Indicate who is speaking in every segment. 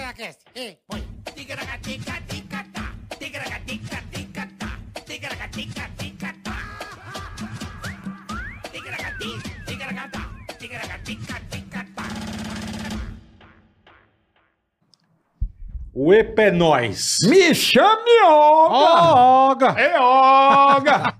Speaker 1: podcast. Ei, põe.
Speaker 2: Ticaracatica-ticatá, ticaracatica-ticatá, ticaracatica-ticatá. Ticaracati, ticaracatá, ticaracatica-ticatá.
Speaker 3: O EP é nós.
Speaker 4: Me chame Olga!
Speaker 3: Oga! É Oga!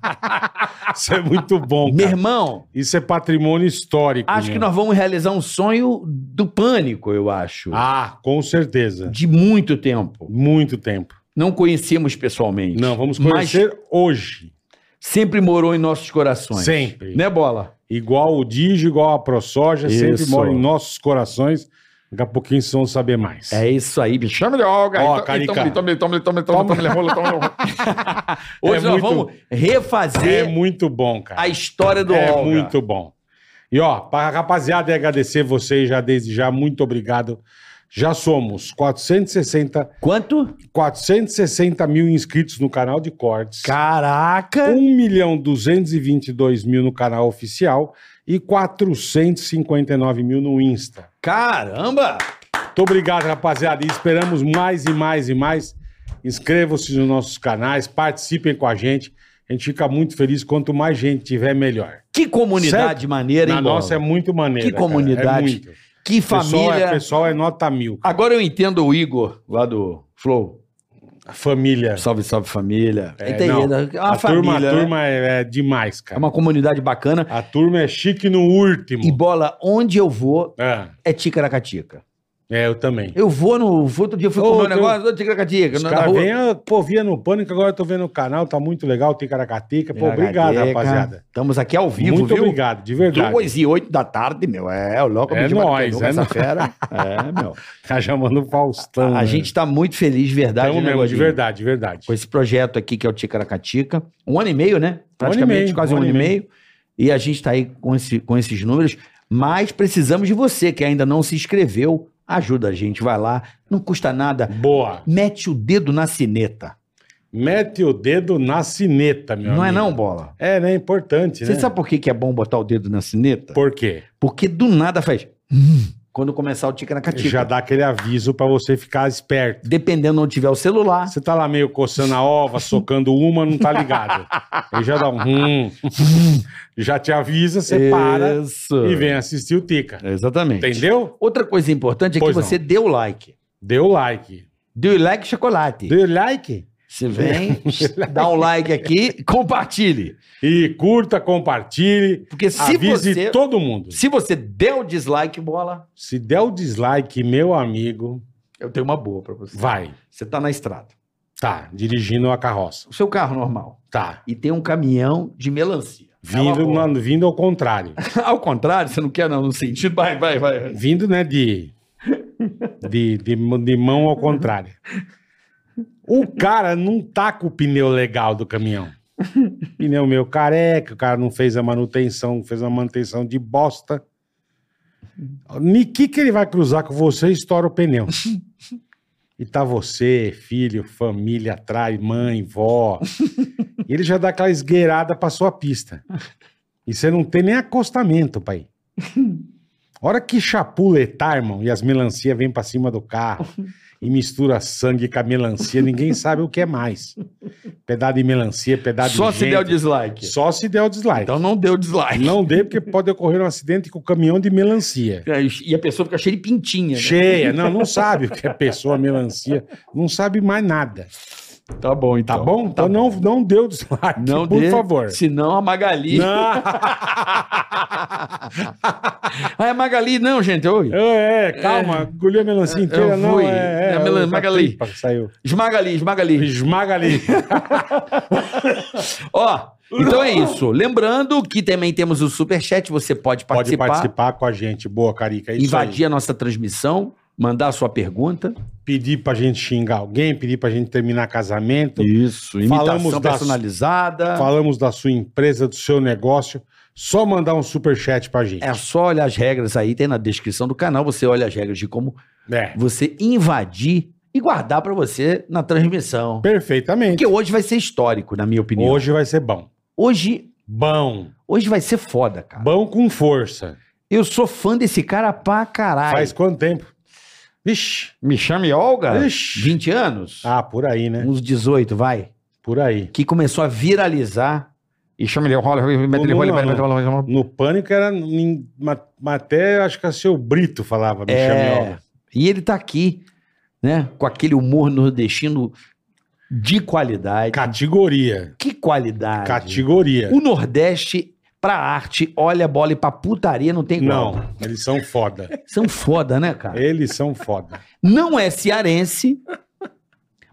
Speaker 3: Isso é muito bom,
Speaker 4: Meu
Speaker 3: cara.
Speaker 4: irmão,
Speaker 3: Isso é patrimônio histórico.
Speaker 4: acho que
Speaker 3: meu.
Speaker 4: nós vamos realizar um sonho do pânico, eu acho.
Speaker 3: Ah, com certeza.
Speaker 4: De muito tempo.
Speaker 3: Muito tempo.
Speaker 4: Não conhecemos pessoalmente.
Speaker 3: Não, vamos
Speaker 4: Mas
Speaker 3: conhecer hoje.
Speaker 4: sempre morou em nossos corações.
Speaker 3: Sempre.
Speaker 4: Né, Bola?
Speaker 3: Igual o Digio, igual a ProSoja, sempre
Speaker 4: Isso.
Speaker 3: mora em nossos corações. Daqui a pouquinho vocês vão saber mais.
Speaker 4: É isso aí, me chama de Olga.
Speaker 3: Ó,
Speaker 4: Então-
Speaker 3: Carica.
Speaker 4: então- então- então- então- então- então- Hoje
Speaker 3: É muito-
Speaker 4: nós vamos
Speaker 3: É
Speaker 4: refazer
Speaker 3: muito bom, cara.
Speaker 4: a história do
Speaker 3: é
Speaker 4: Olga.
Speaker 3: muito bom. E ó, para a rapaziada, é agradecer vocês já desde já, muito obrigado. Já somos 460,
Speaker 4: Quanto?
Speaker 3: 460 mil inscritos no canal de cortes,
Speaker 4: Caraca!
Speaker 3: 1 milhão 222 mil no canal oficial e 459 mil no Insta.
Speaker 4: Caramba!
Speaker 3: Muito obrigado, rapaziada. E esperamos mais e mais e mais. Inscrevam-se nos nossos canais, participem com a gente. A gente fica muito feliz. Quanto mais gente tiver, melhor.
Speaker 4: Que comunidade
Speaker 3: Certo?
Speaker 4: maneira, hein,
Speaker 3: Na
Speaker 4: Bola?
Speaker 3: nossa é muito maneiro.
Speaker 4: Que comunidade. Que
Speaker 3: Pessoal
Speaker 4: família.
Speaker 3: é, pessoal é nota mil.
Speaker 4: Agora eu entendo o Igor, lá do Flow.
Speaker 3: A família.
Speaker 4: Salve, salve família.
Speaker 3: É,
Speaker 4: Eita,
Speaker 3: não.
Speaker 4: é uma
Speaker 3: a
Speaker 4: família.
Speaker 3: turma, a
Speaker 4: né?
Speaker 3: turma é, é demais,
Speaker 4: É
Speaker 3: cara.
Speaker 4: uma comunidade bacana.
Speaker 3: A turma é chique no último.
Speaker 4: E bola, onde eu vou
Speaker 3: É,
Speaker 4: é ticaracatica.
Speaker 3: é, eu também.
Speaker 4: Eu vou no. fui- Outro dia eu fui
Speaker 3: Ô,
Speaker 4: comer um
Speaker 3: tem um-
Speaker 4: negócio, ô, ticaracatica,
Speaker 3: Os
Speaker 4: na, na
Speaker 3: caras
Speaker 4: rua.
Speaker 3: vêm, ah, pô, via no pânico, agora eu tô vendo o canal, tá muito legal, tem caracateca. Pô, obrigado,
Speaker 4: Ticaracatica.
Speaker 3: rapaziada.
Speaker 4: Estamos aqui ao vivo,
Speaker 3: muito
Speaker 4: viu?
Speaker 3: obrigado, de verdade.
Speaker 4: Duas e oito da tarde, meu. É, o louco
Speaker 3: É
Speaker 4: pediu pra
Speaker 3: nóis,
Speaker 4: pegar
Speaker 3: é
Speaker 4: essa
Speaker 3: nóis.
Speaker 4: fera. É, meu.
Speaker 3: Tá chamando o Faustão.
Speaker 4: A, a
Speaker 3: né?
Speaker 4: gente tá muito feliz, de verdade,
Speaker 3: Tamo
Speaker 4: né,
Speaker 3: mesmo, de
Speaker 4: Godinho?
Speaker 3: verdade, de verdade.
Speaker 4: com esse projeto aqui que é o Ticaracatica. Um ano e meio, né?
Speaker 3: Um ano e
Speaker 4: Praticamente,
Speaker 3: meio,
Speaker 4: quase um, ano e meio. E a gente está aí com, esse- com esses números, mas precisamos de você que ainda não se inscreveu. Ajuda a gente, vai lá, não custa nada.
Speaker 3: Boa.
Speaker 4: Mete o dedo na sineta.
Speaker 3: Mete o dedo na sineta, meu
Speaker 4: não é
Speaker 3: amigo.
Speaker 4: não, bola?
Speaker 3: É, né? Importante,
Speaker 4: Você
Speaker 3: né?
Speaker 4: sabe por que, que é bom botar o dedo na sineta?
Speaker 3: Por quê?
Speaker 4: Porque do nada faz. hum, Quando começar o Ticaracatica.
Speaker 3: Já dá aquele aviso pra você ficar esperto.
Speaker 4: Dependendo onde tiver o celular.
Speaker 3: Você tá lá meio coçando a ova, socando uma, não tá ligado. Aí já dá um. hum, já te avisa, você para
Speaker 4: Isso.
Speaker 3: e vem assistir o Tica.
Speaker 4: Exatamente.
Speaker 3: Entendeu?
Speaker 4: Outra coisa importante é
Speaker 3: Pois
Speaker 4: que
Speaker 3: não.
Speaker 4: você dê o like.
Speaker 3: Deu like.
Speaker 4: Dê o like chocolate.
Speaker 3: Deu like?
Speaker 4: Você vem, dá um like aqui, compartilhe.
Speaker 3: E curta, compartilhe,
Speaker 4: Porque se
Speaker 3: avise
Speaker 4: você,
Speaker 3: todo mundo.
Speaker 4: se você der o dislike, bola,
Speaker 3: Se der o dislike, meu amigo,
Speaker 4: eu tenho uma boa pra você.
Speaker 3: vai.
Speaker 4: Você tá na estrada,
Speaker 3: Tá, dirigindo a carroça.
Speaker 4: o seu carro normal,
Speaker 3: Tá.
Speaker 4: e tem um caminhão de melancia. É
Speaker 3: Vindo,
Speaker 4: uma boa.
Speaker 3: na- vindo ao contrário.
Speaker 4: Ao contrário, você não quer não, no sentido, vai, vai, vai.
Speaker 3: Vindo, né, de, de, de, de mão ao contrário. O cara não tá com o pneu legal do caminhão. Pneu meu careca, o cara não fez a manutenção, fez uma manutenção de bosta. Ni que que ele vai cruzar com você e estoura o pneu. E tá você, filho, família atrás, mãe, vó. E ele já dá aquela esgueirada pra sua pista. E você não tem nem acostamento, pai. A hora que chapuletar, irmão, e as melancia vêm pra cima do carro e mistura sangue com a melancia, ninguém sabe o que é mais. Pedaço de melancia, pedaço
Speaker 4: Só
Speaker 3: de
Speaker 4: se der
Speaker 3: Tá
Speaker 4: o
Speaker 3: gente.
Speaker 4: dislike.
Speaker 3: Só se der o dislike.
Speaker 4: Então não deu o dislike.
Speaker 3: Não dê, porque pode ocorrer um acidente com o caminhão de melancia.
Speaker 4: É, E a pessoa fica cheia de pintinha, né?
Speaker 3: Cheia. Não, não sabe o que é pessoa melancia. Não sabe mais nada.
Speaker 4: Tá bom,
Speaker 3: Tá
Speaker 4: então.
Speaker 3: bom? Então não, não dê o dislike,
Speaker 4: Não
Speaker 3: por
Speaker 4: dê,
Speaker 3: favor.
Speaker 4: Senão a Magali.
Speaker 3: Não,
Speaker 4: Aí a Magali, não, gente, oi.
Speaker 3: é, calma. Engoli a melancia inteira,
Speaker 4: Eu
Speaker 3: não.
Speaker 4: fui.
Speaker 3: É, é,
Speaker 4: É a melan-
Speaker 3: outra
Speaker 4: Magali.
Speaker 3: tripa que Saiu.
Speaker 4: Esmaga ali, esmaga ali.
Speaker 3: Esmaga ali.
Speaker 4: Ó, então é isso. Lembrando que também temos o Superchat, você pode
Speaker 3: Pode
Speaker 4: participar,
Speaker 3: participar com a gente. Boa, Carica. É isso
Speaker 4: invadir a nossa transmissão, mandar a sua pergunta.
Speaker 3: aí. Pedir pra gente xingar alguém, pedir pra gente terminar casamento.
Speaker 4: Isso, imitação
Speaker 3: Falamos das-
Speaker 4: personalizada.
Speaker 3: Falamos da sua empresa, do seu negócio. Só mandar um superchat pra gente.
Speaker 4: É só olhar as regras aí, tem na descrição do canal, você olha as regras de como
Speaker 3: É.
Speaker 4: você invadir e guardar pra você na transmissão.
Speaker 3: Perfeitamente.
Speaker 4: Porque hoje vai ser histórico, na minha opinião.
Speaker 3: Hoje vai ser bom.
Speaker 4: Hoje,
Speaker 3: Bom.
Speaker 4: hoje vai ser foda, cara.
Speaker 3: Bom com força.
Speaker 4: Eu sou fã desse cara pra caralho.
Speaker 3: Faz quanto tempo? Vixe.
Speaker 4: Me chame Olga?
Speaker 3: Ixi.
Speaker 4: 20 anos?
Speaker 3: Ah, por aí, né?
Speaker 4: Uns 18, vai.
Speaker 3: Por aí.
Speaker 4: Que começou a viralizar. E chama-lhe
Speaker 3: Não, não, No pânico era. nin- ma- ma- Até acho que era seu Brito falava, me chame
Speaker 4: É,
Speaker 3: Olga.
Speaker 4: e ele tá aqui, né? Com aquele humor nordestino de qualidade.
Speaker 3: Categoria.
Speaker 4: Que qualidade.
Speaker 3: Categoria.
Speaker 4: O Nordeste, pra arte, olha a bola e pra putaria não tem igual.
Speaker 3: Não, eles são foda.
Speaker 4: São foda, né, cara?
Speaker 3: Eles são foda.
Speaker 4: Não é cearense,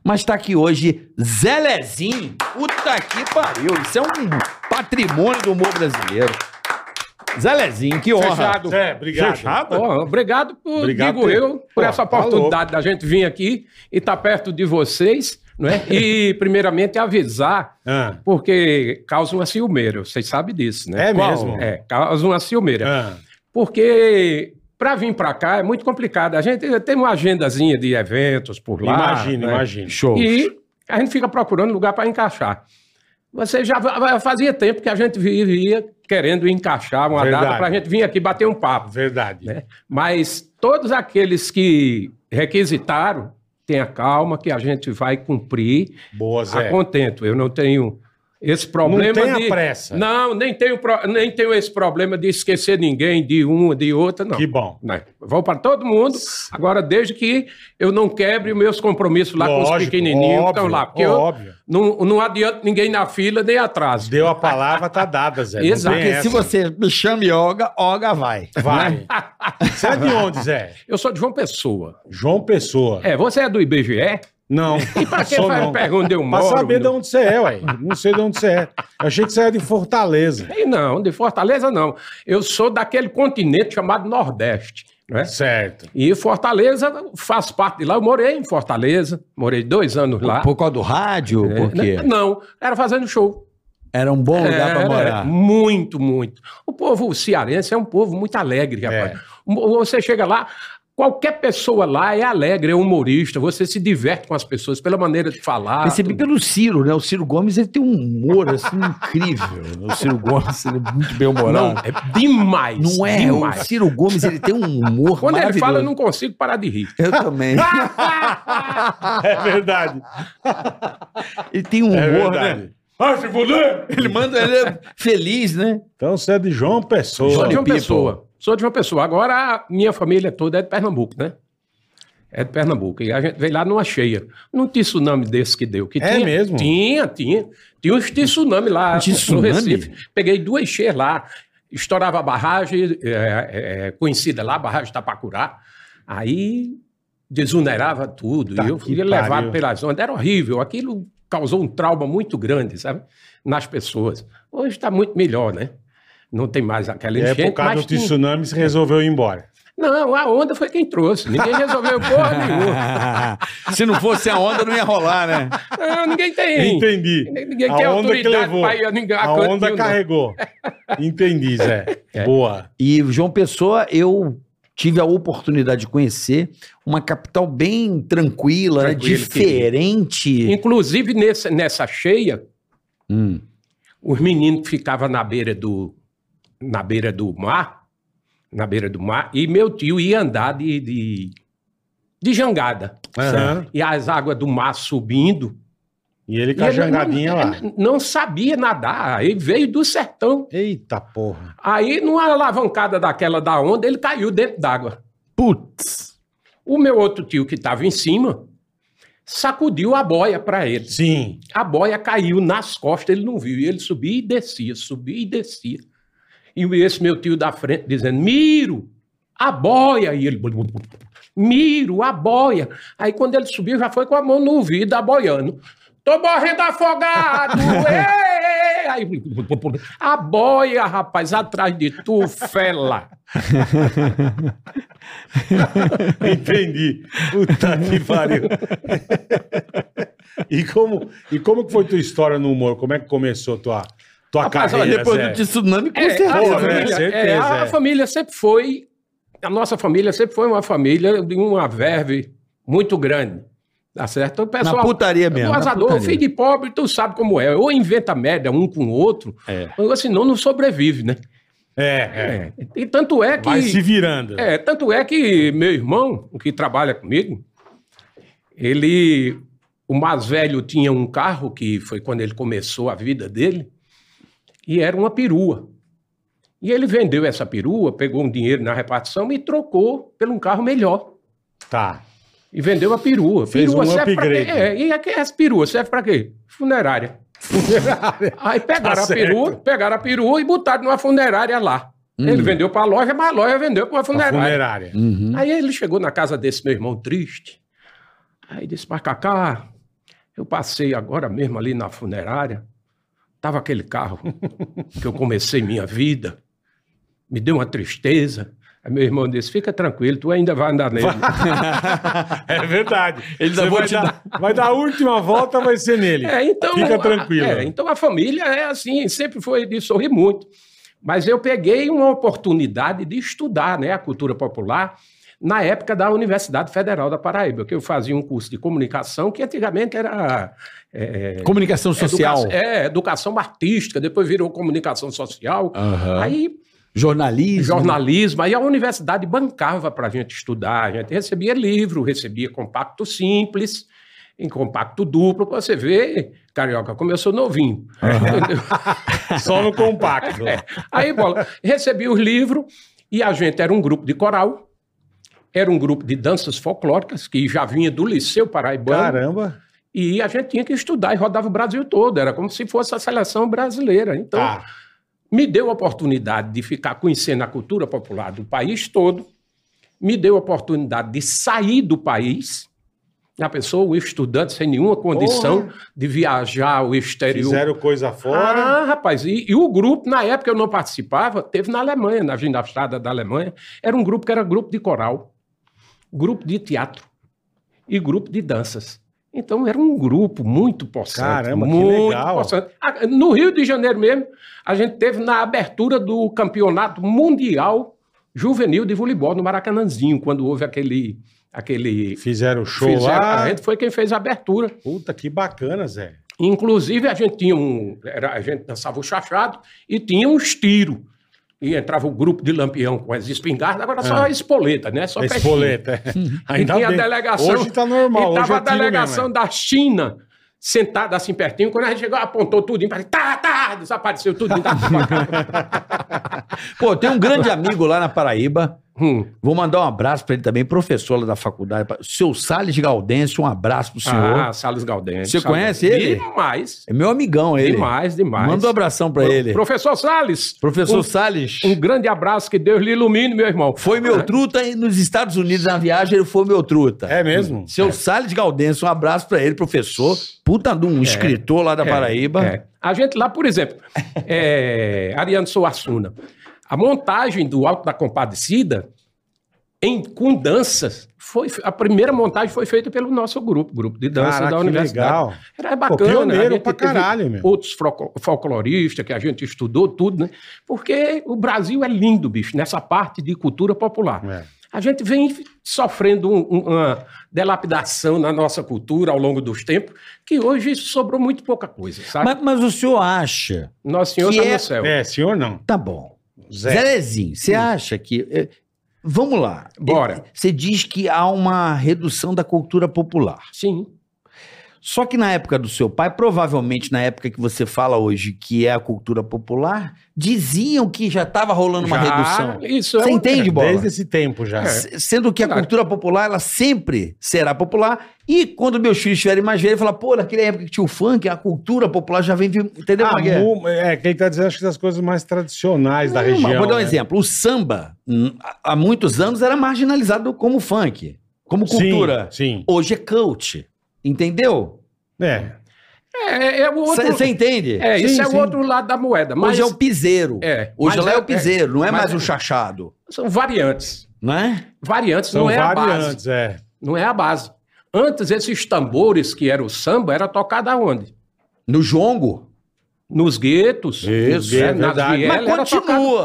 Speaker 4: mas tá aqui hoje Zelezinho. Puta que pariu. Isso é um patrimônio do humor brasileiro. Zelezinho, que honra.
Speaker 1: Fechado.
Speaker 3: É, obrigado.
Speaker 1: Ó, obrigado, por,
Speaker 3: Obrigado
Speaker 1: digo
Speaker 3: por-
Speaker 1: eu, por
Speaker 3: Ó, tá
Speaker 1: essa oportunidade da gente vir aqui e estar perto de vocês, não é? E primeiramente avisar,
Speaker 3: Ah,
Speaker 1: porque causa uma ciumeira, vocês sabem disso, né?
Speaker 3: É mesmo?
Speaker 1: É, causa uma ciumeira.
Speaker 3: ah,
Speaker 1: Porque para vir para cá é muito complicado. A gente tem uma agendazinha de eventos por lá.
Speaker 3: imagina,
Speaker 1: né?
Speaker 3: imagina.
Speaker 4: Show.
Speaker 1: E a gente fica procurando lugar para encaixar. Você já fazia tempo que a gente vivia querendo encaixar uma
Speaker 3: Verdade.
Speaker 1: data para a gente vir aqui bater um papo.
Speaker 3: Verdade.
Speaker 1: né? Mas todos aqueles que requisitaram, tenha calma que a gente vai cumprir
Speaker 3: Boa,
Speaker 1: a
Speaker 3: Zé.
Speaker 1: contento. Eu não tenho esse problema
Speaker 3: Não tenha
Speaker 1: de...
Speaker 3: pressa.
Speaker 1: Não, nem tenho, pro- nem tenho esse problema de esquecer ninguém, de um, de outra, não.
Speaker 3: Que bom.
Speaker 1: Né? Vou para todo mundo, agora desde que eu não quebre meus compromissos lá com os
Speaker 3: Lógico,
Speaker 1: pequenininhos que estão
Speaker 3: óbvio,
Speaker 1: lá. Porque eu
Speaker 3: óbvio.
Speaker 1: não, não adianto ninguém na fila, nem atraso.
Speaker 3: Deu a palavra, tá dada, Zé.
Speaker 1: Exato.
Speaker 3: Não tem
Speaker 4: Porque se
Speaker 3: essa.
Speaker 4: você me chame Olga, Olga vai.
Speaker 3: Vai. Você é de onde, Zé?
Speaker 1: Eu sou de João Pessoa.
Speaker 3: João Pessoa.
Speaker 1: É, você é do IBGE?
Speaker 3: Ah, Não.
Speaker 1: E para quem faz pergunta, eu
Speaker 3: Pra
Speaker 1: moro.
Speaker 3: saber de
Speaker 1: não.
Speaker 3: onde você é, ué. Não sei de onde você é. Eu achei que você era de Fortaleza.
Speaker 1: Ei, não, de Fortaleza não. Eu sou daquele continente chamado Nordeste,
Speaker 3: É?
Speaker 1: né?
Speaker 3: Certo.
Speaker 1: E Fortaleza faz parte de lá. Eu morei em Fortaleza, morei dois anos lá.
Speaker 4: Por causa do rádio?
Speaker 1: É,
Speaker 4: Por quê?
Speaker 1: Não, era fazendo show. É,
Speaker 4: Era um bom lugar pra
Speaker 1: Era,
Speaker 4: morar.
Speaker 1: Muito, muito. O povo cearense é um povo muito alegre, rapaz. Um,
Speaker 3: É.
Speaker 1: Você chega lá, qualquer pessoa lá é alegre, é humorista, você se diverte com as pessoas pela maneira de falar.
Speaker 4: Percebi pelo Ciro, né? O Ciro Gomes ele tem um humor assim incrível. O Ciro Gomes ele é muito bem
Speaker 1: Não,
Speaker 4: humorado.
Speaker 1: é demais.
Speaker 4: Não, é? O
Speaker 1: demais.
Speaker 4: Ciro Gomes ele tem um humor
Speaker 1: Quando ele
Speaker 4: maravilhoso.
Speaker 1: fala, eu não consigo parar de rir.
Speaker 4: Eu também.
Speaker 3: É verdade.
Speaker 4: Ele tem um
Speaker 3: É
Speaker 4: humor,
Speaker 3: verdade.
Speaker 4: né? Ele manda, ele é feliz, né?
Speaker 3: Então você é de João Pessoa.
Speaker 1: Sou de uma
Speaker 4: People.
Speaker 1: pessoa. Sou de uma pessoa. Agora, a minha família toda é de Pernambuco, né? É de Pernambuco. E a gente veio lá numa cheia. Não tinha tsunami desse que deu. Que
Speaker 3: É
Speaker 1: tinha,
Speaker 3: mesmo?
Speaker 1: Tinha, tinha. Tinha uns tsunami lá no
Speaker 4: Tsunami?
Speaker 1: Recife. Peguei duas cheias lá. Estourava a barragem, é, é, conhecida lá, a barragem Tapacurá. Aí desunerava tudo.
Speaker 3: Tá
Speaker 1: e eu
Speaker 3: que
Speaker 1: fui
Speaker 3: pariu.
Speaker 1: levado pelas ondas. Era horrível. Aquilo causou um trauma muito grande, sabe? Nas pessoas. Hoje está muito melhor, né? Não tem mais aquela
Speaker 3: E aí,
Speaker 1: enchente.
Speaker 3: É, por causa
Speaker 1: mas
Speaker 3: do
Speaker 1: tinha-
Speaker 3: tsunami, você resolveu ir embora.
Speaker 1: Não, a onda foi quem trouxe. Ninguém resolveu porra nenhuma.
Speaker 4: Se não fosse a onda, não ia rolar, né?
Speaker 1: Não, ninguém tem.
Speaker 3: Entendi.
Speaker 1: Ninguém
Speaker 3: a
Speaker 1: tem
Speaker 3: onda que
Speaker 1: autoridade
Speaker 3: levou.
Speaker 1: pra ir a ninguém- a
Speaker 3: A
Speaker 1: canto
Speaker 3: onda
Speaker 1: nenhum,
Speaker 3: carregou. Entendi, Zé.
Speaker 1: É.
Speaker 3: Boa.
Speaker 4: E João Pessoa, eu tive a oportunidade de conhecer uma capital bem tranquila, né?
Speaker 1: Tranquila, não.
Speaker 4: diferente.
Speaker 1: Inclusive, nesse- nessa cheia,
Speaker 4: Hum.
Speaker 1: os meninos que ficavam na beira do na beira do mar, na beira do mar, e meu tio ia andar de de, de jangada.
Speaker 3: Aham.
Speaker 1: E as águas do mar subindo.
Speaker 3: E ele
Speaker 1: E
Speaker 3: com a
Speaker 1: ele não-
Speaker 3: jangadinha lá.
Speaker 1: não- Não sabia nadar. Ele veio do sertão.
Speaker 3: Eita porra.
Speaker 1: Aí, numa alavancada daquela da onda, ele caiu dentro d'água.
Speaker 4: Putz.
Speaker 1: O meu outro tio, que estava em cima, sacudiu a boia para ele.
Speaker 3: Sim.
Speaker 1: A boia caiu nas costas, ele não viu. E ele subia e descia, subia e descia. E esse meu tio da frente dizendo: Miro, a boia. E ele. Miro, a boia. Aí quando ele subiu, já foi com a mão no ouvido, aboiando. Tô morrendo afogado! ê! Aí, a boia, rapaz, atrás de tu, fela.
Speaker 3: Entendi. Puta que pariu. e, como, e como que foi tua história no humor? Como é que começou tua, tua
Speaker 1: Rapaz, olha,
Speaker 3: carreira,
Speaker 4: Depois
Speaker 3: Zé?
Speaker 4: do tsunami, com
Speaker 1: É,
Speaker 4: certeza.
Speaker 1: a,
Speaker 3: Pô,
Speaker 1: família,
Speaker 3: né? Certeza,
Speaker 1: é, a
Speaker 3: é.
Speaker 1: família sempre foi, a nossa família sempre foi uma família de uma verve muito grande. Tá certo? O pessoal,
Speaker 4: Na putaria mesmo,
Speaker 1: O
Speaker 4: na
Speaker 1: azador,
Speaker 4: putaria.
Speaker 1: filho de pobre, tu sabe como é. Ou inventa merda um com o outro,
Speaker 4: É.
Speaker 1: ou senão não sobrevive, né?
Speaker 3: É, é.
Speaker 1: É. E tanto é que.
Speaker 3: Vai se virando.
Speaker 1: É, tanto é que meu irmão, o que trabalha comigo, ele. O mais velho tinha um carro que foi quando ele começou a vida dele, e era uma perua. E ele vendeu essa perua, pegou um dinheiro na repartição e trocou por um carro melhor.
Speaker 3: Tá.
Speaker 1: E vendeu a perua.
Speaker 3: Fez
Speaker 1: perua
Speaker 3: um
Speaker 1: pra quê?
Speaker 3: upgrade.
Speaker 1: É, e aqui- as peruas servem para quê? Funerária. Aí pegaram
Speaker 3: Tá
Speaker 1: a perua,
Speaker 3: certo.
Speaker 1: pegaram a perua e botaram numa funerária lá.
Speaker 3: Hum.
Speaker 1: Ele vendeu para a loja, mas a loja vendeu para uma
Speaker 3: A
Speaker 1: funerária.
Speaker 3: funerária.
Speaker 4: Uhum.
Speaker 1: Aí ele chegou na casa desse meu irmão triste. Aí disse, mas Cacá, eu passei agora mesmo ali na funerária. Tava aquele carro que eu comecei minha vida. Me deu uma tristeza. Aí meu irmão disse, fica tranquilo, tu ainda vai andar nele.
Speaker 3: É verdade.
Speaker 4: Ele ainda
Speaker 3: Você
Speaker 4: vou
Speaker 3: vai,
Speaker 4: te
Speaker 3: dar, vai dar a última volta, vai ser nele.
Speaker 1: É, então,
Speaker 3: Fica
Speaker 1: a-
Speaker 3: tranquilo.
Speaker 1: é, então a família é assim, sempre foi de sorrir muito. Mas eu peguei uma oportunidade de estudar né, a cultura popular na época da Universidade Federal da Paraíba, que eu fazia um curso de comunicação que antigamente era é,
Speaker 4: Comunicação social.
Speaker 1: educa- é, educação artística, depois virou comunicação social.
Speaker 3: Ah.
Speaker 4: Aham.
Speaker 1: Aí
Speaker 4: Jornalismo.
Speaker 1: jornalismo. Aí a universidade bancava para a gente estudar, a gente recebia livro, recebia compacto simples, em compacto duplo, para você ver, carioca, como eu sou novinho. entendeu? É.
Speaker 3: Só no compacto.
Speaker 1: Aí, bola, recebia os livros e a gente era um grupo de coral, era um grupo de danças folclóricas, que já vinha do Liceu Paraibano,
Speaker 3: Caramba.
Speaker 1: e a gente tinha que estudar e rodava o Brasil todo, era como se fosse a seleção brasileira. Então,
Speaker 3: Tá.
Speaker 1: me deu a oportunidade de ficar conhecendo a cultura popular do país todo, me deu a oportunidade de sair do país, a pessoa, o estudante, sem nenhuma condição de viajar ao exterior.
Speaker 3: Fizeram coisa fora.
Speaker 1: Então, Ah, rapaz, e, e o grupo, na época eu não participava, teve na Alemanha, na ginastada da Alemanha, era um grupo que era grupo de coral, grupo de teatro e grupo de danças. Então era um grupo muito possante.
Speaker 3: Caramba, que
Speaker 1: muito
Speaker 3: legal.
Speaker 1: possante. Ah, No Rio de Janeiro mesmo, a gente teve na abertura do Campeonato Mundial Juvenil de Voleibol no Maracanãzinho, quando houve aquele... aquele
Speaker 3: Fizeram show
Speaker 1: fizeram- Ah, é?
Speaker 3: lá.
Speaker 1: A gente foi quem fez a abertura.
Speaker 3: Puta, que bacana, Zé.
Speaker 1: Inclusive, a gente tinha um. Era, a gente dançava o chachado e tinha uns tiros. E entrava o grupo de lampião com as espingardas, agora
Speaker 4: Ah.
Speaker 1: só a espoleta, né? Só
Speaker 3: Esse
Speaker 1: festinha.
Speaker 3: Espoleta. é. Ainda
Speaker 1: e tinha
Speaker 3: bem.
Speaker 1: a delegação.
Speaker 3: Hoje tá normal.
Speaker 1: E
Speaker 3: hoje
Speaker 4: é
Speaker 1: tava a
Speaker 3: eu tiro
Speaker 1: delegação
Speaker 3: mesmo,
Speaker 1: da China sentada assim pertinho. Quando a gente chegou, apontou tudinho, falei, tá, tá, desapareceu tudinho. Tá,
Speaker 4: Pô, tem um grande amigo lá na Paraíba.
Speaker 1: hum.
Speaker 4: Vou mandar um abraço pra ele também, professor lá da faculdade. Seu Salles Gaudêncio, um abraço pro senhor.
Speaker 1: Ah, Salles Gaudente.
Speaker 4: Você conhece ele?
Speaker 1: Demais.
Speaker 4: é meu amigão ele.
Speaker 1: Demais, demais.
Speaker 4: Manda um abração pra
Speaker 1: Pro-
Speaker 4: ele.
Speaker 1: Professor Salles.
Speaker 4: Professor
Speaker 1: um-
Speaker 4: Salles.
Speaker 1: Um grande abraço, que Deus lhe ilumine, meu irmão. É.
Speaker 4: Foi meu truta e nos Estados Unidos na viagem, ele foi meu truta.
Speaker 3: É mesmo?
Speaker 4: Seu Salles Gaudêncio, um abraço pra ele, professor. Puta de um escritor lá da
Speaker 1: É,
Speaker 4: Paraíba.
Speaker 1: é. A gente lá, por exemplo, é, Ariano Suassuna, a montagem do Alto da Compadecida em, com danças, foi, a primeira montagem foi feita pelo nosso grupo, grupo de dança
Speaker 3: Caraca,
Speaker 1: da
Speaker 3: que
Speaker 1: universidade.
Speaker 3: legal.
Speaker 1: Era bacana.
Speaker 3: pioneiro
Speaker 1: a gente
Speaker 3: pra
Speaker 1: teve
Speaker 3: caralho, meu.
Speaker 1: Outros froco- folcloristas que a gente estudou tudo, né? Porque o Brasil é lindo, bicho, nessa parte de cultura popular.
Speaker 3: É.
Speaker 1: A gente vem sofrendo um- um- uma delapidação na nossa cultura ao longo dos tempos, que hoje sobrou muito pouca coisa, sabe?
Speaker 4: Mas, mas o senhor acha.
Speaker 1: Nosso Senhor
Speaker 4: Que
Speaker 1: está
Speaker 4: é-
Speaker 1: no céu.
Speaker 3: É, senhor não.
Speaker 4: Tá bom.
Speaker 3: Zé.
Speaker 4: Zelezinho, você acha que. eh, Vamos lá.
Speaker 1: Hum. Bora.
Speaker 4: Eh, Você diz que há uma redução da cultura popular.
Speaker 1: Sim.
Speaker 4: Só que na época do seu pai, provavelmente na época que você fala hoje que é a cultura popular, diziam que já estava rolando uma
Speaker 1: Já,
Speaker 4: redução.
Speaker 1: Isso é
Speaker 4: Você
Speaker 1: uma-
Speaker 4: entende, Bola?
Speaker 3: Desde esse tempo já.
Speaker 1: É.
Speaker 4: S- Sendo que a
Speaker 1: Claro.
Speaker 4: cultura popular, ela sempre será popular. E quando meus filhos estiverem mais velhos, falar, pô, naquela época que tinha o funk, a cultura popular já vem, de- entendeu?
Speaker 3: Ah,
Speaker 4: como é que é?
Speaker 3: mu- é, quem tá dizendo acho que das coisas mais tradicionais da
Speaker 4: Não, mas
Speaker 3: região.
Speaker 4: Vou dar um
Speaker 3: né?
Speaker 4: exemplo. O samba, hum, há- há muitos anos, era marginalizado como funk, como cultura.
Speaker 3: Sim, sim.
Speaker 4: Hoje é cult. Entendeu?
Speaker 3: É.
Speaker 1: É, é o outro...
Speaker 4: Você entende?
Speaker 1: É, isso
Speaker 3: Sim,
Speaker 1: é
Speaker 3: sim.
Speaker 1: o outro lado da moeda. Mas
Speaker 4: Hoje é o piseiro.
Speaker 1: É,
Speaker 4: Hoje
Speaker 1: mas
Speaker 4: lá é,
Speaker 1: é-
Speaker 4: o piseiro, não é
Speaker 1: mas
Speaker 4: mais
Speaker 1: é-
Speaker 4: o chachado.
Speaker 1: são variantes.
Speaker 4: Né?
Speaker 1: Variantes
Speaker 3: São
Speaker 1: não é a base.
Speaker 3: variantes, é.
Speaker 1: Não é a base. Antes, esses tambores que era o samba, era tocado aonde?
Speaker 4: No jongo.
Speaker 1: Nos guetos.
Speaker 3: Isso,
Speaker 1: né?
Speaker 3: é
Speaker 1: Nas
Speaker 3: verdade.
Speaker 1: vielas,
Speaker 4: Mas
Speaker 1: era
Speaker 4: continua.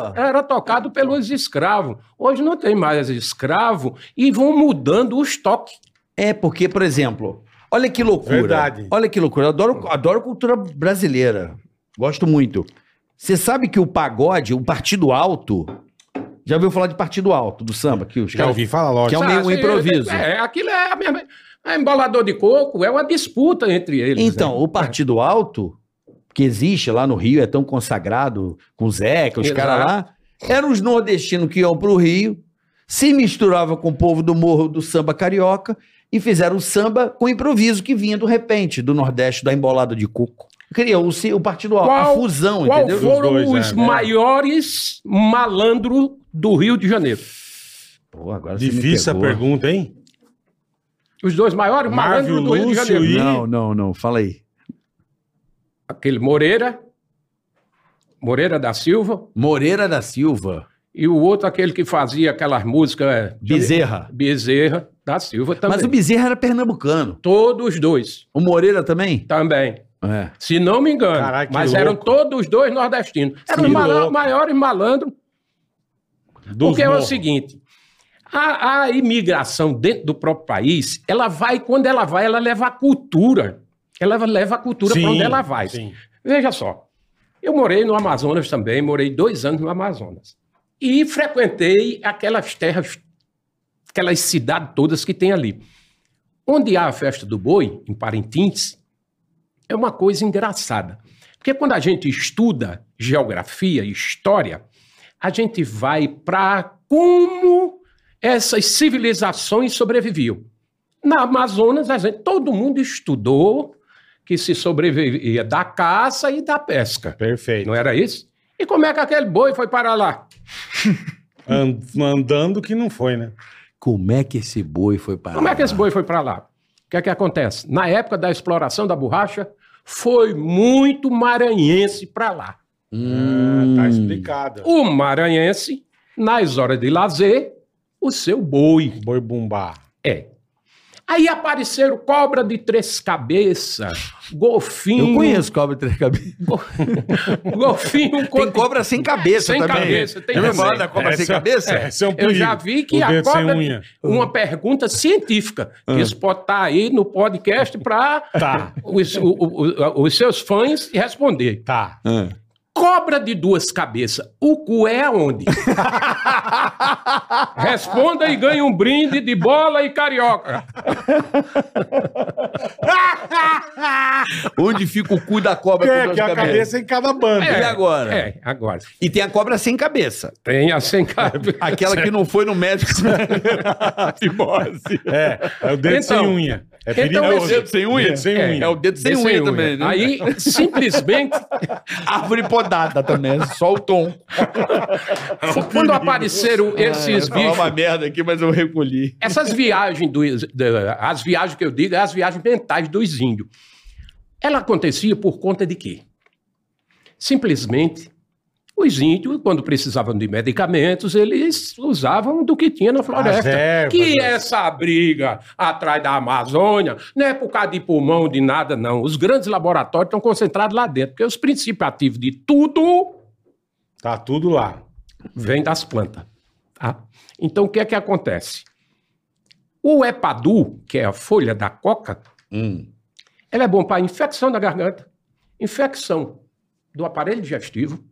Speaker 1: tocado- Era tocado pelos escravos. Hoje não tem mais escravo e vão mudando os toques.
Speaker 4: É porque, por exemplo, olha que loucura.
Speaker 3: Verdade.
Speaker 4: Olha que loucura. Eu adoro, adoro cultura brasileira. Gosto muito. Você sabe que o pagode, o partido alto. Já ouviu falar de partido alto do samba? Que os
Speaker 3: Já
Speaker 4: caras
Speaker 3: ouvi falar,
Speaker 4: Que
Speaker 3: lógico.
Speaker 4: é um
Speaker 1: Sabe,
Speaker 4: meio improviso.
Speaker 1: É, aquilo é a mesma. É embolador de coco, é uma disputa entre eles. né?
Speaker 4: Então, o Partido Alto, que existe lá no Rio, é tão consagrado com o Zeca, os
Speaker 1: Exato.
Speaker 4: caras lá, eram os nordestinos que iam pro Rio, se misturavam com o povo do morro do samba carioca e fizeram o samba com improviso que vinha do repente, do Nordeste, da embolada de coco. Criou o, se- o Partido Alto, a
Speaker 1: Qual-
Speaker 4: fusão,
Speaker 1: Qual
Speaker 4: entendeu?
Speaker 1: foram
Speaker 3: Os dois,
Speaker 1: os
Speaker 3: né?
Speaker 1: maiores malandros do Rio de Janeiro?
Speaker 4: Pô, agora você é me
Speaker 3: Difícil a
Speaker 4: pegou.
Speaker 3: pergunta, hein?
Speaker 1: Os dois maiores
Speaker 3: Marvio
Speaker 1: malandros do Rio de
Speaker 3: Lúcio
Speaker 1: Janeiro.
Speaker 3: e-
Speaker 4: Não, não, não, fala aí.
Speaker 1: Aquele Moreira, Moreira da Silva,
Speaker 4: Moreira da Silva,
Speaker 1: e o outro aquele que fazia aquelas músicas... é,
Speaker 4: Bezerra.
Speaker 1: Bezerra da Silva também.
Speaker 4: Mas o Bezerra era pernambucano.
Speaker 1: Todos os dois
Speaker 4: O Moreira também?
Speaker 1: também.
Speaker 4: É.
Speaker 1: Se não me engano.
Speaker 3: Caraca, que
Speaker 1: mas eram
Speaker 3: louco.
Speaker 1: todos os dois nordestinos. Eram
Speaker 3: Que
Speaker 1: os mala-
Speaker 3: louco.
Speaker 1: maiores malandros.
Speaker 3: Dos
Speaker 1: porque é o
Speaker 3: morros.
Speaker 1: seguinte: a, a imigração dentro do próprio país, ela vai, quando ela vai, ela leva a cultura. Ela leva a cultura
Speaker 3: Sim,
Speaker 1: para onde ela vai.
Speaker 3: sim.
Speaker 1: Veja só, eu morei no Amazonas também, morei dois anos no Amazonas. E frequentei aquelas terras, aquelas cidades todas que tem ali. Onde há a festa do boi, em Parintins, é uma coisa engraçada. Porque quando a gente estuda geografia e história, a gente vai para como essas civilizações sobreviviam. Na Amazonas, a gente- todo mundo estudou que se sobrevivia da caça e da pesca.
Speaker 3: Perfeito.
Speaker 1: Não era isso? E como é que aquele boi foi para lá?
Speaker 3: An- andando que não foi, né?
Speaker 4: Como é que esse boi foi parar?
Speaker 1: Como é que esse
Speaker 4: lá?
Speaker 1: boi foi para lá? O que é que acontece? Na época da exploração da borracha, foi muito maranhense para lá.
Speaker 4: Hum.
Speaker 3: Ah, tá explicado.
Speaker 1: O maranhense, nas horas de lazer, o seu boi.
Speaker 3: Boi bumbá.
Speaker 1: É. Aí apareceram cobra de três cabeças, golfinho.
Speaker 4: Eu conheço cobra de três cabeças.
Speaker 1: Golfinho
Speaker 4: Tem cobra sem cabeça
Speaker 1: Sem
Speaker 4: também. é?
Speaker 1: cabeça, tem
Speaker 4: Lembra
Speaker 1: também.
Speaker 4: falar da cobra sem
Speaker 3: Essa-
Speaker 4: cabeça?
Speaker 3: Esse é um
Speaker 1: Eu
Speaker 3: perigo.
Speaker 1: já vi que
Speaker 3: O
Speaker 1: a
Speaker 3: dedo sem
Speaker 1: cobra.
Speaker 3: unha.
Speaker 4: Uhum.
Speaker 1: Uma pergunta científica. Que isso pode estar aí no podcast para
Speaker 3: Tá,
Speaker 1: os, o- o- o- os seus fãs responder.
Speaker 3: tá.
Speaker 4: Ah,
Speaker 1: Cobra de duas cabeças, o cu é aonde? Responda e ganhe um brinde de bola e carioca.
Speaker 4: Onde fica o cu da cobra
Speaker 3: É,
Speaker 4: com duas
Speaker 3: que é a
Speaker 4: cabeças?
Speaker 3: cabeça em cada banda.
Speaker 4: E agora?
Speaker 1: É, agora.
Speaker 4: E tem a cobra sem cabeça.
Speaker 1: Tem a sem cabeça.
Speaker 4: Aquela que não foi no médico. Fimose.
Speaker 3: É, é o dedo
Speaker 1: Então-
Speaker 3: sem unha. É
Speaker 1: então
Speaker 3: perigoso.
Speaker 1: esse-
Speaker 4: sem unha?
Speaker 3: Dedo sem
Speaker 1: É,
Speaker 3: unha.
Speaker 4: É o dedo sem
Speaker 1: Sem
Speaker 4: unha
Speaker 1: unha.
Speaker 4: também, né?
Speaker 1: Aí, simplesmente,
Speaker 4: árvore podada também, né? só o tom. É um
Speaker 1: quando
Speaker 4: Ah,
Speaker 1: apareceram esses
Speaker 4: Eu ia falar
Speaker 1: bichos
Speaker 4: uma merda aqui, mas eu recolhi.
Speaker 1: Essas viagens dos. da- as viagens que eu digo, é as viagens mentais dos índios. Ela acontecia por conta de quê? Simplesmente, os índios, quando precisavam de medicamentos, eles usavam do que tinha na floresta.
Speaker 3: ervas,
Speaker 1: que
Speaker 3: né?
Speaker 1: essa briga atrás da Amazônia não é por causa de pulmão, de nada, não. Os grandes laboratórios estão concentrados lá dentro, porque os princípios ativos de tudo
Speaker 3: Tá tudo lá.
Speaker 1: vem das plantas. tá? Então, o que é que acontece? O epadu, que é a folha da coca,
Speaker 4: Hum.
Speaker 1: ela é bom para infecção da garganta, infecção do aparelho digestivo,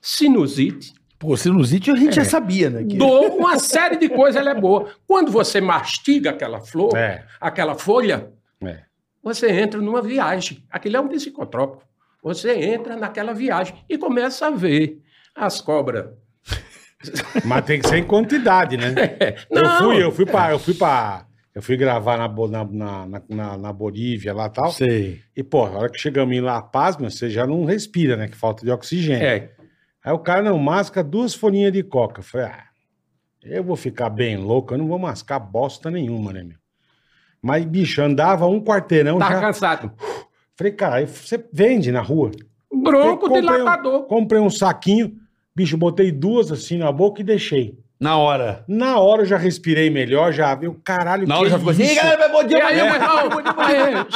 Speaker 1: sinusite,
Speaker 4: Pô, sinusite a gente
Speaker 1: já
Speaker 4: sabia, né?
Speaker 1: dor, uma série de coisas ela é boa. Quando você mastiga aquela flor,
Speaker 3: É.
Speaker 1: aquela folha,
Speaker 3: É.
Speaker 1: você entra numa viagem. Aquilo é um psicotrópico. Você entra naquela viagem e começa a ver as cobras.
Speaker 3: Mas tem que ser em quantidade, né? Eu fui, eu fui pra. Eu fui pra. Eu fui gravar na, Bo- na, na, na- na, na Bolívia lá e tal.
Speaker 4: Sei.
Speaker 3: E, pô, a hora que chegamos em La Paz, meu, você já não respira, né? Que falta de oxigênio.
Speaker 1: É,
Speaker 3: Aí o cara, não, masca duas folhinhas de coca. Eu falei, ah, eu vou ficar bem louco, eu não vou mascar bosta nenhuma, né, meu? Mas, bicho, andava um quarteirão
Speaker 1: tá
Speaker 3: já.
Speaker 1: cansado.
Speaker 3: Falei, cara, aí você vende na rua?
Speaker 1: Bronco
Speaker 3: Comprei um-
Speaker 1: dilatador.
Speaker 3: Comprei um saquinho, bicho, botei duas assim na boca e deixei.
Speaker 4: Na hora.
Speaker 3: Na hora eu já respirei melhor, já viu, caralho,
Speaker 4: Na
Speaker 3: que
Speaker 4: hora já ficou assim.
Speaker 3: isso?
Speaker 4: "Ih, galera, bom
Speaker 1: um- E
Speaker 4: dia,
Speaker 1: aí,
Speaker 4: bom dia".
Speaker 1: meu irmão?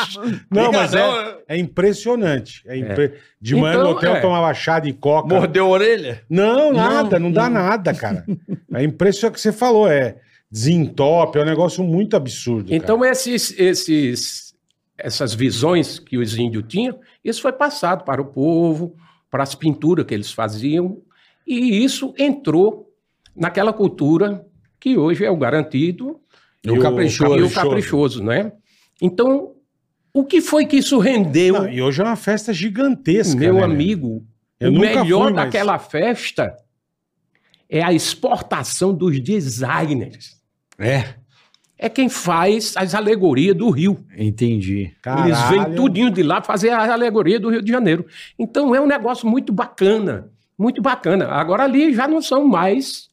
Speaker 3: Não, mas é,
Speaker 4: Ligadão,
Speaker 3: é impressionante. É impre- De manhã no
Speaker 1: Então,
Speaker 3: hotel
Speaker 1: é.
Speaker 3: eu tomava chá de coca.
Speaker 4: Mordeu a orelha?
Speaker 3: Não, nada, não, dá nada, cara. A impressão que você falou é desentope, é um negócio muito absurdo.
Speaker 1: Então, esses, esses, essas visões que os índios tinham, isso foi passado para o povo, para as pinturas que eles faziam, e isso entrou naquela cultura que hoje é o garantido
Speaker 3: E o caprichoso.
Speaker 1: e o caprichoso, né? Então, o que foi que isso rendeu?
Speaker 3: Não, e hoje é uma festa gigantesca.
Speaker 1: Meu
Speaker 3: né,
Speaker 1: amigo,
Speaker 3: Eu
Speaker 1: o
Speaker 3: nunca fui,
Speaker 1: melhor
Speaker 3: mas-
Speaker 1: daquela festa é a exportação dos designers.
Speaker 3: É.
Speaker 1: É quem faz as alegorias do Rio.
Speaker 4: Entendi.
Speaker 1: Eles
Speaker 3: Caralho.
Speaker 1: vêm tudinho de lá fazer a alegoria do Rio de Janeiro. Então é um negócio muito bacana. Muito bacana. Agora ali já não são mais.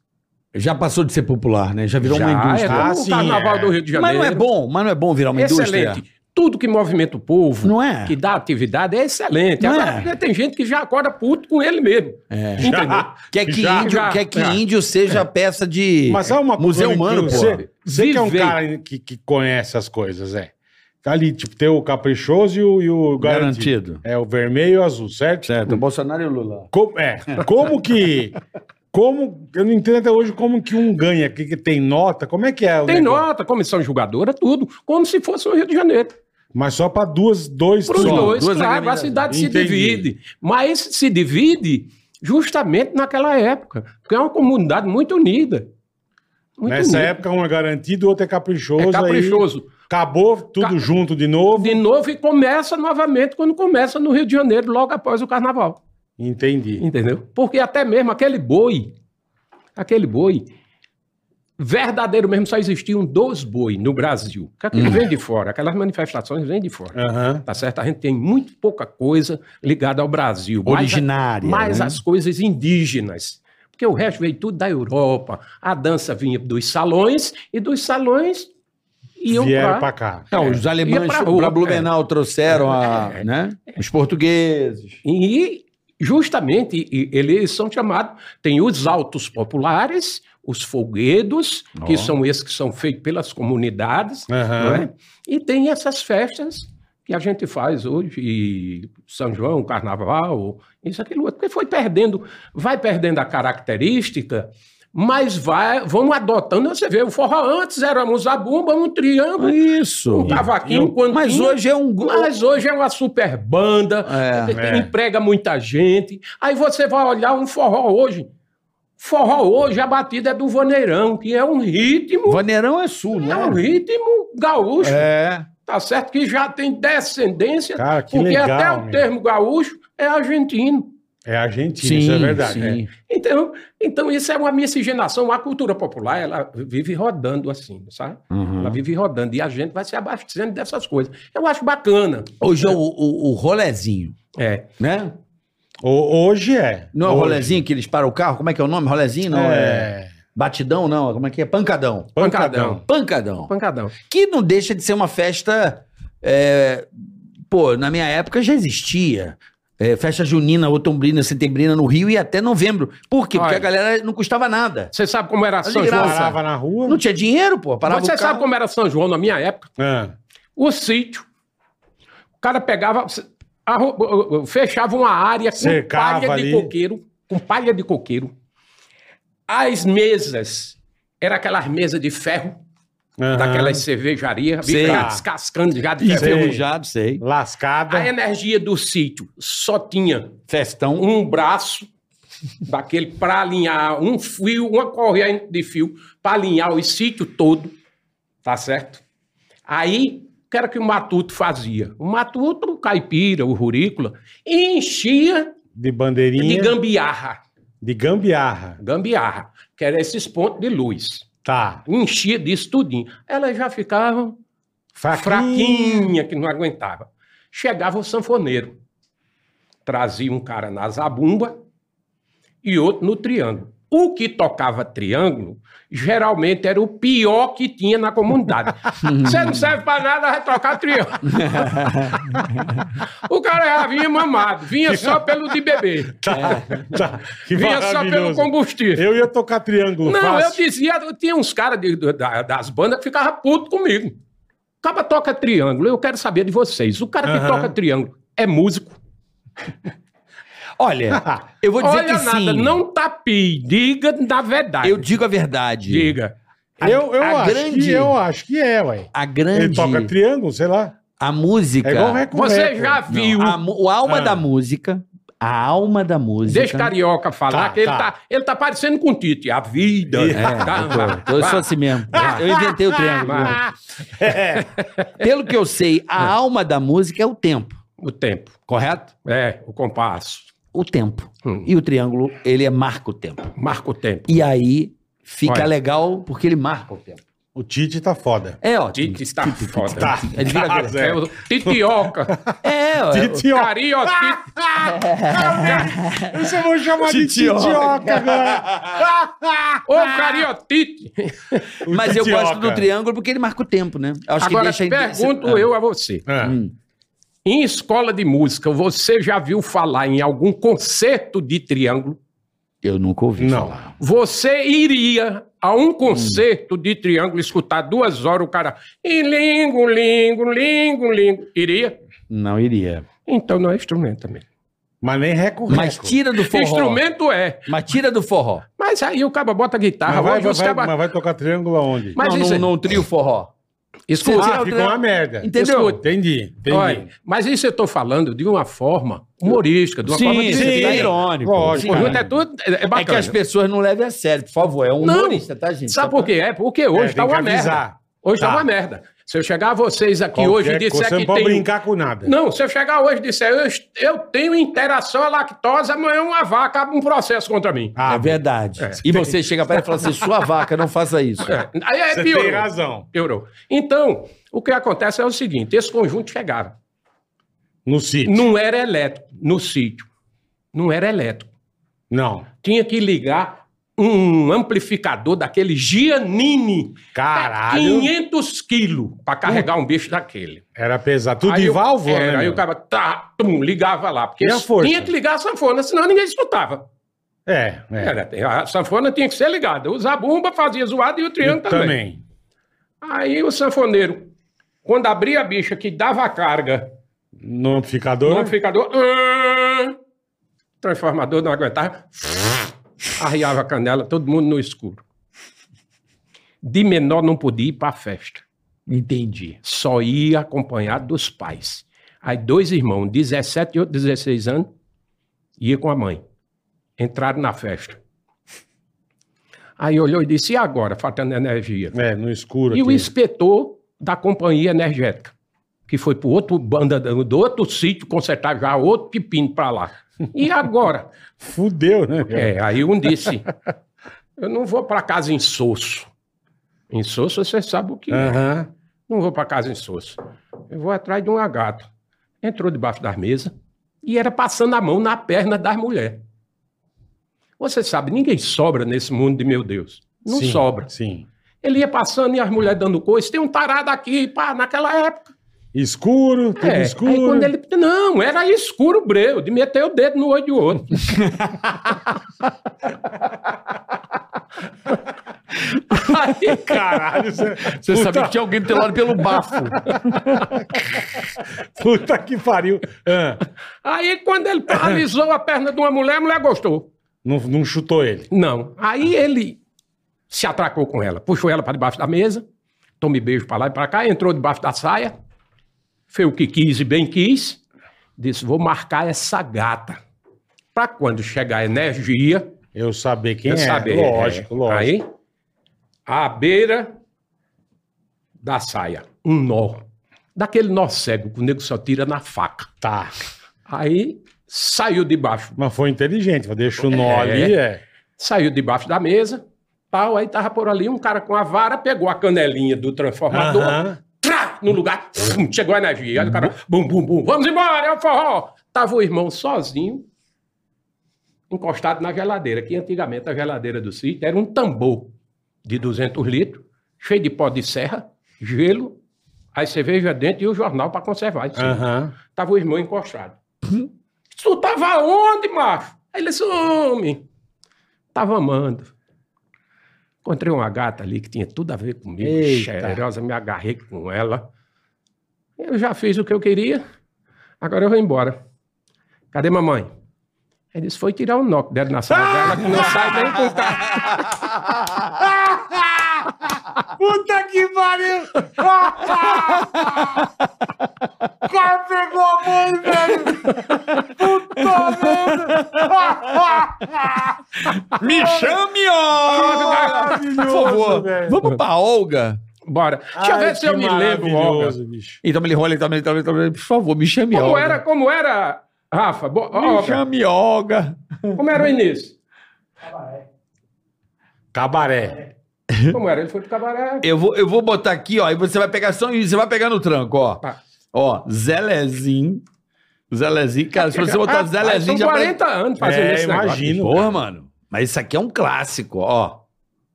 Speaker 4: Já passou de ser popular, né? Já virou
Speaker 1: já
Speaker 4: uma indústria.
Speaker 1: É como
Speaker 3: Ah,
Speaker 1: o
Speaker 3: sim,
Speaker 1: carnaval
Speaker 3: é.
Speaker 1: do Rio de
Speaker 4: Mas
Speaker 1: Janeiro.
Speaker 4: não é bom, mas não é bom virar uma
Speaker 1: Excelente.
Speaker 4: indústria.
Speaker 1: Tudo que movimenta o povo,
Speaker 4: Não é?
Speaker 1: que dá atividade, é excelente.
Speaker 4: Não é?
Speaker 1: Agora porque tem gente que já acorda puto com ele mesmo.
Speaker 4: É.
Speaker 1: Entendeu?
Speaker 4: Quer que,
Speaker 3: Já,
Speaker 4: índio,
Speaker 1: já,
Speaker 4: quer que
Speaker 1: já. É.
Speaker 4: índio seja peça de
Speaker 3: Mas é uma coisa
Speaker 4: museu
Speaker 3: que
Speaker 4: humano, pô.
Speaker 3: Você, você que é um
Speaker 1: Vivei.
Speaker 3: cara que, que conhece as coisas, é. Tá ali, tipo, tem o caprichoso e o, e o garantido.
Speaker 4: Garantido.
Speaker 3: É o vermelho e o azul, certo?
Speaker 4: Certo. O Bolsonaro e o Lula.
Speaker 3: Como, é, como que... Como, eu não entendo até hoje como que um ganha, que, que tem nota, como é que é? o
Speaker 1: Tem
Speaker 3: negócio?
Speaker 1: nota, comissão julgadora, tudo, como se fosse o Rio de Janeiro.
Speaker 3: Mas só pra duas, dois,
Speaker 1: Para os
Speaker 3: só.
Speaker 1: dois,
Speaker 4: duas
Speaker 1: claro, a
Speaker 4: agremiadas.
Speaker 1: cidade
Speaker 3: Entendi.
Speaker 1: se divide. Mas se divide justamente naquela época, porque é uma comunidade muito unida. Muito
Speaker 3: Nessa
Speaker 1: unida.
Speaker 3: época um é garantido, o outro é caprichoso.
Speaker 1: é
Speaker 3: Aí
Speaker 1: caprichoso.
Speaker 3: acabou tudo
Speaker 1: Ca-
Speaker 3: junto de novo.
Speaker 1: De novo, e começa novamente quando começa no Rio de Janeiro, logo após o carnaval.
Speaker 3: Entendi.
Speaker 1: Entendeu? Porque até mesmo aquele boi, aquele boi, verdadeiro mesmo, só existiam dois boi no Brasil. Porque
Speaker 3: Hum.
Speaker 1: aquilo vem de fora, aquelas manifestações vêm de fora.
Speaker 3: Aham.
Speaker 1: Tá certo? A gente tem muito pouca coisa ligada ao Brasil. Mas a-
Speaker 4: Originária.
Speaker 1: Mas
Speaker 4: né?
Speaker 1: as coisas indígenas. Porque o resto veio tudo da Europa. A dança vinha dos salões e dos salões iam
Speaker 3: Vieram
Speaker 1: para...
Speaker 3: pra cá.
Speaker 4: Não, os alemães
Speaker 1: Ia é. pra É.
Speaker 4: pra,
Speaker 1: rua,
Speaker 4: Blumenau trouxeram a, né? os portugueses.
Speaker 1: E justamente e- eles são chamados... Tem os altos populares, os folguedos,
Speaker 4: Ó.
Speaker 1: que são esses que são feitos pelas comunidades.
Speaker 3: Aham.
Speaker 1: não é? E tem essas festas que a gente faz hoje, e São João, Carnaval, isso, aquilo, outro, porque foi perdendo, vai perdendo a característica, mas vai, vamos adotando, você vê, o forró antes era um zabumba, um triângulo,
Speaker 4: Isso.
Speaker 1: um cavaquinho, um quantinho,
Speaker 4: Mas hoje é um. gru-
Speaker 1: mas hoje é uma super banda,
Speaker 4: É,
Speaker 1: que
Speaker 3: é.
Speaker 1: emprega muita gente, aí você vai olhar um forró hoje, forró hoje, a batida é do vaneirão, que é um ritmo,
Speaker 4: Vaneirão é sul, né?
Speaker 1: é um ritmo gaúcho,
Speaker 4: É.
Speaker 1: Tá certo que já tem descendência,
Speaker 3: Cara, que
Speaker 1: porque
Speaker 3: legal,
Speaker 1: até o
Speaker 3: meu.
Speaker 1: termo gaúcho é argentino.
Speaker 3: É argentino, isso é verdade. é.
Speaker 4: sim.
Speaker 1: Então, então isso é uma miscigenação. A cultura popular, ela vive rodando assim, sabe?
Speaker 4: Uhum.
Speaker 3: Uhum.
Speaker 1: Ela vive rodando e a gente vai se abastecendo dessas coisas. Eu acho bacana.
Speaker 4: Hoje é o, o, o rolezinho,
Speaker 1: É.
Speaker 4: né?
Speaker 3: O- hoje é.
Speaker 4: Não é o
Speaker 3: Hoje.
Speaker 4: rolezinho que eles param o carro? Como é que é o nome? Rolezinho? Não, é.
Speaker 3: É.
Speaker 4: Batidão, não. Como é que é? Pancadão.
Speaker 3: Pancadão.
Speaker 4: Pancadão.
Speaker 1: Pancadão.
Speaker 4: Que não deixa de ser uma festa. é, Pô, na minha época já existia. é, festa junina, otombrina, setembrina no Rio e até novembro. Por quê? Porque
Speaker 1: Olha.
Speaker 4: a galera não custava nada.
Speaker 1: Você sabe como era
Speaker 4: Mas
Speaker 1: São
Speaker 4: de
Speaker 1: João?
Speaker 4: graça.
Speaker 3: Parava na rua.
Speaker 4: é. Não tinha dinheiro, pô. Parava
Speaker 1: Você
Speaker 4: o carro.
Speaker 1: sabe como era São João na minha época?
Speaker 3: Ah,
Speaker 1: O sítio. O cara pegava, arru- fechava uma área com
Speaker 3: Cercava
Speaker 1: palha
Speaker 3: ali.
Speaker 1: de coqueiro, com palha de coqueiro. As mesas, era aquelas mesas de ferro,
Speaker 3: aham.
Speaker 1: daquelas cervejarias,
Speaker 4: Sei.
Speaker 1: já descascando já de
Speaker 4: Ih,
Speaker 1: ferro.
Speaker 4: Enferrujado, sei.
Speaker 3: Lascada.
Speaker 1: A energia do sítio só tinha
Speaker 4: Festão.
Speaker 1: um braço daquele para alinhar um fio, uma corrente de fio para alinhar o sítio todo, tá certo? Aí, o que era que o matuto fazia? O matuto, o caipira, o rurícola, enchia
Speaker 3: De bandeirinha.
Speaker 1: de gambiarra,
Speaker 3: de gambiarra.
Speaker 1: gambiarra, que era esses pontos de luz.
Speaker 3: Tá.
Speaker 1: Enchia disso tudinho. Elas já ficavam
Speaker 3: Fraquinha.
Speaker 1: fraquinha, que não aguentava. Chegava o sanfoneiro, trazia um cara na zabumba e outro no triângulo. O que tocava triângulo geralmente era o pior que tinha na comunidade. Você não serve pra nada, vai tocar triângulo. o cara já vinha mamado, vinha só pelo de beber,
Speaker 3: Tá, tá. Que
Speaker 1: vinha só pelo
Speaker 3: maravilhoso.
Speaker 1: combustível.
Speaker 3: Eu ia tocar triângulo
Speaker 1: Não,
Speaker 3: fácil.
Speaker 1: eu dizia, eu tinha uns caras de- do- da- das bandas que ficavam puto comigo. O cara toca triângulo, eu quero saber de vocês. O cara que
Speaker 3: Aham.
Speaker 1: toca triângulo é músico.
Speaker 4: Olha, eu vou dizer
Speaker 1: Olha
Speaker 4: que
Speaker 1: nada,
Speaker 4: sim.
Speaker 1: não tapie, diga na verdade.
Speaker 4: Eu digo a verdade.
Speaker 1: diga.
Speaker 3: Eu, eu,
Speaker 4: a
Speaker 3: acho que,
Speaker 4: grande-
Speaker 3: eu acho que é, ué.
Speaker 4: A
Speaker 3: Ele
Speaker 4: grande...
Speaker 3: toca triângulo, sei lá.
Speaker 4: A música...
Speaker 3: É igual recorde.
Speaker 1: Você já viu
Speaker 4: Não, a mu- o alma
Speaker 3: Ah.
Speaker 4: da música, A alma da música.
Speaker 1: Deixa o carioca falar,
Speaker 3: Tá,
Speaker 1: que ele
Speaker 3: tá.
Speaker 1: tá. ele tá parecendo com o Tite. A vida.
Speaker 4: É,
Speaker 1: tá,
Speaker 4: eu, tô, eu
Speaker 1: vai,
Speaker 4: sou assim mesmo. Eu inventei o triângulo.
Speaker 1: vai.
Speaker 4: Pelo que eu sei, a alma da música é o tempo,
Speaker 1: O tempo.
Speaker 4: correto?
Speaker 1: É, o compasso.
Speaker 4: O tempo.
Speaker 1: Hum.
Speaker 4: E o triângulo, ele é marca o tempo.
Speaker 1: Marca o tempo.
Speaker 4: E aí fica
Speaker 1: Olha.
Speaker 4: legal porque ele marca o tempo.
Speaker 3: O Tite tá foda.
Speaker 4: É ótimo.
Speaker 1: Tite está foda.
Speaker 3: Tá.
Speaker 4: Ele vira
Speaker 3: tá,
Speaker 4: grande.
Speaker 1: É,
Speaker 3: Zé.
Speaker 1: o Titioca.
Speaker 4: É, ó.
Speaker 3: Tite, ó.
Speaker 1: Carioca.
Speaker 3: Isso eu vou chamar de
Speaker 4: Titioca.
Speaker 3: Titioca né? agora.
Speaker 1: Ô, Cariotite.
Speaker 4: mas eu
Speaker 3: Titioca.
Speaker 4: gosto do triângulo porque ele marca o tempo, né? Acho
Speaker 1: Agora,
Speaker 4: que deixa
Speaker 1: pergunto
Speaker 4: Ah.
Speaker 1: eu a você.
Speaker 3: Ah.
Speaker 4: Hum.
Speaker 1: Em escola de música, você já viu falar em algum concerto de triângulo?
Speaker 4: Eu nunca ouvi
Speaker 3: Não.
Speaker 4: falar.
Speaker 1: Você iria a um concerto de triângulo escutar duas horas o cara. E lingo, lingo, lingo, lingo. Iria?
Speaker 4: Não iria.
Speaker 1: Então não é instrumento também.
Speaker 3: Mas nem recorrendo.
Speaker 4: Mas tira do forró.
Speaker 1: Instrumento é.
Speaker 4: Mas tira do forró.
Speaker 1: Mas aí o cara bota a guitarra.
Speaker 3: Mas vai,
Speaker 1: hoje
Speaker 3: vai-
Speaker 1: os cabas-
Speaker 3: mas vai tocar triângulo aonde?
Speaker 1: Mas
Speaker 4: não,
Speaker 1: isso
Speaker 4: não,
Speaker 1: é-
Speaker 4: não trio forró.
Speaker 1: Escuta.
Speaker 4: Você tira
Speaker 3: ah,
Speaker 4: o
Speaker 3: ficou
Speaker 4: triângulo.
Speaker 3: uma merda.
Speaker 4: Entendeu?
Speaker 1: Escuta.
Speaker 3: Entendi, entendi.
Speaker 1: Olha, mas isso eu estou falando de uma forma humorística, de uma forma de
Speaker 3: sim.
Speaker 1: divertida.
Speaker 4: irônico.
Speaker 3: Lógico,
Speaker 1: O
Speaker 3: cara.
Speaker 1: conjunto é tudo é, é
Speaker 4: É que
Speaker 1: bacana.
Speaker 4: as pessoas não levem a sério, por favor. É um
Speaker 1: Não.
Speaker 4: humorista, tá, gente?
Speaker 1: Sabe por quê? É porque
Speaker 3: É,
Speaker 1: hoje
Speaker 3: tem
Speaker 1: está uma
Speaker 3: que
Speaker 1: merda.
Speaker 3: avisar.
Speaker 1: Hoje está
Speaker 3: Tá.
Speaker 1: uma merda. Se eu chegar a vocês aqui hoje
Speaker 3: Qualquer
Speaker 1: e
Speaker 3: coisa,
Speaker 1: disser
Speaker 3: Você não
Speaker 1: que
Speaker 3: pode
Speaker 1: tem...
Speaker 3: brincar com nada.
Speaker 1: Não, se eu chegar hoje e disser eu, est- eu tenho interação à lactose, amanhã uma vaca abre um processo contra mim.
Speaker 3: Ah,
Speaker 4: É verdade. E você chega para ele e fala assim, sua vaca, não faça isso.
Speaker 1: Aí é
Speaker 3: você
Speaker 1: piorou.
Speaker 3: tem razão.
Speaker 1: Piorou. Então, o que acontece é o seguinte, esse conjunto chegava.
Speaker 3: No sítio.
Speaker 1: Não era elétrico no sítio. Não era elétrico.
Speaker 3: Não.
Speaker 1: tinha que ligar um amplificador daquele Giannini.
Speaker 3: Caralho.
Speaker 1: é? 500 quilos para carregar um bicho daquele.
Speaker 3: Era pesado. Tudo de
Speaker 1: o-
Speaker 3: válvula,
Speaker 1: era,
Speaker 3: né?
Speaker 1: Aí
Speaker 3: meu?
Speaker 1: o cara tá, tum, ligava lá. Porque
Speaker 3: E a força?
Speaker 1: tinha que ligar a sanfona, senão ninguém escutava.
Speaker 3: É, é.
Speaker 1: Era, a sanfona tinha que ser ligada. O zabumba fazia zoada e o
Speaker 3: Eu
Speaker 1: triângulo também.
Speaker 3: também.
Speaker 1: Aí o sanfoneiro, quando abria a bicha que dava a carga
Speaker 3: No
Speaker 1: no
Speaker 3: amplificador?
Speaker 1: amplificador, ah, transformador não aguentava, arriava a canela, todo mundo no escuro. De menor não podia ir para a festa,
Speaker 4: Entendi.
Speaker 1: só ia acompanhado dos pais. Aí dois irmãos, 17 e outro 16 anos, ia com a mãe. Entraram na festa. Aí olhou e disse: e agora, faltando energia?
Speaker 3: É, no escuro.
Speaker 1: E o
Speaker 3: aqui.
Speaker 1: inspetor da companhia energética, que foi para outro banda, do outro sítio consertar já outro pepino para lá. E agora?
Speaker 3: Fudeu, né? meu?
Speaker 1: é, aí um disse: Eu não vou para casa em soço. Em soço você sabe o que é.
Speaker 3: Aham.
Speaker 1: Não vou para casa em soço. Eu vou atrás de um lagarto. Entrou debaixo das mesas e era passando a mão na perna das mulheres. Você sabe, ninguém sobra nesse mundo de meu Deus. Não
Speaker 3: Sim,
Speaker 1: sobra.
Speaker 3: Sim.
Speaker 1: Ele ia passando e as mulheres dando coisa. Tem um tarado aqui, pá, naquela época.
Speaker 3: Escuro, tudo
Speaker 1: É,
Speaker 3: escuro.
Speaker 1: Aí quando ele. Não, era escuro breu, de meter o dedo no olho do outro. Aí,
Speaker 3: Caralho, você,
Speaker 4: Você
Speaker 3: puta,
Speaker 4: sabia que tinha alguém telado pelo bafo.
Speaker 3: Puta que pariu. Ah,
Speaker 1: aí, quando ele paralisou a perna de uma mulher, a mulher gostou.
Speaker 3: não, não chutou ele.
Speaker 1: Não. Aí ele se atracou com ela, puxou ela para debaixo da mesa, tome beijo para lá e para cá, entrou debaixo da saia, fez o que quis e bem quis, disse: vou marcar essa gata. Para quando chegar a energia,
Speaker 3: Eu saber quem
Speaker 1: eu
Speaker 3: é.
Speaker 1: saber.
Speaker 3: Lógico,
Speaker 1: É.
Speaker 3: lógico.
Speaker 1: Aí, à beira da saia, um nó. Daquele nó cego que o nego só tira na faca.
Speaker 3: Tá.
Speaker 1: Aí saiu debaixo
Speaker 3: Mas foi inteligente, mas deixa o nó
Speaker 1: É.
Speaker 3: ali, é.
Speaker 1: Saiu debaixo da mesa, pau, aí tava por ali, um cara com a vara pegou a canelinha do transformador,
Speaker 3: Aham.
Speaker 1: trá, no lugar, fum, chegou a energia. Aí o cara, bum, bum, bum, vamos embora, é o forró. Tava o irmão sozinho, encostado na geladeira, que antigamente a geladeira do sítio era um tambor de 200 litros, cheio de pó de serra, gelo, aí cerveja dentro e o jornal para conservar. isso.
Speaker 3: Aham.
Speaker 1: Tava o irmão encostado. Tu tava onde, macho? Aí ele disse, homem, tava amando. Encontrei uma gata ali que tinha tudo a ver comigo,
Speaker 3: Eita.
Speaker 1: cheirosa, me agarrei com ela. Eu já fiz o que eu queria, agora eu vou embora. Cadê mamãe? Aí disse, foi tirar o nó que deram na sala dela, que não sai nem com o carro.
Speaker 3: Puta que pariu! O cara pegou a mão, velho! Puta merda!
Speaker 4: Me chame, Olga! Por favor,
Speaker 3: velho.
Speaker 4: vamos pra Olga.
Speaker 1: Bora. Deixa eu
Speaker 3: Ai,
Speaker 1: ver se
Speaker 3: que
Speaker 1: eu me lembro, Olga.
Speaker 3: maravilhoso, bicho.
Speaker 4: Então ele rola, então ele então, então, por favor, me chame,
Speaker 1: Como
Speaker 4: Olga.
Speaker 3: né?
Speaker 1: era, como era, Rafa? Bo-
Speaker 4: Me
Speaker 1: Olga,
Speaker 4: chame, Olga.
Speaker 1: como era o início?
Speaker 3: Cabaré.
Speaker 1: Como era? Ele foi pro cabaré.
Speaker 4: Eu vou, eu vou botar aqui, ó, e você vai pegar só e você vai pegar no tranco, ó.
Speaker 1: Tá.
Speaker 4: Ó, Zelezinho. Zelezinho, cara, se você botar
Speaker 1: Ah,
Speaker 4: Zelezinho já
Speaker 1: São
Speaker 4: vai-
Speaker 1: 40 anos fazendo
Speaker 3: É,
Speaker 1: esse negócio.
Speaker 3: imagino.
Speaker 4: Porra, mano. Mas isso aqui é um clássico, ó.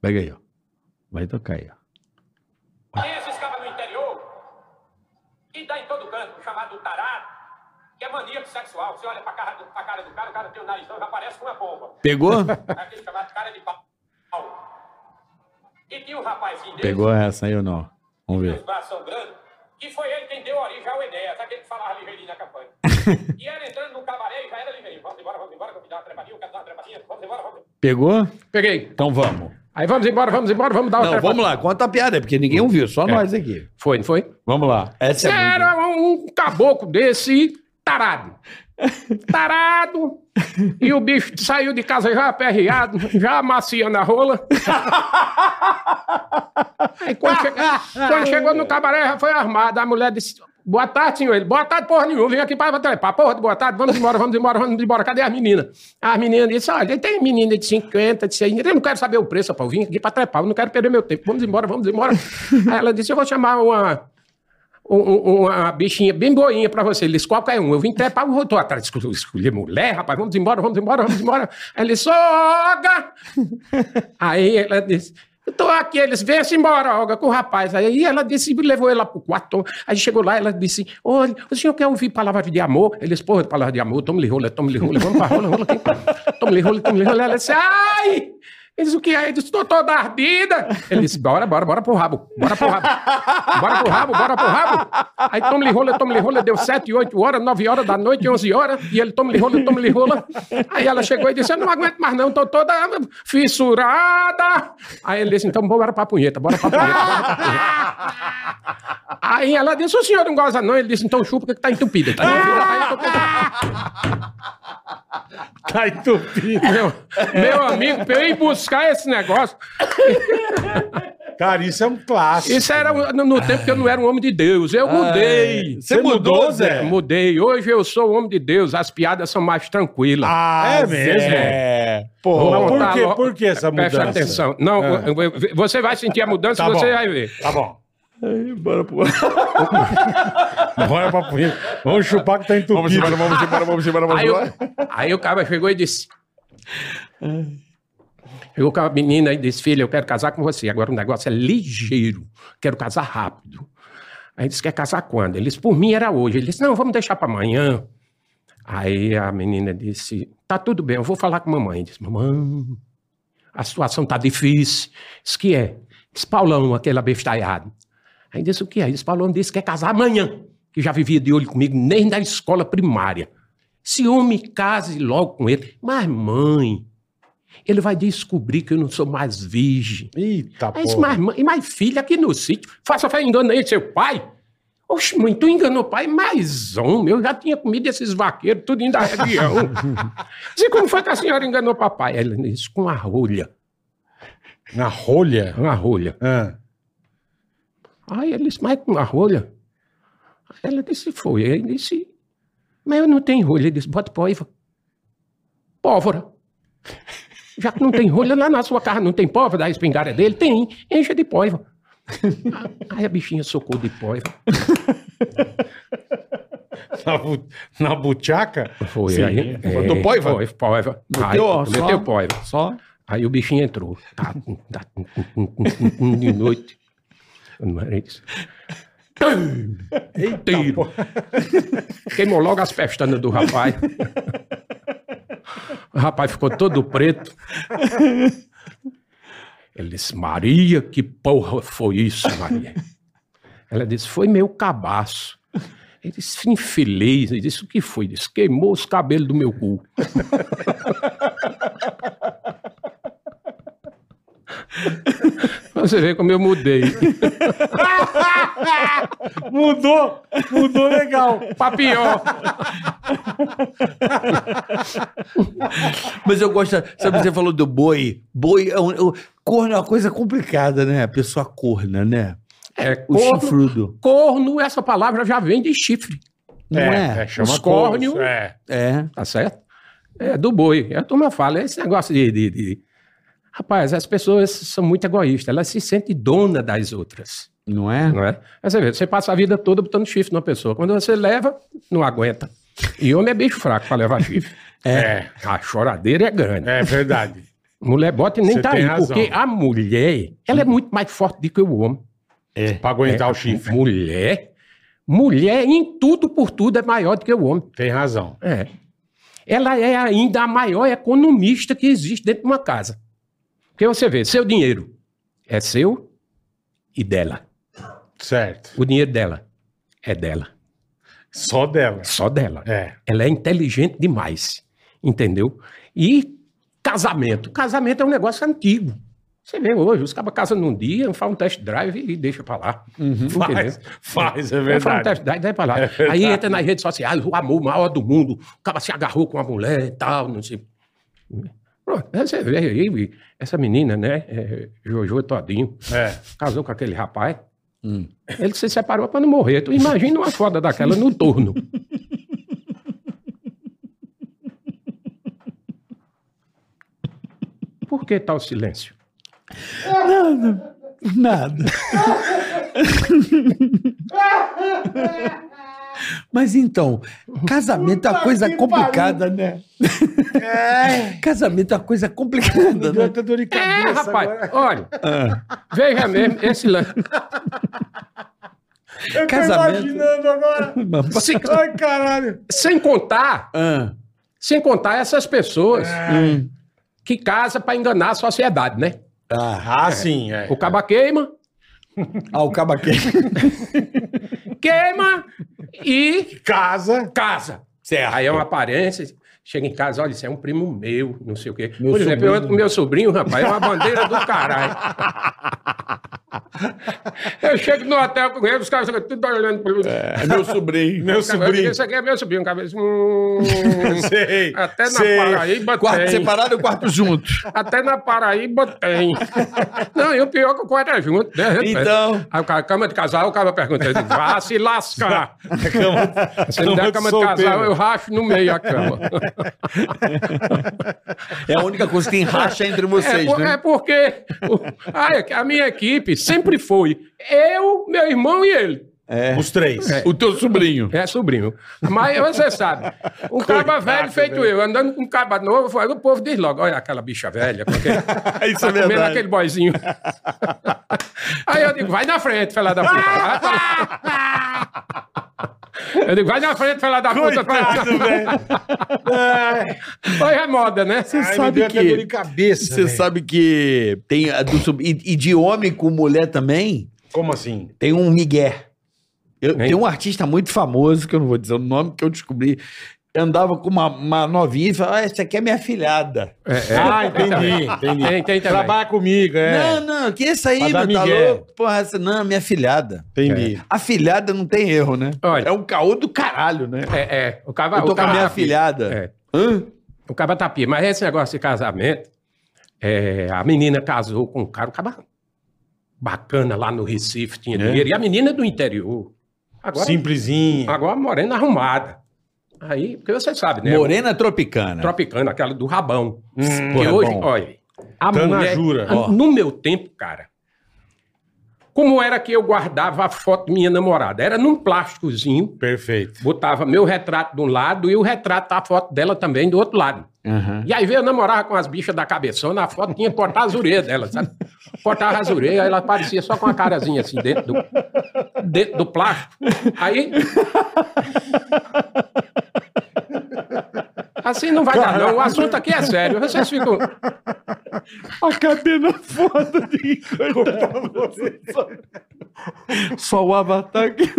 Speaker 4: Pega aí, ó. Vai tocar aí, ó.
Speaker 5: Tem esses caras no interior que dá em todo canto, chamado tarado, que é maníaco sexual. Você olha pra cara do, pra cara do cara, o cara tem o narizão, já parece com uma bomba.
Speaker 4: Pegou?
Speaker 5: É aquele chamado cara de pau. E tinha um rapazinho desse,
Speaker 4: Pegou essa aí ou não? Vamos
Speaker 5: os
Speaker 4: ver.
Speaker 5: braços são grandes, que foi ele quem deu é origem ao Enéas, aquele que falava ligeirinho na campanha. e era entrando no cabaré e já era ligeirinho. Vamos embora, vamos embora, que eu me dá uma trepadinha, eu quero dar uma trepadinha, vamos embora, vamos embora.
Speaker 4: Pegou?
Speaker 1: Peguei.
Speaker 4: Então vamos.
Speaker 1: Aí vamos embora, vamos embora, vamos dar
Speaker 4: Não,
Speaker 1: outra.
Speaker 4: vamos lá, conta a piada, porque ninguém ouviu, só nós aqui.
Speaker 1: Foi, não foi?
Speaker 4: Vamos lá. Essa é muito-
Speaker 1: Era um caboclo desse tarado. Tarado. E o bicho saiu de casa já aperreado, já amaciando a rola. Aí quando, che- quando chegou no cabaré, já foi armado. A mulher disse: Boa tarde, senhor. Ele, boa tarde, porra nenhuma. Vim aqui para trepar. Porra, de boa tarde, vamos embora, vamos embora, vamos embora. Cadê as meninas? As meninas disse: Olha, tem menina de 50, de 60. Eu não quero saber o preço, rapaz. Eu vim aqui para trepar, eu não quero perder meu tempo. Vamos embora, vamos embora. Aí ela disse: Eu vou chamar uma um- um- uma bichinha bem boinha pra você. Ele disse, qualquer um. Eu vim trepar, eu tô atrás, escolhi, escolhi mulher, rapaz, vamos embora, vamos embora, vamos embora. Aí ele disse, Olga! Aí ela disse, eu tô aqui. Ele disse, vem-se embora, Olga, com o rapaz. Aí ela disse, levou ele lá pro quarto. Aí chegou lá, ela disse, olha, o senhor quer ouvir palavras de amor? Ele disse, porra, palavra de amor, toma-lhe rola, toma-lhe rola, vamos pra rola, rola. Toma-lhe rola, toma-lhe rola. Ela disse, ai! Ele disse, o que é? Ele disse, tô toda ardida. Ele disse, bora, bora, bora pro rabo, bora pro rabo. Bora pro rabo, bora pro rabo. Aí toma-lhe rola, toma-lhe rola, deu 7, 8 horas, 9 horas da noite, 11 horas, e ele toma-lhe rola, toma-lhe rola. Aí ela chegou e disse: Eu não aguento mais, não, tô toda fissurada. Aí ele disse: Então bora pra punheta, bora pra punheta. Bora pra punheta. Aí ela disse: O senhor não goza, não? Ele disse: Então chupa, porque tá entupida. Tá entupida. Aí eu tô com-
Speaker 3: Tá entupido.
Speaker 1: meu, meu amigo, pra eu ir buscar esse negócio.
Speaker 3: Cara, isso é um clássico. É.
Speaker 1: Isso era um- no, no tempo que eu não era um homem de Deus. Eu mudei.
Speaker 4: Você mudou, Zé?
Speaker 1: Mudei. Hoje eu sou um homem de Deus. As piadas são mais tranquilas.
Speaker 3: Ah,
Speaker 4: É
Speaker 3: é mesmo?
Speaker 4: É.
Speaker 3: Porra,
Speaker 1: Vou
Speaker 3: por,
Speaker 1: contar
Speaker 3: quê?
Speaker 1: logo.
Speaker 3: por que essa mudança? É.
Speaker 1: Presta atenção. Não, você vai sentir a mudança
Speaker 3: Tá
Speaker 1: e você
Speaker 3: bom.
Speaker 1: vai ver.
Speaker 3: Tá bom.
Speaker 4: Bora pro...
Speaker 3: Bora pra punheta. Vamos chupar que tá entupido.
Speaker 4: Vamos embora, vamos embora, vamos embora, vamos
Speaker 1: Aí, o-
Speaker 4: embora.
Speaker 1: aí o cara chegou e disse. Chegou com a menina e disse: Filha, eu quero casar com você. Agora o negócio é ligeiro. Quero casar rápido. Aí disse: Quer casar quando? Ele disse: Por mim era hoje. Ele disse: Não, vamos deixar para amanhã. Aí a menina disse: Tá tudo bem, eu vou falar com mamãe. Ele Disse: Mamãe, a situação tá difícil. Disse: Que é? Disse: Paulão, aquele abestalhado. Aí disse: O que é? Disse: Paulão disse: Quer casar amanhã. Que já vivia de olho comigo nem da escola primária. Se homem case logo com ele. Mas, mãe, ele vai descobrir que eu não sou mais virgem.
Speaker 3: Eita,
Speaker 1: Mas,
Speaker 3: porra.
Speaker 1: mas, mãe, e mais filha aqui no sítio. Faça fé, enganei seu pai. Oxe, mãe, tu enganou o pai? Mas, homem, eu já tinha comido esses vaqueiros, tudo da região. E como foi que a senhora enganou papai? Ela disse, com a rolha.
Speaker 3: Na rolha?
Speaker 1: Com a rolha.
Speaker 3: Ah.
Speaker 1: Aí ele disse, mas com a rolha? Aí Ela disse, foi. Aí Ele disse, mas eu não tenho rolha. Ele disse, bota pólvora. Pólvora. Já que não tem rolha lá na sua casa, não tem pólvora, a espingarda é dele tem, encha de pólvora. Aí a bichinha socou de pólvora.
Speaker 3: Na, bu... na buchaca?
Speaker 1: Foi
Speaker 3: Sim. É,
Speaker 1: aí.
Speaker 4: Botou pólvora?
Speaker 1: Foi, pólvora. Aí,
Speaker 4: Meteu, ó, só.
Speaker 1: meteu pólvora.
Speaker 4: Só.
Speaker 1: Aí o bichinho entrou. Tá, tá, de noite. Não era isso. Tiro. Queimou logo as pestanas do rapaz. O rapaz ficou todo preto. Ele disse, Maria, que porra foi isso, Maria? Ela disse, foi meu cabaço. Ele disse, infeliz. Ele disse, o que foi? Ele disse, queimou os cabelos do meu cu. Você vê como eu mudei.
Speaker 3: Mudou! Mudou legal!
Speaker 1: Pra pior.
Speaker 4: Mas eu gosto. Sabe, você falou do boi. Boi é um. o- corno é uma coisa complicada, né? A pessoa corna, né?
Speaker 1: É,
Speaker 4: O
Speaker 1: corno,
Speaker 4: chifrudo.
Speaker 1: corno, essa palavra já vem de chifre,
Speaker 4: Não é?
Speaker 3: chama
Speaker 1: Os córneos.
Speaker 3: coisa, É.
Speaker 4: É.
Speaker 1: tá certo? É do boi. É, A turma fala, esse negócio de, de- de- Rapaz, as pessoas são muito egoístas, elas se sentem dona das outras,
Speaker 4: Não é?
Speaker 1: não é? Aí você vê, você passa a vida toda botando chifre numa pessoa. Quando você leva, não aguenta. E homem é bicho fraco pra levar chifre.
Speaker 3: É.
Speaker 1: A choradeira é grande.
Speaker 3: É verdade.
Speaker 1: Mulher bota e nem
Speaker 3: Você
Speaker 1: tá
Speaker 3: tem
Speaker 1: aí,
Speaker 3: razão.
Speaker 1: porque a mulher, ela é muito mais forte do que o homem.
Speaker 3: Pra aguentar
Speaker 1: É,
Speaker 3: o chifre.
Speaker 1: Mulher, mulher em tudo por tudo é maior do que o homem.
Speaker 3: Tem razão.
Speaker 1: É. Ela é ainda a maior economista que existe dentro de uma casa. Porque você vê, seu dinheiro é seu e dela.
Speaker 3: Certo.
Speaker 1: O dinheiro dela é dela,
Speaker 3: Só dela.
Speaker 1: só dela.
Speaker 3: É.
Speaker 1: Ela é inteligente demais, entendeu? E casamento. Casamento é um negócio antigo. Você vê hoje, os cabas casam num dia, faz um test drive e deixa pra lá. Entendeu?
Speaker 3: Faz, faz, é
Speaker 1: Eu falo
Speaker 3: verdade.
Speaker 1: um
Speaker 3: É
Speaker 1: teste, daí vai pra lá. Aí entra nas redes sociais, o amor maior do mundo, o cara se agarrou com a mulher e tal, não sei. Pronto, é, aí você vê aí, essa menina, né, é, Jojo Todinho,
Speaker 3: É.
Speaker 1: casou com aquele rapaz, ele se separou pra não morrer. Tu imagina uma foda daquela no torno. Por que tal silêncio?
Speaker 4: Nada. Mas então, casamento é uma coisa complicada, né? Casamento é uma coisa complicada, né?
Speaker 3: dor de
Speaker 1: É, rapaz, olha, veja mesmo esse lance.
Speaker 3: Eu
Speaker 4: Casamento.
Speaker 3: agora.
Speaker 1: Se-
Speaker 3: Ai, caralho.
Speaker 1: sem contar
Speaker 4: Ah,
Speaker 1: Sem contar essas pessoas
Speaker 4: É.
Speaker 1: que casam para enganar a sociedade, né?
Speaker 4: tá.
Speaker 3: Ah, sim, é.
Speaker 1: O caba queima,
Speaker 4: Ah, o cabaquê.
Speaker 1: queima e
Speaker 3: Casa.
Speaker 1: casa. Aí é uma aparência. Chega em casa, olha, isso é um primo meu, não sei o quê.
Speaker 4: Meu
Speaker 1: Por exemplo, eu
Speaker 4: sobrinho.
Speaker 1: ando com meu sobrinho, rapaz, é uma bandeira do caralho. Eu chego no hotel com ele, os caras ficam tudo olhando para
Speaker 4: É meu sobrinho.
Speaker 3: Meu sobrinho.
Speaker 1: Isso aqui é meu sobrinho, cabeça. Hum,
Speaker 3: Sei.
Speaker 1: até na
Speaker 3: sei.
Speaker 1: Paraíba
Speaker 4: Quarto
Speaker 1: tem.
Speaker 4: separado ou quarto junto?
Speaker 1: Até na Paraíba tem. Não, e o pior é que o quarto é junto, né?
Speaker 4: Então.
Speaker 1: Aí o cara, cama de casal, o cara pergunta, ele diz, vá se lascar. Se me der
Speaker 3: de
Speaker 1: cama de
Speaker 3: solteiro.
Speaker 1: casal, eu racho no meio a cama.
Speaker 4: É a única coisa que tem racha entre
Speaker 1: É,
Speaker 4: vocês,
Speaker 1: por- é
Speaker 4: né?
Speaker 1: porque o- ai, a minha equipe sempre foi eu, meu irmão e ele.
Speaker 3: É, Os três.
Speaker 4: O teu sobrinho.
Speaker 1: É sobrinho. Mas você sabe, um caba velho feito eu, andando com um caba novo, aí o povo diz logo, olha aquela bicha velha, porque
Speaker 4: Isso
Speaker 3: é
Speaker 4: é
Speaker 1: tá comendo aquele boizinho. Aí eu digo, vai na frente, fela da puta. Eu digo, vai na frente, fela da puta.
Speaker 3: Coitado, velho. Ai,
Speaker 1: Hoje é moda, né?
Speaker 3: ai,
Speaker 4: sabe
Speaker 3: me deu até
Speaker 4: que-
Speaker 3: é dor de cabeça.
Speaker 4: Você
Speaker 3: velho.
Speaker 4: sabe que tem a do sub... e, e de homem com mulher também
Speaker 3: Como assim?
Speaker 4: tem um migué. Eu,
Speaker 1: Hein?
Speaker 4: tem um artista muito famoso, que eu não vou dizer o nome, que eu descobri. Eu andava com uma, uma novinha e falava, ah, essa aqui é minha filhada.
Speaker 1: É, é.
Speaker 3: Ah, entendi, entendi.
Speaker 1: Tem, tem também.
Speaker 3: Trabalha comigo, é.
Speaker 4: Não, não, que isso aí,
Speaker 3: Pra dar
Speaker 4: meu, tá
Speaker 3: migué.
Speaker 4: louco? Porra, essa, não, é minha filhada.
Speaker 3: Entendi.
Speaker 4: A filhada não tem erro, né?
Speaker 1: Olha.
Speaker 4: É um caô do caralho, né?
Speaker 1: É, é. O caba,
Speaker 4: Eu tô
Speaker 1: o
Speaker 4: com a
Speaker 1: caba
Speaker 4: minha
Speaker 1: tá pia.
Speaker 4: filhada.
Speaker 1: É. O caba tá pia. Mas esse negócio de casamento, é, a menina casou com um cara, um caba bacana lá no Recife, tinha dinheiro. E a menina é do interior. Agora,
Speaker 3: Simplesinho.
Speaker 1: agora morena arrumada. Aí, porque você sabe, né?
Speaker 4: Morena Tropicana.
Speaker 1: Tropicana, aquela do rabão.
Speaker 3: Hum,
Speaker 1: Porque
Speaker 4: é
Speaker 1: hoje,
Speaker 4: bom.
Speaker 1: olha, a
Speaker 3: Tana
Speaker 1: mulher,
Speaker 3: Jura.
Speaker 1: a- no meu tempo, cara, como era que eu guardava a foto de minha namorada? Era num plásticozinho,
Speaker 3: Perfeito.
Speaker 1: botava meu retrato de um lado e o retrato, a foto dela também do outro lado. E aí veio eu namorava com as bichas da cabeçona, a foto tinha que cortar as orelhas dela, sabe? Cortava as orelhas, aí ela aparecia só com a carazinha assim, dentro do, dentro do plástico. Aí... Assim não vai dar não, o assunto aqui é sério. Vocês ficam...
Speaker 4: A cadena foda de
Speaker 1: é?
Speaker 4: Só o avatar que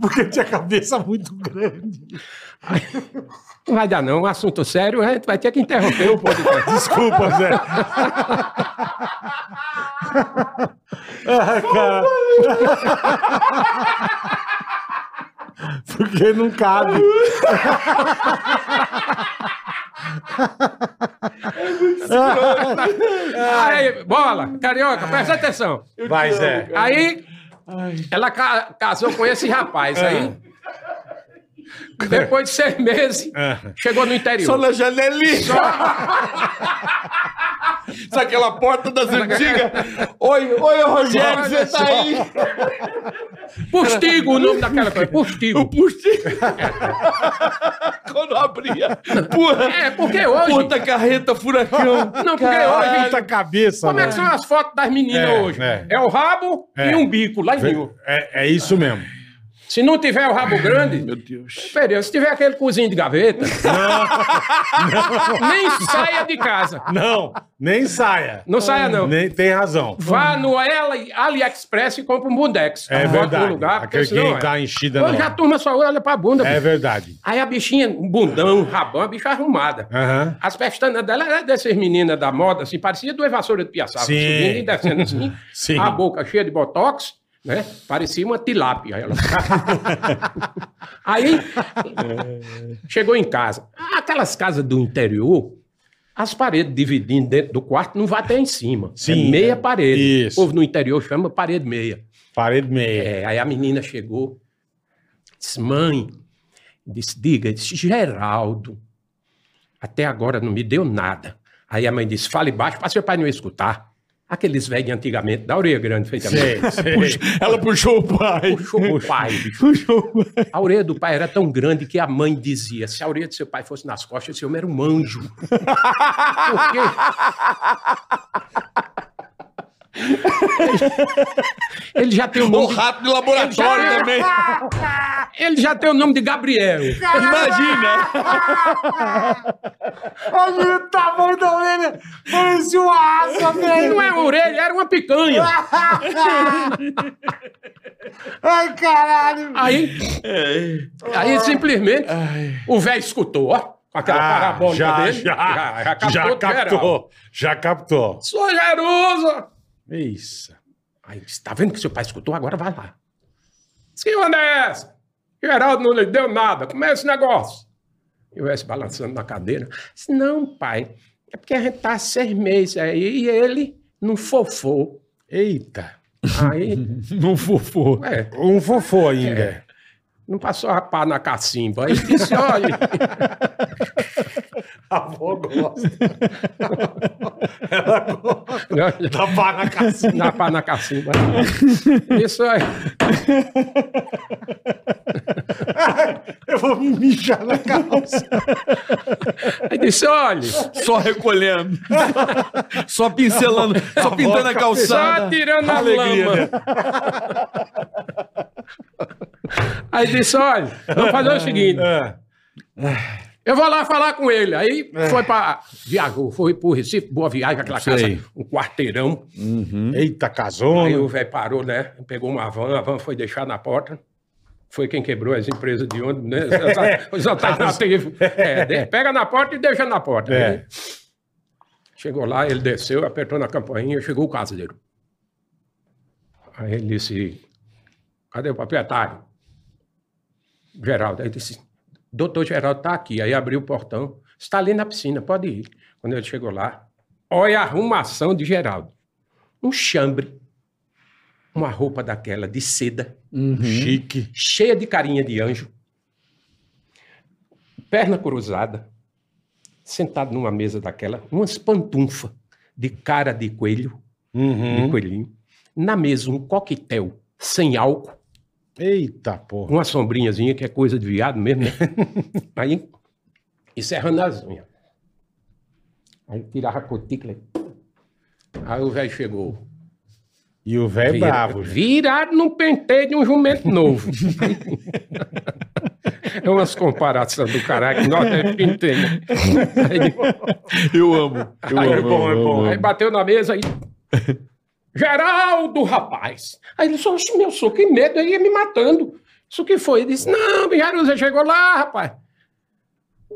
Speaker 3: Porque tinha cabeça muito grande.
Speaker 1: Não vai dar não, um assunto sério, a gente vai ter que interromper o podcast.
Speaker 3: Desculpa, Zé. ah, Ah, cara. Porque não cabe.
Speaker 1: É Aí, bola, carioca, presta atenção.
Speaker 3: Vai, Zé.
Speaker 1: Aí ela ca- casou com esse rapaz aí.
Speaker 3: É.
Speaker 1: Depois de seis meses, chegou no interior.
Speaker 4: Só na janelinha. Só aquela porta das antigas. Oi, oi, Rogério,
Speaker 1: Olha
Speaker 4: você
Speaker 1: só.
Speaker 4: tá aí?
Speaker 1: Postigo, o nome daquela coisa. Postigo.
Speaker 4: Quando abria. Porra.
Speaker 1: É, porque hoje.
Speaker 4: Puta carreta, furacão.
Speaker 1: Não, porque hoje.
Speaker 3: Puta tá cabeça, né?
Speaker 1: Como é que são
Speaker 3: mano.
Speaker 1: as fotos das meninas
Speaker 3: É,
Speaker 1: hoje?
Speaker 3: é.
Speaker 1: É. o rabo
Speaker 3: É.
Speaker 1: e um bico lá em Rio.
Speaker 3: É, é isso mesmo.
Speaker 1: Se não tiver o rabo grande. Meu Deus. se tiver aquele cozinho de gaveta. Nem saia de casa.
Speaker 3: Não, nem saia.
Speaker 1: Não saia, não.
Speaker 3: Nem, tem razão.
Speaker 1: Vá no Ali- AliExpress e compra um bundex.
Speaker 3: É
Speaker 1: Bota
Speaker 3: verdade.
Speaker 1: no lugar, porque
Speaker 3: Aquele
Speaker 1: senão
Speaker 3: que
Speaker 1: é.
Speaker 3: dá enchida
Speaker 1: Hoje a
Speaker 3: não.
Speaker 1: turma só olha pra bunda.
Speaker 3: É
Speaker 1: bicho.
Speaker 3: verdade.
Speaker 1: Aí a bichinha, um bundão, um rabão, a bicha arrumada.
Speaker 3: Aham.
Speaker 1: As pestanas dela eram dessas meninas da moda, assim, parecia duas vassouras de piaçaba,
Speaker 3: Sim.
Speaker 1: subindo e descendo assim,
Speaker 3: Sim.
Speaker 1: a boca cheia de botox, né? Parecia uma tilápia. Ela. Aí,
Speaker 3: É.
Speaker 1: chegou em casa. Aquelas casas do interior, as paredes dividindo dentro do quarto não vai até em cima.
Speaker 3: Sim.
Speaker 1: É meia parede.
Speaker 3: Isso.
Speaker 1: O povo no interior chama parede meia.
Speaker 3: Parede meia.
Speaker 1: É, aí a menina chegou, disse, mãe, disse, diga, disse, Geraldo, até agora não me deu nada. Aí a mãe disse, fale baixo para seu pai não escutar. Aqueles velhos de antigamente, da orelha grande, feita
Speaker 3: Sei,
Speaker 1: mesmo.
Speaker 3: sei.
Speaker 4: Ela puxou o pai.
Speaker 1: Puxou o pai, bicho. A orelha do pai era tão grande que a mãe dizia: se a orelha do seu pai fosse nas costas, esse homem era um anjo. Porque. Ele já tem o
Speaker 4: O
Speaker 1: nome de
Speaker 4: rato de laboratório também.
Speaker 1: Ele já tem o nome de Gabriel.
Speaker 4: Imagina.
Speaker 3: Olha o tamanho da orelha. Parecia uma asa,
Speaker 1: Não é uma orelha, era uma picanha.
Speaker 3: Ai, caralho.
Speaker 1: Aí,
Speaker 3: É.
Speaker 1: aí simplesmente, o velho escutou, ó, com aquela parabólica
Speaker 3: Ah, já,
Speaker 1: dele.
Speaker 3: Já, já captou. Já
Speaker 1: geral.
Speaker 3: captou. Já captou.
Speaker 1: Sou Jerusa!
Speaker 3: Isso.
Speaker 1: Aí disse, tá vendo que seu pai escutou? Agora vai lá. Diz, que onda é essa? Geraldo não lhe deu nada. Como é esse negócio? E o S balançando na cadeira. Disse, não, pai, é porque a gente tá há seis meses aí e ele não fofou.
Speaker 3: Eita.
Speaker 1: Aí,
Speaker 4: Não fofou.
Speaker 1: ué,
Speaker 3: Um fofô
Speaker 1: É.
Speaker 3: ainda.
Speaker 1: Não passou a pá na cacimba. Aí disse, olha,
Speaker 3: A avó gosta. Ela gosta. Tapar na casinha.
Speaker 1: na pá na cacimba. Isso aí.
Speaker 3: Eu vou me mijar na calça.
Speaker 1: Aí disse, olha,
Speaker 4: Só recolhendo. Só pincelando. Só pintando a
Speaker 1: só
Speaker 4: calçada.
Speaker 1: tirando a
Speaker 4: Alegria,
Speaker 1: lama.
Speaker 4: né?
Speaker 1: Aí disse, olha, vamos fazer o seguinte,
Speaker 3: É.
Speaker 1: eu vou lá falar com ele. Aí foi para, viajou, foi pro Recife, boa viagem, aquela
Speaker 4: Sei.
Speaker 1: casa, um quarteirão.
Speaker 3: Hum. Eita, casou.
Speaker 1: Aí o velho parou, né, pegou uma van, a van foi deixar na porta. Foi quem quebrou as empresas de ônibus, né? Os alternativos. É, de- pega na porta e deixa na porta. Aí
Speaker 3: É.
Speaker 1: Chegou lá, ele desceu, apertou na campainha, chegou o caseiro. Aí ele disse, cadê o proprietário? Geraldo. Aí disse, doutor Geraldo está aqui. Aí abriu o portão, está ali na piscina, pode ir. Quando ele chegou lá, olha a arrumação de Geraldo. Um chambre, uma roupa daquela de seda,
Speaker 4: Uhum.
Speaker 3: Hum. Chique.
Speaker 1: cheia de carinha de anjo, perna cruzada, sentado numa mesa daquela, umas pantunfa de cara de coelho, de
Speaker 3: Uhum.
Speaker 1: coelhinho, na mesa um coquetel sem álcool,
Speaker 3: Eita, porra.
Speaker 1: uma sombrinhazinha que é coisa de viado mesmo, né? Aí, encerrando as unhas. Aí tirava a cutícula. Aí o velho chegou.
Speaker 3: E o velho
Speaker 1: Vira-
Speaker 3: É bravo. gente.
Speaker 1: Virado num penteio de um jumento novo. é umas comparações do caralho que nós é temos
Speaker 4: Eu amo. Eu
Speaker 1: Aí é
Speaker 4: amo.
Speaker 3: bom, é
Speaker 4: eu
Speaker 3: bom.
Speaker 4: amo.
Speaker 1: Aí bateu na mesa e. Geraldo, rapaz! Aí ele disse: "Oxe, meu senhor, que medo, ele ia me matando. Isso que foi? Ele disse: Não, Geraldo, você chegou lá, rapaz.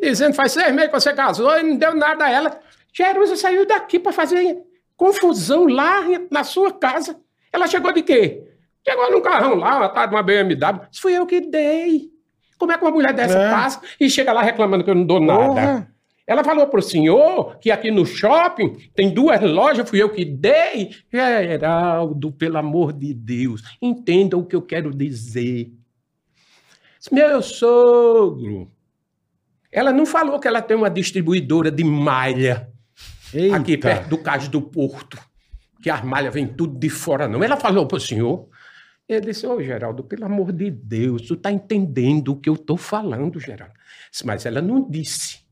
Speaker 1: Dizendo faz seis meses que você casou e não deu nada a ela. Jerusa saiu daqui para fazer confusão lá na sua casa. Ela chegou de quê? Chegou num carrão lá, uma tarde, uma BMW. Isso fui eu que dei. Como é que uma mulher dessa
Speaker 3: É.
Speaker 1: passa e chega lá reclamando que eu não dou nada?
Speaker 3: Porra.
Speaker 1: Ela falou pro senhor que aqui no shopping tem duas lojas, fui eu que dei. Geraldo, pelo amor de Deus, entenda o que eu quero dizer. Meu sogro, ela não falou que ela tem uma distribuidora de malha
Speaker 3: Eita.
Speaker 1: aqui perto do Cais do Porto, que as malhas vêm tudo de fora, não. Ela falou pro senhor. Ele disse, ô Geraldo, pelo amor de Deus, tu tá entendendo o que eu tô falando, Geraldo. Disse, Mas ela não disse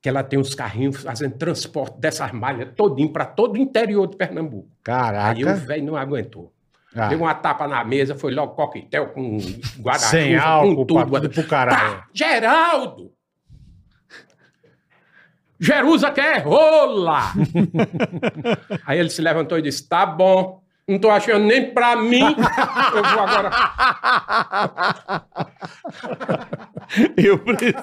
Speaker 1: que ela tem uns carrinhos fazendo transporte dessas malhas todinho para todo o interior de Pernambuco. Aí o
Speaker 3: Caraca.
Speaker 1: velho não aguentou.
Speaker 3: Ah,
Speaker 1: Deu uma tapa na mesa, foi logo coquetel com guarda
Speaker 3: Sem álcool, pra tudo pro caralho.
Speaker 1: Pá! Geraldo! Jerusa quer rola! Aí ele se levantou e disse, tá bom, não tô achando nem pra mim, eu vou agora...
Speaker 4: Eu preciso.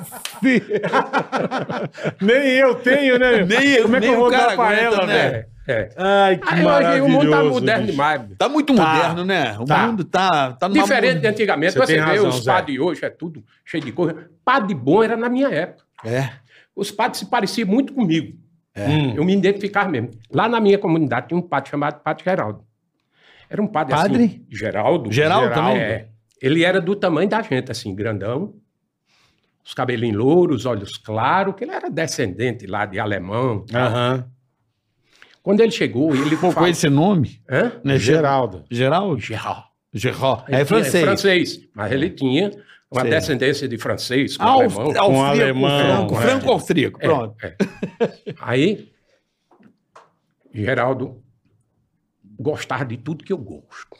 Speaker 3: Nem eu tenho, né?
Speaker 4: Nem eu-
Speaker 3: Como é que
Speaker 4: nem
Speaker 3: eu vou
Speaker 4: o cara
Speaker 3: dar pra
Speaker 4: aguenta,
Speaker 3: ela,
Speaker 4: né?
Speaker 3: velho?
Speaker 1: É.
Speaker 3: Ai, que
Speaker 1: Aí hoje
Speaker 3: maravilhoso.
Speaker 1: o mundo tá moderno
Speaker 3: bicho.
Speaker 1: demais. bicho.
Speaker 4: Tá muito
Speaker 3: Tá.
Speaker 4: moderno, né? O
Speaker 3: Tá.
Speaker 4: mundo tá, tá numa
Speaker 1: Diferente de
Speaker 4: mundo-
Speaker 1: antigamente,
Speaker 3: Você
Speaker 1: você,
Speaker 3: tem
Speaker 1: vê
Speaker 3: razão,
Speaker 1: os
Speaker 3: Zé.
Speaker 1: padres de hoje, é tudo cheio de coisa. Padre bom era na minha época.
Speaker 4: É.
Speaker 1: Os padres se pareciam muito comigo.
Speaker 3: Hum.
Speaker 1: Eu me identificava mesmo. Lá na minha comunidade tinha um padre chamado Padre Geraldo. Era um padre, assim.
Speaker 4: Padre?
Speaker 1: Geraldo.
Speaker 4: Geraldo também?
Speaker 1: É. Ele era do tamanho da gente, assim, grandão. Os cabelinhos louros, olhos claros, que ele era descendente lá de alemão.
Speaker 3: Aham.
Speaker 1: Quando ele chegou, ele
Speaker 4: Pô, com
Speaker 1: fala-
Speaker 4: esse nome?
Speaker 1: Hã?
Speaker 4: Né?
Speaker 3: Geraldo.
Speaker 4: Geral?
Speaker 1: Geraldo.
Speaker 4: Geró.
Speaker 1: Ele
Speaker 4: É
Speaker 1: tinha-
Speaker 4: francês. É.
Speaker 1: francês. Mas ele tinha uma
Speaker 4: Sei.
Speaker 1: descendência de francês com
Speaker 4: Aus-
Speaker 1: alemão.
Speaker 4: austríaco,
Speaker 3: Com alemão,
Speaker 4: Franco,
Speaker 3: é.
Speaker 4: franco austríaco.
Speaker 1: É,
Speaker 4: Pronto.
Speaker 1: é. Aí, Geraldo gostava de tudo que eu gosto.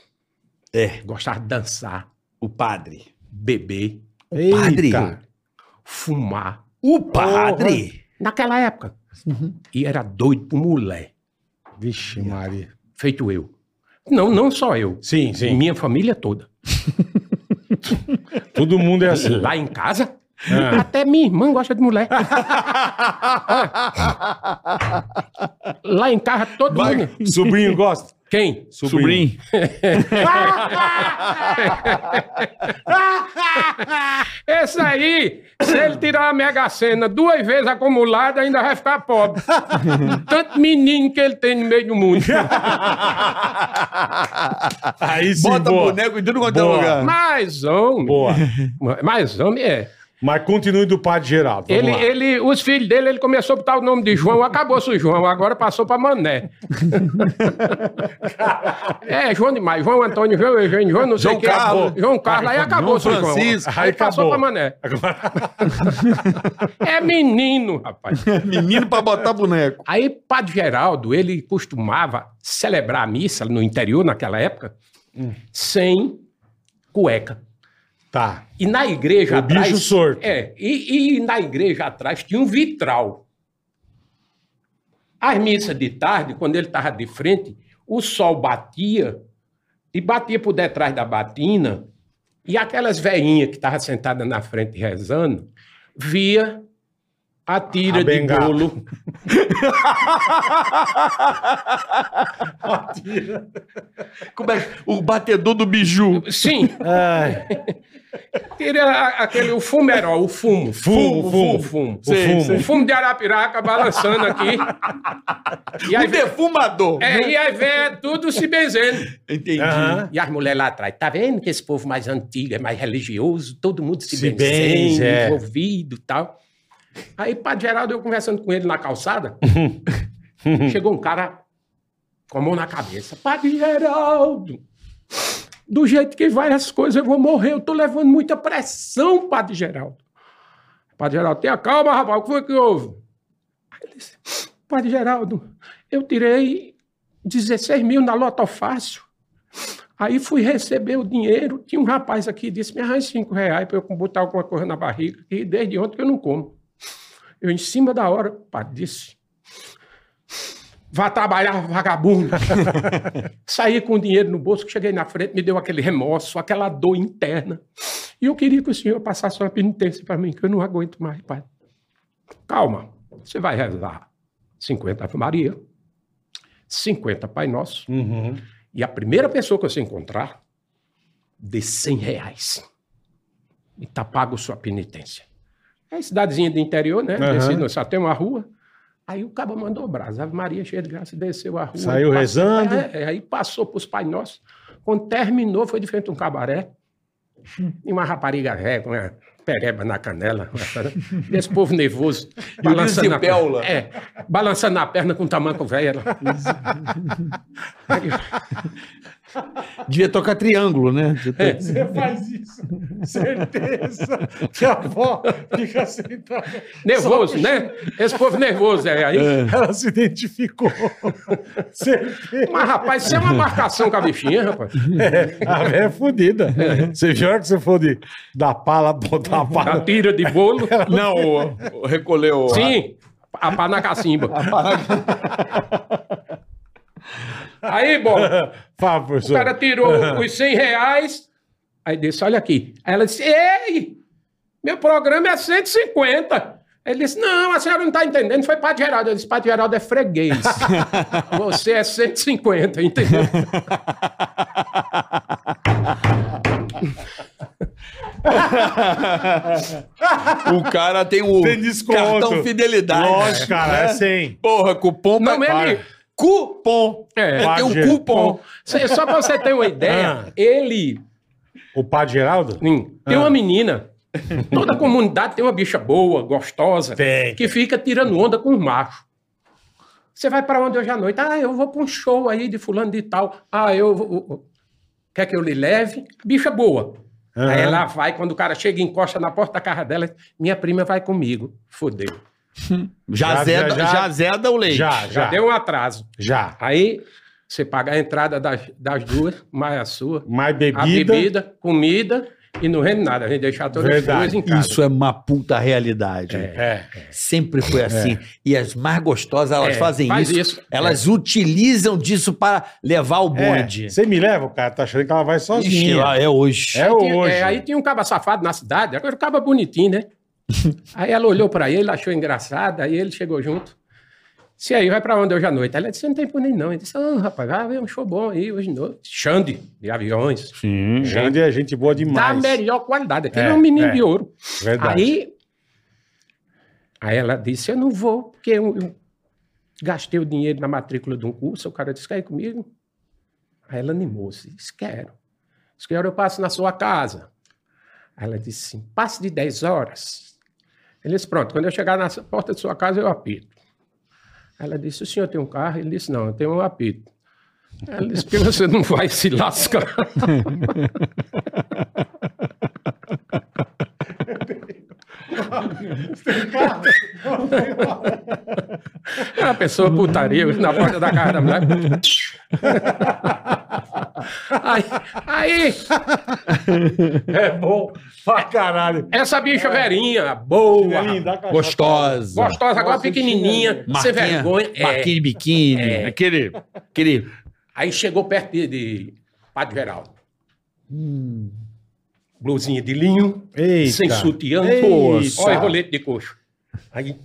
Speaker 4: É.
Speaker 1: Gostava de dançar,
Speaker 4: O padre.
Speaker 1: beber,
Speaker 4: Padre.
Speaker 3: Eita.
Speaker 1: fumar.
Speaker 4: O padre?
Speaker 1: Naquela época.
Speaker 4: Uhum.
Speaker 1: E era doido por mulher,
Speaker 3: Vixe, Maria.
Speaker 1: feito eu. Não, não só eu.
Speaker 3: Sim, sim.
Speaker 1: Minha família toda.
Speaker 3: Todo mundo é assim.
Speaker 1: Lá em casa,
Speaker 3: Ah.
Speaker 1: até minha irmã gosta de mulher. Ah. Lá em casa, todo mundo.
Speaker 3: Sobrinho gosta?
Speaker 1: Quem?
Speaker 4: Sobrinho.
Speaker 1: Esse aí, se ele tirar a Mega Sena duas vezes acumulada, ainda vai ficar pobre. Tanto menino que ele tem no meio do mundo.
Speaker 3: Aí sim,
Speaker 4: Bota
Speaker 3: boa.
Speaker 4: boneco em tudo quanto é
Speaker 3: Boa.
Speaker 4: lugar.
Speaker 1: Mas homem.
Speaker 3: Boa.
Speaker 1: Mas homem é.
Speaker 3: Mas continue do Padre Geraldo. Vamos
Speaker 1: Ele,
Speaker 3: lá.
Speaker 1: ele, os filhos dele, ele começou a botar o nome de João, acabou-se o João, agora passou para Mané. é, João demais. João Antônio, João Eugênio, João não sei
Speaker 4: João
Speaker 1: quem.
Speaker 4: Carlos.
Speaker 1: João Carlos, aí acabou-se o João.
Speaker 4: Francisco.
Speaker 1: Aí, passou para Mané. É menino, rapaz.
Speaker 4: Menino pra botar boneco.
Speaker 1: Aí, Padre Geraldo, ele costumava celebrar a missa no interior, naquela época,
Speaker 3: Hum.
Speaker 1: sem cueca.
Speaker 3: Tá.
Speaker 1: E na igreja
Speaker 3: O
Speaker 1: atrás.
Speaker 3: bicho sorto.
Speaker 1: É, e, e na igreja atrás tinha um vitral. As missas de tarde, quando ele estava de frente, o sol batia e batia por detrás da batina, e aquelas veinhas que estavam sentadas na frente rezando, via a tira
Speaker 3: A
Speaker 1: de
Speaker 3: bengala.
Speaker 1: bolo.
Speaker 4: Como é? que- O batedor do biju.
Speaker 1: Sim,
Speaker 3: Ai,
Speaker 1: tira a- aquele o fumerol, o fumo.
Speaker 3: Fumo, fumo.
Speaker 1: fumo.
Speaker 3: o fumo.
Speaker 1: O fumo de Arapiraca balançando aqui. E
Speaker 4: O
Speaker 1: aí,
Speaker 4: defumador.
Speaker 1: É, e aí vê tudo se benzendo.
Speaker 4: Entendi.
Speaker 3: Aham.
Speaker 1: E as mulheres lá atrás, tá vendo que esse povo mais antigo é mais religioso, todo mundo se,
Speaker 3: Se
Speaker 1: benzendo,
Speaker 3: benze, é.
Speaker 1: envolvido e tal. Aí, Padre Geraldo, eu conversando com ele na calçada, chegou um cara com a mão na cabeça. Padre Geraldo, do jeito que vai as coisas, eu vou morrer, eu tô levando muita pressão, Padre Geraldo. Padre Geraldo, tenha calma, rapaz, o que foi que houve? Aí ele disse, Padre Geraldo, eu tirei 16 mil na Loto Fácil. Aí fui receber o dinheiro, tinha um rapaz aqui disse, me arranje cinco reais para eu botar alguma coisa na barriga, que desde ontem que eu não como. Eu, em cima da hora, padre, disse, vá trabalhar, vagabundo. Saí com o dinheiro no bolso, que cheguei na frente, me deu aquele remorso, aquela dor interna. E eu queria que o senhor passasse uma penitência para mim, que eu não aguento mais, padre. Calma, você vai rezar 50 Ave Maria, 50 Pai Nosso,
Speaker 3: Uhum.
Speaker 1: e a primeira pessoa que você encontrar, dê 100 reais. e tá pago sua penitência. É cidadezinha do interior, né?
Speaker 3: Aham.
Speaker 1: Descendo, só tem uma rua. Aí o cabo mandou o braço. Ave Maria, cheia de graça, desceu a rua.
Speaker 3: Saiu
Speaker 1: Passou-
Speaker 3: rezando.
Speaker 1: É, é, aí passou pros Pai Nossos. Quando terminou, foi de frente a um cabaré. E uma rapariga velha, com uma pereba na canela. E esse povo nervoso.
Speaker 4: de
Speaker 1: Balançando a
Speaker 4: pérola.
Speaker 1: perna. É, balançando a perna com tamanco velho. Ela-
Speaker 4: Devia tocar triângulo, né? Devia
Speaker 1: É.
Speaker 4: tocar-
Speaker 3: Você faz isso. Certeza que a avó fica sentada.
Speaker 1: Nervoso, né? Esse povo nervoso. É, aí,
Speaker 3: Ela se identificou. Certeza.
Speaker 1: Mas, rapaz, isso é uma marcação com a bichinha, rapaz.
Speaker 3: A véia é fodida. Você joga que você for de, da pala, botar a
Speaker 1: A
Speaker 3: pala.
Speaker 1: tira de bolo.
Speaker 4: Não, o, o recolheu.
Speaker 1: Sim, a pá na cacimba. Aí, bom,
Speaker 3: Fala,
Speaker 1: o
Speaker 3: professor.
Speaker 1: cara tirou os 100 reais. Aí disse, olha aqui. Aí ela disse, ei, meu programa é 150. Ele disse, não, a senhora não está entendendo, foi Padre Geraldo. Eu disse, Padre Geraldo é freguês. Você é 150, entendeu?
Speaker 4: O cara tem o
Speaker 3: Tem desconto.
Speaker 4: cartão fidelidade.
Speaker 3: Lógico, cara, é 100.
Speaker 4: Porra, cupom
Speaker 1: Não,
Speaker 4: pra-
Speaker 1: ele-
Speaker 4: Cupom.
Speaker 1: É.
Speaker 4: Ele tem
Speaker 3: Padre.
Speaker 4: um cupom.
Speaker 1: Cê- Só para você ter uma ideia,
Speaker 3: Ah.
Speaker 1: ele
Speaker 3: O padre Geraldo?
Speaker 1: Sim. Tem
Speaker 3: Ah.
Speaker 1: uma menina. Toda comunidade tem uma bicha boa, gostosa,
Speaker 3: Tem.
Speaker 1: que fica tirando onda com os machos. Você vai pra onde hoje à noite? Ah, eu vou pra um show aí de fulano de tal. Ah, eu vou. Quer que eu lhe leve? Bicha boa.
Speaker 3: Aham.
Speaker 1: Aí ela vai, quando o cara chega e encosta na porta da casa dela, minha prima vai comigo. Fodeu.
Speaker 4: Já,
Speaker 3: Já-
Speaker 4: zeda,
Speaker 3: já- já-
Speaker 4: já zeda o leite.
Speaker 3: Já,
Speaker 1: Já
Speaker 3: já.
Speaker 1: deu um atraso.
Speaker 3: Já.
Speaker 1: Aí você paga a entrada das, das duas, mais a sua,
Speaker 3: Mais
Speaker 1: a
Speaker 3: bebida.
Speaker 1: bebida, comida, e não rende nada. A gente deixar todas
Speaker 3: Verdade.
Speaker 1: as duas em casa.
Speaker 4: Isso é uma puta realidade.
Speaker 3: É.
Speaker 4: Sempre foi assim. E as mais gostosas, elas
Speaker 1: É,
Speaker 4: fazem
Speaker 1: faz
Speaker 4: isso.
Speaker 1: isso.
Speaker 4: Elas utilizam disso para levar o bonde.
Speaker 3: É. Você me leva, o cara tá achando que ela vai
Speaker 4: Ixi,
Speaker 3: sozinha.
Speaker 4: lá é hoje.
Speaker 3: É
Speaker 1: Aí tinha-
Speaker 3: hoje.
Speaker 1: é, aí tinha um caba safado na cidade, agora o caba bonitinho, né? aí ela olhou pra ele, achou engraçado, aí ele chegou junto. Se aí vai pra onde hoje à noite? Ela disse: não tem por nem não. Ele disse: ah, rapaz, vai é um show bom aí hoje de noite. Xande, de aviões.
Speaker 3: Sim, Jande é gente boa
Speaker 1: Da
Speaker 3: demais.
Speaker 1: melhor qualidade. Aquele
Speaker 3: É,
Speaker 1: é, um menino
Speaker 3: é.
Speaker 1: de ouro.
Speaker 3: Verdade.
Speaker 1: Aí, aí ela disse: eu não vou, porque eu, eu gastei o dinheiro na matrícula de um curso. O cara disse: quer ir comigo? Aí ela animou-se, disse, quero. Disse, que hora eu passo na sua casa? Aí ela disse assim, passe de 10 horas. Ele disse, pronto, quando eu chegar na sua- porta de sua casa, eu apito. Ela disse, o senhor tem um carro? Ele disse, não, eu tenho um apito. Ela disse, porque você não vai se lascar. Era uma pessoa putaria na porta da casa da mulher. Aí, aí,
Speaker 3: É bom pra caralho.
Speaker 1: essa bicha verinha, boa,
Speaker 3: é Linda,
Speaker 4: É.
Speaker 3: cara.
Speaker 4: Gostosa.
Speaker 1: gostosa, agora pequenininha,
Speaker 4: Marquinha,
Speaker 1: sem vergonha. É.
Speaker 4: Marquinha de biquíni. É. Aquele, aquele...
Speaker 1: Aí chegou perto de, de Padre Geraldo. Blusinha de linho,
Speaker 3: Hum. Eita.
Speaker 1: sem sutiã,
Speaker 3: Eita.
Speaker 1: olha rolete de coxo. Aí,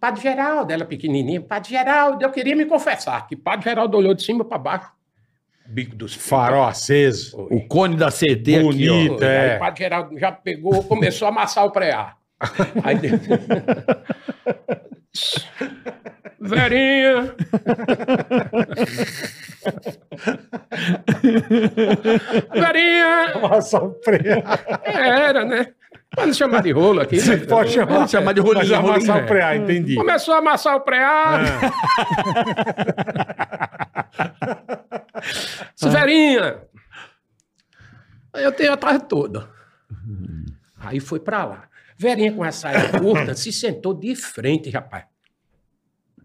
Speaker 1: Padre Geraldo, ela pequenininha, Padre Geraldo, eu queria me confessar, que Padre Geraldo olhou de cima para baixo, bico dos
Speaker 3: Farol aceso.
Speaker 1: Foi.
Speaker 4: O cone da CD aqui, ó.
Speaker 3: Bonito,
Speaker 1: Aí
Speaker 3: é.
Speaker 1: o padre Geraldo já pegou, começou a amassar o pré-ar. Aí deu... Verinha! Verinha!
Speaker 3: Uma surpresa.
Speaker 1: Era, né? Pode chamar de rolo aqui. né?
Speaker 3: Você pode chamar,
Speaker 4: Pode chamar de rolinho,
Speaker 3: Mas é uma
Speaker 4: rolinho.
Speaker 3: surpresa, entendi.
Speaker 1: Começou a amassar o pré-ar.
Speaker 3: Ah.
Speaker 1: Suverinha! Eu tenho a tarde toda. Aí foi pra lá. Verinha com a saia curta se sentou de frente, rapaz.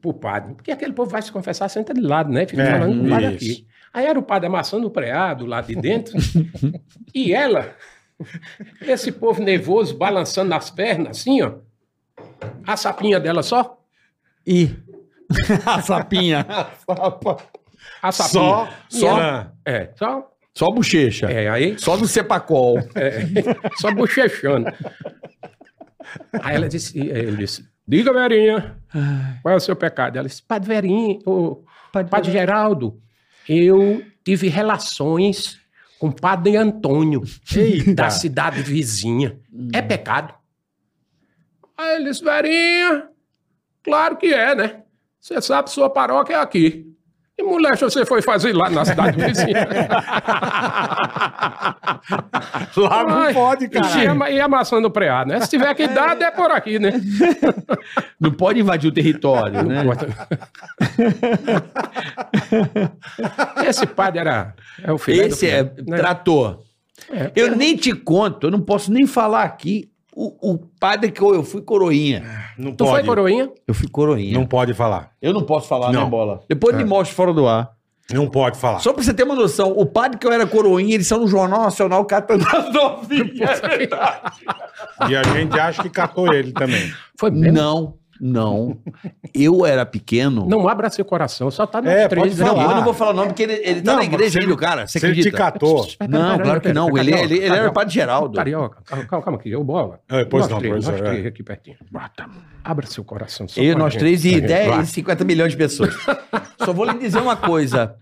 Speaker 1: Pro padre. Porque aquele povo vai se confessar, senta de lado, né? Fica
Speaker 3: É,
Speaker 1: falando do
Speaker 3: isso.
Speaker 1: padre aqui. Aí era o padre amassando o preá do lado de dentro. e ela, esse povo nervoso, balançando as pernas, assim, ó. A sapinha dela só.
Speaker 4: E a sapinha.
Speaker 1: A sapinha.
Speaker 3: Só,
Speaker 1: E
Speaker 3: só.
Speaker 1: ela- É, só.
Speaker 4: Só a bochecha.
Speaker 1: É, aí
Speaker 4: Só no cepacol.
Speaker 1: É. Só bochechando. Aí ela disse, ele disse, diga, Verinha, qual é o seu pecado? Ela disse, Padre Verinha, ô, Padre, Geraldo, eu tive relações com o padre Antônio,
Speaker 3: Eita.
Speaker 1: da cidade vizinha. É pecado? Aí ele disse, Verinha, claro que é, né? Você sabe, sua paróquia é aqui. E moleque, você foi fazer lá na cidade vizinha?
Speaker 3: Lá não
Speaker 1: Ai,
Speaker 3: pode,
Speaker 1: E
Speaker 3: cara.
Speaker 1: a, e a maçã do preado, né? Se tiver que dar, é por aqui, né?
Speaker 4: Não pode invadir o território, né?
Speaker 1: Esse padre era... É o filé do
Speaker 4: Esse é
Speaker 1: filé, né?
Speaker 4: trator.
Speaker 1: É.
Speaker 4: Eu nem te conto, eu não posso nem falar aqui o, o padre que eu, eu fui coroinha.
Speaker 3: Não
Speaker 1: Tu foi
Speaker 3: pode.
Speaker 1: coroinha?
Speaker 4: Eu fui coroinha.
Speaker 3: Não pode falar.
Speaker 4: Eu não posso falar,
Speaker 3: Não.
Speaker 4: né, Bola? Depois me mostra fora do ar.
Speaker 3: Não pode falar.
Speaker 4: Só pra você ter uma noção, o padre que eu era coroinha, eles são no Jornal Nacional catando as novinhas. É verdade.
Speaker 3: E a gente acha que catou ele também.
Speaker 4: Tá
Speaker 1: Foi mesmo?
Speaker 4: Não, não. Eu era pequeno.
Speaker 1: Não abra seu coração, só tá nos
Speaker 3: É,
Speaker 1: três.
Speaker 3: pode falar.
Speaker 4: eu não vou falar o nome porque ele, ele tá
Speaker 3: Não,
Speaker 4: na
Speaker 3: mas se
Speaker 4: igreja
Speaker 3: ele-
Speaker 4: ainda, o cara. Você
Speaker 3: Se ele te
Speaker 4: acredita?
Speaker 3: catou.
Speaker 4: Não, claro que não. Ele, ele, ele era o padre Geraldo.
Speaker 1: Carioca, calma, calma, calma aqui, eu bola.
Speaker 3: É, pois
Speaker 1: nós
Speaker 3: não,
Speaker 1: três,
Speaker 3: pois
Speaker 1: nós
Speaker 3: é.
Speaker 1: três aqui pertinho. Bota. Abra seu coração. só
Speaker 4: Eu,
Speaker 1: pra
Speaker 4: nós
Speaker 1: gente.
Speaker 4: três e 10
Speaker 3: vai.
Speaker 4: e 50 milhões de pessoas. Só vou lhe dizer uma coisa.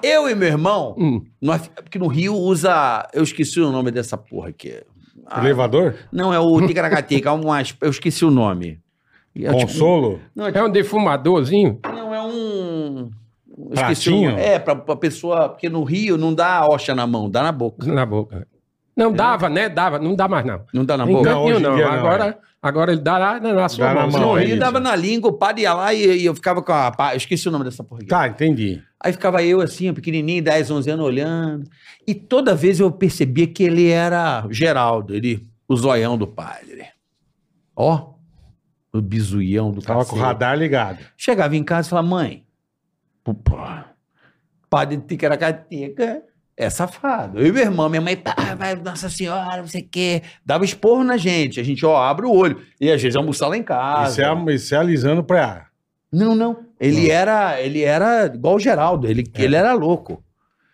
Speaker 4: Eu e meu irmão,
Speaker 1: Hum.
Speaker 4: nós, porque no Rio usa. Eu esqueci o nome dessa porra aqui. Ah,
Speaker 3: Elevador?
Speaker 4: não, é o Ticaracateca, é umas, eu esqueci o nome. E é tipo-
Speaker 3: Consolo?
Speaker 4: não, é
Speaker 1: É um defumadorzinho?
Speaker 4: Não, é um. eu
Speaker 3: Pratinho?
Speaker 4: o- É, pra, pra pessoa. Porque no Rio não dá a hoxa na mão, dá na boca.
Speaker 1: Na boca.
Speaker 4: É.
Speaker 1: Não dava, né? Dava, não dá mais não.
Speaker 4: Não dá na
Speaker 1: Em
Speaker 4: boca.
Speaker 1: canto
Speaker 3: Não,
Speaker 1: nenhum,
Speaker 3: hoje em
Speaker 1: não.
Speaker 3: dia não, é.
Speaker 1: agora, agora ele dá lá na, na sua
Speaker 3: Dá na
Speaker 1: mão.
Speaker 3: mão,
Speaker 1: Não,
Speaker 3: é
Speaker 1: ele
Speaker 4: Eu
Speaker 3: isso.
Speaker 1: dá-
Speaker 4: dava na língua, o padre ia lá e, e eu ficava com a. pá, Eu esqueci o nome dessa porra. aqui.
Speaker 3: Tá, entendi.
Speaker 4: Aí ficava eu assim, pequenininho, 10, 11 anos, olhando. E toda vez eu percebia que ele era Geraldo, ele, o zoião do padre. Ó, o bizuião do
Speaker 3: Tava com o radar ligado.
Speaker 4: Chegava em casa e falava, mãe, pô, pô, padre de Ticaracateca é safado. Eu e meu irmão, minha mãe, pá, vai, Nossa Senhora, não sei o quê. Dava esporro na gente, a gente, ó, abre o olho. E às vezes almoçar lá em casa.
Speaker 3: Isso é, isso é alisando pra.
Speaker 4: Não, não. É. Ele era, ele era igual o Geraldo, ele, ele era louco.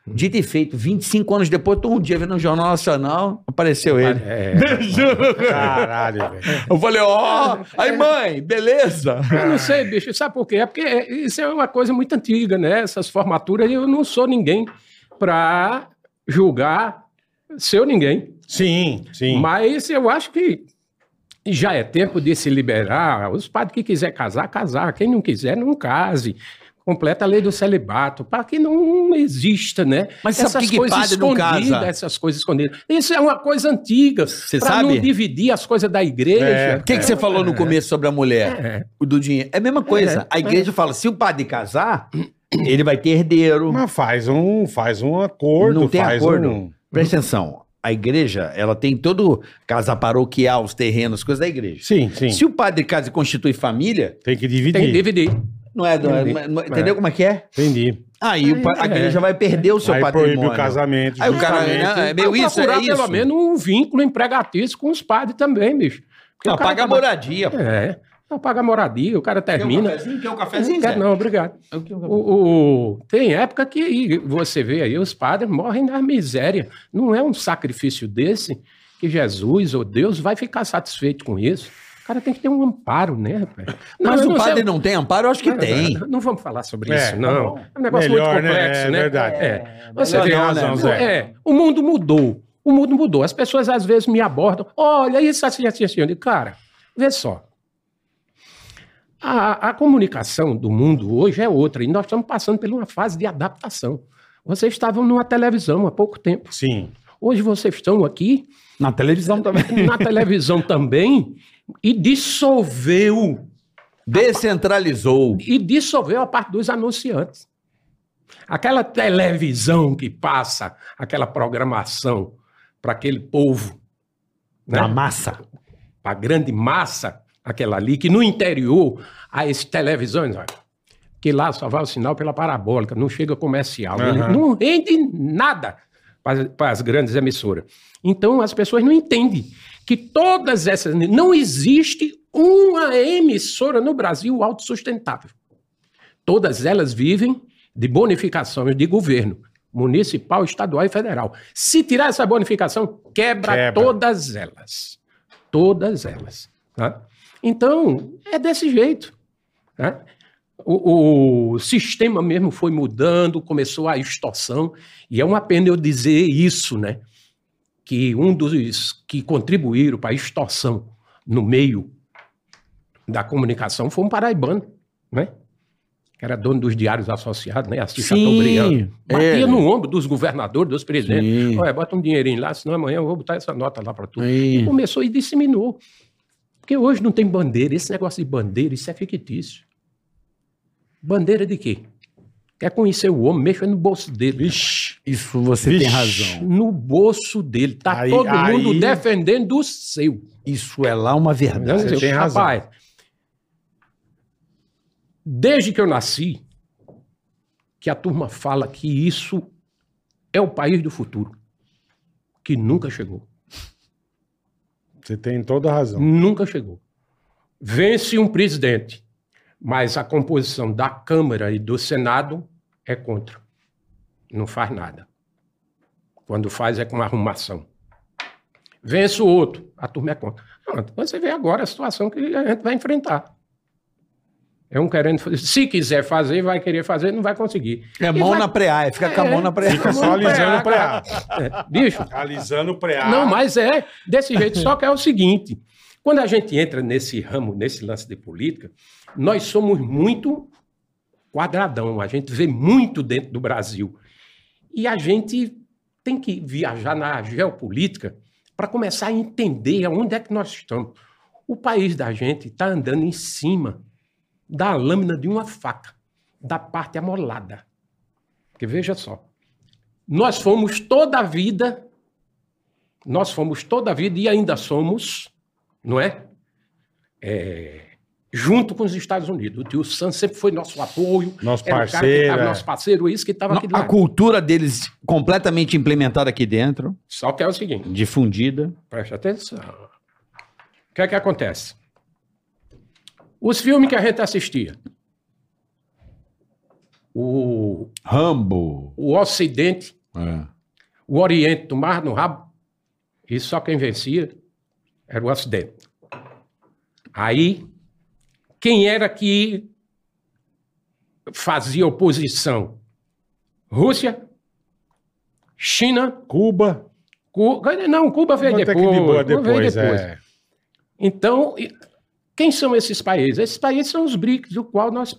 Speaker 4: Dito e feito, 25 anos depois, tô um dia vendo no Jornal Nacional, apareceu ele.
Speaker 1: É,
Speaker 3: Caralho, velho.
Speaker 4: Eu falei, ó, aí mãe, beleza?
Speaker 1: eu não sei, bicho. Sabe por quê? É porque é- isso é uma coisa muito antiga, né? Essas formaturas. Eu não sou ninguém pra julgar seu ninguém.
Speaker 3: Sim, sim.
Speaker 1: Mas eu acho que já é tempo de se liberar. Os padres que quiser casar, casar. Quem não quiser, não case. Completa a lei do celibato, para que não exista, né?
Speaker 4: Mas sabe por que que padre não casa?
Speaker 1: essas coisas escondidas. Isso é uma coisa antiga.
Speaker 4: Você
Speaker 1: pra
Speaker 4: sabe?
Speaker 1: não dividir as coisas da
Speaker 3: É.
Speaker 1: igreja.
Speaker 4: O que, que você falou no começo sobre a mulher?
Speaker 1: É.
Speaker 4: O do dinheiro. É a mesma coisa. A igreja fala, se o padre casar, ele vai ter herdeiro.
Speaker 3: Mas faz um, faz um acordo.
Speaker 4: Não tem
Speaker 3: faz
Speaker 4: acordo.
Speaker 3: Um...
Speaker 4: Presta atenção. A igreja, ela tem todo casa paroquial, os terrenos, coisas da igreja.
Speaker 3: Sim, sim.
Speaker 4: Se o padre casa e constitui família,
Speaker 3: Tem que
Speaker 1: Tem que
Speaker 3: dividir.
Speaker 1: dividir.
Speaker 4: não é, não é- não é- entendeu como é que é?
Speaker 3: Entendi.
Speaker 4: Aí o pa- a igreja vai perder o seu
Speaker 3: Aí proíbe
Speaker 4: patrimônio.
Speaker 3: o casamento.
Speaker 4: Aí o cara
Speaker 3: justamente.
Speaker 4: né, é meio
Speaker 1: Mas
Speaker 4: isso, é
Speaker 1: procurar,
Speaker 4: isso.
Speaker 1: pelo menos, um vínculo empregatício com os padres também, bicho. Porque
Speaker 4: Não,
Speaker 1: o cara
Speaker 4: paga a
Speaker 1: acaba-
Speaker 4: moradia. pô.
Speaker 1: É. Não, paga a moradia, o cara termina.
Speaker 4: Quer um
Speaker 1: Não
Speaker 4: Zé?
Speaker 1: quero não, obrigado. O, o- tem época que você vê aí, os padres morrem na miséria. Não é um sacrifício desse que Jesus ou Deus vai ficar satisfeito com isso. O cara tem que ter um amparo, né, rapaz? Não,
Speaker 4: Mas
Speaker 1: eu
Speaker 4: o É.
Speaker 1: não
Speaker 4: padre
Speaker 1: sei-
Speaker 4: não tem amparo? Eu acho que
Speaker 1: Não,
Speaker 4: tem.
Speaker 1: Não, não vamos falar sobre
Speaker 3: É,
Speaker 1: isso,
Speaker 3: tá
Speaker 1: não.
Speaker 3: bom.
Speaker 1: É um negócio
Speaker 3: Melhor,
Speaker 1: muito complexo,
Speaker 3: né?
Speaker 1: né?
Speaker 3: É verdade.
Speaker 1: É. Você
Speaker 4: melhor
Speaker 1: vê,
Speaker 4: não,
Speaker 1: a-
Speaker 4: né?
Speaker 3: Zé?
Speaker 1: é, o mundo mudou. O mundo mudou. As pessoas às vezes me abordam. Olha, isso assim, assim, assim. Eu digo, cara, vê só. A, a comunicação do mundo hoje é outra. E nós estamos passando por uma fase de adaptação. Vocês estavam numa televisão há pouco tempo.
Speaker 3: Sim.
Speaker 1: Hoje vocês estão aqui
Speaker 4: Na televisão também.
Speaker 1: na televisão também e dissolveu
Speaker 4: Descentralizou.
Speaker 1: e dissolveu a parte dos anunciantes. Aquela televisão que passa, aquela programação para aquele povo, né?
Speaker 3: Na massa.
Speaker 1: para a grande massa, aquela ali, que no interior há as televisões, olha, que lá só vai o sinal pela parabólica, não chega comercial,
Speaker 3: Aham.
Speaker 1: ele não rende nada para as grandes emissoras. Então as pessoas não entendem que todas essas. Não existe uma emissora no Brasil autossustentável. Todas elas vivem de bonificações de governo. Municipal, estadual e federal. Se tirar essa bonificação, quebra,
Speaker 3: Quebra.
Speaker 1: todas elas. Todas elas. tá? Então, é desse jeito. né? o, o sistema mesmo foi mudando, começou a extorsão, e é uma pena eu dizer isso, né? Que um dos que contribuíram para a extorsão no meio da comunicação foi um paraibano, né? Que era dono dos diários associados, né? Assis
Speaker 4: Sim,
Speaker 1: Chateaubriand. Batia
Speaker 4: é.
Speaker 1: no ombro dos governadores, dos presidentes.
Speaker 4: Sim.
Speaker 1: Olha, bota um dinheirinho lá, senão amanhã eu vou botar essa nota lá para tu. E
Speaker 4: Sim.
Speaker 1: começou e disseminou. Porque hoje não tem bandeira. Esse negócio de bandeira, isso é fictício. Bandeira de quê? Quer conhecer o homem, mexa no bolso dele.
Speaker 4: Isso você
Speaker 3: Vixe.
Speaker 4: tem razão.
Speaker 1: No bolso dele. Tá
Speaker 3: Aí-
Speaker 1: todo
Speaker 3: aí-
Speaker 1: mundo defendendo o seu.
Speaker 4: Isso é lá uma verdade.
Speaker 1: Eu,
Speaker 3: tem razão.
Speaker 1: Rapaz, desde que eu nasci, que a turma fala que isso é o país do futuro, que nunca chegou.
Speaker 3: Você tem toda a razão.
Speaker 1: Nunca chegou. Vence um presidente, mas a composição da Câmara e do Senado é contra. Não faz nada. Quando faz é com arrumação. Vence o outro, a turma é contra. Pronto, você vê agora a situação que a gente vai enfrentar. É um querendo fazer. Se quiser fazer, vai querer fazer, não vai conseguir.
Speaker 4: É
Speaker 1: E
Speaker 4: mão
Speaker 1: vai-
Speaker 4: na preá, fica com a mão na preá.
Speaker 3: Fica só
Speaker 1: Mão na
Speaker 3: alisando o
Speaker 1: preá,
Speaker 3: preá.
Speaker 1: É, bicho,
Speaker 3: Alisando o preá.
Speaker 1: não, mas é desse jeito. Só que é o seguinte: quando a gente entra nesse ramo, nesse lance de política, nós somos muito quadradão. A gente vê muito dentro do Brasil. E a gente tem que viajar na geopolítica para começar a entender aonde é que nós estamos. O país da gente está andando em cima da lâmina de uma faca, da parte amolada. Porque veja só, nós fomos toda a vida nós fomos toda a vida e ainda somos, não é? É, junto com os Estados Unidos. O tio Sam sempre foi nosso apoio.
Speaker 3: Nosso
Speaker 1: era o cara que
Speaker 3: parceiro,
Speaker 1: tava-
Speaker 3: é.
Speaker 1: nosso parceiro, isso que estava aqui do
Speaker 4: A
Speaker 1: lado.
Speaker 4: cultura deles completamente implementada aqui dentro,
Speaker 1: Só que é o seguinte,
Speaker 4: difundida.
Speaker 1: preste atenção. O que é que acontece? Os filmes que a gente assistia, o,
Speaker 4: Rambo.
Speaker 1: o Ocidente,
Speaker 4: É.
Speaker 1: o Oriente tomava no rabo, e só quem vencia era o Ocidente. Aí, quem era que fazia oposição? Rússia, China,
Speaker 3: Cuba.
Speaker 1: Cuba. Não, Cuba veio
Speaker 3: Até que
Speaker 1: depois.
Speaker 3: de boa
Speaker 1: Cuba veio
Speaker 3: depois,
Speaker 1: depois.
Speaker 3: é.
Speaker 1: Então, e- quem são esses países? Esses países são os BRICS, do qual nós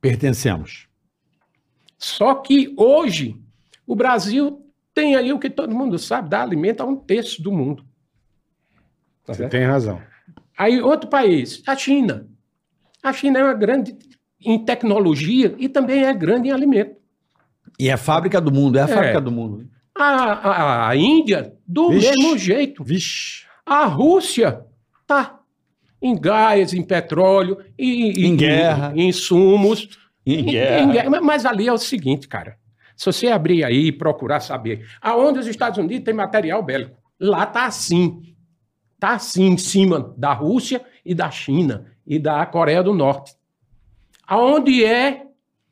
Speaker 4: Pertencemos.
Speaker 1: Só que hoje o Brasil tem aí o que todo mundo sabe, dá alimento a um terço do mundo. Tá
Speaker 3: Você
Speaker 1: certo?
Speaker 3: tem razão.
Speaker 1: Aí outro país, a China. A China é uma grande em tecnologia e também é grande em alimento.
Speaker 4: E é a fábrica do mundo, é a fábrica do mundo.
Speaker 1: A, a- a Índia, do
Speaker 3: Vixe.
Speaker 1: mesmo jeito.
Speaker 3: Vixe.
Speaker 1: A Rússia tá em gás, em petróleo, e, e-
Speaker 4: Em
Speaker 1: e-
Speaker 4: guerra.
Speaker 1: em insumos. Em- em guerra. Mas ali é o seguinte, cara. Se você abrir aí e procurar saber aonde os Estados Unidos têm material bélico, lá tá assim. Tá assim em cima da Rússia e da China e da Coreia do Norte. Aonde é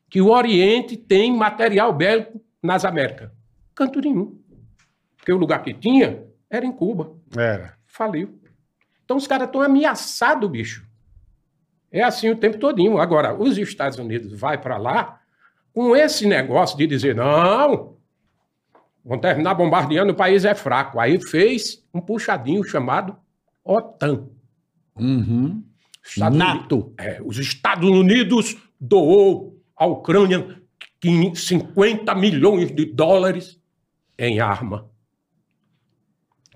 Speaker 1: que o Oriente tem material bélico nas Américas? Canto nenhum. Porque o lugar que tinha era em Cuba.
Speaker 3: Era.
Speaker 1: Faliu. Então os caras estão ameaçados, bicho. É assim o tempo todinho. Agora, os Estados Unidos vai para lá com esse negócio de dizer, não, vão terminar bombardeando, o país é fraco. Aí fez um puxadinho chamado OTAN.
Speaker 4: Uhum.
Speaker 1: Estados
Speaker 4: NATO.
Speaker 1: Unidos- é, os Estados Unidos doou à Ucrânia 500 50 milhões de dólares em arma.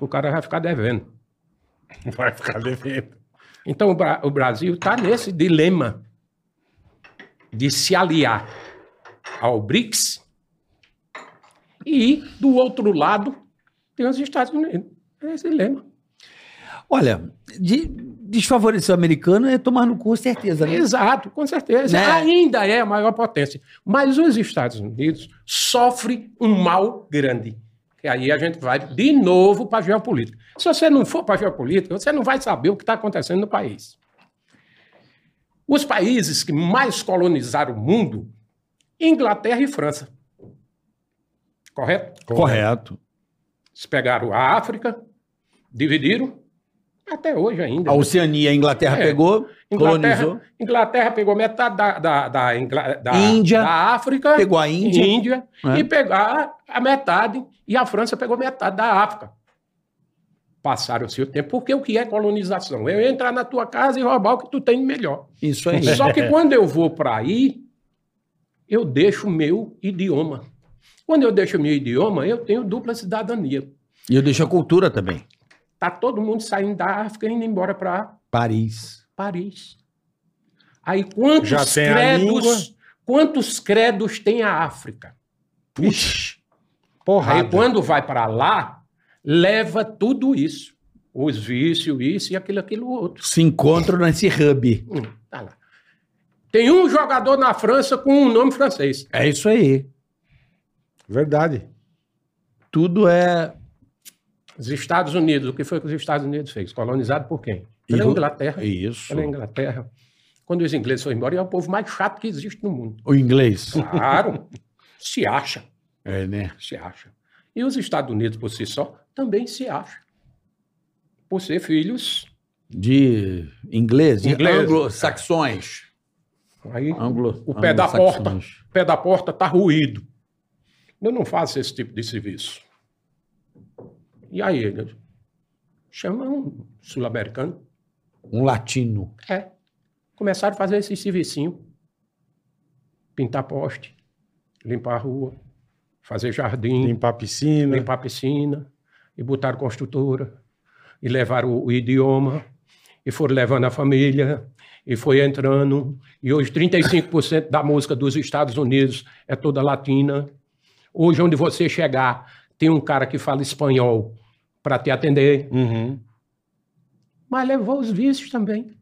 Speaker 1: O cara vai ficar devendo.
Speaker 3: Vai ficar devendo.
Speaker 1: Então, o, Bra- o Brasil está nesse dilema de se aliar ao BRICS e, do outro lado, tem os Estados Unidos. É esse dilema.
Speaker 4: Olha, de- desfavorecer o americano é tomar no cu, certeza. né?
Speaker 1: Exato, com certeza.
Speaker 4: Né?
Speaker 1: Ainda é a maior potência. Mas os Estados Unidos sofrem um mal grande. E aí a gente vai de novo para a geopolítica. Se você não for para a geopolítica, você não vai saber o que está acontecendo no país. Os países que mais colonizaram o mundo, Inglaterra e França. Correto?
Speaker 4: Correto.
Speaker 1: Eles pegaram a África, dividiram, Até hoje ainda.
Speaker 4: A Oceania, a Inglaterra
Speaker 1: É.
Speaker 4: pegou,
Speaker 1: Inglaterra,
Speaker 4: colonizou.
Speaker 1: Inglaterra pegou metade da, da, da, Ingla- da-
Speaker 4: Índia.
Speaker 1: da África,
Speaker 4: Pegou a Índia. É.
Speaker 1: e pegou a, a metade, e a França pegou metade da África. Passaram-se o tempo, porque o que é colonização? Eu entrar na tua casa e roubar o que tu tem de melhor.
Speaker 4: Isso aí.
Speaker 1: Só que quando eu vou para aí, eu deixo o meu idioma. Quando eu deixo o meu idioma, eu tenho dupla cidadania.
Speaker 4: E eu deixo a cultura também.
Speaker 1: Tá todo mundo saindo da África e indo embora para
Speaker 4: Paris.
Speaker 1: Paris. Aí quantos
Speaker 3: Já tem a língua.
Speaker 1: credos, quantos credos tem a África?
Speaker 4: Puxa.
Speaker 3: Porra.
Speaker 1: Aí quando vai para lá, leva tudo isso, os vícios, isso e aquilo, aquilo outro.
Speaker 4: Se encontram nesse hub.
Speaker 1: Hum, tá lá. Tem um jogador na França com um nome francês.
Speaker 4: É isso aí.
Speaker 3: Verdade.
Speaker 4: Tudo é.
Speaker 1: Os Estados Unidos, o que foi que os Estados Unidos fez? Colonizado por quem? Pela
Speaker 4: Ingl-
Speaker 1: Inglaterra.
Speaker 4: Isso.
Speaker 1: Pela Inglaterra. Quando os ingleses foram embora, é o povo mais chato que existe no mundo.
Speaker 4: O inglês.
Speaker 1: Claro, se acha.
Speaker 4: É, né?
Speaker 1: se acha. E os Estados Unidos, por si só, também se acham. Por ser filhos.
Speaker 4: De inglês, de
Speaker 1: Inglês.
Speaker 4: anglo-saxões.
Speaker 1: Aí
Speaker 4: Anglo,
Speaker 1: o pé da porta,
Speaker 4: anglo-saxões.
Speaker 1: o pé da porta tá ruído. Eu não faço esse tipo de serviço. E aí ele chama um sul-americano.
Speaker 4: Um latino.
Speaker 1: É. Começaram a fazer esse servicinho. Pintar poste, limpar a rua, fazer jardim.
Speaker 3: Limpar a piscina.
Speaker 1: limpar a piscina, e botaram construtora, e levaram o, o idioma, e foram levando a família, e foi entrando. E hoje 35% da música dos Estados Unidos é toda latina. Hoje, onde você chegar, tem um cara que fala espanhol para te atender,
Speaker 3: Uhum.
Speaker 1: mas levou os vícios também.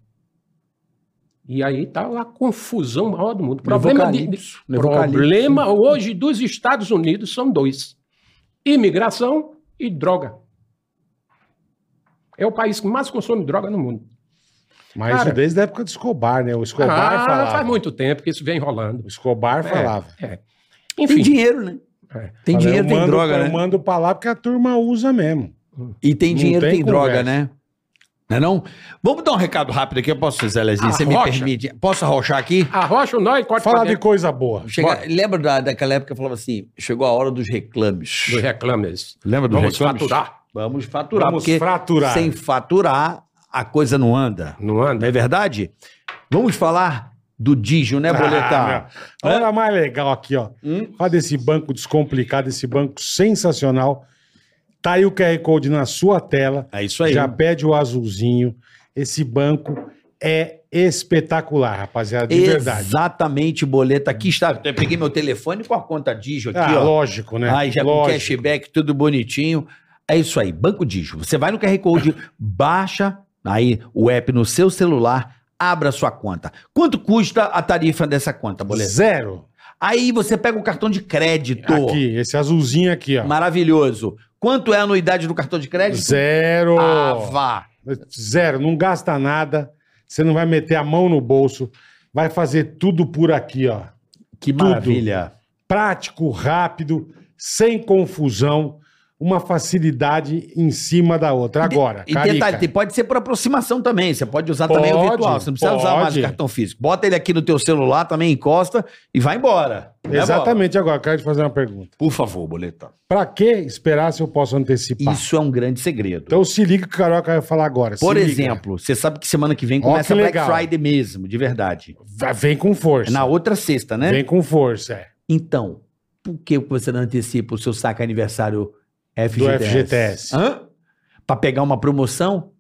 Speaker 1: E aí está a confusão maior do mundo. Problema, de- de,
Speaker 4: Apocalipse.
Speaker 1: problema hoje dos Estados Unidos são dois: imigração e droga. É o país que mais consome droga no mundo.
Speaker 3: Mas
Speaker 1: Cara.
Speaker 3: isso desde a época do Escobar, né? O Escobar
Speaker 1: ah,
Speaker 3: falava.
Speaker 1: faz muito tempo que isso vem rolando.
Speaker 3: O Escobar falava.
Speaker 1: É.
Speaker 4: Tem
Speaker 1: Enfim,
Speaker 4: dinheiro, né?
Speaker 1: é,
Speaker 4: Tem
Speaker 3: Falei,
Speaker 4: dinheiro,
Speaker 3: eu
Speaker 4: tem
Speaker 3: mando-
Speaker 4: droga,
Speaker 3: Eu
Speaker 4: né?
Speaker 3: mando pra lá porque a turma usa mesmo.
Speaker 4: E tem
Speaker 3: Não
Speaker 4: dinheiro,
Speaker 3: tem
Speaker 4: tem, droga,
Speaker 3: conversa.
Speaker 4: né? Não é não? Vamos dar um recado rápido aqui, eu posso, Zé Lezinho? Você me
Speaker 1: Arrocha.
Speaker 4: permite? Posso arrochar aqui?
Speaker 1: arrocha o nó e corta
Speaker 3: Falar
Speaker 1: pra
Speaker 3: de
Speaker 1: dentro
Speaker 3: coisa boa.
Speaker 4: Chega-
Speaker 1: bora.
Speaker 4: lembra da, daquela época que eu falava assim, chegou a hora dos reclames.
Speaker 1: dos reclames.
Speaker 4: Lembra dos
Speaker 1: Vamos
Speaker 4: reclames?
Speaker 1: faturar.
Speaker 4: Vamos faturar.
Speaker 3: Vamos
Speaker 4: porque
Speaker 3: fraturar.
Speaker 4: Sem faturar, a coisa não anda.
Speaker 1: Não
Speaker 4: Não
Speaker 1: anda?
Speaker 4: é verdade? Vmeu. Vamos falar do Digio, né, Boletar?
Speaker 3: Ah, meu. a hora mais legal aqui, ó. Fala desse banco descomplicado, esse banco sensacional. Tá aí o QR Code na sua tela.
Speaker 4: é isso aí.
Speaker 3: Já pede o azulzinho. Esse banco é espetacular, rapaziada, de verdade.
Speaker 4: Exatamente, Boleta. Aqui está. Eu peguei meu telefone com a conta Digio aqui,
Speaker 3: ah,
Speaker 4: ó.
Speaker 3: lógico, né?
Speaker 4: Aí já com
Speaker 3: lógico.
Speaker 4: cashback, tudo bonitinho. É isso aí, Banco Digio. Você vai no QR Code, baixa aí o app no seu celular, abra sua conta. Quanto custa a tarifa dessa conta, Boleta?
Speaker 3: Zero.
Speaker 4: Aí você pega o cartão de crédito.
Speaker 3: Aqui, esse azulzinho aqui, ó.
Speaker 4: Maravilhoso. Quanto é a anuidade do cartão de crédito?
Speaker 3: Zero.
Speaker 4: Ah, vá.
Speaker 3: Zero, não gasta nada. Você não vai meter a mão no bolso. Vai fazer tudo por aqui, ó.
Speaker 4: Que
Speaker 3: Tudo.
Speaker 4: maravilha.
Speaker 3: Prático, rápido, sem confusão. Uma facilidade em cima da outra. Agora,
Speaker 4: E
Speaker 3: Carica,
Speaker 4: detalhe, tem- pode ser por aproximação também. Você pode usar também o
Speaker 3: Pode,
Speaker 4: virtual. Você não precisa usar mais o
Speaker 3: pode.
Speaker 4: cartão físico. Bota ele aqui no teu celular, também encosta e vai embora. Né, Bola?
Speaker 3: Exatamente agora, quero te fazer uma pergunta.
Speaker 4: Por favor, boleta.
Speaker 3: Pra que esperar se eu posso antecipar?
Speaker 4: Isso é um grande segredo.
Speaker 3: Então se liga que o Carioca vai falar agora. se
Speaker 4: Por
Speaker 3: liga.
Speaker 4: exemplo, você sabe que semana que vem
Speaker 3: Ó,
Speaker 4: começa
Speaker 3: que
Speaker 4: a Black
Speaker 3: legal.
Speaker 4: Friday mesmo, de verdade. É
Speaker 3: Vai- Vem com força.
Speaker 4: Na outra sexta, né?
Speaker 3: Vem com força, é.
Speaker 4: Então, por que você não antecipa o seu saque aniversário FGTS?
Speaker 3: FGTS.
Speaker 4: Hã? Pra pegar uma promoção?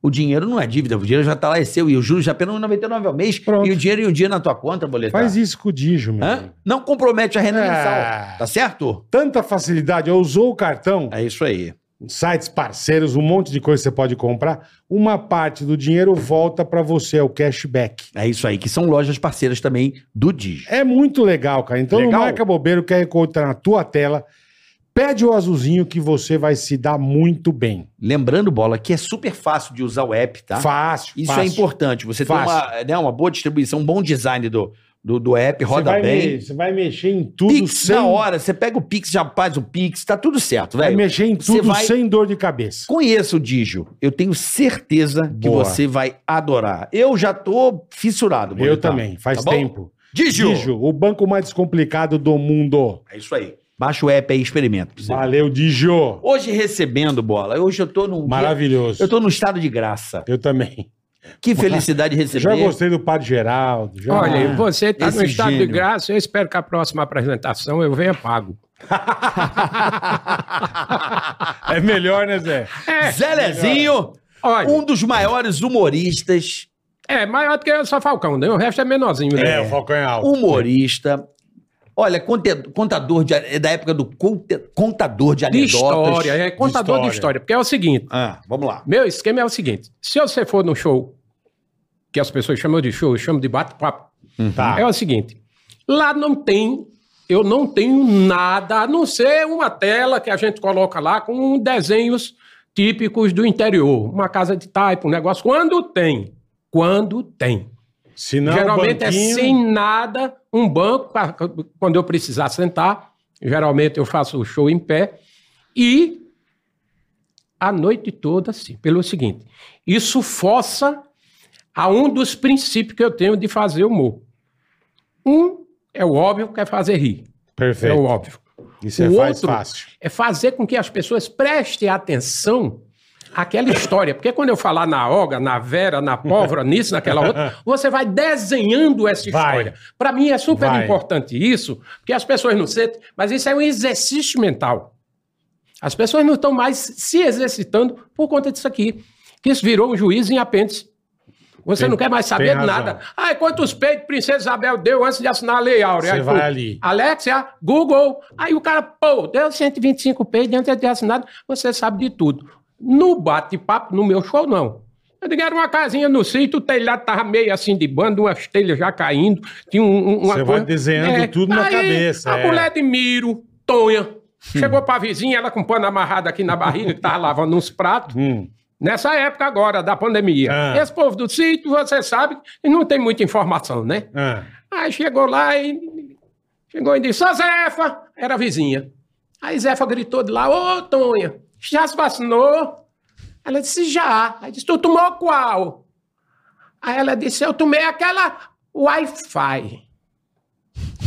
Speaker 4: O dinheiro não é dívida, o dinheiro já tá lá, é seu. E o juros já apenas 99 ao mês.
Speaker 3: Pronto.
Speaker 4: E o dinheiro em um dia na tua conta, boletar.
Speaker 3: Faz isso com o Dijo, meu.
Speaker 4: Hã?
Speaker 3: amigo.
Speaker 4: Não compromete a renda
Speaker 3: É.
Speaker 4: mensal. Tá certo?
Speaker 3: Tanta facilidade. Eu usou o cartão.
Speaker 4: É isso aí.
Speaker 3: sites parceiros, um monte de coisa que você pode comprar. Uma parte do dinheiro volta para você, é o cashback.
Speaker 4: É isso aí, que são lojas parceiras também do Digio.
Speaker 3: É muito legal, cara. Então
Speaker 4: Legal.
Speaker 3: não marca bobeira, o QR Code tá na tua tela. Pede o azulzinho que você vai se dar muito bem.
Speaker 4: Lembrando, Bola, que é super fácil de usar o app, tá?
Speaker 3: Fácil,
Speaker 4: Isso
Speaker 3: fácil.
Speaker 4: é importante. Você
Speaker 3: Fácil.
Speaker 4: tem uma, né, uma boa distribuição, um bom design do, do, do app, roda
Speaker 3: vai
Speaker 4: bem.
Speaker 3: me- Você vai mexer em tudo
Speaker 4: Pix
Speaker 3: sem...
Speaker 4: na hora, você pega o Pix, já faz o Pix, tá tudo certo,
Speaker 3: Vai
Speaker 4: velho.
Speaker 3: mexer em
Speaker 4: Você
Speaker 3: tudo
Speaker 4: vai-
Speaker 3: sem dor de cabeça.
Speaker 4: Conheça o Digio. Eu tenho certeza que
Speaker 3: Boa.
Speaker 4: você vai adorar. Eu já tô fissurado.
Speaker 3: Eu
Speaker 4: bonitão.
Speaker 3: também, faz
Speaker 4: Tá bom?
Speaker 3: tempo.
Speaker 4: Digio.
Speaker 3: Digio, o banco mais descomplicado do mundo.
Speaker 4: É isso aí. Baixa o app aí, experimenta. pra você ver.
Speaker 3: Valeu, Digio.
Speaker 4: Hoje recebendo bola. Hoje eu tô num.
Speaker 3: Maravilhoso.
Speaker 4: Eu tô num estado de graça.
Speaker 3: Eu também.
Speaker 4: Que felicidade receber.
Speaker 3: Já gostei do Padre Geraldo. já-
Speaker 1: Olha, você está
Speaker 4: esse
Speaker 1: no estado
Speaker 4: gênio.
Speaker 1: de graça, eu espero que a próxima apresentação eu venha pago.
Speaker 3: É melhor, né, Zé?
Speaker 4: Zé Lezinho,
Speaker 1: Olha,
Speaker 4: É, um dos maiores humoristas,
Speaker 1: é maior do que o só Falcão, né? O resto é menorzinho.
Speaker 3: É,
Speaker 1: Né?
Speaker 3: o Falcão é alto.
Speaker 4: humorista. Olha, conte- contador de. É da época do conte- contador de
Speaker 1: de
Speaker 4: anedotas.
Speaker 1: história, é contador de
Speaker 3: história.
Speaker 1: história. Porque é o seguinte,
Speaker 4: Ah, vamos lá.
Speaker 1: meu esquema é o seguinte, se você for num show, que as pessoas chamam de show, eu chamo de bate-papo,
Speaker 4: Um.
Speaker 3: Tá.
Speaker 1: é o seguinte, lá não tem, eu não tenho nada, a não ser uma tela que a gente coloca lá com desenhos típicos do interior, uma casa de taipa, um negócio, quando tem, quando tem.
Speaker 3: Se não,
Speaker 1: geralmente
Speaker 3: banquinho,
Speaker 1: é sem nada, um banco, pra- quando eu precisar sentar, geralmente eu faço o show em pé, e a noite toda, assim, pelo seguinte, isso força a um dos princípios que eu tenho de fazer humor. Um é o óbvio que é fazer rir, é
Speaker 3: Perfeito.
Speaker 1: o óbvio.
Speaker 3: Isso é
Speaker 1: O
Speaker 3: faz
Speaker 1: outro-
Speaker 3: fácil.
Speaker 1: É fazer com que as pessoas prestem atenção àquela história. Porque quando eu falar na Olga, na Vera, na Pólvora, nisso, naquela outra, você vai desenhando essa
Speaker 3: Vai.
Speaker 1: história. Para mim é super
Speaker 3: Vai.
Speaker 1: importante isso, porque as pessoas não sentem, mas isso é um exercício mental. As pessoas não estão mais se exercitando por conta disso aqui. Que isso virou um juiz em apêndice. Você
Speaker 3: Tem-
Speaker 1: não quer mais
Speaker 3: tem
Speaker 1: saber
Speaker 3: razão.
Speaker 1: de nada. Ah, quantos peitos Princesa Isabel deu antes de assinar a Lei Áurea?
Speaker 3: Você
Speaker 1: Aí
Speaker 3: vai
Speaker 1: tu,
Speaker 3: ali.
Speaker 1: Alexia, é Google. Aí o cara, pô, deu 125 peitos antes de ter assinado. Você sabe de tudo. No bate-papo, no meu show, não. Eu digo, era uma casinha no sítio, o telhado tava meio assim de bando, umas telhas já caindo. Tinha um, um- uma É,
Speaker 3: Você vai desenhando tudo na cabeça,
Speaker 1: A
Speaker 3: é.
Speaker 1: mulher de Miro, Tonha, chegou pra vizinha, ela com um pano amarrado aqui na barriga, que tava lavando uns pratos.
Speaker 3: Hum.
Speaker 1: Nessa época agora, da pandemia.
Speaker 3: Ah.
Speaker 1: Esse povo do sítio, você sabe, não tem muita informação, né?
Speaker 3: Ah,
Speaker 1: Aí chegou lá e chegou e disse: Ô Zefa! Era a vizinha. Aí Zefa gritou de lá: Ô Tonha, já se vacinou? Ela disse: Já. Aí disse: Tu tomou qual? Aí ela disse: Eu tomei aquela Wi-Fi.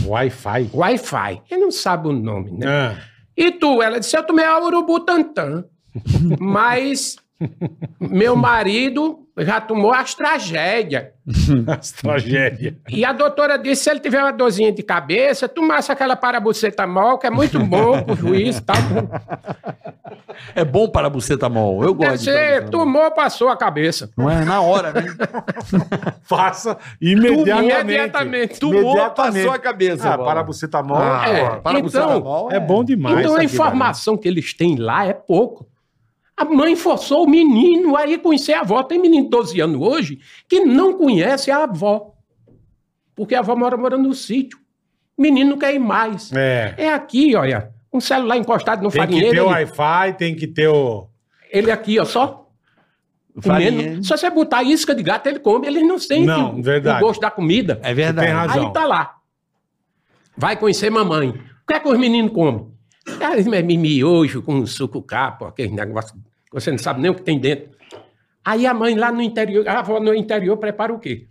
Speaker 3: Wi-Fi.
Speaker 1: Wi-Fi. Ele não sabe o nome,
Speaker 4: É.
Speaker 1: né?
Speaker 3: Ah,
Speaker 1: E tu? Ela disse: Eu tomei a Urubu Tantan. Mas meu marido já tomou as tragédias.
Speaker 3: as tragédias.
Speaker 1: E a doutora disse, se ele tiver uma dorzinha de cabeça, tomasse aquela parabucetamol, que é muito bom pro juiz e tal.
Speaker 4: É bom para bucetamol. Eu gosto. de
Speaker 1: Você
Speaker 4: paracetamol.
Speaker 1: tomou, passou a cabeça.
Speaker 4: Não é na hora, né?
Speaker 3: Faça imediatamente.
Speaker 1: Imediatamente.
Speaker 4: Tomou,
Speaker 3: Imediatamente.
Speaker 4: passou a cabeça,
Speaker 3: Ah,
Speaker 4: bola.
Speaker 3: para você tá mal.
Speaker 4: Ah,
Speaker 1: É,
Speaker 4: pô, para bucetamol
Speaker 1: então-
Speaker 3: é bom demais.
Speaker 1: então
Speaker 3: isso
Speaker 1: a
Speaker 3: aqui,
Speaker 1: informação que eles têm lá é pouco. A mãe forçou o menino a ir conhecer a avó. Tem menino de 12 anos hoje que não conhece a avó. Porque a avó mora, mora no sítio. Menino não quer ir mais.
Speaker 3: velho. É.
Speaker 1: É aqui, olha. Um celular encostado no
Speaker 3: Tem que
Speaker 1: farinheiro.
Speaker 3: ter o
Speaker 1: ele-
Speaker 3: Wi-Fi, tem que ter o.
Speaker 1: Ele aqui, ó, só.
Speaker 4: Farinha.
Speaker 1: Comendo. Se você botar isca de gato, ele come. Eles não sentem
Speaker 3: Não,
Speaker 1: o,
Speaker 3: verdade.
Speaker 1: o gosto da comida.
Speaker 4: É
Speaker 3: Tem
Speaker 4: verdade.
Speaker 3: razão.
Speaker 1: Aí tá lá. Vai conhecer mamãe. O que é que os meninos comem? Ah, mi- mi- Miojo com suco capo, aquele negócio que você não sabe nem o que tem dentro. Aí a mãe lá no interior, a avó no interior prepara o quê?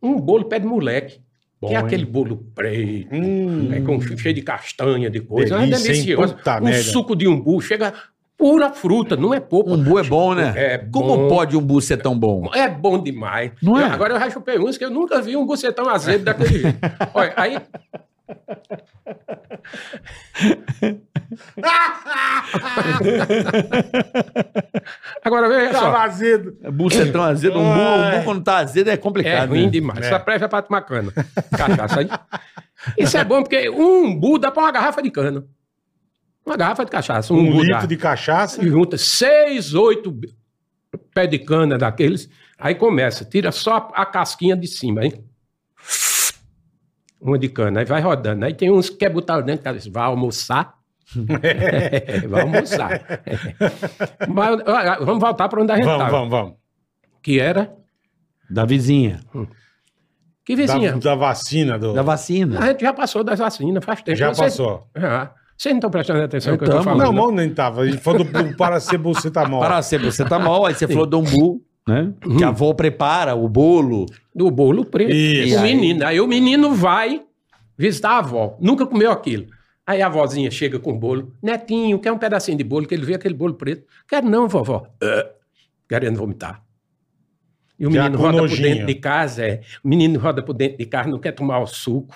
Speaker 1: Um bolo pé de moleque.
Speaker 3: Bom,
Speaker 1: que é
Speaker 3: hein?
Speaker 1: aquele bolo preto.
Speaker 3: Hum.
Speaker 1: É com, cheio de castanha, de coisa.
Speaker 3: Delícia,
Speaker 1: é
Speaker 3: hein?
Speaker 1: delicioso.
Speaker 3: Puta
Speaker 1: um
Speaker 3: merda.
Speaker 1: suco de umbu chega pura fruta, não é pouco.
Speaker 4: Umbu é bom, né?
Speaker 1: É
Speaker 4: Como
Speaker 1: bom.
Speaker 4: pode umbu ser tão bom?
Speaker 1: É bom demais.
Speaker 4: Não é?
Speaker 1: Eu- agora eu já chupei uns que eu nunca vi um bucetão azedo daquele jeito. Olha, aí. agora veja
Speaker 3: Tá
Speaker 1: só.
Speaker 3: azedo.
Speaker 4: É Bucetão azedo, um umbu,
Speaker 3: Ai.
Speaker 4: umbu quando tá azedo é
Speaker 1: É
Speaker 4: complicado.
Speaker 1: ruim
Speaker 4: né?
Speaker 1: demais. Essa prévia é pra tomar cana. Cachaça aí. Isso é bom porque um umbu dá pra uma garrafa de cana. Uma garrafa de cachaça. Um,
Speaker 3: Um
Speaker 1: umbu dá.
Speaker 3: litro de cachaça.
Speaker 1: E junta seis, oito b- pé de cana daqueles. Aí começa, tira só a casquinha de cima, hein? Uma de cana, aí vai rodando. Aí tem uns que quer botar o dente, cara, diz, vai almoçar. vai almoçar. Mas, ó, ó, vamos voltar para onde a gente
Speaker 3: Vamos,
Speaker 1: estava.
Speaker 3: vamos, vamos.
Speaker 1: Que era
Speaker 4: Da vizinha.
Speaker 1: Que
Speaker 3: Da,
Speaker 1: vizinhança?
Speaker 3: da vacina do.
Speaker 4: Da vacina.
Speaker 1: A gente já passou das vacinas, faz tempo.
Speaker 3: Já
Speaker 1: Vocês-
Speaker 3: passou.
Speaker 1: Já. Vocês não estão prestando atenção no que eu tô
Speaker 4: Estamos.
Speaker 1: falando.
Speaker 3: Não,
Speaker 1: não.
Speaker 3: mão nem tava. A gente falou do, do paracetamol.
Speaker 4: Para ser você tá mal, aí você falou do umbu, né? Que a avó prepara o bolo.
Speaker 1: Do bolo preto.
Speaker 3: Isso.
Speaker 1: O menino. Aí o menino vai visitar a avó. Nunca comeu aquilo. Aí a avózinha chega com o bolo. Netinho, quer um pedacinho de bolo? Que ele vê aquele bolo preto. Quero não, vovó. Ah, Querendo vomitar. E o
Speaker 3: Já
Speaker 1: menino
Speaker 3: com
Speaker 1: roda por
Speaker 3: nojinho.
Speaker 1: dentro de casa. É. O menino roda por dentro de casa, não quer tomar o suco.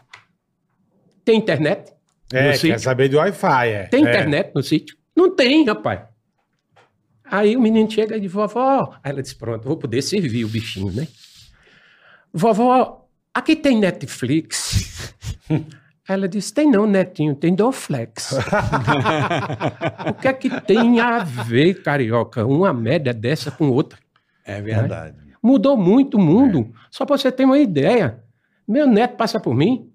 Speaker 1: Tem internet?
Speaker 3: É,
Speaker 1: no sítio?
Speaker 3: quer saber do Wi-Fi, é.
Speaker 1: Tem
Speaker 3: É.
Speaker 1: internet no sítio? Não tem, rapaz. Aí o menino chega e diz, vovó. Aí ela diz, pronto, vou poder servir o bichinho, né? Vovó, aqui tem Netflix. Aí Ela disse, tem não, netinho, tem Dorflex. o que é que tem a ver, carioca, uma média dessa com outra?
Speaker 4: É verdade.
Speaker 1: Mudou muito o mundo.
Speaker 3: É.
Speaker 1: Só para você ter uma ideia. Meu neto passa por mim,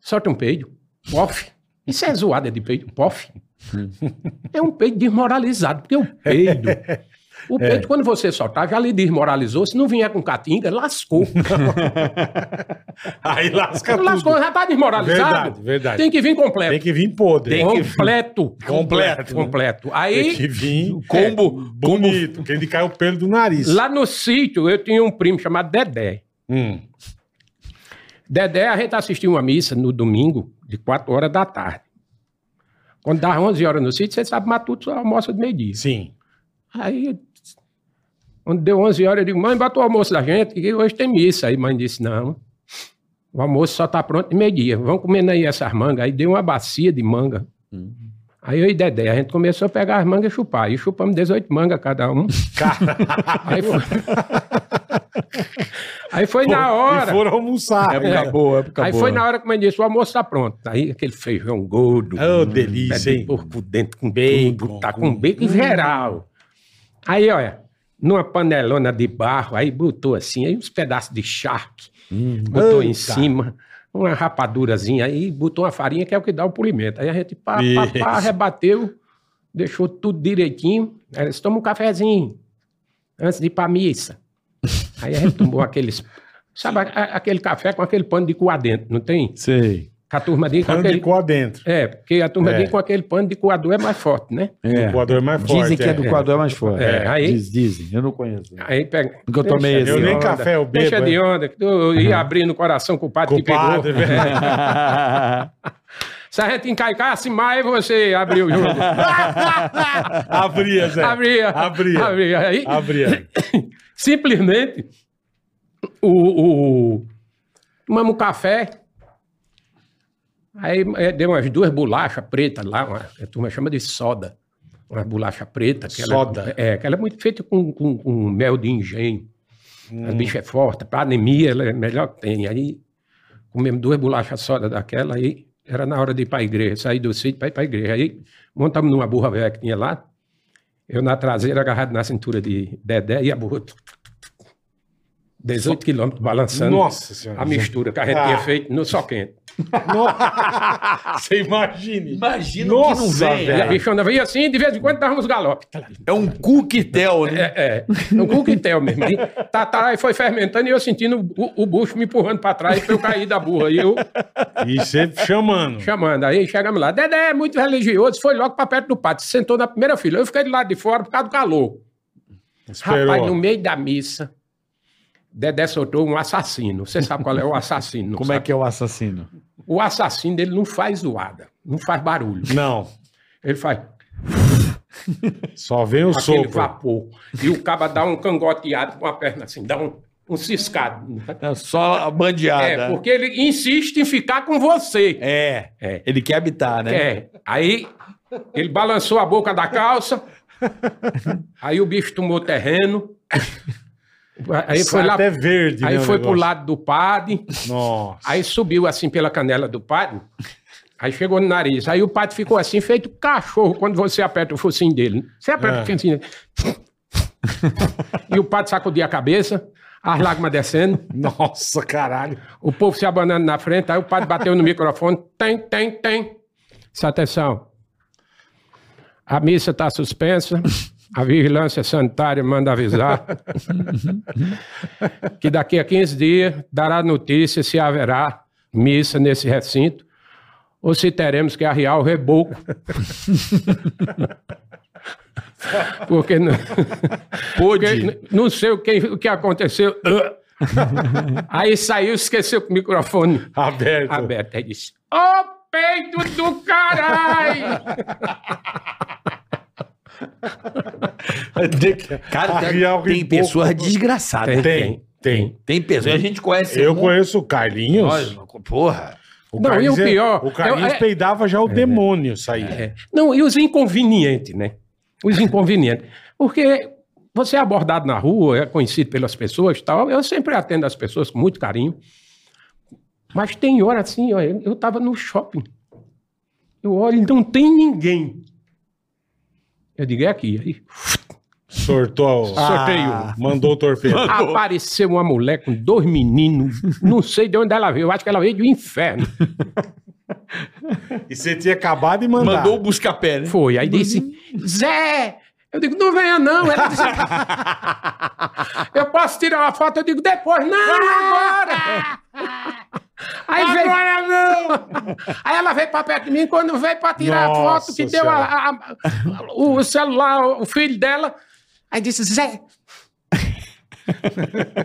Speaker 1: solta um peido, pof. Isso é zoada de peido, pof.
Speaker 3: Hum.
Speaker 1: é um peido desmoralizado, porque o peido. O
Speaker 3: É.
Speaker 1: peido, quando você soltar, já lhe desmoralizou. Se não vier com catinga, lascou.
Speaker 3: Aí lasca
Speaker 1: lascou,
Speaker 3: tudo.
Speaker 1: já está desmoralizado.
Speaker 3: Verdade, verdade.
Speaker 1: Tem que vir completo.
Speaker 3: Tem que vir podre.
Speaker 1: completo.
Speaker 3: Completo, né?
Speaker 1: Completo.
Speaker 3: Tem
Speaker 1: Aí.
Speaker 3: que vir é,
Speaker 4: Combo.
Speaker 3: bonito, que ele cai o pelo do nariz.
Speaker 1: Lá no sítio, eu tinha um primo chamado Dedé.
Speaker 3: Hum.
Speaker 1: Dedé, a gente assistiu uma missa no domingo, de 4 horas da tarde. Quando dá 11 horas no sítio, você sabe, matuto só almoça de meio-dia.
Speaker 3: Sim.
Speaker 1: Aí, eu disse- quando deu 11 horas, eu digo, mãe, bota o almoço da gente, que hoje tem missa. Aí mãe disse, não, o almoço só está pronto de meio-dia. Vamos comendo aí essas mangas. Aí deu uma bacia de manga. Aí eu e Dedé, a gente começou a pegar as mangas e chupar. E chupamos 18 mangas cada um. aí foi, aí foi na hora.
Speaker 3: E foram almoçar.
Speaker 1: É.
Speaker 4: boa, época
Speaker 1: Aí foi na hora que o mãe disse, o almoço tá pronto. Aí aquele feijão gordo.
Speaker 3: Oh,
Speaker 1: pé
Speaker 3: delícia,
Speaker 1: de
Speaker 3: hein?
Speaker 1: porco dentro com
Speaker 3: Bacon,
Speaker 1: bacon. Tá com,
Speaker 3: com-
Speaker 1: bacon geral. Aí, olha, numa panelona de barro, aí botou assim, aí uns pedaços de charque.
Speaker 3: Hum,
Speaker 1: botou em
Speaker 3: Eita.
Speaker 1: cima. Uma rapadurazinha aí, botou uma farinha, que é o que dá o polimento. Aí a gente pá, pá, pá,
Speaker 3: Isso.
Speaker 1: rebateu, deixou tudo direitinho. Aí eles tomam um cafezinho antes de ir pra missa. Aí a gente tomou aqueles. Sabe a- a- aquele café com aquele pano de coar dentro, não tem?
Speaker 4: Sei.
Speaker 1: Que a turma diz com
Speaker 3: Pano
Speaker 1: aquele.
Speaker 3: de coa dentro.
Speaker 1: É, porque a turma
Speaker 3: É.
Speaker 1: diz com aquele pano de coador é mais forte, né?
Speaker 4: É.
Speaker 3: O coador é mais forte.
Speaker 4: Dizem que é do quadro é mais forte.
Speaker 1: É, aí-
Speaker 4: Diz- dizem, eu não conheço.
Speaker 1: Aí pega.
Speaker 4: Porque eu tomei
Speaker 1: Deixa de
Speaker 4: esse.
Speaker 3: Eu nem
Speaker 1: onda,
Speaker 3: café eu bebo.
Speaker 1: Deixa de
Speaker 3: é.
Speaker 1: onda, que tu ia abrir no coração com o padre que pegou.
Speaker 3: Compadre, velho.
Speaker 1: Se a gente encaicasse mais, você abriu o jogo.
Speaker 3: Abria, Zé.
Speaker 1: abria.
Speaker 3: É, Abria.
Speaker 1: Abria. Aí,
Speaker 3: Abria.
Speaker 1: simplesmente, o, o, tomamos um café. Aí eh, deu umas duas bolachas pretas lá, uma, a turma chama de soda. Uma bolacha preta. que ela-
Speaker 3: Soda.
Speaker 1: é, que ela é muito feita com, com, com mel de engenho. A bicha é forte, para anemia ela é a melhor que tem. Aí comemos duas bolachas soda daquela, aí era na hora de ir para a igreja, sair do sítio para ir para a igreja. Aí montamos numa burra velha que tinha lá, eu na traseira agarrado na cintura de Dedé e a burra. tu- tu- tu- 18 quilômetros balançando
Speaker 3: Nossa senhora.
Speaker 1: a mistura que a gente
Speaker 3: Ah.
Speaker 1: tinha feito no só quente.
Speaker 3: Você imagine.
Speaker 4: Imagina
Speaker 3: o que
Speaker 4: Nossa,
Speaker 3: não vem.
Speaker 1: E a
Speaker 4: velho.
Speaker 1: bichona veio assim, de vez em quando dávamos galope.
Speaker 3: Tá
Speaker 4: É um coquetel, né?
Speaker 1: É, é. Um coquetel mesmo. E tá, tá, aí foi fermentando e eu sentindo o, o bucho me empurrando para trás pra eu cair da burra. E eu
Speaker 3: E você chamando.
Speaker 1: chamando. Aí chegamos lá. Dedé é muito religioso, foi logo para perto do pátio, sentou na primeira fila. Eu fiquei do lado de fora por causa do calor.
Speaker 3: Esperou.
Speaker 1: Rapaz, no meio da missa, Dedé soltou um assassino. Você sabe qual é o assassino? não
Speaker 4: Como é
Speaker 1: sabe?
Speaker 4: que é o assassino?
Speaker 1: O assassino dele não faz zoada, não faz barulho.
Speaker 3: Não.
Speaker 1: Ele faz
Speaker 3: Só vem o
Speaker 1: aquele
Speaker 3: sopro.
Speaker 1: vapor. E o caba dá um cangoteado com a perna assim, dá um, um ciscado.
Speaker 4: É só a bandeada.
Speaker 1: É, porque ele insiste em ficar com você.
Speaker 4: É.
Speaker 1: É.
Speaker 4: Ele quer habitar, né?
Speaker 1: É. Aí ele balançou a boca da calça. aí o bicho tomou terreno. Aí
Speaker 3: Sai
Speaker 1: foi lá.
Speaker 3: até verde,
Speaker 1: aí
Speaker 3: né, o
Speaker 1: foi pro
Speaker 3: negócio.
Speaker 1: lado do padre.
Speaker 3: Nossa.
Speaker 1: Aí subiu assim pela canela do padre. Aí chegou no nariz. Aí o padre ficou assim, feito cachorro, quando você aperta o focinho dele. Você aperta
Speaker 3: É.
Speaker 1: o focinho dele. e o padre sacudia a cabeça, as lágrimas descendo.
Speaker 3: Nossa, caralho.
Speaker 1: O povo se abanando na frente, aí o padre bateu no microfone. Tem, tem, tem. Presta atenção. A missa está tá suspensa. A vigilância sanitária manda avisar que daqui a 15 dias dará notícia se haverá missa nesse recinto ou se teremos que arriar o reboco. Porque não, porque n- não sei o que, o que aconteceu. Aí saiu, esqueceu com o microfone
Speaker 3: Aberto.
Speaker 1: aberto. Aí disse: Ô peito do caralho!
Speaker 3: Tem que
Speaker 4: Cara, tem,
Speaker 3: arriar o
Speaker 4: tem
Speaker 3: reboco.
Speaker 4: pessoas desgraçadas. Tem,
Speaker 3: Tem, tem.
Speaker 4: pessoas, a gente conhece.
Speaker 3: Eu
Speaker 4: um-
Speaker 3: conheço o Carlinhos.
Speaker 4: Nós, porra.
Speaker 3: O
Speaker 1: Não,
Speaker 3: Carlinhos
Speaker 1: e o
Speaker 3: é-
Speaker 1: pior,
Speaker 3: O Carlinhos
Speaker 1: eu- é-
Speaker 3: peidava já o demônio sair.
Speaker 1: É. Não, e os inconvenientes, né? Os inconvenientes. Porque você é abordado na rua, é conhecido pelas pessoas e tal. Eu sempre atendo as pessoas com muito carinho. Mas tem hora assim, ó, eu estava no shopping. Eu olho e não tem ninguém. Eu digo, é aqui. Aí,
Speaker 3: Sortou. o-
Speaker 1: Sorteio.
Speaker 3: Mandou o torpedo.
Speaker 1: Apareceu uma mulher com dois meninos. Não sei de onde ela veio. Eu acho que ela veio do inferno.
Speaker 3: E você tinha acabado de mandar.
Speaker 4: Mandou o busca-pé, né?
Speaker 1: Foi. Aí disse, Zé! Eu digo, não venha não. é Ela disse, eu posso tirar uma foto? Eu digo, depois. Não, agora! Aí agora não! Aí ela veio pra perto de mim. Quando veio pra tirar a
Speaker 3: Nossa
Speaker 1: foto, que deu a- a- a- o celular, o filho dela. Aí disse, Zé...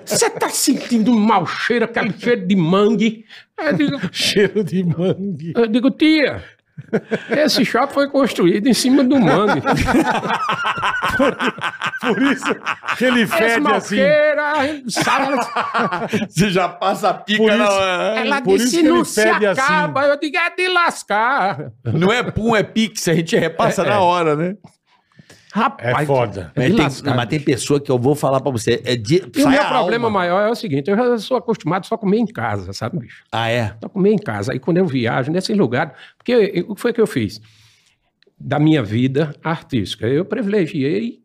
Speaker 1: Você tá sentindo um mau cheiro, aquele cheiro de mangue? Aí Eu digo,
Speaker 3: Cheiro de mangue.
Speaker 1: eu digo, tia, esse shopping foi construído em cima do mangue.
Speaker 3: Por isso que ele
Speaker 1: Essa
Speaker 3: fede assim.
Speaker 1: malqueira, a gente sabe, ela,
Speaker 4: Você já passa a pica
Speaker 3: Por isso-
Speaker 4: na-
Speaker 1: ela
Speaker 3: É,
Speaker 1: é
Speaker 3: Por isso
Speaker 1: disse,
Speaker 3: que ele
Speaker 1: não se
Speaker 3: fede assim.
Speaker 1: acaba. Eu digo, é de lascar.
Speaker 4: Não é pum, é pix, a gente repassa na hora, né?
Speaker 1: Rapaz,
Speaker 3: É foda.
Speaker 1: É
Speaker 4: Mas
Speaker 1: de
Speaker 4: tem,
Speaker 1: lascar.
Speaker 4: não, mas tem pessoa que eu vou falar pra você. É de,
Speaker 1: E o
Speaker 4: sai
Speaker 1: meu
Speaker 4: a
Speaker 1: problema
Speaker 4: alma.
Speaker 1: maior é o seguinte, eu já sou acostumado só a comer em casa, sabe, bicho?
Speaker 4: Ah, é?
Speaker 1: Só Então, comer em casa. Aí quando eu viajo nesse lugar, porque eu- o que foi que eu fiz? Da minha vida artística. Eu privilegiei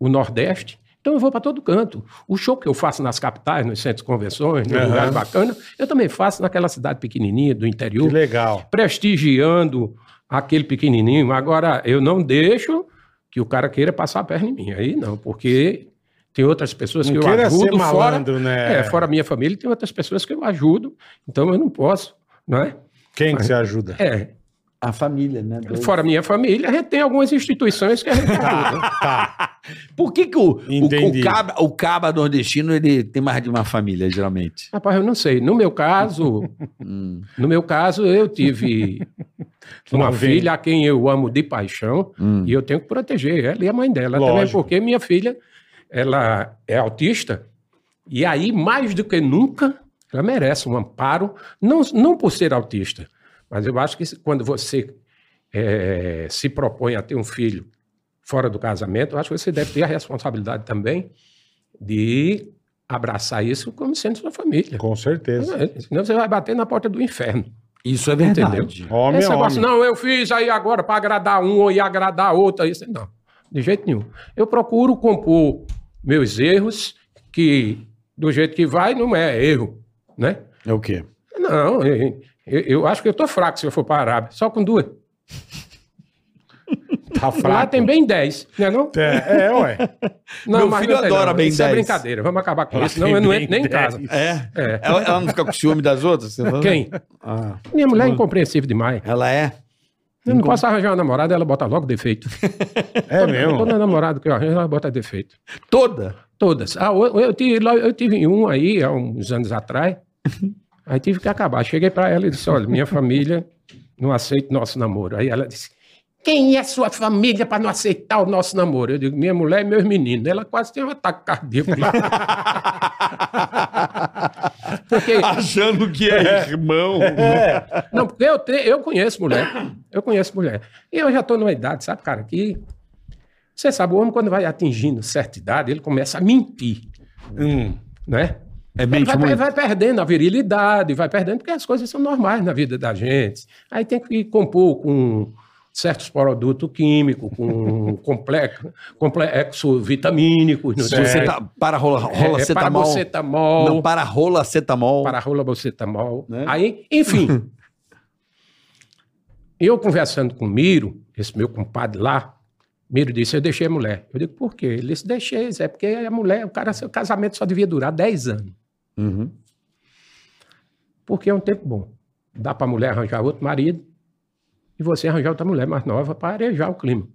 Speaker 1: o Nordeste, então eu vou para todo canto. O show que eu faço nas capitais, nos centros de convenções, nos
Speaker 3: Aham.
Speaker 1: lugares bacanas, eu também faço naquela cidade pequenininha do
Speaker 3: Que
Speaker 1: interior,
Speaker 3: legal.
Speaker 1: prestigiando aquele pequenininho. Agora, eu não deixo que o cara queira passar a perna em mim. Aí não, porque tem outras pessoas
Speaker 3: Não
Speaker 1: que eu
Speaker 3: queira ser
Speaker 1: ajudo fora.
Speaker 3: malandro, né?
Speaker 1: É, fora a minha família, tem outras pessoas que eu ajudo, então eu não posso, não é?
Speaker 3: Quem que você ajuda?
Speaker 1: É,
Speaker 4: A família, né? Dois.
Speaker 1: fora a minha família, a gente tem algumas instituições que a gente ajuda.
Speaker 3: Tá,
Speaker 4: Por que, que o, o,
Speaker 3: Entendi.
Speaker 4: o, caba, o caba nordestino ele tem mais de uma família, geralmente?
Speaker 1: Rapaz, eu não sei. No meu caso,
Speaker 4: Hum.
Speaker 1: no meu caso, eu tive
Speaker 3: Lá
Speaker 1: uma
Speaker 3: vem.
Speaker 1: filha a quem eu amo de paixão
Speaker 4: Hum.
Speaker 1: e eu tenho que proteger ela e a mãe dela. Também
Speaker 3: Lógico.
Speaker 1: porque minha filha, ela é autista e aí, mais do que nunca, ela merece um amparo, não, não por ser autista, mas eu acho que se- quando você eh, se propõe a ter um filho fora do casamento, eu acho que você deve ter a responsabilidade também de abraçar isso como sendo sua família.
Speaker 3: Com certeza.
Speaker 1: É, Senão você vai bater na porta do inferno.
Speaker 4: Isso é
Speaker 1: verdade.
Speaker 3: Homem é
Speaker 1: Esse negócio,
Speaker 3: homem.
Speaker 1: não, eu fiz aí agora para agradar um e agradar outro. Isso, não, de jeito nenhum. Eu procuro compor meus erros, que do jeito que vai não é erro, né?
Speaker 3: É o quê?
Speaker 1: Não, eu, eu- eu acho que eu tô fraco se eu for para a Arábia, só com duas.
Speaker 3: Tá
Speaker 1: Lá
Speaker 3: fraco.
Speaker 1: tem bem dez, né não?
Speaker 3: É, é, ué.
Speaker 1: Não,
Speaker 4: Meu
Speaker 1: mas
Speaker 4: filho
Speaker 1: não tem,
Speaker 4: adora
Speaker 1: não.
Speaker 4: Ben
Speaker 1: Isso é
Speaker 4: 10.
Speaker 1: brincadeira, vamos acabar com
Speaker 3: Lá
Speaker 1: isso, não
Speaker 3: tem
Speaker 1: eu não
Speaker 3: Ben
Speaker 1: entro nem em
Speaker 3: 10.
Speaker 1: casa.
Speaker 4: É?
Speaker 1: É.
Speaker 4: Ela, ela não fica com ciúme das outras? Você fala?
Speaker 1: Quem?
Speaker 4: Ah.
Speaker 1: Minha mulher é incompreensível demais.
Speaker 4: Ela é?
Speaker 1: Eu não posso arranjar uma namorada, ela bota logo defeito.
Speaker 3: É mesmo.
Speaker 1: Toda namorada que eu arranjo, ela bota defeito.
Speaker 4: Toda?
Speaker 1: Todas. Ah, eu, eu tive, lá- eu tive um aí, há uns anos atrás. Aí tive que acabar. Cheguei para ela e disse: olha, minha família não aceita nosso namoro. Aí ela disse: quem é sua família para não aceitar o nosso namoro? Eu digo: minha mulher e meus meninos. Ela quase teve um ataque cardíaco lá. porque,
Speaker 4: Achando que é irmão.
Speaker 1: não, porque eu, te- eu conheço mulher. Eu conheço mulher. E eu já estou numa idade, sabe, cara, que. Você sabe, o homem, quando vai atingindo certa idade, ele começa a mentir,
Speaker 3: Hum.
Speaker 1: né?
Speaker 4: É
Speaker 1: Ele
Speaker 4: bem
Speaker 1: vai, vai- vai perdendo a virilidade, vai perdendo, porque as coisas são normais na vida da gente. Aí tem que compor com certos produtos químicos, com complexo, complexo vitamínicos, não
Speaker 4: Se
Speaker 1: sei.
Speaker 4: você tá para rola, rola
Speaker 1: é, é,
Speaker 4: cetamol.
Speaker 1: paracetamol,
Speaker 4: Não, para rola cetamol.
Speaker 1: para rola bocetamol.
Speaker 4: Né?
Speaker 1: Aí, enfim. eu conversando com o Miro, esse meu compadre lá, Miro disse, eu deixei a mulher. Eu digo, por quê? Ele disse, deixei, é porque a mulher, o cara, seu casamento só devia durar 10 anos.
Speaker 4: Uhum.
Speaker 1: Porque é um tempo bom. Dá pra mulher arranjar outro marido e você arranjar outra mulher mais nova para arejar o clima.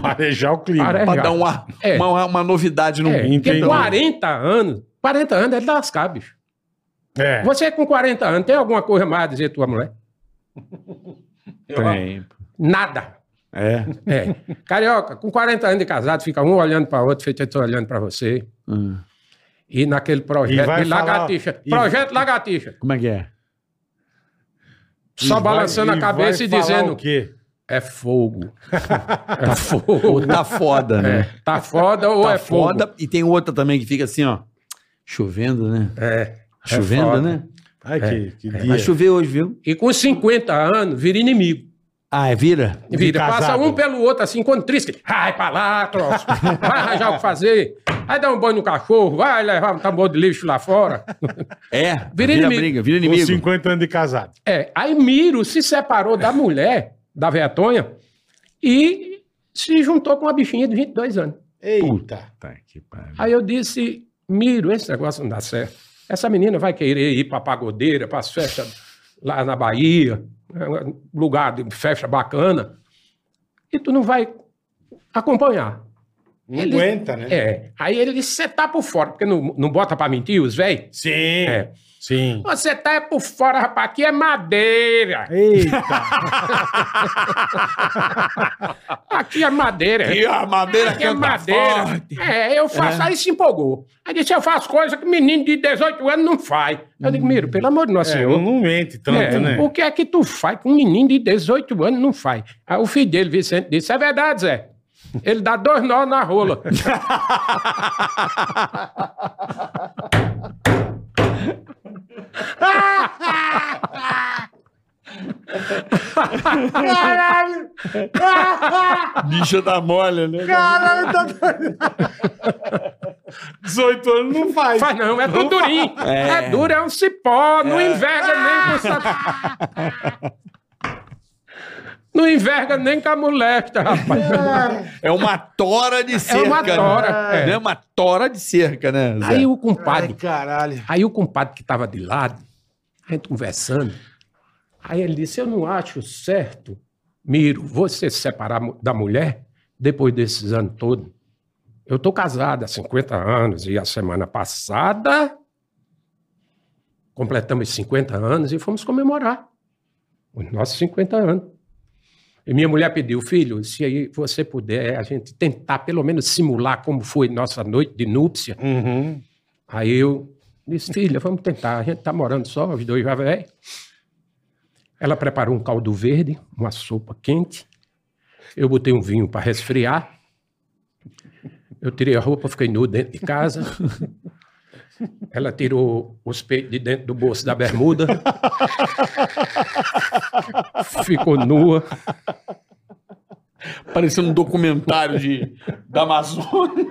Speaker 3: Parejar o clima.
Speaker 1: Pare-
Speaker 4: Pra
Speaker 1: já.
Speaker 4: dar uma,
Speaker 1: É.
Speaker 4: uma, uma novidade no
Speaker 1: É,
Speaker 4: mundo.
Speaker 1: porque
Speaker 3: entendi.
Speaker 1: 40 anos, 40 anos é de lascar, bicho.
Speaker 3: É.
Speaker 1: Você com 40 anos tem alguma coisa mais a dizer tua mulher?
Speaker 4: Tem.
Speaker 1: Nada.
Speaker 3: É.
Speaker 1: É. Carioca, com 40 anos de casado, fica um olhando para outro, feito eu tô olhando para você.
Speaker 4: Hum.
Speaker 1: E naquele
Speaker 3: E
Speaker 1: projeto
Speaker 3: vai
Speaker 1: de
Speaker 3: falar-
Speaker 1: lagartixa.
Speaker 3: e-
Speaker 1: Projeto lagartixa.
Speaker 4: Como é que é?
Speaker 1: Só
Speaker 3: E vai-
Speaker 1: balançando a
Speaker 3: e
Speaker 1: cabeça
Speaker 3: vai
Speaker 1: e
Speaker 3: falar
Speaker 1: dizendo:
Speaker 3: O quê?
Speaker 1: é fogo. é fogo.
Speaker 4: Tá foda, né?
Speaker 1: É, tá foda ou
Speaker 4: tá
Speaker 1: é
Speaker 4: foda.
Speaker 1: fogo?
Speaker 4: E tem outra também que fica assim, ó. Chovendo, né?
Speaker 1: É.
Speaker 4: Chovendo,
Speaker 1: foda.
Speaker 4: né?
Speaker 3: Ai, que,
Speaker 1: É.
Speaker 3: que dia.
Speaker 4: Vai chover hoje, viu?
Speaker 1: E com 50 anos, vira inimigo.
Speaker 4: Ah, é vira?
Speaker 3: De
Speaker 1: Vira, passa
Speaker 3: casado.
Speaker 1: um pelo outro assim, quando triste. Vai pra lá, troço. Vai arranjar o que fazer. Vai dar um banho no cachorro, vai levar um tambor de lixo lá fora.
Speaker 4: É.
Speaker 1: Vira inimigo.
Speaker 4: briga, vira
Speaker 3: Com
Speaker 4: inimigo.
Speaker 3: 50 anos de casado.
Speaker 1: É, aí Miro se separou da mulher, da Vetonha, e se juntou com uma bichinha de 22 anos.
Speaker 3: Eita.
Speaker 4: Tá que pariu.
Speaker 1: Aí eu disse, Miro, esse negócio não dá certo. Essa menina vai querer ir pra pagodeira, para festas lá na Bahia, é um lugar de festa bacana, e tu não vai acompanhar.
Speaker 3: Não
Speaker 1: Ele-
Speaker 3: aguenta, né?
Speaker 1: É, aí ele disse, você tá por fora, porque não, não bota pra mentir os velhos?
Speaker 3: Sim.
Speaker 1: É.
Speaker 3: Sim.
Speaker 1: Você tá é por fora, rapaz, aqui é madeira.
Speaker 3: Eita.
Speaker 1: Aqui é madeira.
Speaker 4: E a madeira
Speaker 1: que é madeira. É, eu faço. Aí se empolgou. Aí disse: eu faço coisa que menino de 18 anos não faz. Eu digo, Miro, pelo amor de Nosso
Speaker 3: É,
Speaker 1: Senhor.
Speaker 3: não, não mente tanto,
Speaker 1: É,
Speaker 3: né?
Speaker 1: O que é que tu faz que um menino de 18 anos não faz? Aí o filho dele, Vicente, disse: é verdade, Zé. Ele dá dois nós na rola.
Speaker 4: Bicha da molha, né?
Speaker 3: Caralho, tá doido. 18 anos não faz.
Speaker 1: Faz não, é tudo durinho. É. duro, é um cipó, não enverga nem com essa... Não enverga nem com a molesta, rapaz.
Speaker 4: É uma tora de cerca.
Speaker 1: É uma tora,
Speaker 4: Né?
Speaker 1: é.
Speaker 4: É uma tora de cerca, né? Zé?
Speaker 1: Aí o compadre,
Speaker 3: caralho.
Speaker 1: aí o compadre que estava de lado, a gente conversando, aí ele disse, eu não acho certo, Miro, você se separar mu- da mulher depois desses anos todos. Eu tô casado há 50 anos e a semana passada completamos 50 anos e fomos comemorar os nossos 50 anos. E minha mulher pediu, filho, se aí você puder, a gente tentar pelo menos simular como foi nossa noite de núpcia.
Speaker 3: Uhum.
Speaker 1: Aí eu disse, filha, vamos tentar. A gente tá morando só, os dois já velhos. Ela preparou um caldo verde, uma sopa quente. Eu botei um vinho para resfriar. Eu tirei a roupa, fiquei nu dentro de casa. Ela tirou os peitos de dentro do bolso da bermuda. Ficou nua.
Speaker 4: Parecendo um documentário de, da Amazônia.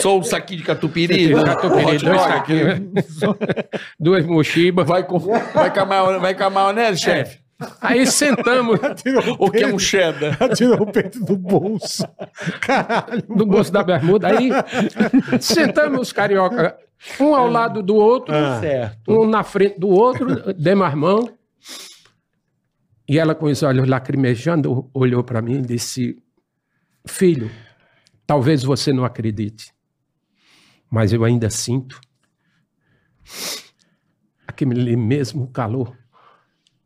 Speaker 4: Só o saquinho de catupiry.
Speaker 1: Tirou
Speaker 4: né?
Speaker 1: catupiry,
Speaker 4: Hot
Speaker 1: dois
Speaker 4: dog,
Speaker 1: saquinhos, né?
Speaker 4: aquele-
Speaker 1: Duas mochibas.
Speaker 4: Vai com, vai com, a, maio- vai com a maionese, chefe?
Speaker 1: Aí sentamos
Speaker 3: Tirou o
Speaker 4: Ou que é um
Speaker 3: peito,
Speaker 4: cheddar?
Speaker 3: tirou o peito do bolso. Caralho.
Speaker 1: no bolso da bermuda. Aí sentamos os carioca, um ao lado do outro, um na frente do outro, demos as mãos. E ela, com os olhos lacrimejando, olhou para mim e disse: Filho, talvez você não acredite, mas eu ainda sinto aquele mesmo calor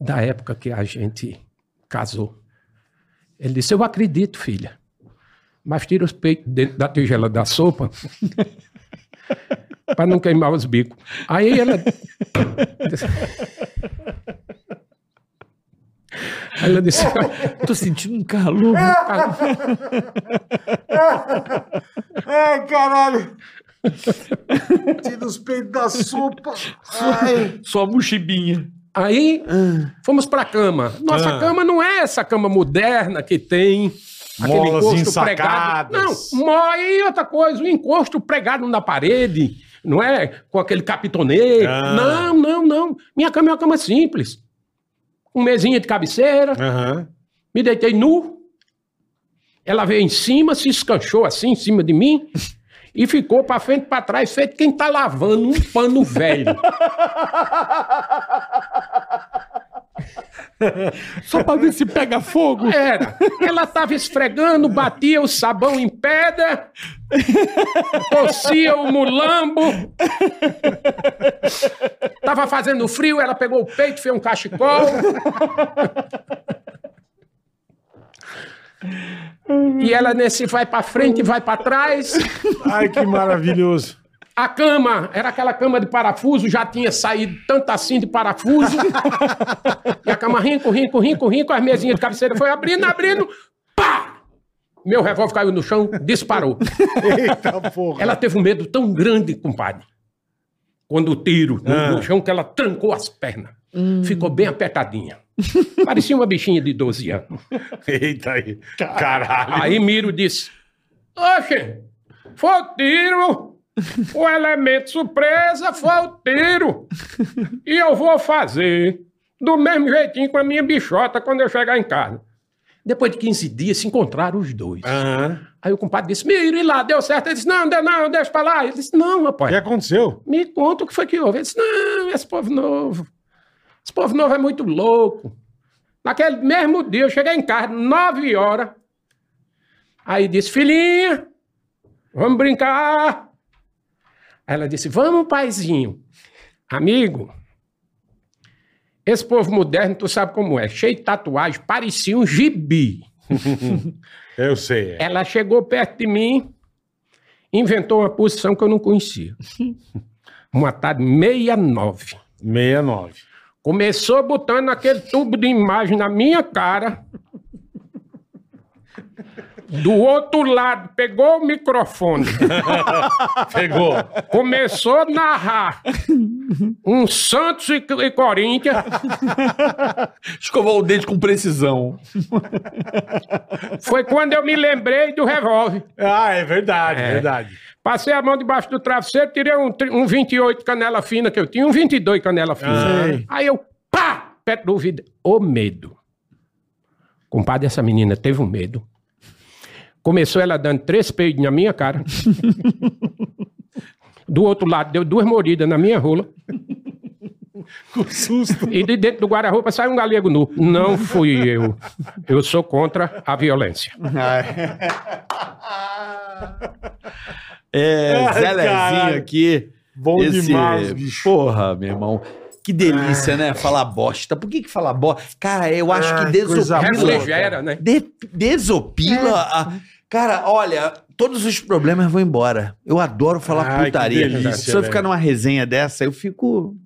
Speaker 1: da época que a gente casou. Ele disse: Eu acredito, filha mas tira os peitos dentro da tigela da sopa para não queimar os bicos. Aí ela. ela disse. É.
Speaker 4: Tô sentindo um calor.
Speaker 3: Ai, É, caralho. Tira os peitos da sopa. Ai.
Speaker 4: Só mochibinha.
Speaker 1: Aí fomos para a cama. Nossa
Speaker 3: Ah.
Speaker 1: cama não é essa cama moderna que tem. Aquele
Speaker 3: Molas
Speaker 1: encosto pregado. Não,
Speaker 3: ensacadas.
Speaker 1: mó- e outra coisa, o encosto pregado na parede, não é? Com aquele capitonê.
Speaker 3: Ah.
Speaker 1: Não, não, não. Minha cama é uma cama simples. Com mesinha de cabeceira,
Speaker 3: Aham.
Speaker 1: Me deitei nu. Ela veio em cima, se escanchou assim em cima de mim e ficou pra frente e pra trás, feito quem tá lavando um pano velho.
Speaker 6: Só pra ver se pega fogo.
Speaker 1: Era. Ela tava esfregando, batia o sabão em pedra, tossia o mulambo. Tava fazendo frio, ela pegou o peito, fez um cachecol. E ela nesse vai pra frente e vai pra trás.
Speaker 3: Ai, que maravilhoso.
Speaker 1: A cama, era aquela cama de parafuso, já tinha saído tanto assim de parafuso. e a cama rinco, rinco, rinco, rinco, as mesinhas de cabeceira foi abrindo, abrindo, pá! Meu revólver caiu no chão, disparou.
Speaker 3: Eita porra.
Speaker 1: Ela teve um medo tão grande, compadre, quando o tiro no,
Speaker 3: Ah.
Speaker 1: no chão, que ela trancou as pernas. Ficou bem apertadinha. Parecia uma bichinha de 12 anos.
Speaker 3: Eita aí. Caralho.
Speaker 1: Aí Miro disse: Oxe, foi o tiro! O elemento surpresa foi o tiro! E eu vou fazer do mesmo jeitinho com a minha bichota quando eu chegar em casa. Depois de 15 dias se encontraram os dois.
Speaker 3: Aham.
Speaker 1: Aí o compadre disse: Miro, e lá, deu certo? Ele disse: Não, deu não, deixa pra lá. Ele disse: Não,
Speaker 3: O
Speaker 1: rapaz
Speaker 3: que aconteceu?
Speaker 1: me conta o que foi que houve. Ele disse, não, esse povo novo, esse povo novo é muito louco. Naquele mesmo dia, eu cheguei em casa, nove horas, aí disse, filhinha, vamos brincar. Aí Ela disse, vamos, paizinho. Amigo, esse povo moderno, tu sabe como é, cheio de tatuagem, parecia um gibi.
Speaker 3: Eu sei. é.
Speaker 1: Ela chegou perto de mim, inventou uma posição que eu não conhecia. Uma tarde 69.
Speaker 3: 69.
Speaker 1: Começou botando aquele tubo de imagem na minha cara. Do outro lado, pegou o microfone,
Speaker 3: Pegou.
Speaker 1: começou a narrar um Santos e, e Corinthians.
Speaker 6: Escovou o dente com precisão.
Speaker 1: Foi quando eu me lembrei do revólver.
Speaker 3: Ah, é verdade, verdade.
Speaker 1: Passei a mão debaixo do travesseiro, tirei um, tri- um 28 canela fina que eu tinha, um 22 canela fina.
Speaker 3: Sei.
Speaker 1: Aí eu, pá, perto do ouvido, o medo. Compadre, essa menina teve um medo. Começou ela dando três peidos na minha cara. do outro lado, deu duas mordidas na minha rola.
Speaker 3: Com susto.
Speaker 1: E de dentro do guarda-roupa saiu um galego nu. Não fui eu. Eu sou contra a violência.
Speaker 4: É,
Speaker 3: Ai,
Speaker 4: Zé Lezinho
Speaker 3: caralho.
Speaker 4: aqui.
Speaker 3: Bom
Speaker 4: é-
Speaker 3: demais, bicho.
Speaker 4: Porra, meu irmão. Que delícia, né? Falar bosta. Por que que falar bosta? Cara, eu acho
Speaker 3: Ah,
Speaker 4: que
Speaker 3: que coisa
Speaker 4: desopila.
Speaker 3: boa.
Speaker 1: Refrigera, né?
Speaker 4: De- desopila a- Cara, olha, todos os problemas vão embora. Eu adoro falar
Speaker 3: Ai, que
Speaker 4: putaria.
Speaker 3: delícia,
Speaker 4: Se eu ficar
Speaker 3: velho.
Speaker 4: numa resenha dessa, eu fico...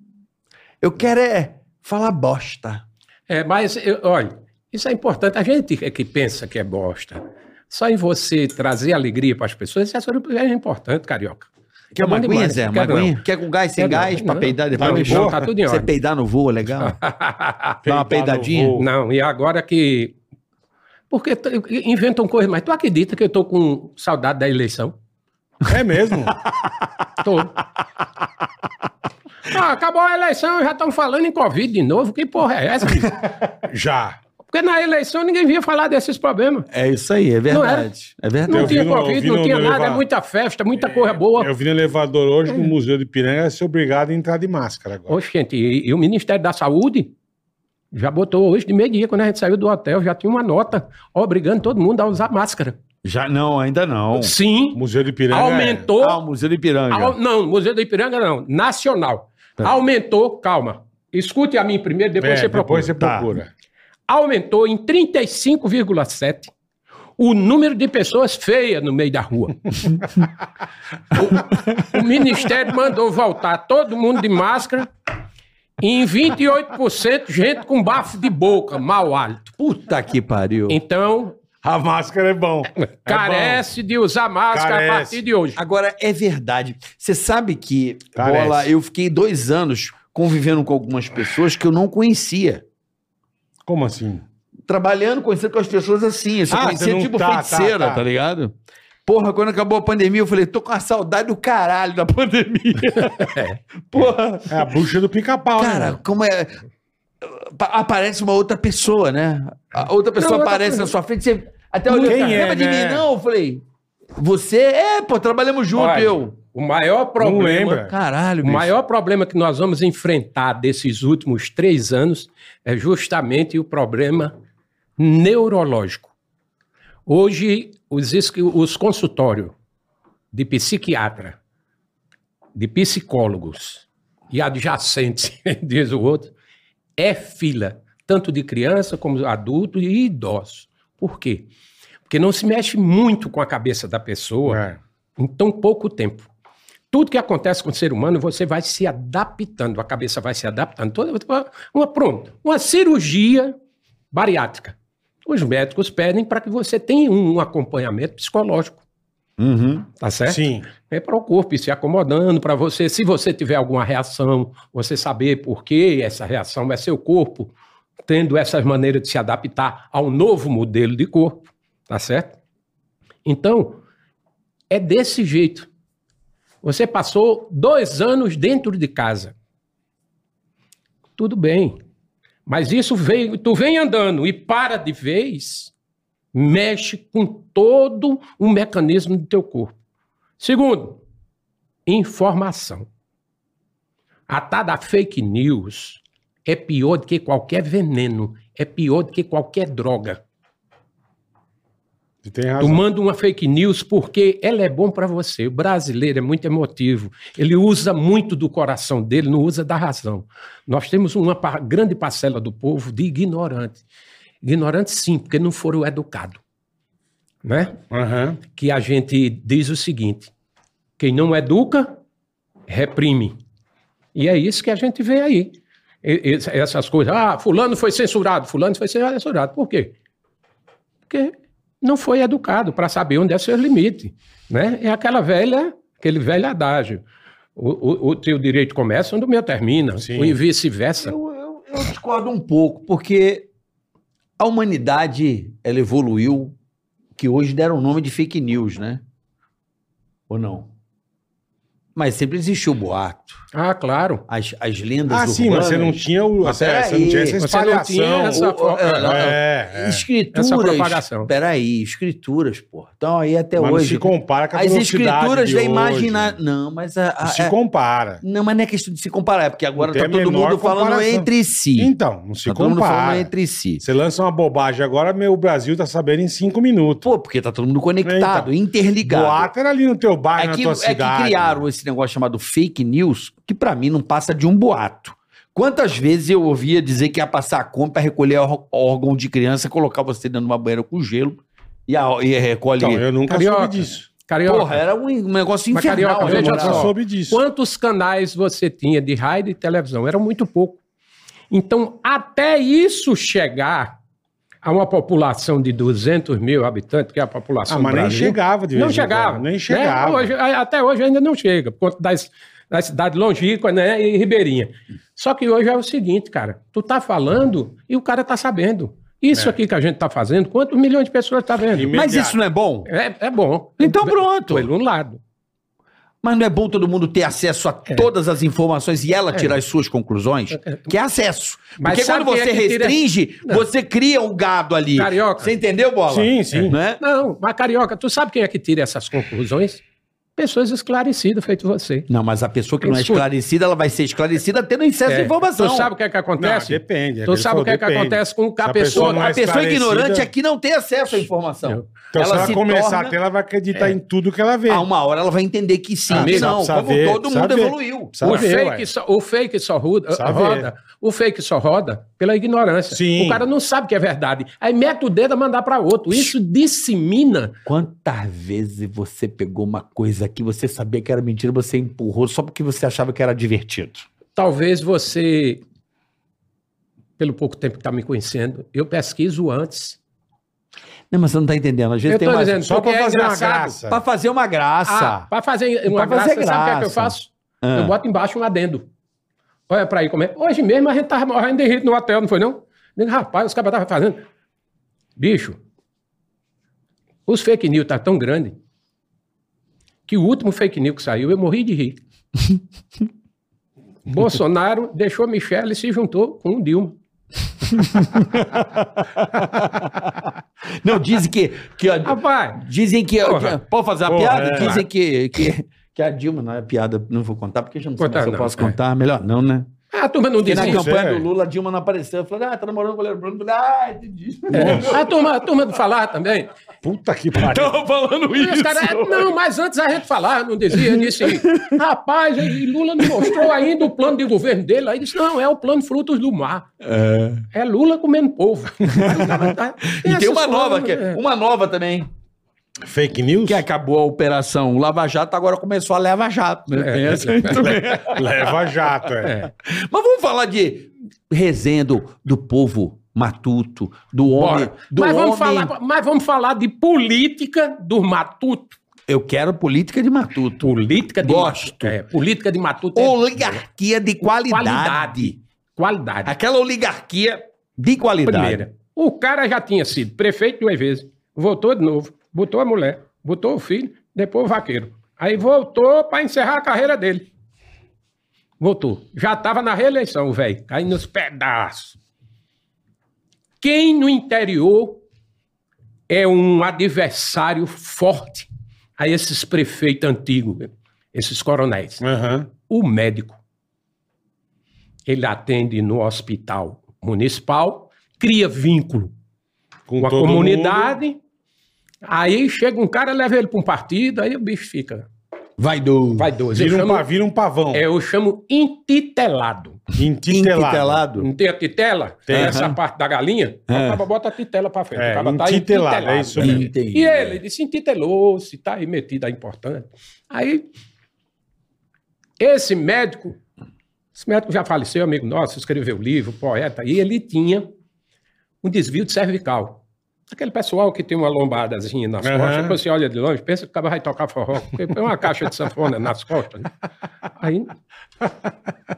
Speaker 4: Eu quero é falar bosta.
Speaker 1: É, mas, eu- olha, isso é importante. A gente é que pensa que é bosta. Só em você trazer alegria para as pessoas, isso é é importante, carioca.
Speaker 4: Quer
Speaker 1: bom
Speaker 4: uma aguinha,
Speaker 1: demais.
Speaker 4: Zé? Uma
Speaker 1: Quero não.
Speaker 4: aguinha? Quer com gás, sem
Speaker 1: Quero não.
Speaker 4: gás, pra
Speaker 1: Não.
Speaker 4: peidar
Speaker 1: Tá no
Speaker 4: depois?
Speaker 1: chão, tá tudo em
Speaker 4: Você
Speaker 1: ordem.
Speaker 4: peidar no voo, é legal? Dá uma peidadinha?
Speaker 1: Não, e agora que. Porque t- inventam coisas, mas tu acredita que eu tô com saudade da eleição?
Speaker 3: É mesmo?
Speaker 1: Tô. Ah, acabou a eleição, já estão falando em Covid de novo. Que porra é essa?
Speaker 3: Já.
Speaker 1: Porque na eleição ninguém vinha falar desses problemas.
Speaker 4: É isso aí, é verdade. É
Speaker 1: Não
Speaker 4: verdade.
Speaker 3: vi
Speaker 1: tinha
Speaker 3: no-
Speaker 1: Covid,
Speaker 3: vi
Speaker 1: não
Speaker 3: no- É,
Speaker 1: tinha
Speaker 3: no
Speaker 1: nada, é
Speaker 3: elevador.
Speaker 1: muita festa, muita coisa boa.
Speaker 3: Eu vi no elevador hoje que o Museu de Piranga vai ser obrigado a entrar de máscara agora.
Speaker 1: Oxe, gente, e, e o Ministério da Saúde já botou hoje de meio-dia, quando a gente saiu do hotel, já tinha uma nota obrigando todo mundo a usar máscara.
Speaker 4: Já não, ainda não.
Speaker 3: O
Speaker 1: Sim,
Speaker 3: Museu de Piranga. é-
Speaker 1: aumentou.
Speaker 4: Ah, o Museu do Ipiranga.
Speaker 1: au- não, Museu do Ipiranga não, nacional. Aumentou, calma. Escute a mim primeiro,
Speaker 3: É,
Speaker 1: depois você procura.
Speaker 3: depois você
Speaker 4: Tá.
Speaker 3: procura.
Speaker 1: Aumentou em 35,7 o número de pessoas feias no meio da rua. o, o Ministério mandou voltar todo mundo de máscara e em 28% gente com bafo de boca, mau hálito.
Speaker 4: Puta que Tá pariu.
Speaker 1: Então,
Speaker 3: A máscara é bom.
Speaker 1: carece de usar máscara
Speaker 3: Carece.
Speaker 1: a partir de hoje.
Speaker 4: Agora, é verdade. Você sabe que,
Speaker 3: Parece.
Speaker 4: Bola, eu fiquei dois anos convivendo com algumas pessoas que eu não conhecia.
Speaker 3: Como assim?
Speaker 4: Trabalhando, conhecendo com as pessoas assim. Eu só
Speaker 3: Ah, você
Speaker 4: conhecia
Speaker 3: não
Speaker 4: tipo
Speaker 3: tá,
Speaker 4: feiticeira,
Speaker 3: tá,
Speaker 4: tá,
Speaker 3: tá.
Speaker 4: ligado? Porra, quando acabou a pandemia, eu falei, tô com a saudade do caralho da pandemia. Porra.
Speaker 3: É a bucha do pica-pau, né?
Speaker 4: Cara, como é. pa- aparece uma outra pessoa, né? A outra pessoa
Speaker 1: outra
Speaker 4: aparece
Speaker 1: coisa.
Speaker 4: na sua frente, você até olhou,
Speaker 3: Quem
Speaker 4: cara,
Speaker 3: é,
Speaker 4: lembra de
Speaker 3: né?
Speaker 4: mim? Não, eu falei, você, é, pô, trabalhamos junto,
Speaker 1: Olha,
Speaker 4: eu.
Speaker 1: O maior problema.
Speaker 3: lembra.
Speaker 4: Caralho,
Speaker 1: O
Speaker 4: bicho.
Speaker 1: maior problema que nós vamos enfrentar desses últimos três anos é justamente o problema neurológico. Hoje, os, esqui- os consultórios de psiquiatra, de psicólogos e adjacentes, diz o outro, é fila, tanto de criança como adulto e idoso. Por quê? Porque não se mexe muito com a cabeça da pessoa
Speaker 3: É.
Speaker 1: em tão pouco tempo. Tudo que acontece com o ser humano, você vai se adaptando, a cabeça vai se adaptando. Toda uma, uma pronto, uma cirurgia bariátrica. Os médicos pedem para que você tenha um, um acompanhamento psicológico,
Speaker 4: Uhum.
Speaker 1: tá certo?
Speaker 3: Sim.
Speaker 1: É para o corpo ir se acomodando, para você, se você tiver alguma reação, você saber por que essa reação é seu corpo tendo essas maneiras de se adaptar ao novo modelo de corpo, tá certo? Então, é desse jeito. Você passou dois anos dentro de casa. Tudo bem. Mas isso vem, tu vem andando e para de vez, mexe com todo o mecanismo do teu corpo. Segundo, informação. A tal da fake news é pior do que qualquer veneno, é pior do que qualquer droga.
Speaker 3: Você tem
Speaker 1: Tu
Speaker 3: razão.
Speaker 1: manda uma fake news porque ela é bom para você. O brasileiro é muito emotivo. Ele usa muito do coração dele, não usa da razão. Nós temos uma pa- grande parcela do povo de ignorante. Ignorante sim, porque não foram educados. Né?
Speaker 3: Aham.
Speaker 1: que a gente diz o seguinte: quem não educa, reprime. E é isso que a gente vê aí. E- e- Essas coisas. Ah, Fulano foi censurado, Fulano foi censurado. Por quê? Porque não foi educado para saber onde é seu limite. Né? É aquela velha, aquele velho adágio. O, o, o teu direito começa onde o meu termina,
Speaker 3: Sim.
Speaker 1: ou e vice-versa.
Speaker 4: Eu, eu- eu discordo um pouco, porque a humanidade, ela evoluiu, que hoje deram o nome de fake news, né? Ou não? Mas sempre existiu o boato.
Speaker 1: Ah, claro.
Speaker 4: As, as lendas
Speaker 3: Ah,
Speaker 4: urbanas...
Speaker 3: sim, mas você não tinha o.
Speaker 4: Mas
Speaker 3: é, você não
Speaker 4: peraí,
Speaker 3: tinha essa
Speaker 1: Você não tinha
Speaker 3: espalhação.
Speaker 1: essa. fo-
Speaker 4: O- é, não.
Speaker 3: É, é.
Speaker 4: Escrituras.
Speaker 1: Essa propagação.
Speaker 4: Peraí, escrituras, pô. Então aí até
Speaker 3: mas não
Speaker 4: hoje.
Speaker 3: se compara com a
Speaker 4: As
Speaker 3: velocidade
Speaker 4: escrituras
Speaker 3: de
Speaker 4: da
Speaker 3: hoje.
Speaker 4: imagina. Não, mas a. a-
Speaker 3: Não se
Speaker 4: é-
Speaker 3: compara.
Speaker 4: Não, mas não é questão de se comparar, é porque agora
Speaker 3: Não tem
Speaker 4: tá
Speaker 3: a
Speaker 4: todo
Speaker 3: menor
Speaker 4: mundo falando
Speaker 3: comparação.
Speaker 4: entre si.
Speaker 3: Então, não se
Speaker 4: Tá todo mundo falando
Speaker 3: compara.
Speaker 4: entre si.
Speaker 3: Você lança uma bobagem agora, meu o Brasil tá sabendo em cinco minutos.
Speaker 4: Pô, porque tá todo mundo conectado,
Speaker 3: Então,
Speaker 4: interligado.
Speaker 3: Boato era ali no teu bairro,
Speaker 4: é, que,
Speaker 3: na tua
Speaker 4: é que
Speaker 3: cidade.
Speaker 4: criaram esse negócio chamado fake news, que pra mim não passa de um boato. Quantas vezes eu ouvia dizer que ia passar a compra pra recolher ó- órgão de criança, colocar você dentro de uma banheira com gelo e, a, e recolhe.
Speaker 3: Então, eu nunca
Speaker 1: Carioca.
Speaker 3: soube disso.
Speaker 1: Carioca,
Speaker 4: Porra, era um, um negócio
Speaker 1: Então, Mas,
Speaker 4: infernal.
Speaker 1: Carioca,
Speaker 3: Eu
Speaker 1: veja
Speaker 4: na
Speaker 3: nunca
Speaker 4: moral.
Speaker 1: só.
Speaker 3: soube disso.
Speaker 1: Quantos canais você tinha de rádio e televisão? Era muito pouco. Então, até isso chegar a uma população de 200 mil habitantes, que é a população
Speaker 3: Ah, mas nem
Speaker 1: Brasil,
Speaker 3: chegava de vez
Speaker 1: Não
Speaker 3: em
Speaker 1: chegava.
Speaker 3: quando, Nem
Speaker 1: né?
Speaker 3: chegava.
Speaker 1: Hoje- a- até hoje ainda não chega, por conta das, das cidades longínquas né, e ribeirinha. Só que hoje é o seguinte, cara. Tu tá falando e o cara tá sabendo.
Speaker 3: É.
Speaker 1: Isso aqui que a gente tá fazendo, quantos milhões de pessoas tá vendo?
Speaker 4: Mas isso não é bom?
Speaker 1: É, é bom.
Speaker 4: Então pronto.
Speaker 1: Por um lado.
Speaker 4: Mas não é bom todo mundo ter acesso
Speaker 1: É.
Speaker 4: a todas as informações e ela tirar as suas conclusões? Que é acesso.
Speaker 1: Mas
Speaker 4: Porque
Speaker 1: sabe
Speaker 4: quando
Speaker 1: quem é
Speaker 4: você
Speaker 1: que tira-
Speaker 4: restringe, você cria um gado ali.
Speaker 1: Carioca.
Speaker 4: Você entendeu, Bola?
Speaker 3: Sim, sim.
Speaker 4: Né?
Speaker 1: Não, mas carioca, tu sabe quem é que tira essas conclusões? Pessoas esclarecidas, feito você.
Speaker 4: Não, mas a pessoa que não é
Speaker 1: Escuta.
Speaker 4: esclarecida, ela vai ser esclarecida tendo acesso à
Speaker 1: É,
Speaker 4: informação.
Speaker 1: Tu sabe o que é que
Speaker 3: Não,
Speaker 1: acontece?
Speaker 3: depende.
Speaker 1: tu
Speaker 3: ele
Speaker 1: sabe
Speaker 3: falou,
Speaker 1: o que é que
Speaker 3: depende.
Speaker 1: acontece com
Speaker 3: Se
Speaker 1: a pessoa-
Speaker 3: não é
Speaker 4: A pessoa
Speaker 3: esclarecida-
Speaker 4: ignorante aqui não tem acesso à informação.
Speaker 3: Então, se
Speaker 4: Ela
Speaker 3: ela
Speaker 4: se
Speaker 3: começar
Speaker 4: torna-
Speaker 3: a ter, ela vai
Speaker 1: É.
Speaker 3: acreditar em tudo que ela vê.
Speaker 4: A uma hora ela vai entender que sim,
Speaker 3: Ah,
Speaker 4: que
Speaker 3: precisa-
Speaker 4: não.
Speaker 3: precisa
Speaker 4: Como
Speaker 3: ver,
Speaker 4: todo
Speaker 3: precisa
Speaker 4: mundo
Speaker 3: ver.
Speaker 4: evoluiu.
Speaker 3: Precisa
Speaker 1: O
Speaker 3: ver,
Speaker 1: fake,
Speaker 3: ué.
Speaker 1: só, o fake só roda,
Speaker 3: Precisa ver.
Speaker 1: roda- O fake só roda pela ignorância.
Speaker 3: Sim.
Speaker 1: O cara não sabe que é verdade. Aí mete o dedo a mandar para outro. Isso dissemina.
Speaker 4: Quantas vezes você pegou uma coisa que você sabia que era mentira, você empurrou só porque você achava que era divertido?
Speaker 1: Talvez você, pelo pouco tempo que está me conhecendo, eu pesquiso antes.
Speaker 4: Não, mas você não tá entendendo. Às vezes
Speaker 1: Eu
Speaker 4: tem
Speaker 1: tô
Speaker 4: uma...
Speaker 1: dizendo,
Speaker 3: Só
Speaker 1: porque
Speaker 3: pra
Speaker 1: é
Speaker 3: fazer uma
Speaker 1: engraçado.
Speaker 3: graça.
Speaker 4: Pra fazer uma
Speaker 1: Ah,
Speaker 4: graça.
Speaker 1: para fazer uma
Speaker 4: Pra fazer
Speaker 1: graça, sabe o que, é que eu
Speaker 4: graça.
Speaker 1: faço?
Speaker 4: Ah.
Speaker 1: Eu boto embaixo um adendo. Olha pra aí como é. Hoje mesmo a gente tava morrendo de rir no hotel, não foi não? Digo, rapaz, os caras estavam fazendo. Bicho, os fake news tá tão grande que o último fake news que saiu, eu morri de rir. Bolsonaro deixou Michele e se juntou com o Dilma.
Speaker 4: Não, dizem que. que
Speaker 3: Ah,
Speaker 4: a-
Speaker 1: Rapaz,
Speaker 4: dizem que.
Speaker 1: Porra.
Speaker 4: que- pode fazer a
Speaker 3: Porra,
Speaker 4: piada?
Speaker 3: é.
Speaker 4: Dizem que, que. Que a Dilma, não é piada, não vou contar, porque já não sei
Speaker 1: Contar
Speaker 4: mais se eu
Speaker 1: não,
Speaker 4: posso
Speaker 1: é.
Speaker 4: contar. Melhor não, né?
Speaker 1: a turma não é.
Speaker 4: Porque na
Speaker 1: disse isso.
Speaker 4: campanha
Speaker 3: sei.
Speaker 4: do Lula, a Dilma não apareceu. Eu falei, ah, tá namorando com o goleiro Bruno. Eu falei, ah, entendi.
Speaker 1: É. A turma, a turma do falar também.
Speaker 3: Puta que pariu.
Speaker 1: Então,
Speaker 6: falando
Speaker 1: E os caras, "É, não, mas antes a gente falar, não dizia, disse, rapaz, e Lula não mostrou ainda o plano de governo dele. Aí disse, não, é o plano Frutos do Mar. É, Lula comendo povo.
Speaker 4: E tem uma nova, que, é,
Speaker 1: né?
Speaker 4: uma nova também.
Speaker 3: é Fake news?
Speaker 4: Que acabou a operação Lava Jato, agora começou a Leva Jato.
Speaker 1: É.
Speaker 4: né? Tem essa aí também.
Speaker 3: Leva jato, é.
Speaker 4: Mas vamos falar de resenha do, do povo matuto, do homem. Do
Speaker 1: mas, vamos
Speaker 4: homem-
Speaker 1: falar, mas vamos falar de política do matuto.
Speaker 4: Eu quero política de matuto.
Speaker 1: Política de
Speaker 4: Gosto.
Speaker 1: matuto. É, política de matuto é
Speaker 4: Oligarquia de qualidade.
Speaker 1: Qualidade. qualidade.
Speaker 4: Aquela oligarquia de qualidade.
Speaker 1: Primeira, o cara já tinha sido prefeito duas vezes, voltou de novo, botou a mulher, botou o filho, depois o vaqueiro. Aí voltou para encerrar a carreira dele. Voltou. Já estava na reeleição, velho, caindo nos pedaços. Quem no interior é um adversário forte a esses prefeitos antigos, esses coronéis?
Speaker 3: Aham.
Speaker 1: o médico. Ele atende no hospital municipal, cria vínculo com, a
Speaker 3: todo mundo.
Speaker 1: comunidade. Aí chega um cara, leva ele para um partido, aí o bicho fica.
Speaker 4: Vai do.
Speaker 1: Vai dois. Eu
Speaker 3: Vira um,
Speaker 1: chamo,
Speaker 3: pa- vira um pavão.
Speaker 1: é, eu chamo intitelado.
Speaker 3: Intitelado.
Speaker 1: Não tem a titela?
Speaker 3: Tem.
Speaker 1: Essa parte da galinha?
Speaker 4: É.
Speaker 1: Acaba, bota a titela para frente.
Speaker 3: É,
Speaker 1: acaba
Speaker 3: intitelado, é isso mesmo.
Speaker 4: Entendi.
Speaker 1: né? E ele disse, intitelou, se está aí metido, é importante. Aí, esse médico, esse médico já faleceu, amigo nosso, escreveu livro, poeta, e ele tinha um desvio de cervical. Aquele pessoal que tem uma lombadazinha nas
Speaker 3: Aham.
Speaker 1: costas, quando você olha de longe, pensa que o cara vai tocar forró, porque põe uma caixa de sanfona nas costas. né? Aí,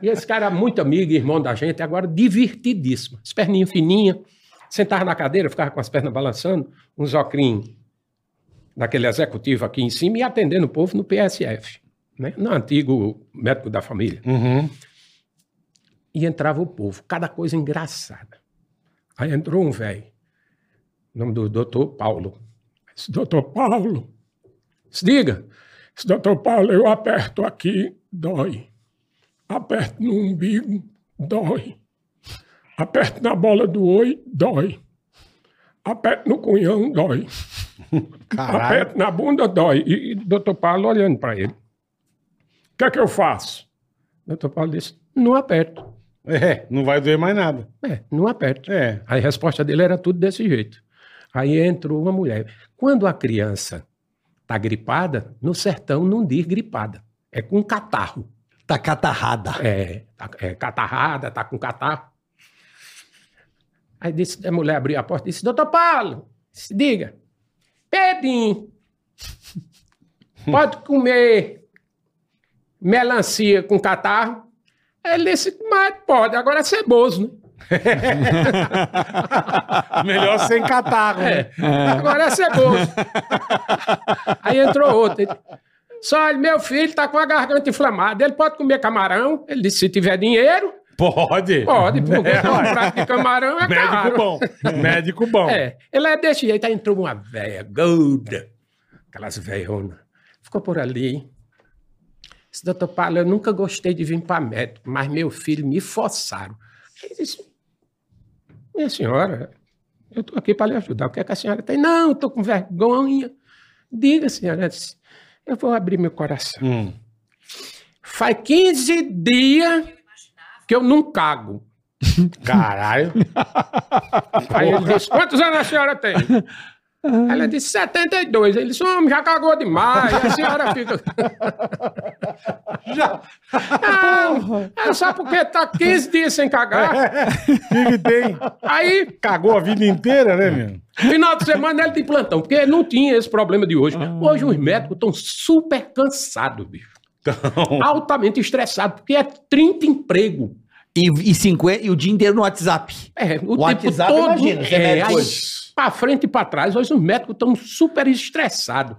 Speaker 1: e esse cara, era muito amigo, e irmão da gente, agora divertidíssimo. As perninhas fininhas, sentava na cadeira, ficava com as pernas balançando, um zocrinho daquele executivo aqui em cima e atendendo o povo no PSF, né? no antigo médico da família.
Speaker 3: Uhum.
Speaker 1: E entrava o povo, cada coisa engraçada. Aí entrou um velho, nome do doutor Paulo. Esse doutor Paulo, se diga, esse doutor Paulo, eu aperto aqui, dói. Aperto no umbigo, dói. Aperto na bola do oi, dói. Aperto no cunhão, dói.
Speaker 3: Caralho.
Speaker 1: Aperto na bunda, dói. E, e doutor Paulo olhando para ele. O que é que eu faço? Doutor Paulo disse, não aperto.
Speaker 3: É, não vai doer mais nada.
Speaker 1: É, não aperto.
Speaker 3: É.
Speaker 1: A resposta dele era tudo desse jeito. Aí entrou uma mulher. Quando a criança tá gripada, no sertão não diz gripada. É com catarro.
Speaker 4: Tá catarrada.
Speaker 1: É, tá- é catarrada, tá com catarro. Aí disse, a mulher abriu a porta e disse, doutor Paulo, se diga, Pedrinho, pode comer melancia com catarro? Ele disse, mas pode, agora é ceboso, né?
Speaker 3: Melhor sem catarro. né?
Speaker 1: É. Agora é ceboso. Aí entrou outro. Ele, Só, olha, meu filho tá com a garganta inflamada, ele pode comer camarão? Ele disse, se tiver dinheiro,
Speaker 3: Pode.
Speaker 1: Pode, porque um prato de camarão é
Speaker 3: É, Médico
Speaker 1: caro.
Speaker 3: bom. Médico bom.
Speaker 1: É, ele é desse jeito. Aí entrou uma velha gorda, aquelas velhonas. Ficou por ali. Disse, doutor Paulo, eu nunca gostei de vir para médico, mas meu filho me forçaram. Ele disse, minha senhora, eu estou aqui para lhe ajudar. O que é que a senhora tem? Não, estou com vergonha. Diga, senhora. Ela disse, Eu vou abrir meu coração.
Speaker 3: Hum.
Speaker 1: Faz 15 dias que eu não cago.
Speaker 3: Caralho.
Speaker 1: Aí ele disse, quantos anos a senhora tem? Ela disse, 72. Ele disse, homem, já cagou demais. E a senhora fica... Já. Ah, só porque tá 15 dias sem
Speaker 4: É.
Speaker 1: cagar.
Speaker 3: O que que tem?
Speaker 1: Aí,
Speaker 3: Cagou a vida inteira, né, meu?
Speaker 1: final de semana, ele tem plantão. Porque não tinha esse problema de hoje.
Speaker 4: Ah.
Speaker 1: Hoje os médicos estão super cansados, bicho.
Speaker 3: Então,
Speaker 1: Altamente estressados, porque é 30 empregos.
Speaker 4: E, e, 50, e o dia inteiro no WhatsApp.
Speaker 1: É, o tempo
Speaker 4: WhatsApp,
Speaker 1: todo.
Speaker 4: imagina, você
Speaker 1: é,
Speaker 4: mede
Speaker 1: aí,
Speaker 4: coisas.
Speaker 1: pra frente e pra trás, hoje os médicos estão super estressados.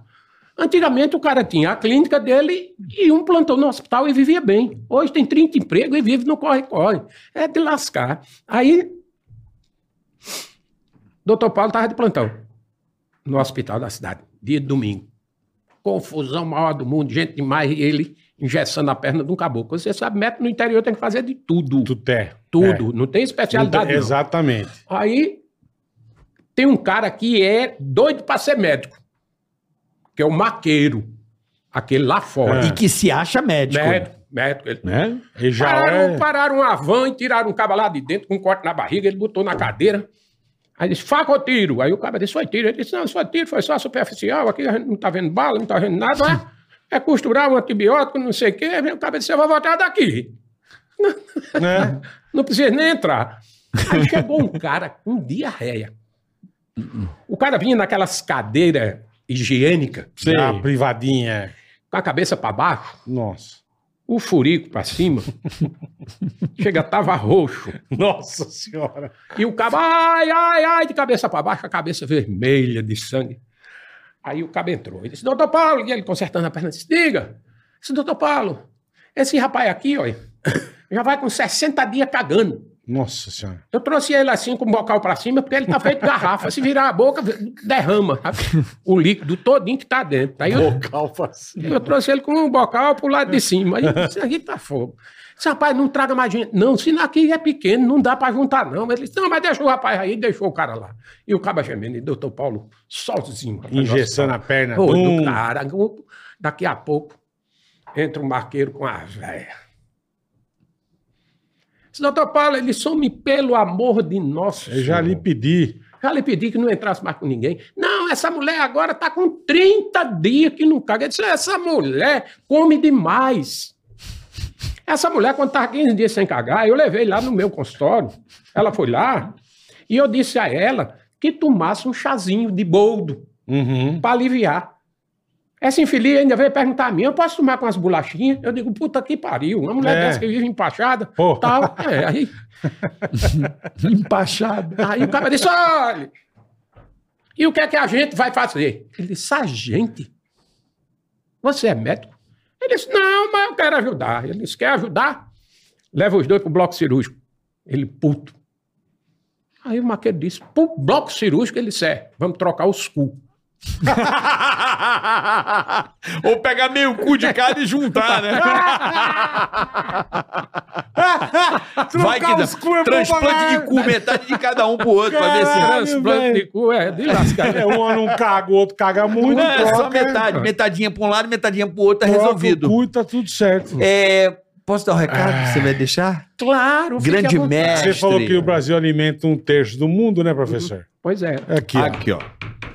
Speaker 1: Antigamente o cara tinha a clínica dele e um plantão no hospital e vivia bem. Hoje tem 30 empregos e vive no corre-corre. É de lascar. Aí Doutor Paulo estava de plantão no hospital da cidade, dia de domingo. Confusão maior do mundo, gente demais, e ele engessando a perna de um caboclo. Você sabe, médico no interior tem que fazer de tudo.
Speaker 3: Tu é.
Speaker 1: Tudo. tá Não tem
Speaker 3: É. Não tem-
Speaker 1: especialidade. não.
Speaker 3: Exatamente.
Speaker 1: Aí tem um cara que é doido para ser médico, que é o maqueiro, aquele lá fora.
Speaker 3: É.
Speaker 4: E que se acha médico.
Speaker 1: Médico, médico. Ele...
Speaker 3: Né? E já
Speaker 1: Pararam,
Speaker 3: é...
Speaker 1: pararam a van e tiraram um cara lá de dentro com um corte na barriga, ele botou na cadeira. Aí disse, faca ou tiro? Aí o cara disse, foi tiro. Ele disse, não, só tiro, foi só superficial, aqui a gente não tá vendo bala, não tá vendo nada. né? É costurar um antibiótico, não sei o quê. Aí O cara disse, eu vou voltar daqui.
Speaker 3: né?
Speaker 1: Não precisa nem entrar. Aí chegou um cara com diarreia. O cara vinha naquelas cadeiras higiênicas,
Speaker 3: Sei. A é privadinha.
Speaker 1: com a cabeça para baixo,
Speaker 3: Nossa.
Speaker 1: o furico para cima. Chega, tava roxo.
Speaker 3: Nossa senhora.
Speaker 1: E o cabo, ai, ai, ai, de cabeça para baixo, a cabeça vermelha de sangue. Aí o cabo entrou. Ele disse, doutor Paulo, e ele consertando a perna, disse, diga. Disse, doutor Paulo, esse rapaz aqui, ó, já vai com 60 dias cagando.
Speaker 3: Nossa senhora.
Speaker 1: Eu trouxe ele assim com o bocal pra cima, porque ele tá feito garrafa. Se virar a boca, derrama sabe? o líquido todinho que tá dentro. Aí eu,
Speaker 3: Bocal assim.
Speaker 1: eu trouxe ele com um bocal pro lado de cima. Aí isso aqui tá fogo. Esse rapaz não traga mais gente. Não, se aqui é pequeno, não dá pra juntar, não. Ele disse, não, mas deixa o rapaz aí, deixou o cara lá. E o caba gemendo, e doutor Paulo sozinho. rapaz,
Speaker 3: Engessando a perna.
Speaker 1: Ô, do
Speaker 3: Bum.
Speaker 1: cara. Daqui a pouco entra um barqueiro com a véia. Disse, Doutor Paulo, ele some pelo amor de nosso.
Speaker 3: Eu já lhe
Speaker 1: Senhor.
Speaker 3: pedi.
Speaker 1: já lhe pedi que não entrasse mais com ninguém. Não, essa mulher agora está com 30 dias que não caga. Eu disse, essa mulher come demais. Essa mulher, quando estava 15 dias sem cagar, eu levei lá no meu consultório. Ela foi lá e eu disse a ela que tomasse um chazinho de boldo
Speaker 3: Uhum.
Speaker 1: para aliviar. Essa infeliz ainda veio perguntar a mim, eu posso tomar com as bolachinhas? Eu digo, puta que pariu, uma mulher
Speaker 3: É.
Speaker 1: dessa que vive empachada,
Speaker 3: Pô.
Speaker 1: tal. É, aí,
Speaker 4: Empachado.
Speaker 1: aí o cara disse, olha, e o que é que a gente vai fazer? Ele disse, a gente? Você é médico? Ele disse, não, mas eu quero ajudar. Ele disse, quer ajudar? Leva os dois pro bloco cirúrgico. Ele, puto. Aí o maqueiro disse, pro bloco cirúrgico? Ele disse, é, vamos trocar os cu.
Speaker 6: Ou pegar meio cu de cara e juntar,
Speaker 3: É,
Speaker 6: né? Vai que dá.
Speaker 3: os cu é bom pra
Speaker 6: Transplante de
Speaker 3: caralho.
Speaker 6: cu, metade de cada um pro outro, pra ver
Speaker 3: Caralho,
Speaker 6: se.
Speaker 1: Transplante de
Speaker 3: velho.
Speaker 1: cu, é, de lascar.
Speaker 3: É, um não caga, o outro caga muito.
Speaker 6: Não, é só
Speaker 3: troca, né?
Speaker 6: metade. Metadinha pra um lado, metadinha pro outro, tá
Speaker 3: troca
Speaker 6: resolvido.
Speaker 3: o cu Ah. e tá tudo certo.
Speaker 4: É, posso dar um recado? Você vai deixar?
Speaker 1: Claro, fique
Speaker 4: Grande
Speaker 1: à vontade.
Speaker 4: mestre.
Speaker 3: Você falou que o Brasil alimenta um terço do mundo, né, professor?
Speaker 1: Pois é.
Speaker 3: Aqui, ó.
Speaker 4: Aqui, ó.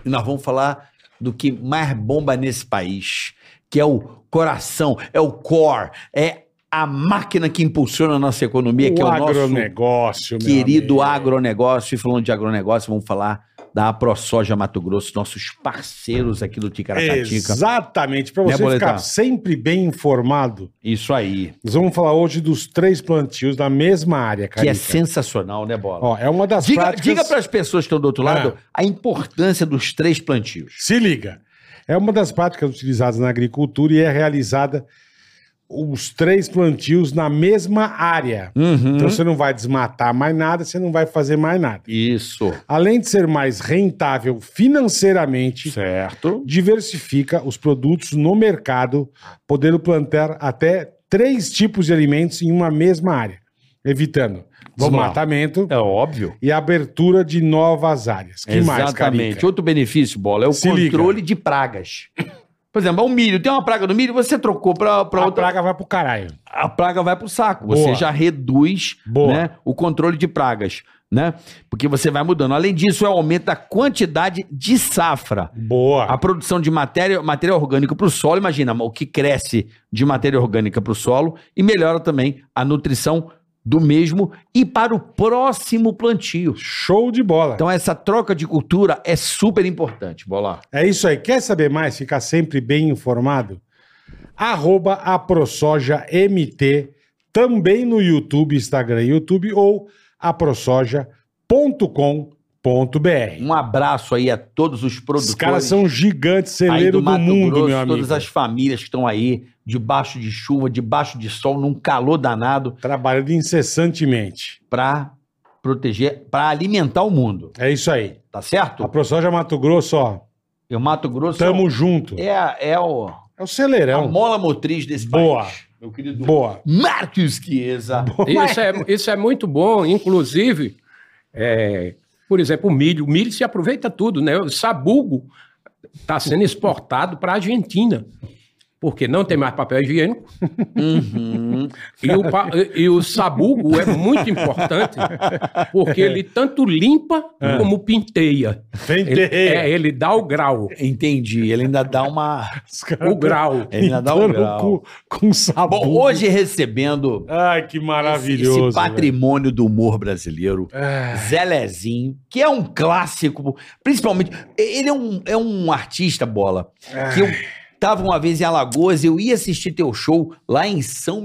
Speaker 4: E nós vamos falar do que mais bomba nesse país, que é o coração, é o core, é a máquina que impulsiona a nossa economia, que é
Speaker 3: o
Speaker 4: o nosso
Speaker 3: agronegócio, meu
Speaker 4: querido
Speaker 3: amigo.
Speaker 4: agronegócio. E falando de agronegócio, vamos falar da ProSoja Mato Grosso, nossos parceiros aqui do Ticaracatica.
Speaker 3: Exatamente, para
Speaker 4: Né,
Speaker 3: você
Speaker 4: Boletar?
Speaker 3: ficar sempre bem informado,
Speaker 4: Isso aí. é
Speaker 3: nós vamos falar hoje dos três plantios da mesma área,
Speaker 4: Que
Speaker 3: cara.
Speaker 4: é sensacional, né, Bola?
Speaker 3: Ó, é uma das
Speaker 4: diga
Speaker 3: práticas... Ah.
Speaker 4: para as pessoas que estão do outro lado a importância dos três plantios.
Speaker 3: Se liga. É uma das práticas utilizadas na agricultura e é realizada os três plantios na mesma área.
Speaker 4: Uhum.
Speaker 3: Então você não vai desmatar mais nada, você não vai fazer mais nada.
Speaker 4: Isso.
Speaker 3: Além de ser mais rentável financeiramente,
Speaker 4: Certo.
Speaker 3: diversifica os produtos no mercado, podendo plantar até três tipos de alimentos em uma mesma área, evitando
Speaker 4: Vamos lá.
Speaker 3: desmatamento
Speaker 4: É óbvio.
Speaker 3: e abertura de novas áreas. Que mais,
Speaker 4: Exatamente.
Speaker 3: Carica?
Speaker 4: Outro benefício, bola, é o
Speaker 3: Se
Speaker 4: controle de pragas. Por exemplo, o milho, tem uma praga no milho, você trocou para
Speaker 3: A
Speaker 4: outra.
Speaker 3: praga vai pro caralho.
Speaker 4: A praga vai pro saco.
Speaker 3: Boa.
Speaker 4: Você já reduz
Speaker 3: Boa.
Speaker 4: né, o controle de pragas, né? Porque você vai mudando. Além disso, é aumenta a quantidade de safra.
Speaker 3: Boa.
Speaker 4: A produção de matéria, material orgânico para o solo, imagina o que cresce de matéria orgânica para o solo e melhora também a nutrição do mesmo e para o próximo plantio.
Speaker 3: Show de bola.
Speaker 4: Então essa troca de cultura é super importante, bola.
Speaker 3: É isso aí. Quer saber mais? Ficar sempre bem informado? Arroba AproSojaMT, também no YouTube, Instagram e YouTube, ou aprosoja.com.br.
Speaker 4: Um abraço aí a todos os produtores.
Speaker 3: Os caras são gigantes,
Speaker 4: aí
Speaker 3: celeiro do, mundo, meu amigo.
Speaker 4: todas as famílias que estão aí debaixo de chuva, debaixo de sol, num calor danado
Speaker 3: Trabalhando incessantemente.
Speaker 4: para proteger, pra alimentar o mundo.
Speaker 3: É isso aí.
Speaker 4: Tá
Speaker 3: A
Speaker 4: certo?
Speaker 3: ProSoja Mato Grosso, ó.
Speaker 4: E o Mato Grosso é
Speaker 3: Tamo junto.
Speaker 4: o- é, a- é o,
Speaker 3: É o
Speaker 4: a
Speaker 3: celeirão.
Speaker 4: mola motriz desse
Speaker 3: Boa.
Speaker 4: país. Meu querido
Speaker 3: Boa.
Speaker 4: Marcos Chiesa.
Speaker 1: Isso é, isso é muito bom, inclusive, é, por exemplo, o milho. O milho se aproveita tudo, né? O sabugo está sendo exportado para a Argentina, porque não tem mais papel higiênico.
Speaker 4: Uhum.
Speaker 1: E, o, pa- e o sabugo é muito importante, porque ele tanto limpa como pinteia. Ele, é,
Speaker 3: Penteia.
Speaker 1: ele dá o grau.
Speaker 4: Entendi. Ele ainda dá uma.
Speaker 3: Os caras
Speaker 1: O grau.
Speaker 4: Ele ainda dá um
Speaker 3: pintando
Speaker 4: grau. Tá
Speaker 3: com, com sabor.
Speaker 4: Bom, hoje recebendo
Speaker 3: Ai, que maravilhoso.
Speaker 4: esse patrimônio do humor brasileiro,
Speaker 3: velho. É.
Speaker 4: Zé Lezinho, que é um clássico, principalmente. Ele é um, é um artista, bola,
Speaker 3: É.
Speaker 4: que eu tava uma vez em Alagoas, eu ia assistir teu show lá em São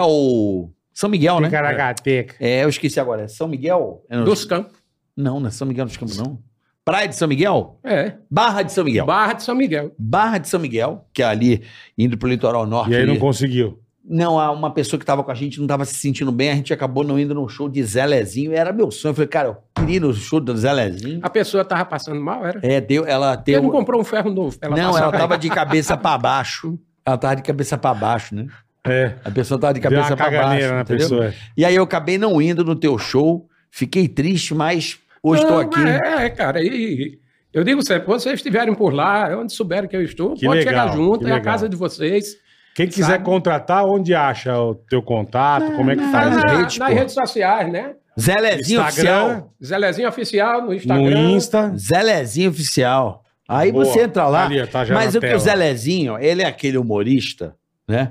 Speaker 4: Miguel. São Miguel, né?
Speaker 3: Ticaracateca.
Speaker 4: É, eu esqueci agora. É São Miguel? É, não,
Speaker 1: Dos campos.
Speaker 4: não, não é São Miguel dos Campos, não. Praia de São Miguel?
Speaker 1: É.
Speaker 4: Barra de São Miguel.
Speaker 1: Barra de São Miguel.
Speaker 4: Barra de São Miguel, que é ali indo pro litoral norte.
Speaker 3: E aí não
Speaker 4: ali.
Speaker 3: conseguiu.
Speaker 4: Não, há uma pessoa que tava com a gente não tava se sentindo bem, a gente acabou não indo no show de Zé Lezinho. Era meu sonho. Eu falei, cara, eu queria ir no show do Zé Lezinho.
Speaker 1: A pessoa estava passando mal, era?
Speaker 4: É, deu, ela
Speaker 1: Porque
Speaker 4: teve.
Speaker 1: não comprou um ferro novo. pra
Speaker 4: não,
Speaker 1: passar
Speaker 4: ela
Speaker 1: bem.
Speaker 4: tava de cabeça pra baixo. Ela tava de cabeça pra baixo, né?
Speaker 3: É.
Speaker 4: A pessoa tava de
Speaker 3: Deu
Speaker 4: cabeça
Speaker 3: uma
Speaker 4: pra baixo.
Speaker 3: caganeira na
Speaker 4: entendeu?
Speaker 3: pessoa. é.
Speaker 4: E aí eu acabei não indo no teu show. Fiquei triste, mas hoje estou
Speaker 1: Não,
Speaker 4: aqui.
Speaker 1: É, é, cara, e eu digo sempre, quando vocês estiverem por lá, onde souberem que eu estou,
Speaker 3: Que
Speaker 1: pode
Speaker 3: legal,
Speaker 1: chegar junto,
Speaker 3: que
Speaker 1: é a
Speaker 3: legal.
Speaker 1: casa de vocês.
Speaker 3: Quem quiser
Speaker 1: Sabe?
Speaker 3: contratar, onde acha o teu contato? como é que
Speaker 1: Tá
Speaker 3: faz?
Speaker 1: na-
Speaker 3: né?
Speaker 4: redes,
Speaker 1: nas
Speaker 4: pô.
Speaker 1: redes sociais, né?
Speaker 4: Zé Lezinho é assim, Oficial.
Speaker 3: Instagram,
Speaker 1: Zelezinho Oficial no
Speaker 3: no
Speaker 1: Instagram.
Speaker 3: Insta.
Speaker 4: Zé Lezinho Oficial. Aí
Speaker 3: Boa.
Speaker 4: você entra lá.
Speaker 3: Ali, ó, tá já
Speaker 4: Mas
Speaker 3: na
Speaker 4: o que o
Speaker 3: tela.
Speaker 4: Zé Lezinho, ele é aquele humorista, né?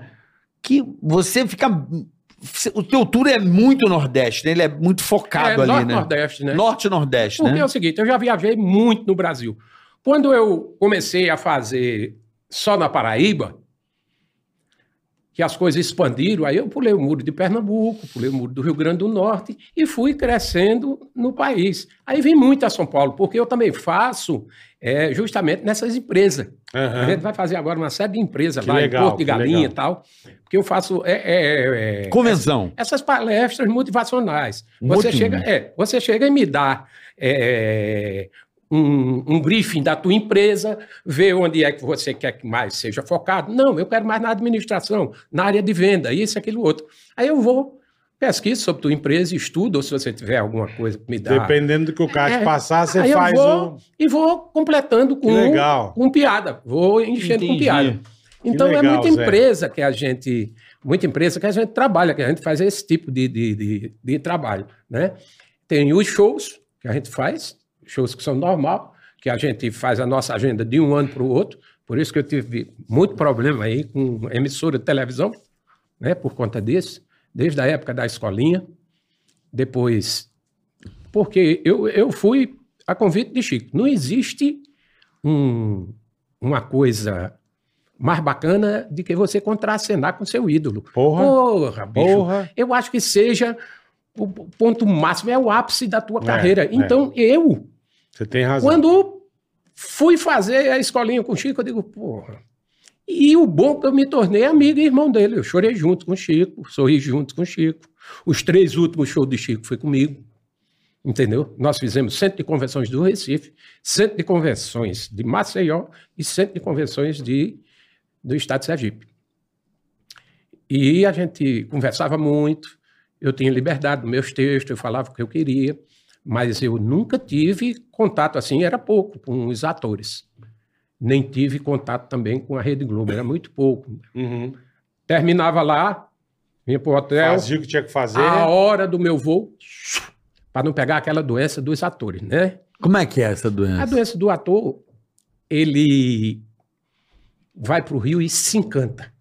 Speaker 4: Que você fica. O teu tour é muito Nordeste, né? Ele é muito
Speaker 1: é,
Speaker 4: focado ali,
Speaker 1: Norte
Speaker 4: né?
Speaker 1: Nordeste, né?
Speaker 4: Norte e Nordeste,
Speaker 1: Porque é
Speaker 4: né?
Speaker 1: o seguinte, eu já viajei muito no Brasil. Quando eu comecei a fazer só na Paraíba, que as coisas expandiram, aí eu pulei o muro de Pernambuco, pulei o muro do Rio Grande do Norte e fui crescendo no país. Aí vim muito a São Paulo, porque eu também faço eh, justamente nessas empresas.
Speaker 4: É
Speaker 1: A gente
Speaker 3: Aham.
Speaker 1: vai fazer agora uma série de empresas
Speaker 3: Que
Speaker 1: lá
Speaker 3: legal,
Speaker 1: em Porto de
Speaker 3: que
Speaker 1: Galinha
Speaker 3: legal.
Speaker 1: e tal, porque eu faço eh, eh, eh,
Speaker 4: Convenção.
Speaker 1: essas palestras motivacionais. Você
Speaker 4: Motivo.
Speaker 1: chega, é, você chega e me dá é, um, um briefing da tua empresa, vê onde é que você quer que mais seja focado. Não, eu quero mais na administração, na área de venda, isso, aquilo, outro. Aí eu vou, pesquiso sobre tua empresa, estudo, ou se você tiver alguma coisa que me dá.
Speaker 3: Dependendo do que o cara te
Speaker 1: É.
Speaker 3: passar, você
Speaker 1: Aí eu
Speaker 3: faz
Speaker 1: vou
Speaker 3: o.
Speaker 1: e vou completando com,
Speaker 3: Que legal.
Speaker 1: com piada, vou enchendo com
Speaker 4: Entendi.
Speaker 1: piada. Então é
Speaker 3: legal,
Speaker 1: muita
Speaker 3: Zé.
Speaker 1: empresa que a gente, muita empresa que a gente trabalha, que a gente faz esse tipo de, de, de, de trabalho, né? Tem os shows que a gente faz, shows que são normal, que a gente faz a nossa agenda de um ano para o outro. Por isso que eu tive muito problema aí com emissora de televisão, né? Por conta disso, desde a época da escolinha, depois porque eu, eu fui a convite de Chico. Não existe um- uma coisa mais bacana de que você contracenar com seu ídolo.
Speaker 3: Porra,
Speaker 1: Porra, bicho.
Speaker 3: porra.
Speaker 1: Eu acho que seja o p- ponto máximo, é o ápice da tua
Speaker 3: É,
Speaker 1: carreira.
Speaker 3: é.
Speaker 1: Então, eu,
Speaker 3: Você tem razão.
Speaker 1: quando fui fazer a escolinha com o Chico, eu digo, porra. E o bom que eu me tornei amigo e irmão dele. Eu chorei junto com o Chico, sorri junto com o Chico. Os três últimos shows do Chico foi comigo. Entendeu? Nós fizemos centro de convenções do Recife, centro de convenções de Maceió e centro de convenções de, do estado de Sergipe. E a gente conversava muito, eu tinha liberdade nos meus textos, eu falava o que eu queria, mas eu nunca tive contato assim, era pouco com os atores. Nem tive contato também com a Rede Globo, era muito pouco.
Speaker 3: Uhum.
Speaker 1: Terminava lá, vinha para É o Ah, hotel,
Speaker 3: Fazia o que tinha que fazer.
Speaker 1: a hora do meu voo, para não pegar aquela doença dos atores, né?
Speaker 4: Como é que é essa
Speaker 1: A
Speaker 4: doença?
Speaker 1: doença do ator, ele vai para o Rio e se encanta.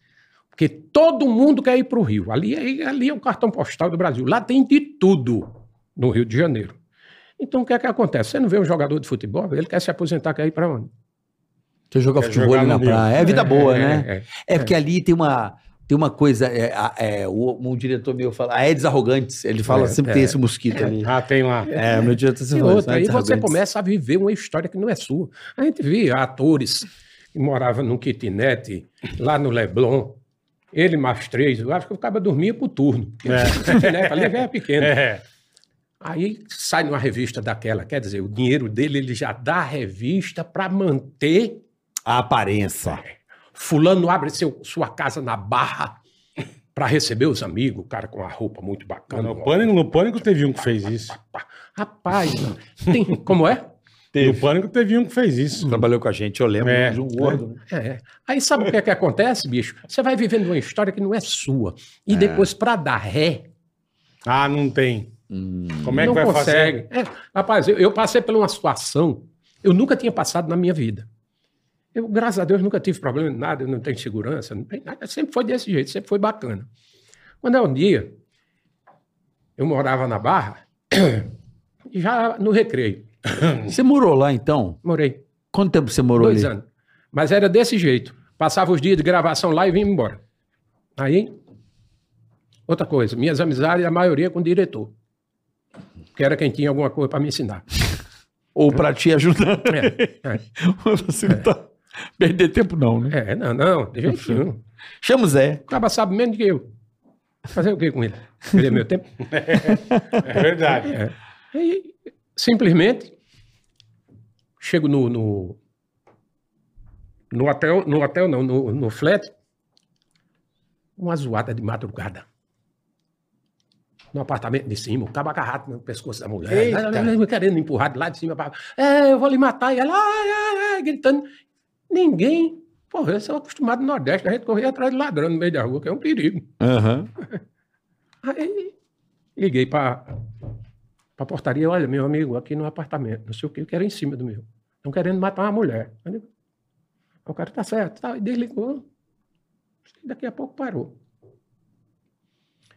Speaker 1: Porque todo mundo quer ir para o Rio. Ali, é- ali é o cartão postal do Brasil. Lá tem de tudo no Rio de Janeiro. Então, o que é que acontece? Você não vê um jogador de futebol, ele quer se aposentar, quer ir para onde?
Speaker 4: Você joga
Speaker 3: Quer
Speaker 4: futebol
Speaker 3: jogar
Speaker 4: ali
Speaker 3: no
Speaker 4: na
Speaker 3: Rio.
Speaker 4: praia. É vida boa, né?
Speaker 1: É, é.
Speaker 4: É porque ali tem uma, tem uma coisa. É, a- é, o- um diretor meu fala, Aedes arrogantes. Ele fala,
Speaker 1: É,
Speaker 4: sempre
Speaker 1: é.
Speaker 4: tem esse mosquito ali.
Speaker 3: Ah, tem lá.
Speaker 4: É, meu diretor
Speaker 1: E
Speaker 4: sempre
Speaker 1: outra, aí
Speaker 4: "Aedes
Speaker 1: você
Speaker 4: arrogantes".
Speaker 1: começa a viver uma história que não é sua. A gente via atores que moravam num kitnet lá no Leblon, ele mais três, eu acho que o cara dormia por turno. Porque
Speaker 3: É.
Speaker 1: o kitnet ali já é pequeno.
Speaker 3: É.
Speaker 1: Aí sai numa revista daquela, quer dizer, o dinheiro dele ele já dá a revista para manter
Speaker 4: A aparência.
Speaker 1: Fulano abre seu- sua casa na barra para receber os amigos, o cara com a roupa muito bacana.
Speaker 3: No pânico, no pânico teve um que fez isso.
Speaker 1: Rapaz, tem, como é?
Speaker 3: No pânico teve um que fez
Speaker 1: Hum.
Speaker 3: isso.
Speaker 4: Trabalhou com a gente, eu lembro.
Speaker 3: É.
Speaker 4: de um gordo. né?
Speaker 1: É. Aí sabe o que é que acontece, bicho? Você vai vivendo uma história que não é sua. E depois, para dar ré,
Speaker 3: Ah, não tem.
Speaker 4: Hum.
Speaker 3: Como é que
Speaker 1: não
Speaker 3: vai fazer?
Speaker 1: consegue. É, rapaz, eu, eu passei por uma situação eu nunca tinha passado na minha vida. Eu, graças a Deus, nunca tive problema de nada, eu não tenho segurança, não tenho nada. Sempre foi desse jeito, sempre foi bacana. Quando é um dia, eu morava na Barra, e já no recreio,
Speaker 4: Você morou lá, então?
Speaker 1: morei
Speaker 4: Quanto tempo você morou
Speaker 1: É. dois
Speaker 4: ali?
Speaker 1: anos. Mas era desse jeito. Passava os dias de gravação lá e vinha embora. Aí, outra coisa, minhas amizades, a maioria com o diretor. Que era quem tinha alguma coisa para me ensinar.
Speaker 6: Ou pra te ajudar.
Speaker 1: É, é.
Speaker 6: Você não tá... Perder tempo não, né?
Speaker 1: É, não, não, de jeito nenhum.
Speaker 4: Chama o Zé.
Speaker 1: O cara sabe menos que eu. Fazer o que com ele? Perder meu tempo?
Speaker 3: É verdade.
Speaker 1: É. E, simplesmente, chego no, no, no hotel, no hotel não, no, no flat, uma zoada de madrugada. No apartamento de cima, o cabo agarrado no pescoço da mulher.
Speaker 3: Eita.
Speaker 1: Querendo empurrar de lá de cima para É, eu vou lhe matar. E ela, ai, ai, ai, gritando. Ninguém... Porra, eu sou acostumado no Nordeste, a gente corria atrás de ladrão no meio da rua, que é um perigo. Aí liguei para a portaria, olha, meu amigo, aqui no apartamento, não sei o que, que era em cima do meu. Estão querendo matar uma mulher. Eu digo, o cara tá certo, tá, e desligou. Daqui a pouco parou.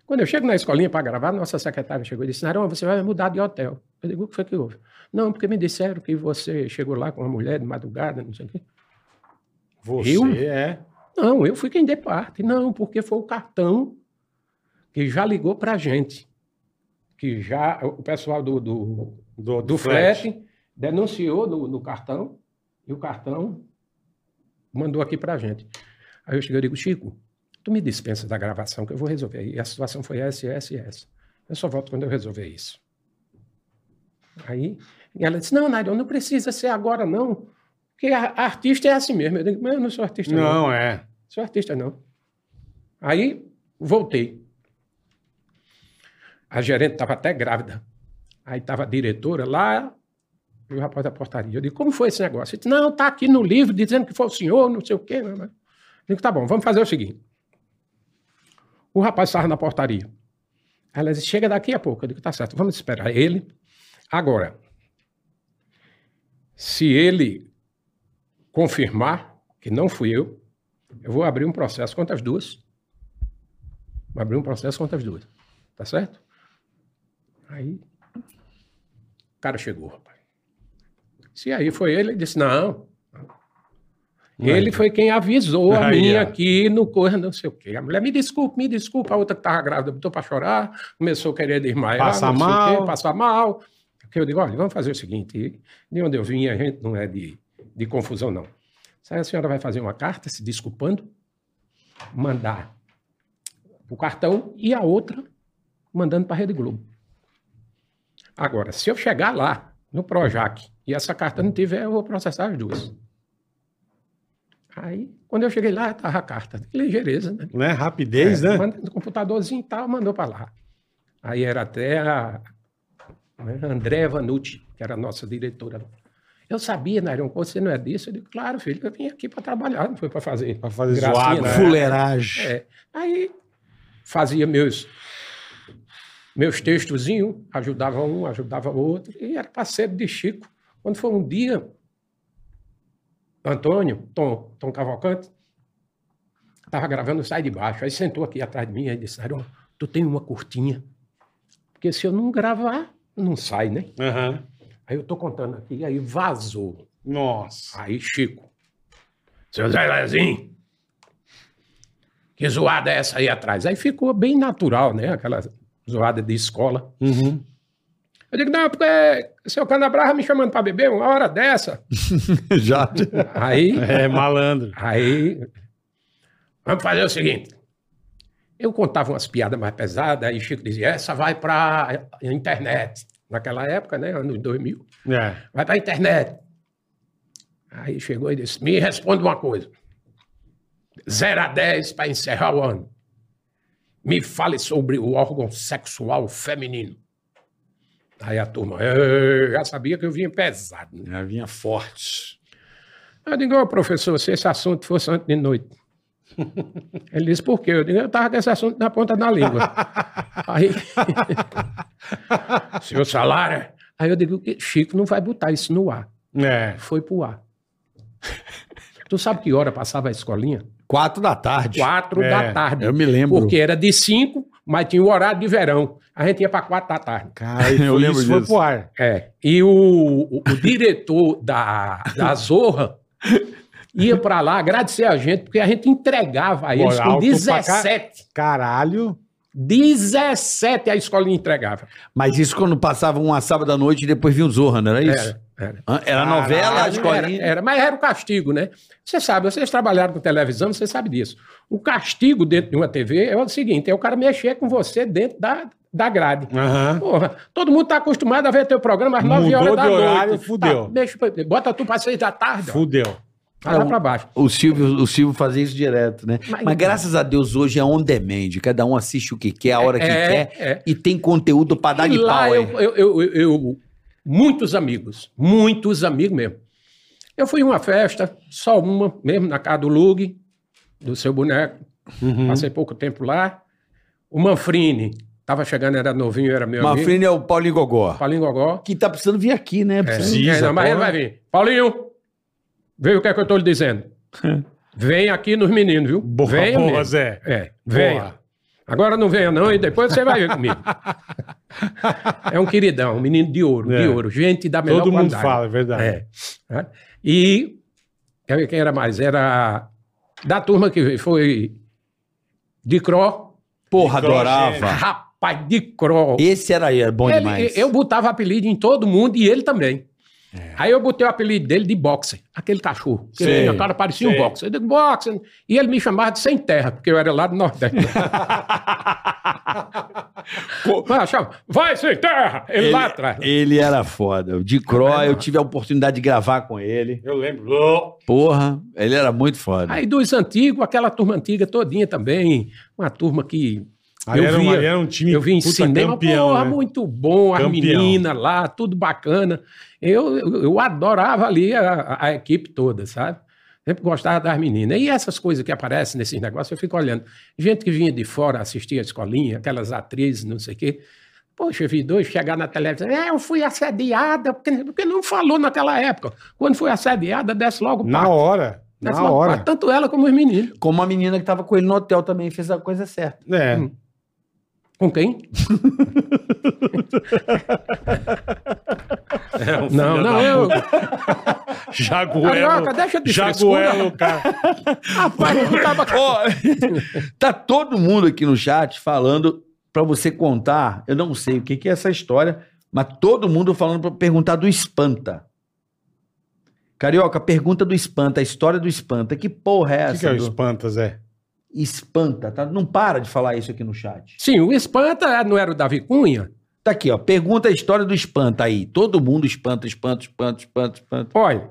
Speaker 1: Quando eu chego na escolinha para gravar, nossa secretária chegou e disse, Narão, você vai mudar de hotel. Eu digo, o que foi que houve? Não, porque me disseram que você chegou lá com uma mulher de madrugada, não sei o quê.
Speaker 3: Você
Speaker 1: Eu?
Speaker 3: é.
Speaker 1: Não, eu fui quem dei parte. Não, porque foi o cartão que já ligou para a gente. Que já o pessoal do, do,
Speaker 3: Do,
Speaker 1: do flat. denunciou no, no cartão e o cartão mandou aqui para a gente. Aí eu cheguei e digo, Chico, tu me dispensa da gravação que eu vou resolver. E a situação foi essa, essa e essa. Eu só volto quando eu resolver isso. Aí e ela disse, não, Nairon, não precisa ser agora, não. Porque a, a artista é assim mesmo. Eu digo, mas eu não sou artista, não.
Speaker 3: Não, é.
Speaker 1: Sou artista, não. Aí, voltei. A gerente estava até grávida. Aí estava a diretora lá, e o rapaz da portaria. Eu digo, como foi esse negócio? Ele disse, não, está aqui no livro dizendo que foi o senhor, não sei o quê. Né? Eu digo, tá bom, vamos fazer o seguinte. O rapaz estava na portaria. Ela disse, chega daqui a pouco. Eu digo, tá certo, vamos esperar ele. Agora, se ele confirmar que não fui eu, eu vou abrir um processo contra as duas. Vou abrir um processo contra as duas. Tá certo? Aí. O cara chegou, rapaz. Se aí foi ele, ele disse: não. Ele foi quem avisou a
Speaker 3: Aí,
Speaker 1: minha
Speaker 3: ó.
Speaker 1: aqui no corra, não sei o quê. A mulher, me desculpe, me desculpa. A outra que estava grávida botou para chorar, começou a querer desmaiar.
Speaker 3: Passar
Speaker 1: não sei o
Speaker 3: mal.
Speaker 1: quê, passar mal. Porque eu digo: olha, vamos fazer o seguinte: de onde eu vim, a gente não é de, de confusão, não. Aí a senhora vai fazer uma carta se desculpando, mandar o cartão e a outra mandando para a Rede Globo. Agora, se eu chegar lá no Projac e essa carta não tiver, eu vou processar as duas. Aí, quando eu cheguei lá, estava a carta. Que ligeireza, né?
Speaker 3: Né? Rapidez, né?
Speaker 1: Manda no computadorzinho e tal, mandou para lá. Aí era até a né, Andréa Vanucci, que era a nossa diretora. lá. Eu sabia, Narion, você não é disso? Eu digo, claro, filho, eu vim aqui para trabalhar, não foi para fazer.
Speaker 3: Pra fazer
Speaker 1: gracinha,
Speaker 3: zoada,
Speaker 1: não.
Speaker 3: né?
Speaker 4: Fuleiragem.
Speaker 1: É. Aí fazia meus meus textozinhos, ajudava um, ajudava outro, e era parceiro de Chico. Quando foi um dia, Antônio, Tom, Tom Cavalcante, estava gravando o Sai de Baixo, aí sentou aqui atrás de mim e disse, Arion, tu tem uma curtinha, porque se eu não gravar, não sai, né?
Speaker 3: Aham.
Speaker 1: Aí eu tô contando aqui, aí vazou.
Speaker 3: Nossa.
Speaker 1: Aí, Chico. Seu Zé Lezinho. Que zoada é essa aí atrás? Aí ficou bem natural, né? Aquela zoada de escola.
Speaker 3: Uhum.
Speaker 1: Eu digo, não, porque seu Canabrava me chamando pra beber uma hora dessa.
Speaker 6: É.
Speaker 4: Já.
Speaker 1: Aí,
Speaker 3: É malandro.
Speaker 1: aí, vamos fazer o seguinte. Eu contava umas piadas mais pesadas, aí Chico dizia, essa vai pra internet. naquela época, né? Anos 2000.
Speaker 3: É.
Speaker 1: Vai pra internet. Aí chegou e disse: me responde uma coisa. 0 a 10 para encerrar o ano. Me fale sobre o órgão sexual feminino. Aí a turma, "Ê, já sabia que eu vinha pesado. né?
Speaker 3: Já vinha forte.
Speaker 1: Eu digo, "Ô, professor, se esse assunto fosse antes de noite. Ele disse, por quê? Eu digo, eu estava com esse assunto na ponta da língua. Aí, seu salário. Aí eu digo, Chico não vai botar isso no ar.
Speaker 3: É.
Speaker 1: Foi pro ar. Tu sabe que hora passava a escolinha?
Speaker 6: Quatro da tarde.
Speaker 1: Quatro
Speaker 3: É,
Speaker 1: da tarde.
Speaker 6: eu me lembro.
Speaker 1: Porque era de cinco, mas tinha o horário de verão. A gente ia para quatro da tarde.
Speaker 3: Cara,
Speaker 6: Eu
Speaker 3: foi-
Speaker 6: lembro
Speaker 3: isso foi
Speaker 6: disso.
Speaker 3: pro ar.
Speaker 1: É. E o, o- o diretor da, da Zorra ia para lá agradecer a gente, porque a gente entregava a eles
Speaker 3: Bora,
Speaker 1: com
Speaker 3: alto pra
Speaker 1: 17.
Speaker 3: Caralho.
Speaker 1: 17 a escolinha entregava.
Speaker 4: Mas isso quando passava uma sábado à noite e depois vinha o Zorra, não era isso?
Speaker 1: Era, era.
Speaker 4: Hã? Ah, Era,
Speaker 3: Caralho,
Speaker 4: novela, a
Speaker 1: Era, É.
Speaker 4: escolinha.
Speaker 1: era, mas era o castigo, né? Você sabe, vocês trabalharam com televisão, você sabe disso. O castigo dentro de uma TV é o seguinte: é o cara mexer com você dentro da, da grade.
Speaker 3: Aham.
Speaker 1: Porra, todo mundo tá acostumado a ver teu programa às 9
Speaker 3: Mudou
Speaker 1: horas da
Speaker 3: de
Speaker 1: noite.
Speaker 3: horário, fudeu.
Speaker 1: Tá, deixa pra- bota tu pra 6 da tarde, ó,
Speaker 3: Fudeu.
Speaker 1: tá lá pra baixo.
Speaker 4: O Silvio, o Silvio fazia isso direto, né? Mas,
Speaker 1: Mas-
Speaker 4: graças a Deus hoje é on demand. Cada um assiste o que quer, a hora que
Speaker 1: É,
Speaker 4: quer.
Speaker 1: é.
Speaker 4: E tem conteúdo pra dar
Speaker 1: E
Speaker 4: de
Speaker 1: lá
Speaker 4: pau,
Speaker 1: eu,
Speaker 4: hein?
Speaker 1: eu, eu, eu- eu- muitos amigos, muitos amigos mesmo. Eu fui em uma festa, só uma, mesmo na casa do Lug, do seu boneco. Passei pouco tempo lá. O Manfrini, tava chegando, era novinho, era meu amigo.
Speaker 4: Manfrini é o Paulinho Gogó.
Speaker 1: Paulinho Gogó.
Speaker 4: Que tá precisando vir aqui, né? Precisando-
Speaker 3: Precisa,
Speaker 1: É, não,
Speaker 3: porra.
Speaker 1: mas ele vai vir. Paulinho, veja o que é que eu tô lhe dizendo. Vem aqui nos meninos, viu?
Speaker 3: Boa,
Speaker 1: Venha
Speaker 3: boa,
Speaker 1: mesmo.
Speaker 3: Zé.
Speaker 1: É, venha.
Speaker 3: Boa.
Speaker 1: Agora não venha não e depois você vai ver comigo. é um queridão, um menino de ouro,
Speaker 3: É.
Speaker 1: de ouro. Gente da melhor
Speaker 3: Todo mundo
Speaker 1: qualidade.
Speaker 3: fala, é verdade.
Speaker 1: É. né? E quer ver quem era mais? Era da turma que veio, foi de Cro.
Speaker 4: Porra,
Speaker 3: Microgênio.
Speaker 4: adorava.
Speaker 1: Rapaz, de Cro.
Speaker 4: Esse era aí, era é bom
Speaker 1: Ele-
Speaker 4: demais. É.
Speaker 1: eu botava apelido em todo mundo e ele também. Aí eu botei o apelido dele de boxer, aquele cachorro. Que
Speaker 3: Sei.
Speaker 1: ele, o cara parecia
Speaker 3: Sei.
Speaker 1: um boxer. Eu digo, boxer. E ele me chamava de sem terra, porque eu era lá do Nordeste. Mas eu achava, vai sem terra! Ele, lá atrás.
Speaker 4: Ele era foda. O De Cro, eu tive a oportunidade de gravar com ele.
Speaker 3: Eu lembro.
Speaker 4: Porra, ele era muito foda.
Speaker 1: Aí dos antigos, aquela turma antiga todinha também. Uma turma que.
Speaker 3: Ali era um- ali era um time,
Speaker 1: eu vi em
Speaker 3: puta,
Speaker 1: cinema,
Speaker 3: campeão,
Speaker 1: porra,
Speaker 3: né?
Speaker 1: muito bom, a
Speaker 3: Campeão.
Speaker 1: menina lá, tudo bacana. Eu, eu, eu adorava ali a, a equipe toda, sabe? Sempre gostava das meninas. E essas coisas que aparecem nesses negócios, eu fico olhando. Gente que vinha de fora assistir a escolinha, aquelas atrizes, não sei o quê. Poxa, eu vi dois chegar na televisão. É, eu fui assediada, porque, porque não falou naquela época. Quando foi assediada, desce logo o
Speaker 3: Na
Speaker 1: pato.
Speaker 3: hora. Na
Speaker 1: Desce logo o
Speaker 3: hora.
Speaker 1: pato, Tanto ela como os meninos.
Speaker 4: Como a menina que tava com ele no hotel também fez a coisa certa.
Speaker 3: É.
Speaker 1: Hum. Com quem?
Speaker 3: É, um
Speaker 1: Não, não, eu.
Speaker 3: Jaguelo.
Speaker 1: Carioca, deixa de
Speaker 3: Jaguelo, cara.
Speaker 1: Rapaz, eu tava.
Speaker 4: Ó, tá todo mundo aqui no chat falando pra você contar. Eu não sei o que, que é essa história, mas todo mundo falando pra perguntar do espanta. Carioca, pergunta do espanta, a história do espanta. Que porra é
Speaker 3: O
Speaker 4: essa?
Speaker 3: que, que é o
Speaker 4: do-
Speaker 3: espanta, Zé?
Speaker 4: Espanta, tá? Não para de falar isso aqui no chat.
Speaker 1: Sim, o Espanta é, não era o Davi Cunha?
Speaker 4: Tá aqui, ó. Pergunta a história do espanta aí. Todo mundo espanta, espanta, espanta, espanta, espanta.
Speaker 1: Olha,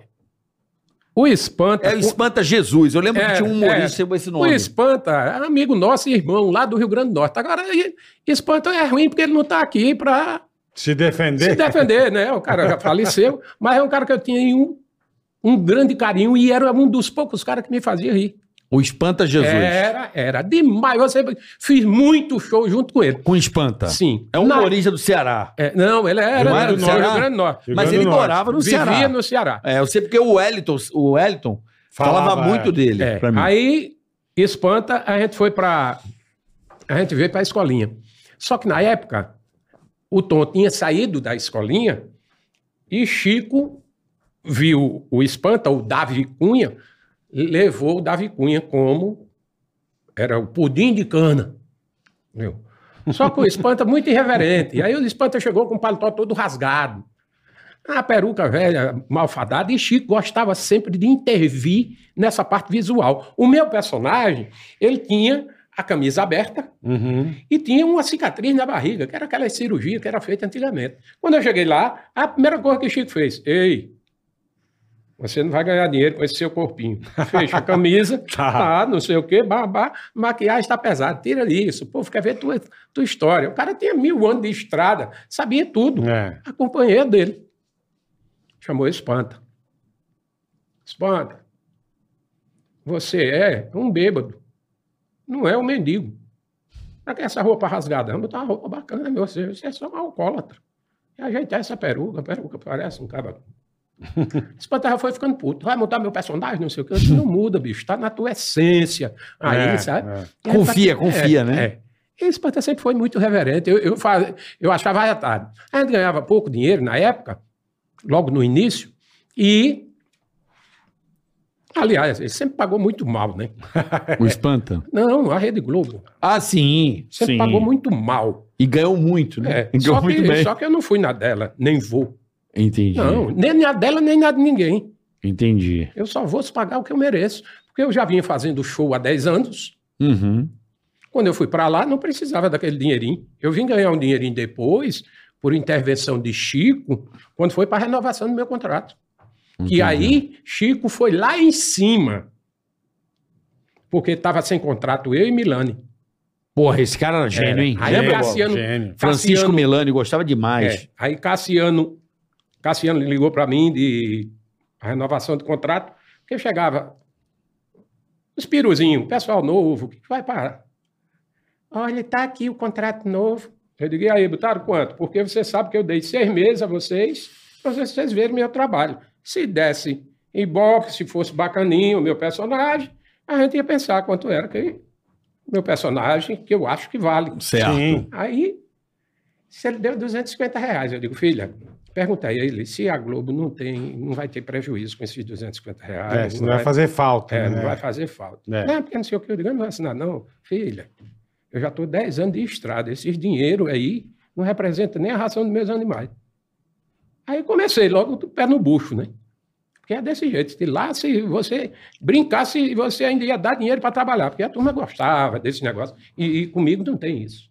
Speaker 1: o Espanta.
Speaker 4: É o espanta Jesus. Eu lembro que
Speaker 1: É,
Speaker 4: tinha um humorista com esse
Speaker 1: o
Speaker 4: nome.
Speaker 1: Espanta, é amigo nosso e irmão lá do Rio Grande do Norte. Agora, e- Espanta é ruim porque ele não está aqui para
Speaker 3: Se defender?
Speaker 1: se defender, né? O cara já faleceu, mas é um cara que eu tinha um, um grande carinho e era um dos poucos caras que me fazia rir.
Speaker 4: O espanta Jesus.
Speaker 1: Era, era demais. Eu sempre fiz muito show junto com ele.
Speaker 4: Com espanta.
Speaker 1: Sim.
Speaker 4: É um
Speaker 1: Na-
Speaker 4: humorista do Ceará.
Speaker 1: é, não, ele era
Speaker 4: Não era
Speaker 1: do
Speaker 4: do
Speaker 1: Rio Grande
Speaker 4: Ceará?
Speaker 1: do Norte.
Speaker 3: Rio
Speaker 4: Mas
Speaker 3: Grande
Speaker 4: ele
Speaker 3: do Norte.
Speaker 4: morava no
Speaker 1: Vivia
Speaker 4: Ceará.
Speaker 1: no Ceará.
Speaker 4: É, eu sei porque o Wellington, o Wellington falava,
Speaker 3: Falava,
Speaker 4: muito
Speaker 3: é.
Speaker 4: dele
Speaker 1: É,
Speaker 4: pra mim.
Speaker 1: Aí, espanta, a gente foi pra. A gente veio pra escolinha. Só que na época, o Tom tinha saído da escolinha e Chico viu o espanta, o Davi Cunha, levou o Davi Cunha como. Era o pudim de cana. Viu? Só que o espanta muito irreverente. E aí o espanta chegou com o paletó todo rasgado. A peruca velha, malfadada, e Chico gostava sempre de intervir nessa parte visual. O meu personagem, ele tinha a camisa aberta
Speaker 3: Uhum.
Speaker 1: e tinha uma cicatriz na barriga, que era aquela cirurgia que era feita antigamente. Quando eu cheguei lá, a primeira coisa que o Chico fez, ei, você não vai ganhar dinheiro com esse seu corpinho. Fecha a camisa,
Speaker 3: Tá.
Speaker 1: tá. não sei o quê, babá, maquiagem está pesada, tira isso, o povo quer ver tua, tua história. O cara tinha mil anos de estrada, sabia tudo
Speaker 3: É.
Speaker 1: a companheira dele. Chamou Espanta. Espanta, você é um bêbado. Não é um mendigo. Pra que essa roupa rasgada? Vamos botar uma roupa bacana, meu. Você, você é só um alcoólatra. E ajeitar essa peruca, a peruca parece um cara. Espantarra foi ficando puto. Vai mudar meu personagem, não sei o quê. Eu disse, não muda, bicho. Tá na tua essência. Aí,
Speaker 3: É,
Speaker 1: sabe?
Speaker 3: é.
Speaker 1: E aí,
Speaker 4: Confia,
Speaker 1: é,
Speaker 4: confia, né?
Speaker 1: É. E esse Pantera sempre foi muito reverente. Eu, eu, faz- eu achava retado. A gente ganhava pouco dinheiro na época, logo no início, e. Aliás, ele sempre pagou muito mal, né?
Speaker 6: O espanta.
Speaker 1: Não, a Rede Globo
Speaker 4: Ah, sim.
Speaker 1: sempre
Speaker 6: Sim.
Speaker 1: pagou muito mal.
Speaker 4: E ganhou muito, né?
Speaker 1: É, só, que, só que eu não fui na dela, nem vou.
Speaker 6: Entendi.
Speaker 1: Não, nem na dela, nem na de ninguém.
Speaker 6: Entendi.
Speaker 1: Eu só vou se pagar o que eu mereço. Porque eu já vinha fazendo show há 10 anos.
Speaker 6: Uhum.
Speaker 1: Quando eu fui para lá, não precisava daquele dinheirinho. Eu vim ganhar um dinheirinho depois, por intervenção de Chico, quando foi para a renovação do meu contrato. E aí, Chico foi lá em cima, porque estava sem contrato eu e Milani.
Speaker 4: Porra, esse cara era gênio, hein?
Speaker 1: Aí
Speaker 3: Gênio,
Speaker 1: é Cassiano.
Speaker 3: gênio.
Speaker 4: Francisco
Speaker 1: Cassiano-
Speaker 4: Milani gostava demais.
Speaker 1: É, aí Cassiano, Cassiano ligou para mim de a renovação do contrato, porque chegava os piruzinhos, pessoal novo, que vai parar. Olha, tá aqui o contrato novo. Eu digo, e aí, botaram quanto? Porque você sabe que eu dei seis meses a vocês, para vocês verem meu trabalho. Se desse em box, se fosse bacaninho o meu personagem, a gente ia pensar quanto era que meu personagem, que eu acho que vale.
Speaker 6: Certo.
Speaker 3: Sim.
Speaker 1: Aí, se ele deu 250 reais, eu digo, filha, pergunta a ele se a Globo não tem, não vai ter prejuízo com esses 250 reais.
Speaker 3: É, senão vai fazer falta.
Speaker 1: é,
Speaker 3: né?
Speaker 1: não vai fazer falta.
Speaker 4: Né?
Speaker 3: É.
Speaker 1: Não, porque não sei o que, eu digo, eu não vou assinar não. Filha, eu já estou 10 anos de estrada, esses dinheiro aí não representa nem a ração dos meus animais. Aí comecei logo do pé no bucho, né? Porque é desse jeito, de lá se você brincasse, você ainda ia dar dinheiro para trabalhar, porque a turma gostava desse negócio. E, e comigo não tem isso.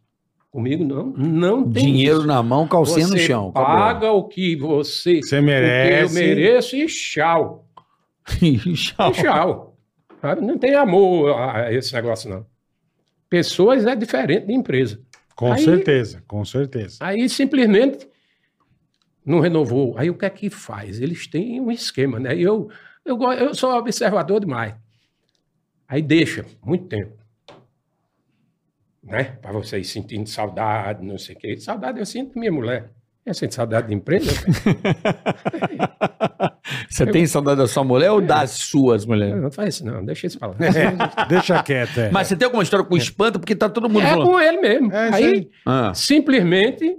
Speaker 1: Comigo não, não tem
Speaker 4: Dinheiro
Speaker 1: isso.
Speaker 4: na mão, calcinha no
Speaker 1: Você
Speaker 4: chão. acabou.
Speaker 1: Paga o que você,
Speaker 3: Você
Speaker 1: O que
Speaker 3: merece.
Speaker 1: eu mereço e tchau.
Speaker 4: Tchau.
Speaker 1: E tchau. Sabe? Não tem amor a a esse negócio, não. Pessoas é diferente de empresa.
Speaker 3: Com
Speaker 1: Aí-
Speaker 3: certeza, com certeza.
Speaker 1: Aí simplesmente não renovou. Aí o que é que faz? Eles têm um esquema, né? E Eu, eu, go- eu sou observador demais. Aí deixa muito tempo. Né? Para vocês sentindo saudade, não sei o quê. Saudade eu sinto da minha mulher. Eu sinto saudade de empresa.
Speaker 4: Você tem saudade da sua mulher ou das suas mulheres?
Speaker 1: Eu não faz isso, não. Deixa isso pra lá.
Speaker 3: É, deixa quieto. É.
Speaker 4: Mas você tem alguma história com espanto? Porque tá todo mundo
Speaker 1: É
Speaker 4: falando.
Speaker 1: com ele mesmo.
Speaker 3: É, isso
Speaker 1: aí,
Speaker 3: aí.
Speaker 4: Ah,
Speaker 1: Simplesmente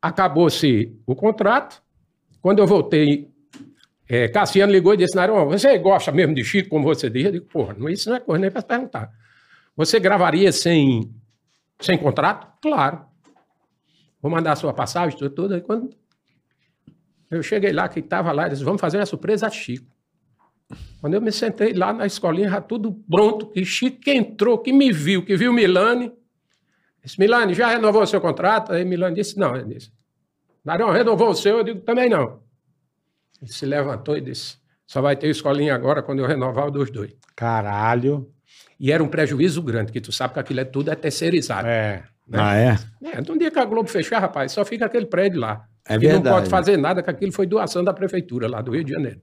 Speaker 1: acabou-se o contrato. Quando eu voltei, eh, Cassiano ligou e disse: Narão, você gosta mesmo de Chico, como você diz? Eu digo: Porra, não, isso não é coisa nem para perguntar. Você gravaria sem, sem contrato? Claro. Vou mandar a sua passagem, tudo, tudo. Aí quando eu cheguei lá, que estava lá, eles Vamos fazer uma surpresa a Chico. Quando eu me sentei lá na escolinha, já tudo pronto, que Chico que entrou, que me viu, que viu Milani. Disse, Milani, já renovou o seu contrato? Aí Milani disse, não. Ele disse, Darão, renovou o seu? Eu digo, também não. Ele se levantou e disse, só vai ter escolinha agora quando eu renovar o dos dois.
Speaker 3: Caralho.
Speaker 1: E era um prejuízo grande, que tu sabe que aquilo é tudo é terceirizado. É.
Speaker 3: É.
Speaker 4: ah, é?
Speaker 1: então, um dia que a Globo fechar, rapaz, só fica aquele prédio lá.
Speaker 4: É
Speaker 1: e
Speaker 4: verdade.
Speaker 1: não pode fazer nada, que aquilo foi doação da prefeitura lá do Rio de Janeiro.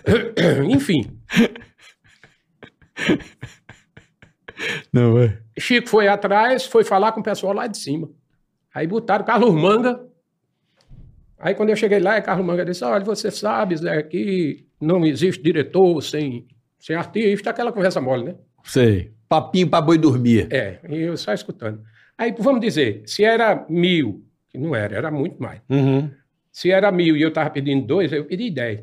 Speaker 1: Enfim,
Speaker 6: Não, é.
Speaker 1: Chico foi atrás, foi falar com o pessoal lá de cima. Aí botaram Carlos Manga. Aí quando eu cheguei lá, Carlos Manga disse: Olha, você sabe, Zé, que não existe diretor sem, sem artista, aquela conversa mole, né?
Speaker 6: Sei.
Speaker 4: Papinho pra boi dormir.
Speaker 1: É, e eu só escutando. Aí vamos dizer, se era mil, que não era, era muito mais.
Speaker 3: Uhum.
Speaker 1: Se era mil e eu estava pedindo dois, eu pedi dez.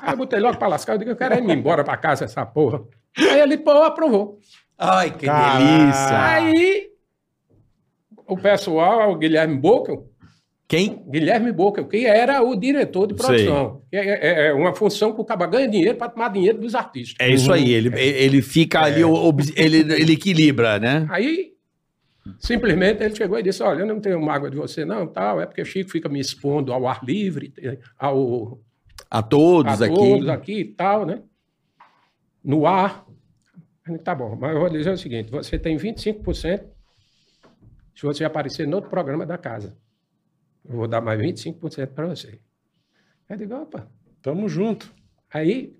Speaker 1: Aí eu botei logo para lascar, eu digo, eu quero é ir embora para casa essa porra. Aí ele, pô, aprovou.
Speaker 4: Ai, que
Speaker 3: Caralho.
Speaker 4: delícia.
Speaker 1: Aí o pessoal, o Guilherme Boca,
Speaker 4: Quem?
Speaker 1: Guilherme Boca, que era o diretor de
Speaker 4: Sei.
Speaker 1: produção. É, é- é uma função que o cara ganha dinheiro para tomar dinheiro dos artistas.
Speaker 4: É isso aí, ele, ele fica ali, ob- ele, ele equilibra, né?
Speaker 1: Aí, simplesmente, ele chegou e disse, olha, eu não tenho mágoa de você, não, tal, é porque Chico fica me expondo ao ar livre, ao,
Speaker 4: A todos
Speaker 1: a
Speaker 4: aqui.
Speaker 1: todos aqui e tal, né? No ar. Aí, Tá bom, mas eu vou dizer o seguinte: você tem 25% se você aparecer no outro programa da casa. Eu vou dar mais 25% para você. Aí eu digo, opa.
Speaker 3: Tamo junto.
Speaker 1: Aí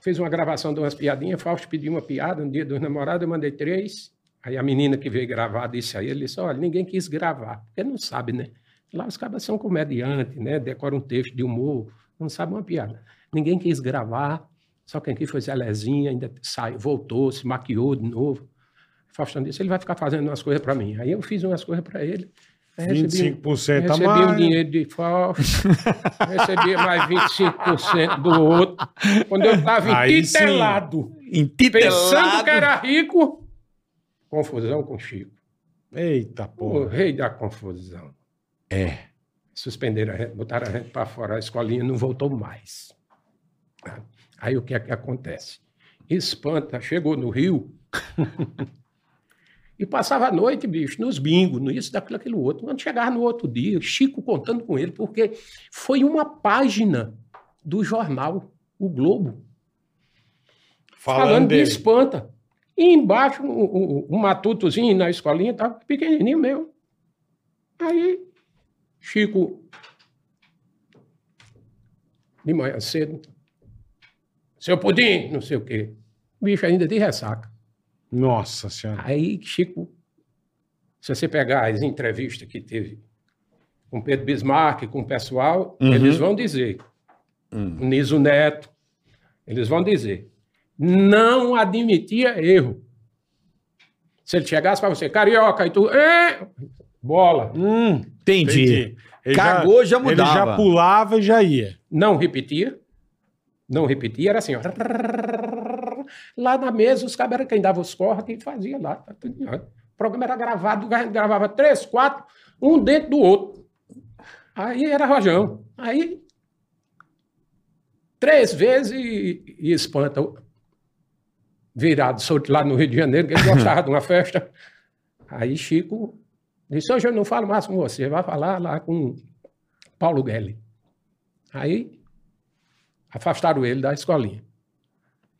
Speaker 1: fez uma gravação de umas piadinhas, Fausto pediu uma piada no dia dos namorados, eu mandei três. Aí a menina que veio gravar disse a ele, disse, olha, ninguém quis gravar, porque não sabe, né? Lá os cabas são comediantes, né? Decoram um texto de humor, não sabe uma piada. Ninguém quis gravar, só quem quis foi Zé Lezinha, ainda saiu, voltou, se maquiou de novo. Faustão disse, ele vai ficar fazendo umas coisas para mim. Aí eu fiz umas coisas para ele. Aí recebi um-
Speaker 3: 25% a
Speaker 1: Recebi um
Speaker 3: É, tá mais.
Speaker 1: dinheiro de falta, recebi mais 25% do outro. Quando eu estava
Speaker 3: Aí sim.
Speaker 1: intitelado, pensando que é- era rico, confusão com Chico.
Speaker 3: Eita
Speaker 1: O
Speaker 3: porra.
Speaker 1: rei da confusão. É. Suspenderam a gente, botaram a gente para fora, a escolinha não voltou mais. Aí o que é que acontece? Espanta, chegou no Rio e passava a noite, bicho, nos bingos, no isso, daquilo, aquilo outro. Quando chegava no outro dia, Chico contando com ele, porque foi uma página do jornal, o Globo, falando, de espanta. E embaixo, um, um- um matutozinho na escolinha, estava pequenininho meu. Aí, Chico, de manhã cedo, seu pudim, não sei o quê. O bicho ainda de ressaca.
Speaker 3: Nossa senhora.
Speaker 1: Aí, Chico, se você pegar as entrevistas que teve com Pedro Bismarck, com o pessoal, eles vão dizer, com Niso Neto, eles vão dizer, não admitia erro. Se ele chegasse para você, carioca, e tu, "É", bola,
Speaker 3: Hum,
Speaker 4: Entendi.
Speaker 3: Ele
Speaker 4: Cagou, já
Speaker 3: Ele já
Speaker 4: mudava.
Speaker 3: pulava e já ia.
Speaker 1: não repetia, não repetia, era assim, ó. Lá na mesa, os cabos eram quem dava os cortes e fazia lá. tá tudo em ordem. O programa era gravado, a gente gravava três, quatro, um dentro do outro. Aí era rojão. Aí, três vezes e, e espanta. o- Virado solto lá no Rio de Janeiro, que ele gostava de uma festa. Aí Chico disse, hoje eu não falo mais com você, vai falar lá com Paulo Guelli. Aí afastaram ele da escolinha.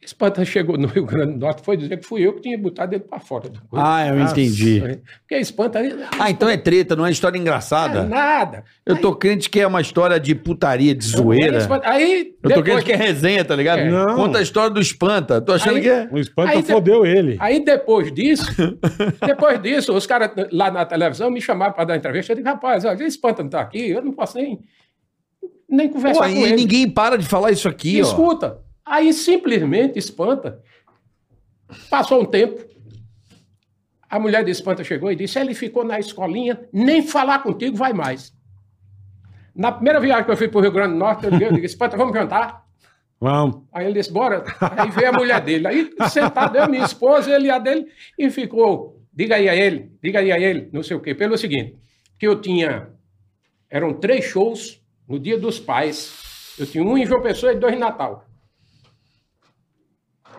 Speaker 1: Espanta chegou no Rio Grande do Norte foi dizer que fui eu que tinha botado ele para fora. da coisa.
Speaker 4: Ah, eu entendi.
Speaker 1: Porque Espanta
Speaker 4: Ah, então é treta, não é história
Speaker 1: nada.
Speaker 4: engraçada.
Speaker 1: nada.
Speaker 4: Eu tô crente que é uma história de putaria, de
Speaker 1: Aí,
Speaker 4: zoeira.
Speaker 1: Espanta- aí
Speaker 4: Eu tô
Speaker 1: depois-
Speaker 4: crente que é resenha, tá ligado?
Speaker 1: É.
Speaker 3: Não.
Speaker 4: Conta a história do espanta. Tô achando
Speaker 1: Aí-
Speaker 4: que é.
Speaker 3: O espanto
Speaker 1: Aí você-
Speaker 3: fodeu ele.
Speaker 1: Aí depois disso, depois disso, os caras lá na televisão me chamaram para dar entrevista. Eu digo, rapaz, olha, espanta não tá aqui, eu não posso nem, nem conversar
Speaker 4: Pô,
Speaker 1: com
Speaker 4: e
Speaker 1: ele.
Speaker 4: ninguém para de falar isso aqui, ó.
Speaker 1: Escuta. Aí simplesmente espanta. Passou um tempo. A mulher de espanta chegou e disse: ele ficou na escolinha, nem falar contigo vai mais. Na primeira viagem que eu fui para o Rio Grande do Norte, eu liguei, eu disse: espanta, vamos jantar?
Speaker 3: Vamos.
Speaker 1: Aí ele disse, bora. Aí veio a mulher dele. Aí sentado eu, minha esposa, ele e a dele, e ficou. Diga aí a ele, diga aí a ele, não sei o quê. Pelo seguinte, que eu tinha. Eram três shows no dia dos pais. Eu tinha um em João Pessoa e dois em Natal.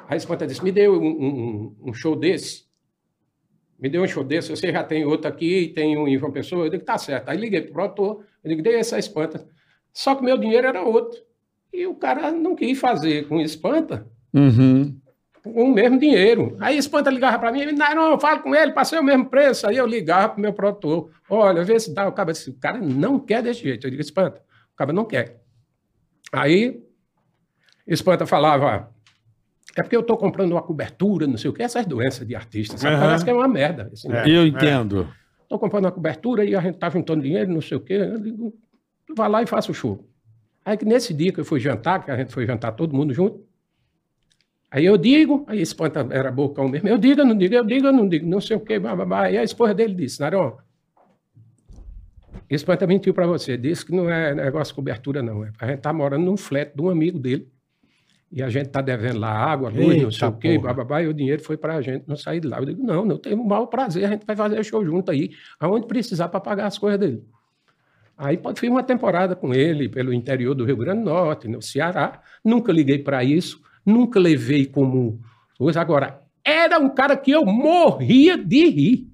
Speaker 1: Aí espanta disse: me deu um, um- um- um show desse. Me deu um show desse, você já tem outro aqui, e tem um em João Pessoa. Eu digo, tá certo. Aí liguei pro produtor, eu digo, dei essa espanta. Só que meu dinheiro era outro. E o cara não quis fazer com espanta
Speaker 4: Uhum.
Speaker 1: com o mesmo dinheiro. Aí espanta ligava para mim, não, não, eu falo com ele, passei o mesmo preço. Aí eu ligava pro meu produtor, olha, vê se dá. O cara disse, o cara não quer desse jeito. Eu digo, espanta, o cara não quer. Aí espanta falava, é porque eu tô comprando uma cobertura, não sei o que, essas doenças de artista, sabe?
Speaker 3: Aham.
Speaker 1: Parece que é uma merda. Assim, né?
Speaker 4: Eu entendo.
Speaker 1: Estou comprando uma cobertura e a gente está juntando dinheiro, não sei o quê. Eu digo, vai lá e faça o show. Aí que nesse dia que eu fui jantar, que a gente foi jantar todo mundo junto, aí eu digo, aí espanta, era bocão mesmo, eu digo, eu não digo, eu digo, eu não digo, não sei o quê, blá, blá, blá. Aí a esposa dele disse, Narão, espanta mentiu para você, disse que não é negócio de cobertura, não. é- A gente está morando num flat de um amigo dele. E a gente está devendo lá água, luz, não sei o
Speaker 3: Eita
Speaker 1: quê,
Speaker 3: porra.
Speaker 1: bababá, e o dinheiro foi para a gente não sair de lá. Eu digo, não, não tenho o maior prazer, a gente vai fazer show junto aí, aonde precisar para pagar as coisas dele. Aí pode ficar uma temporada com ele pelo interior do Rio Grande do Norte, no Ceará. Nunca liguei para isso, nunca levei como coisa. Agora, era um cara que eu morria de rir.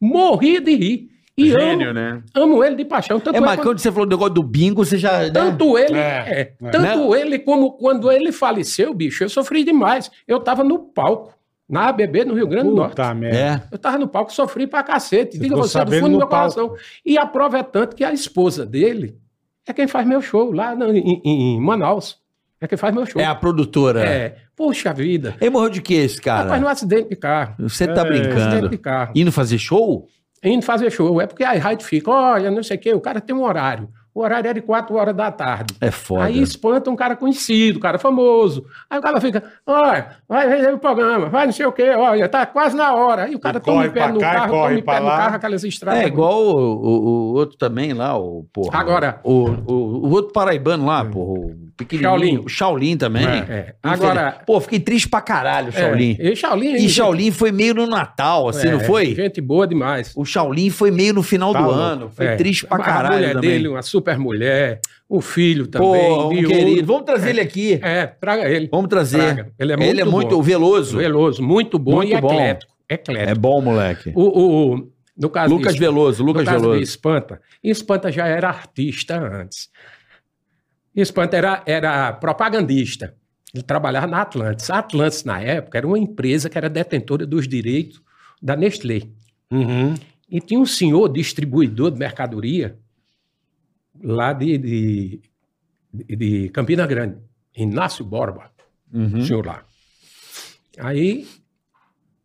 Speaker 1: Morria de rir. E
Speaker 7: Gênio,
Speaker 1: amo,
Speaker 7: né?
Speaker 1: amo ele de paixão. Tanto
Speaker 4: É, mas
Speaker 1: quando-
Speaker 4: quando você falou do negócio do bingo, você já. né?
Speaker 1: tanto
Speaker 3: É,
Speaker 1: ele, é,
Speaker 3: é.
Speaker 1: tanto ele como quando ele faleceu, bicho, eu sofri demais. Eu tava no palco, na ABB, no Rio Grande do Norte.
Speaker 3: Puta merda.
Speaker 4: É.
Speaker 1: Eu tava no palco, sofri pra cacete.
Speaker 3: Eu
Speaker 1: Diga
Speaker 3: tô
Speaker 1: você, do
Speaker 3: sabendo
Speaker 1: fundo do
Speaker 3: no
Speaker 1: meu coração. E a prova é tanto que a esposa dele é quem faz meu show lá na- em, em- em Manaus. É quem faz meu show.
Speaker 4: É a produtora.
Speaker 1: É. Puxa vida.
Speaker 4: Ele morreu de que esse cara?
Speaker 1: Rapaz, no acidente de carro.
Speaker 4: Você tá
Speaker 3: É.
Speaker 1: Acidente de
Speaker 4: brincando.
Speaker 1: carro.
Speaker 4: Indo fazer show?
Speaker 1: Indo fazer show. É porque a rádio fica, olha, não sei o quê, o cara tem um horário. O horário é de 4 horas da tarde.
Speaker 4: É foda.
Speaker 1: Aí espanta um cara conhecido, um cara famoso. Aí o cara fica, olha, vai ver o programa, vai não sei o quê, olha, tá quase na hora. Aí o cara
Speaker 3: E
Speaker 1: toma
Speaker 3: corre
Speaker 1: o pé
Speaker 3: pra
Speaker 1: no
Speaker 3: cá,
Speaker 1: carro,
Speaker 3: corre
Speaker 1: toma o
Speaker 3: pra
Speaker 1: pé no
Speaker 3: lá.
Speaker 1: carro, aquelas estradas.
Speaker 4: É igual o, o- o outro também lá, o porra.
Speaker 1: Agora.
Speaker 4: O, o, o outro paraibano lá, porra. O pequenininho.
Speaker 1: Shaolin.
Speaker 4: O Shaolin também.
Speaker 1: É. Agora.
Speaker 4: Pô, fiquei triste pra caralho, Shaolin.
Speaker 1: É, e Shaolin.
Speaker 4: E Shaolin foi meio no Natal, assim,
Speaker 1: é,
Speaker 4: não foi?
Speaker 1: Gente boa demais.
Speaker 4: O Shaolin foi meio no final
Speaker 3: Tá
Speaker 4: do
Speaker 3: louco.
Speaker 4: ano. Foi
Speaker 1: É.
Speaker 4: triste pra
Speaker 1: A
Speaker 4: caralho
Speaker 1: mulher
Speaker 4: também.
Speaker 1: dele, uma super mulher. O filho também.
Speaker 4: Pô, um
Speaker 1: de ouro.
Speaker 4: querido. Vamos trazer ele aqui.
Speaker 1: É, traga ele.
Speaker 4: Vamos trazer.
Speaker 1: Traga. Ele é muito
Speaker 4: Ele é
Speaker 1: bom.
Speaker 4: muito o veloso.
Speaker 1: Veloso, muito bom
Speaker 4: Muito
Speaker 1: e
Speaker 4: bom.
Speaker 1: eclético. Eclético.
Speaker 4: É bom, moleque.
Speaker 1: O, o- o- no caso
Speaker 4: Lucas
Speaker 1: de-
Speaker 4: Veloso, Lucas
Speaker 1: no caso de
Speaker 4: Veloso.
Speaker 1: Espanta, Espanta já era artista antes. Espanta era, era propagandista. Ele trabalhava na Atlantis. A Atlantis, na época, era uma empresa que era detentora dos direitos da Nestlé. É.
Speaker 3: Uhum.
Speaker 1: E tinha um senhor distribuidor de mercadoria lá de, de, de- de Campina Grande, Inácio Borba, o senhor lá. Aí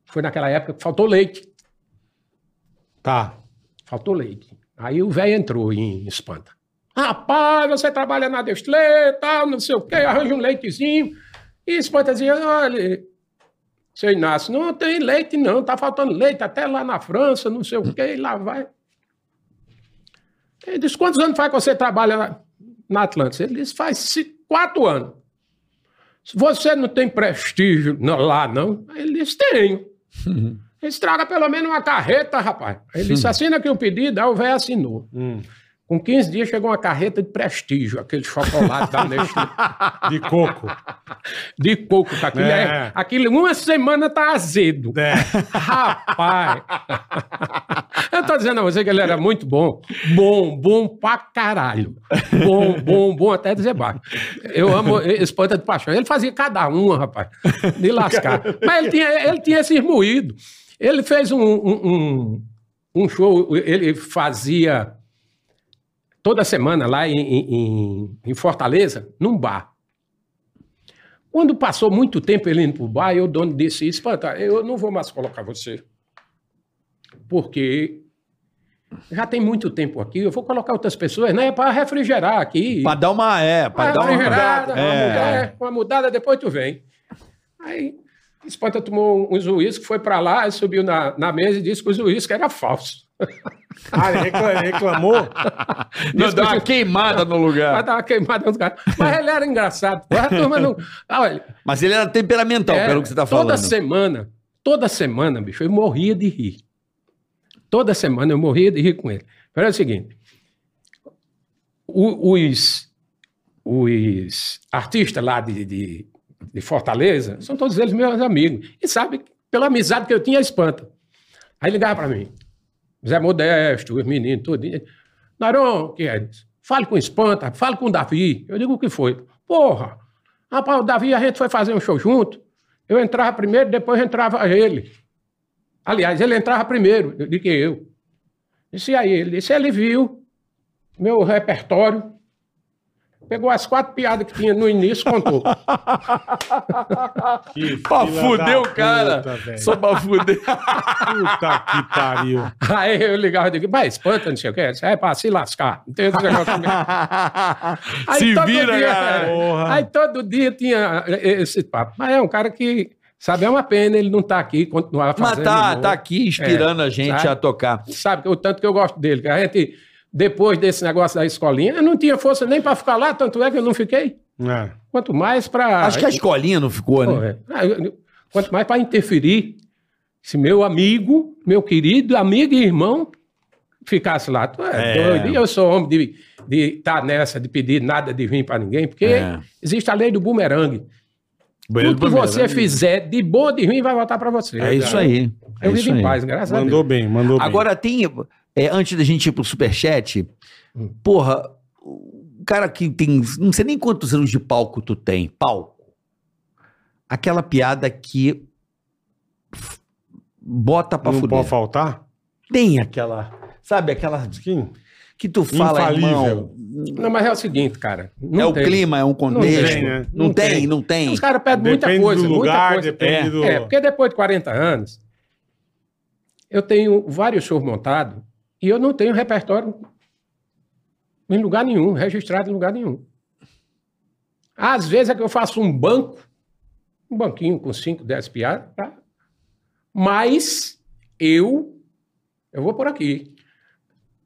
Speaker 1: foi naquela época que faltou leite.
Speaker 3: Tá.
Speaker 1: Faltou leite. Aí o velho entrou em espanta. Rapaz, você trabalha na Nestlé, tal, não sei o quê, arranja um leitezinho. E espanta dizia, olha, seu Inácio, não tem leite não, tá faltando leite até lá na França, não sei o quê, e lá vai. Ele disse, quantos anos faz que você trabalha na, na Atlântica? Ele disse, faz ci- quatro anos. Você não tem prestígio na- lá, não? Aí Ele disse, tenho. Estraga pelo menos uma carreta, rapaz. Aí Ele disse, assina aqui o pedido, aí o velho assinou.
Speaker 3: Hum.
Speaker 1: Com 15 dias chegou uma carreta de prestígio, aquele chocolate da Nestlé,
Speaker 3: De coco.
Speaker 1: de coco, que aquilo, é.
Speaker 3: É.
Speaker 1: aquilo uma semana tá azedo.
Speaker 3: É.
Speaker 1: Rapaz! Eu tô dizendo a você que ele era muito bom. Bom, bom pra caralho. Bom, bom, bom até dizer baixo. Eu amo Espanta de Paixão. Ele fazia cada uma, rapaz, de lascar. Mas ele tinha, ele tinha esses moídos. Ele fez um, um, um, um show, ele fazia toda semana lá em, em- em- em Fortaleza, num bar. Quando passou muito tempo ele indo pro bar, eu, o dono disse, espanta, eu não vou mais colocar você. Porque já tem muito tempo aqui, eu vou colocar outras pessoas, né? Para refrigerar aqui.
Speaker 4: Pra dar uma. É, pra
Speaker 1: Vai,
Speaker 4: dar
Speaker 1: dá
Speaker 4: uma.
Speaker 1: uma gerada, uma,
Speaker 4: É.
Speaker 1: mudada, uma mudada, depois tu vem. Aí, Espanta tomou uns uísques, foi pra lá, e subiu na, na mesa e disse que os uísques era falso.
Speaker 3: Ah, ele recla- reclamou?
Speaker 4: Não, dá uma queimada no
Speaker 1: Vai
Speaker 4: lugar.
Speaker 1: dar uma queimada nos caras. Mas ele era engraçado. A turma não... Ah, Olha,
Speaker 4: Mas ele era temperamental,
Speaker 1: É,
Speaker 4: pelo que você tá
Speaker 1: Toda
Speaker 4: falando.
Speaker 1: semana, toda semana, bicho, eu morria de rir. Toda semana eu morria de rir com ele. Mas é o seguinte: o- os, os artistas lá de, de- de Fortaleza são todos eles meus amigos. E sabe, pela amizade que eu tinha, espanta. Aí ligava para mim. Zé Modesto, os meninos, tudo. Naron, que é? Fale com o Espanta, fale com o Davi. Eu digo o que foi. Porra, rapaz, o Davi, a gente foi fazer um show junto. Eu entrava primeiro, depois entrava ele. Aliás, ele entrava primeiro do que eu. Disse e aí, ele disse, ele viu meu repertório, pegou as quatro piadas que tinha no início, contou.
Speaker 3: Que
Speaker 4: Pra
Speaker 3: fila
Speaker 4: fuder
Speaker 3: da
Speaker 4: o cara.
Speaker 3: Puta, velho.
Speaker 4: Só pra fuder.
Speaker 3: Puta que pariu.
Speaker 1: Aí eu ligava e digo, mas espanta, não sei o quê. Isso é pra se lascar. Não tem esse negócio comigo. Aí
Speaker 6: Se
Speaker 1: todo
Speaker 6: vira,
Speaker 1: dia,
Speaker 6: cara.
Speaker 3: Porra.
Speaker 1: Aí todo dia tinha esse papo. Mas é um cara que, sabe, é uma pena ele não estar aqui, continuar fazendo.
Speaker 4: Mas
Speaker 1: É.
Speaker 4: tá,
Speaker 1: humor.
Speaker 4: tá aqui inspirando a gente
Speaker 1: sabe?
Speaker 4: a tocar.
Speaker 1: Sabe o tanto que eu gosto dele. que A gente, depois desse negócio da escolinha, eu não tinha força nem para ficar lá, tanto é que eu não fiquei.
Speaker 3: É.
Speaker 1: Quanto mais para.
Speaker 4: Acho que a escolinha não ficou, né?
Speaker 1: Ah, Quanto mais para interferir, se meu
Speaker 4: É.
Speaker 1: amigo, meu querido amigo e irmão ficasse lá. Tu é, doido. E eu sou homem de de estar nessa, de pedir nada de vir para ninguém, porque
Speaker 6: É.
Speaker 1: existe a lei do bumerangue. Tudo que
Speaker 3: né?
Speaker 1: você fizer de bom de ruim vai voltar para você.
Speaker 4: né? É isso aí. É
Speaker 1: Eu
Speaker 4: isso
Speaker 1: vivo em
Speaker 4: aí.
Speaker 1: paz, graças
Speaker 3: Mandou
Speaker 1: a Deus.
Speaker 3: bem, mandou bem.
Speaker 4: Agora tem. é, antes da gente ir pro Superchat,
Speaker 1: Hum.
Speaker 4: porra, o cara que tem. Não sei nem quantos anos de palco tu tem. Palco. Aquela piada que. f- Bota pra
Speaker 3: não
Speaker 4: fuder.
Speaker 3: pode faltar?
Speaker 4: Tem aquela. Sabe, aquela
Speaker 3: Skin?
Speaker 4: que tu fala,
Speaker 3: Infalível.
Speaker 4: irmão.
Speaker 1: Não, mas é o seguinte, cara. não
Speaker 4: é o
Speaker 1: tem.
Speaker 4: clima, é um contexto. Não tem,
Speaker 3: tem, né?
Speaker 4: não
Speaker 1: Não
Speaker 4: tem.
Speaker 1: tem. Os caras pedem tipo, é muita
Speaker 3: Depende
Speaker 1: coisa.
Speaker 3: do
Speaker 1: muita
Speaker 3: lugar,
Speaker 1: coisa.
Speaker 3: depende
Speaker 1: é.
Speaker 3: do-
Speaker 1: É, porque depois de 40 anos, eu tenho vários shows montados e eu não tenho repertório em lugar nenhum, registrado em lugar nenhum. Às vezes é que eu faço um banco, um banquinho com 5, 10 piadas, tá? mas eu, eu vou por aqui.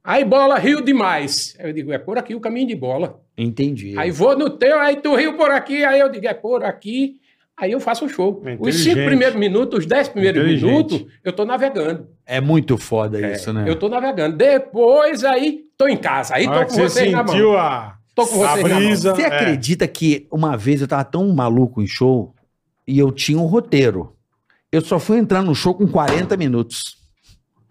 Speaker 1: Aí bola riu demais. Eu digo, é por aqui o caminho de bola.
Speaker 4: Entendi.
Speaker 1: Aí vou no teu, aí tu riu por aqui, aí eu digo, é por aqui, aí eu faço o show. Os
Speaker 3: Inteligente.
Speaker 1: cinco primeiros minutos, os dez primeiros
Speaker 3: Inteligente.
Speaker 1: minutos, eu tô navegando.
Speaker 4: É muito foda isso, né?
Speaker 1: Eu tô navegando. Depois aí, tô em casa. Aí
Speaker 3: A hora
Speaker 1: tô
Speaker 3: Ah, é que
Speaker 1: com né,
Speaker 3: você
Speaker 1: vocês na mão.
Speaker 3: sentiu a,
Speaker 1: Tô com
Speaker 3: a
Speaker 1: vocês na mão.
Speaker 3: brisa.
Speaker 4: Você
Speaker 3: é.
Speaker 4: acredita que uma vez eu tava tão maluco em show e eu tinha um roteiro. Eu só fui entrar no show com 40 minutos.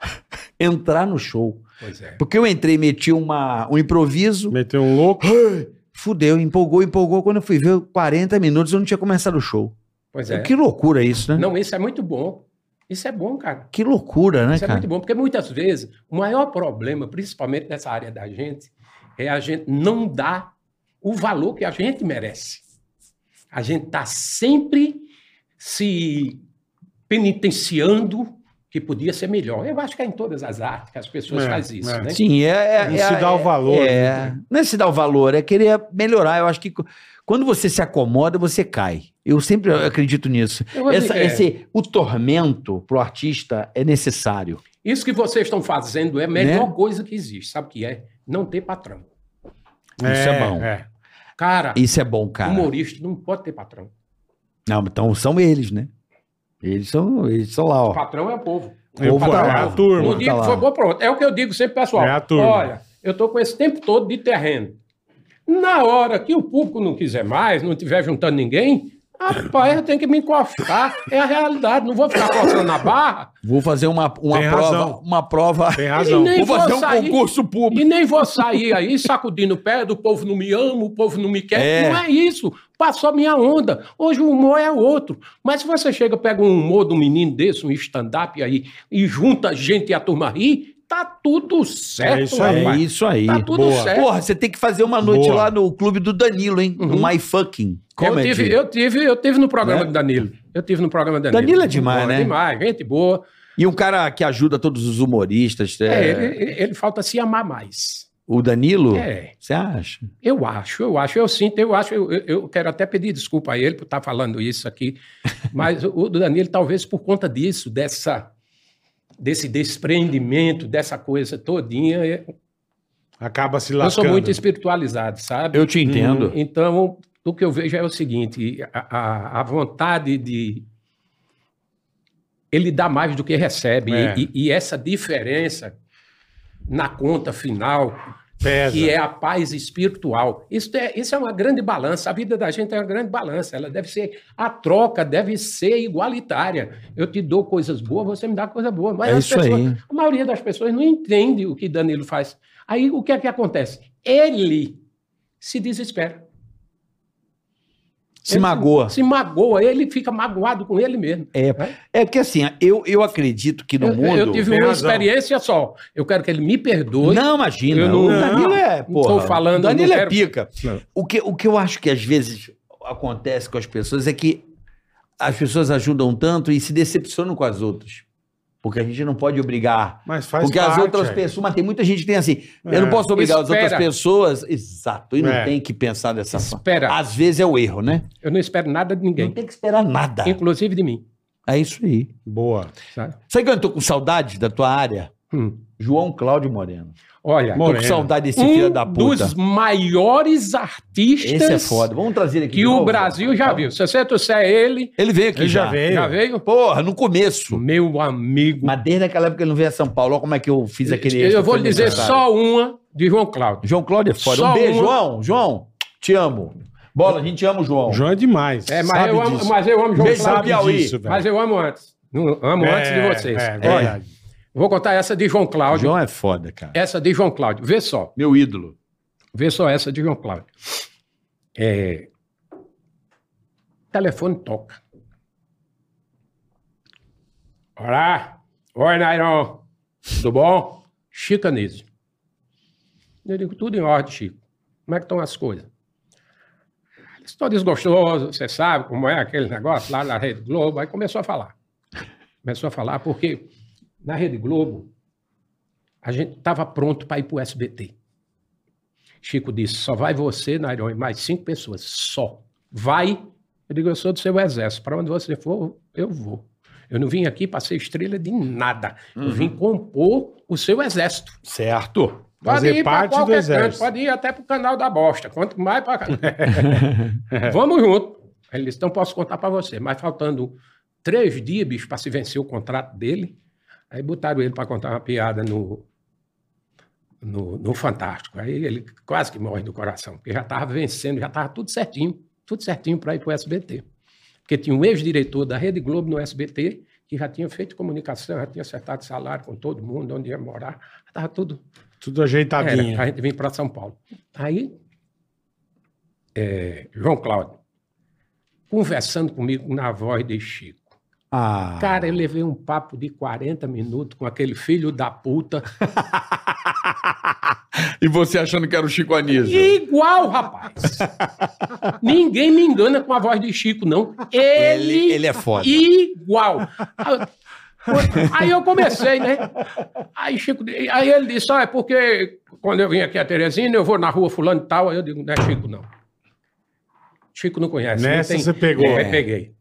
Speaker 4: entrar no show.
Speaker 1: Pois é.
Speaker 4: Porque eu entrei, meti uma, um improviso,
Speaker 3: Meteu um louco.
Speaker 4: fudeu, empolgou, empolgou. Quando eu fui ver 40 minutos, eu não tinha começado o show.
Speaker 1: Pois é.
Speaker 4: Que loucura isso, né?
Speaker 1: Não, isso é muito bom. Isso é bom, cara.
Speaker 4: Que loucura, né,
Speaker 1: Isso é
Speaker 4: cara?
Speaker 1: muito bom, porque muitas vezes o maior problema, principalmente nessa área da gente, é a gente não dar o valor que a gente merece. A gente está sempre se penitenciando que podia ser melhor. Eu acho que é em todas as artes que as pessoas
Speaker 3: É,
Speaker 1: fazem isso,
Speaker 3: é.
Speaker 1: né?
Speaker 4: Sim, é. é-
Speaker 3: Não
Speaker 4: é-
Speaker 3: se dá o
Speaker 4: é-
Speaker 3: valor, né?
Speaker 4: É, Não é se dar o valor, é querer melhorar. Eu acho que co- quando você se acomoda, você cai. Eu sempre acredito nisso.
Speaker 1: Eu vou
Speaker 4: Essa-
Speaker 1: dizer, é,
Speaker 4: esse, o tormento pro artista é necessário.
Speaker 1: Isso que vocês estão fazendo é a melhor
Speaker 4: Né?
Speaker 1: coisa que existe. Sabe o que é? Não ter patrão.
Speaker 4: Isso é bom.
Speaker 1: Cara,
Speaker 4: Isso é bom, cara.
Speaker 1: humorista não pode ter patrão.
Speaker 4: Não, então são eles, né? Eles são, eles são lá,
Speaker 1: O
Speaker 4: ó.
Speaker 1: patrão é o povo.
Speaker 3: É o
Speaker 4: Opa,
Speaker 3: patrão,
Speaker 4: tá
Speaker 3: é a
Speaker 4: lá.
Speaker 3: turma.
Speaker 1: No
Speaker 4: Tá
Speaker 1: dia que
Speaker 4: lá.
Speaker 1: for bom, pronto. É o que eu digo sempre, pessoal.
Speaker 3: É a turma.
Speaker 1: Olha, eu estou com esse tempo todo de terreno. Na hora que o público não quiser mais, não estiver juntando ninguém, rapaz, eu tenho que me encostar. É a realidade. Não vou ficar forçando a barra
Speaker 4: Vou fazer uma, uma
Speaker 3: Tem
Speaker 4: prova.
Speaker 3: razão.
Speaker 4: Uma prova.
Speaker 3: Tem razão.
Speaker 1: E nem-
Speaker 6: Vou fazer
Speaker 1: vou
Speaker 6: um
Speaker 1: sair.
Speaker 6: concurso público.
Speaker 1: e nem vou sair aí sacudindo o pé do povo não me ama, o povo não me quer.
Speaker 4: É.
Speaker 1: Não é isso. Passou minha onda. Hoje o humor é outro. Mas se você chega, pega um humor de um menino desse, um stand-up aí, e junta gente e a turma ri, tá tudo certo,
Speaker 3: isso aí.
Speaker 4: É isso aí.
Speaker 1: Tá tudo
Speaker 3: Boa.
Speaker 1: certo.
Speaker 4: Porra, você tem que fazer uma noite
Speaker 3: Boa.
Speaker 4: lá no clube do Danilo, hein? No My Fucking
Speaker 1: Uhum. Eu
Speaker 4: Comedy.
Speaker 1: tive, eu tive, eu tive no programa
Speaker 4: é Né?
Speaker 1: do Danilo. Eu tive no programa do Danilo.
Speaker 4: Danilo é demais,
Speaker 1: Boa,
Speaker 4: né?
Speaker 1: Demais, gente boa.
Speaker 4: E um cara que ajuda todos os humoristas.
Speaker 1: É,
Speaker 4: é,
Speaker 1: ele, ele- ele falta se amar mais.
Speaker 4: O Danilo?
Speaker 1: É,
Speaker 4: Você acha?
Speaker 1: eu acho, eu acho, eu sinto, eu acho, eu, eu- eu quero até pedir desculpa a ele por estar falando isso aqui, mas o o Danilo talvez por conta disso, dessa desse desprendimento, dessa coisa todinha, eu,
Speaker 3: Acaba se
Speaker 1: eu
Speaker 3: lascando.
Speaker 1: sou muito espiritualizado, sabe?
Speaker 4: Eu te entendo.
Speaker 1: Então, o que eu vejo é o seguinte: a, a- a vontade de. Ele dá mais do que recebe.
Speaker 3: É.
Speaker 1: E, e essa diferença na conta final,
Speaker 3: Pesa.
Speaker 1: que é a paz espiritual. Isso é, isso é uma grande balança. A vida da gente é uma grande balança. Ela deve ser. A troca deve ser igualitária. Eu te dou coisas boas, você me dá coisa boa. Mas
Speaker 4: É
Speaker 1: as
Speaker 4: isso
Speaker 1: pessoas-
Speaker 4: aí.
Speaker 1: a maioria das pessoas não entende o que Danilo faz. Aí o que é que acontece? Ele se desespera.
Speaker 4: Se magoa.
Speaker 1: Se magoa, ele fica magoado com ele mesmo.
Speaker 4: É porque assim, eu, eu acredito que no
Speaker 1: Eu,
Speaker 4: mundo.
Speaker 1: eu tive
Speaker 3: Tem
Speaker 1: uma
Speaker 3: razão.
Speaker 1: experiência só. Eu quero que ele me perdoe.
Speaker 4: Não, imagina.
Speaker 1: Eu não-
Speaker 4: o Danilo é.
Speaker 1: Não
Speaker 4: Porra,
Speaker 1: tô falando,
Speaker 4: Danilo
Speaker 1: não
Speaker 4: é
Speaker 1: quero-
Speaker 4: pica.
Speaker 1: Não.
Speaker 4: O que, o que eu acho que às vezes acontece com as pessoas é que as pessoas ajudam tanto e se decepcionam com as outras. Porque a gente não pode obrigar.
Speaker 3: Mas faz
Speaker 4: porque as
Speaker 3: parte,
Speaker 4: outras
Speaker 3: aí.
Speaker 4: pessoas. Mas tem muita gente que tem assim. Eu não
Speaker 3: É.
Speaker 4: posso obrigar as outras
Speaker 1: Espera.
Speaker 4: pessoas. Exato. E não
Speaker 3: É.
Speaker 4: tem que pensar dessa forma.
Speaker 1: Espera.
Speaker 4: Às vezes é o erro, né?
Speaker 1: Eu não espero nada de
Speaker 4: Não
Speaker 1: ninguém,
Speaker 4: tem que esperar nada.
Speaker 1: inclusive de mim.
Speaker 4: É isso aí.
Speaker 3: Boa.
Speaker 1: sabe?
Speaker 4: Sabe que eu tô com saudade da tua área?
Speaker 1: Hum.
Speaker 4: João Cláudio Moreno.
Speaker 1: Olha,
Speaker 3: Moreno.
Speaker 4: Tô com saudade desse filho da
Speaker 1: um
Speaker 4: puta.
Speaker 1: dos maiores artistas
Speaker 4: Esse é foda. Vamos trazer ele aqui. de
Speaker 1: que o
Speaker 4: novo?
Speaker 1: Brasil já viu. Se você trouxer ele,
Speaker 4: Ele veio aqui
Speaker 3: Ele já
Speaker 4: já.
Speaker 3: veio.
Speaker 1: já veio?
Speaker 4: Porra, no começo.
Speaker 1: Meu amigo.
Speaker 4: Mas desde aquela época que ele não veio a São Paulo, olha como é que eu fiz aquele.
Speaker 1: eu
Speaker 4: extra,
Speaker 1: vou
Speaker 4: foi
Speaker 1: lhe dizer
Speaker 4: necessário.
Speaker 1: só uma de João Cláudio.
Speaker 4: João Cláudio é foda.
Speaker 1: só
Speaker 4: um beijo,
Speaker 1: uma-
Speaker 4: João. João, te amo. Bola, a gente te ama, o João.
Speaker 3: O João é demais.
Speaker 1: É, mas,
Speaker 3: sabe
Speaker 1: eu amo,
Speaker 3: disso.
Speaker 1: mas eu amo João
Speaker 4: Beijo,
Speaker 1: Cláudio.
Speaker 4: sabe Piauí.
Speaker 1: Mas eu amo antes. Não, Amo um antes de vocês.
Speaker 3: É, verdade.
Speaker 1: Vou contar essa de João
Speaker 4: O
Speaker 1: Cláudio.
Speaker 4: João é foda, cara.
Speaker 1: Essa de João Cláudio. Vê só.
Speaker 4: Meu ídolo.
Speaker 1: Vê só essa de João Cláudio. É... Telefone toca. Olá. Oi, Nairon. Tudo bom? Chica Nise. Eu digo, tudo em ordem, Chico. Como é que estão as coisas? Estou desgostoso, você sabe como é aquele negócio lá na Rede Globo. Aí começou a falar. Começou a falar porque na Rede Globo a gente estava pronto para ir para o SBT. Chico disse: só vai você, Nairon, e mais cinco pessoas. Só. Vai. Eu digo: eu sou do seu exército. Para onde você for, eu vou. Eu não vim aqui para ser estrela de nada. Eu vim compor o seu exército.
Speaker 3: Certo.
Speaker 1: Pode
Speaker 3: Fazer
Speaker 1: ir pra
Speaker 3: parte do
Speaker 1: qualquer
Speaker 3: exército.
Speaker 1: canto, pode ir até pro canal da bosta. Quanto mais pra. Vamos junto. Ele disse: então posso contar para você. Mas faltando três dias, bicho, para se vencer o contrato dele, aí botaram ele para contar uma piada no, no, no Fantástico. Aí ele quase que morre do coração, porque já estava vencendo, já estava tudo certinho, tudo certinho para ir para o SBT. Porque tinha um ex-diretor da Rede Globo no SBT que já tinha feito comunicação, já tinha acertado salário com todo mundo, onde ia morar, estava tudo
Speaker 3: Tudo ajeitadinho.
Speaker 1: era, é, a gente vem para São Paulo. Aí, é, João Cláudio, conversando comigo na voz de Chico.
Speaker 4: Ah.
Speaker 1: Cara, eu levei um papo de 40 minutos com aquele filho da puta.
Speaker 6: E você achando que era o Chico Anísio?
Speaker 1: É Igual, rapaz. Ninguém me engana com a voz de Chico, não. Ele,
Speaker 4: Ele- ele é foda.
Speaker 1: Igual. Ah, Aí eu comecei, né? Aí, Chico, aí ele disse: ah, é porque quando eu vim aqui a Teresina, eu vou na rua fulano e tal. Aí eu digo, não é Chico, não. Chico não conhece.
Speaker 3: Nessa
Speaker 1: assim, não
Speaker 3: Né? você pegou.
Speaker 1: É, peguei.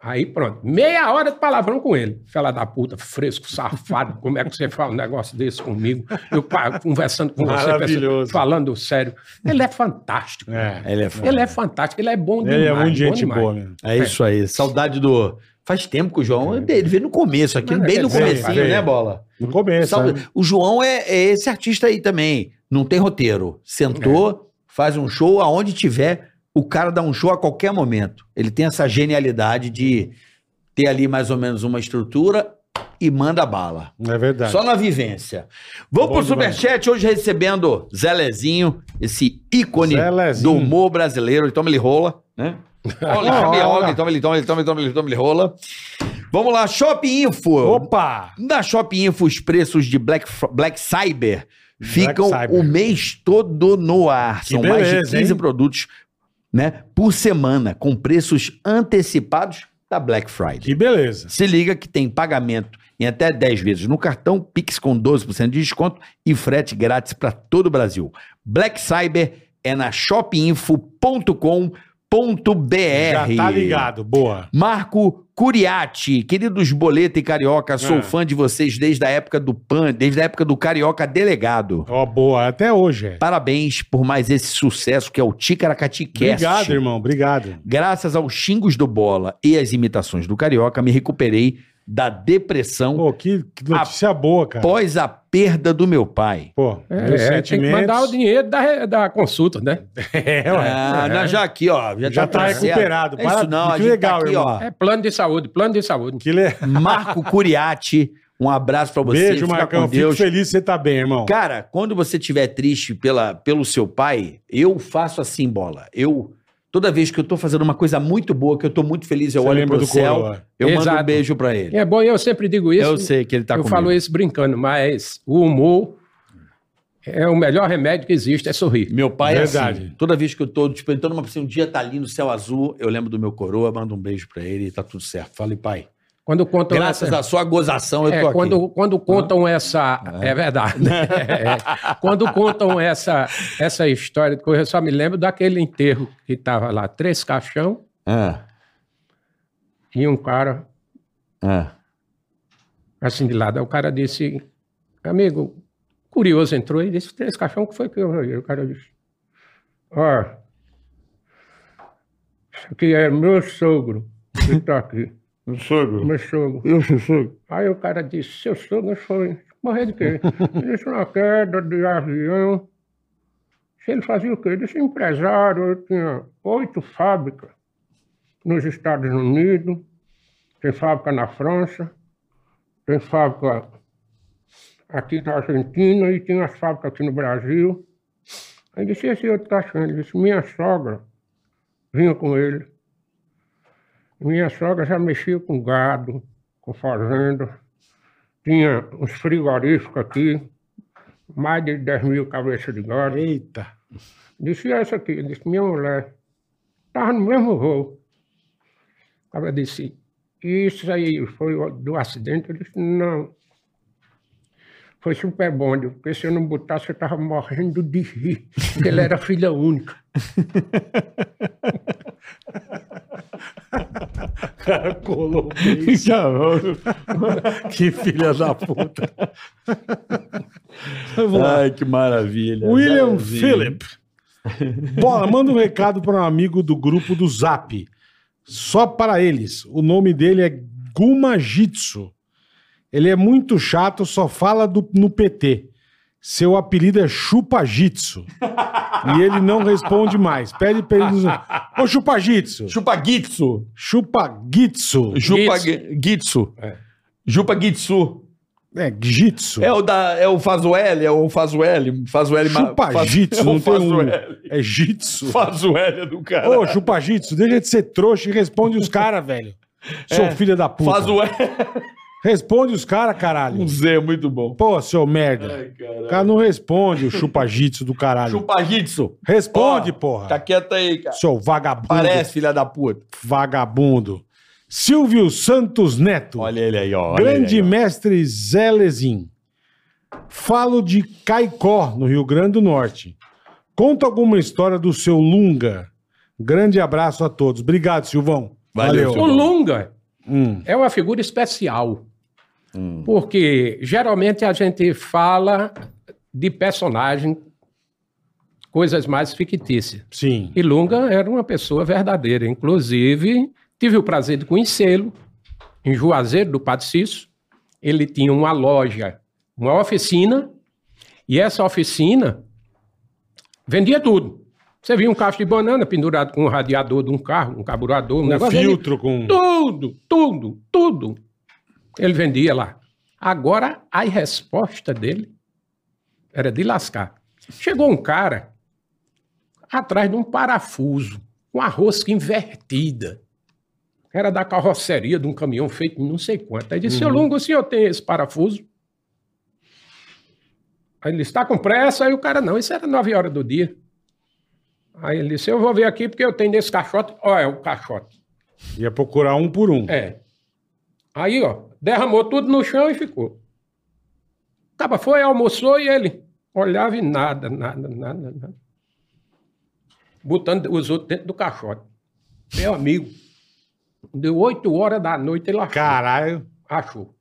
Speaker 1: Aí pronto, meia hora de palavrão com ele. Fela da puta, fresco, safado, como é que você fala um negócio desse comigo? Eu pa- conversando com você,
Speaker 3: Maravilhoso.
Speaker 1: falando sério. Ele é fantástico.
Speaker 3: É.
Speaker 4: Ele é foda.
Speaker 1: Ele é fantástico, ele é bom demais.
Speaker 3: Ele é muito gente
Speaker 1: bom demais.
Speaker 3: boa mesmo.
Speaker 4: É isso aí. Saudade do. Faz tempo que o João. Ele veio no começo aqui,
Speaker 1: Mas é
Speaker 4: bem no
Speaker 1: quer dizer,
Speaker 4: comecinho,
Speaker 3: veio.
Speaker 4: né, Bola?
Speaker 3: No começo.
Speaker 4: Saudade-
Speaker 3: né?
Speaker 4: O João é, é esse artista aí também. Não tem roteiro.
Speaker 3: É.
Speaker 4: Sentou, faz um show aonde tiver. O cara dá um show a qualquer momento. Ele tem essa genialidade de ter ali mais ou menos uma estrutura e manda bala.
Speaker 3: É verdade.
Speaker 4: Só na vivência. Vamos
Speaker 3: Bom
Speaker 4: pro
Speaker 3: demais.
Speaker 4: Superchat, hoje recebendo Zé Lezinho, esse ícone
Speaker 3: Zé Lezinho.
Speaker 4: do humor brasileiro. Ele toma, ele rola, né? Olha, ele
Speaker 3: Ora,
Speaker 4: chama,
Speaker 3: ora.
Speaker 4: ele toma, ele toma, ele toma, ele toma, ele toma, ele rola. Vamos lá, Shop Info.
Speaker 3: Opa!
Speaker 4: Na Shop Info, os preços de Black, Fr- Black Cyber ficam
Speaker 3: Cyber.
Speaker 4: o mês todo no ar.
Speaker 3: Que
Speaker 4: São mais de
Speaker 3: beleza,
Speaker 4: 15
Speaker 3: hein?
Speaker 4: produtos né, por semana, com preços antecipados da Black Friday.
Speaker 3: Que beleza.
Speaker 4: Se liga que tem pagamento em até 10 vezes no cartão, Pix com 12% de desconto e frete grátis para todo o Brasil. Black Cyber é na shopinfo.com.br.
Speaker 3: Já tá ligado. Boa.
Speaker 4: Marco Curiati, queridos Boleta e Carioca, sou
Speaker 3: Ah.
Speaker 4: fã de vocês desde a época do PAN, desde a época do Carioca Delegado.
Speaker 3: Ó, boa. Até hoje. é.
Speaker 4: Parabéns por mais esse sucesso que é o Ticaracati Cast.
Speaker 1: assim.
Speaker 3: Obrigado, irmão. Obrigado.
Speaker 4: Graças aos xingos do Bola e às imitações do Carioca, me recuperei da depressão
Speaker 3: Pô, que, que notícia boa, cara.
Speaker 4: após a perda do meu pai.
Speaker 3: Pô,
Speaker 1: É,
Speaker 3: meus
Speaker 1: é, tem que
Speaker 3: sentimentos.
Speaker 1: mandar o dinheiro da, re- da consulta, né?
Speaker 3: É, ué.
Speaker 4: Ah, nós já aqui, ó. Já,
Speaker 3: Já
Speaker 4: tá
Speaker 3: tá
Speaker 4: certo.
Speaker 3: recuperado.
Speaker 4: É isso não,
Speaker 3: Que
Speaker 4: a gente
Speaker 3: legal,
Speaker 4: tá aqui,
Speaker 3: irmão.
Speaker 4: ó.
Speaker 1: É plano de saúde, plano de saúde.
Speaker 3: Que le...
Speaker 4: Marco Curiati, um abraço pra você.
Speaker 3: Beijo,
Speaker 4: fica
Speaker 3: Marcão.
Speaker 4: com
Speaker 3: Fico
Speaker 4: Deus.
Speaker 3: feliz que você tá bem, irmão.
Speaker 4: Cara, quando você estiver triste pela, pelo seu pai, eu faço assim, bola. Eu, toda vez que eu tô fazendo uma coisa muito boa, que eu tô muito feliz, eu
Speaker 3: Você
Speaker 4: olho
Speaker 3: lembra
Speaker 4: pro
Speaker 3: do
Speaker 4: céu,
Speaker 3: Coroa.
Speaker 4: eu mando um
Speaker 1: Exato.
Speaker 4: beijo pra ele.
Speaker 1: É bom, eu sempre digo isso.
Speaker 4: eu sei que ele tá
Speaker 1: eu
Speaker 4: comigo.
Speaker 1: falo isso brincando, mas o humor é o melhor remédio que existe, é sorrir.
Speaker 4: Meu pai é
Speaker 3: Verdade.
Speaker 4: assim. Toda vez que eu tô, tipo, entrando numa piscina, um dia tá lindo, céu azul, eu lembro do meu coroa, mando um beijo pra ele e tá tudo certo. Falei, pai,
Speaker 1: Quando contam
Speaker 4: graças
Speaker 1: essa-
Speaker 4: à sua gozação eu
Speaker 1: é,
Speaker 4: tô aqui.
Speaker 1: quando, quando contam essa. É verdade. É. Quando contam essa, essa história de coisa, eu só me lembro daquele enterro que tava lá, três caixão
Speaker 4: Ah,
Speaker 1: e um cara
Speaker 4: ah. é.
Speaker 1: assim de lado. Aí o cara disse: Amigo, curioso entrou e disse, três caixão, o que foi que eu vi? O cara disse, ó, isso aqui é meu sogro que tá aqui. Meu sogro.
Speaker 7: Eu sou sogro.
Speaker 1: Aí o cara disse, seu sogro foi morrer de quê? Ele disse, uma queda de avião. Se ele fazia o quê? Ele disse, empresário, eu tinha oito fábricas nos Estados Unidos, tem fábrica na França, tem fábrica aqui na Argentina e tem as fábricas aqui no Brasil. Aí disse, e esse outro cachorro, ele disse, minha sogra vinha com ele. Minha sogra já mexia com gado, com fazenda. Tinha uns frigoríficos aqui, mais de 10 mil cabeças de gado.
Speaker 3: Eita.
Speaker 1: Disse, e essa aqui? Ele disse, minha mulher. Estava no mesmo voo. Ela disse, isso aí foi o- do acidente? Ele disse, não. Foi super bom, porque se eu não botasse, eu estava morrendo de rir. porque Ele era filha única.
Speaker 6: que filha da puta.
Speaker 3: Tá
Speaker 6: Ai, que maravilha.
Speaker 3: William
Speaker 6: Maravilha.
Speaker 3: Philip. Bola, manda um recado para um amigo do grupo do Zap. Só para eles. O nome dele é Gumajitsu. Ele é muito chato, só fala do- no PT. Seu apelido é Chupajitsu. e ele não responde mais. Pede pra ele. nos- Ô, Chupajitsu!
Speaker 6: Chupagitsu.
Speaker 3: Chupagitsu.
Speaker 6: Jupagitsu. Jupagitsu.
Speaker 3: É, Jitsu.
Speaker 6: É o da. É o faz o L, é o faz o L. Faz o L ma- faz-
Speaker 3: Chupajitsu,
Speaker 6: é o
Speaker 3: não tem
Speaker 6: faz o
Speaker 3: um.
Speaker 6: L.
Speaker 3: É Jitsu.
Speaker 6: Faz o L do cara.
Speaker 3: Ô, Chupajitsu, deixa de ser trouxa e responde os caras, velho. Seu filho da puta.
Speaker 6: É, faz o L.
Speaker 3: Responde os caras, caralho.
Speaker 6: Um Z, muito bom.
Speaker 3: Pô, seu merda. O cara não responde o chupa-jitsu do caralho.
Speaker 6: Chupagitsu.
Speaker 3: Responde,
Speaker 6: Ó,
Speaker 3: porra.
Speaker 6: Tá quieto aí, cara.
Speaker 3: Seu vagabundo.
Speaker 6: Parece, filha da puta.
Speaker 3: Vagabundo. Silvio Santos Neto.
Speaker 6: Olha ele aí, ó. olha
Speaker 3: grande
Speaker 6: ele aí,
Speaker 3: mestre Zelezin. Falo de Caicó, no Rio Grande do Norte. Conta alguma história do seu Lunga. Grande abraço a todos. Obrigado, Silvão.
Speaker 6: Valeu,
Speaker 1: O
Speaker 6: Silvão.
Speaker 1: Lunga
Speaker 3: Hum.
Speaker 1: é uma figura especial. Porque geralmente a gente fala de personagem, coisas mais fictícias.
Speaker 3: Sim.
Speaker 1: E Lunga era uma pessoa verdadeira. Inclusive, tive o prazer de conhecê-lo em Juazeiro do Padre Cício. Ele tinha uma loja, uma oficina, e essa oficina vendia tudo. Você via um cacho de banana pendurado com um radiador de um carro, um carburador, um,
Speaker 3: Um
Speaker 1: negócio. ele-
Speaker 3: filtro com.
Speaker 1: tudo, tudo, tudo. Ele vendia lá. Agora, a resposta dele era de lascar. Chegou um cara atrás de um parafuso, com a rosca invertida. Era da carroceria de um caminhão feito em não sei quanto. Aí disse, seu Lungo, o senhor tem esse parafuso? Aí ele está com pressa, aí o cara, não, isso era nove horas do dia. Aí ele disse, eu vou ver aqui porque eu tenho nesse caixote. Olha o caixote.
Speaker 3: Ia procurar um por um.
Speaker 1: É. Aí, ó, derramou tudo no chão e ficou. Tava, foi, almoçou e ele olhava e nada, nada, nada, nada. Botando os outros dentro do caixote. Meu amigo, deu oito horas da noite ele achou.
Speaker 3: Caralho.
Speaker 1: Achou.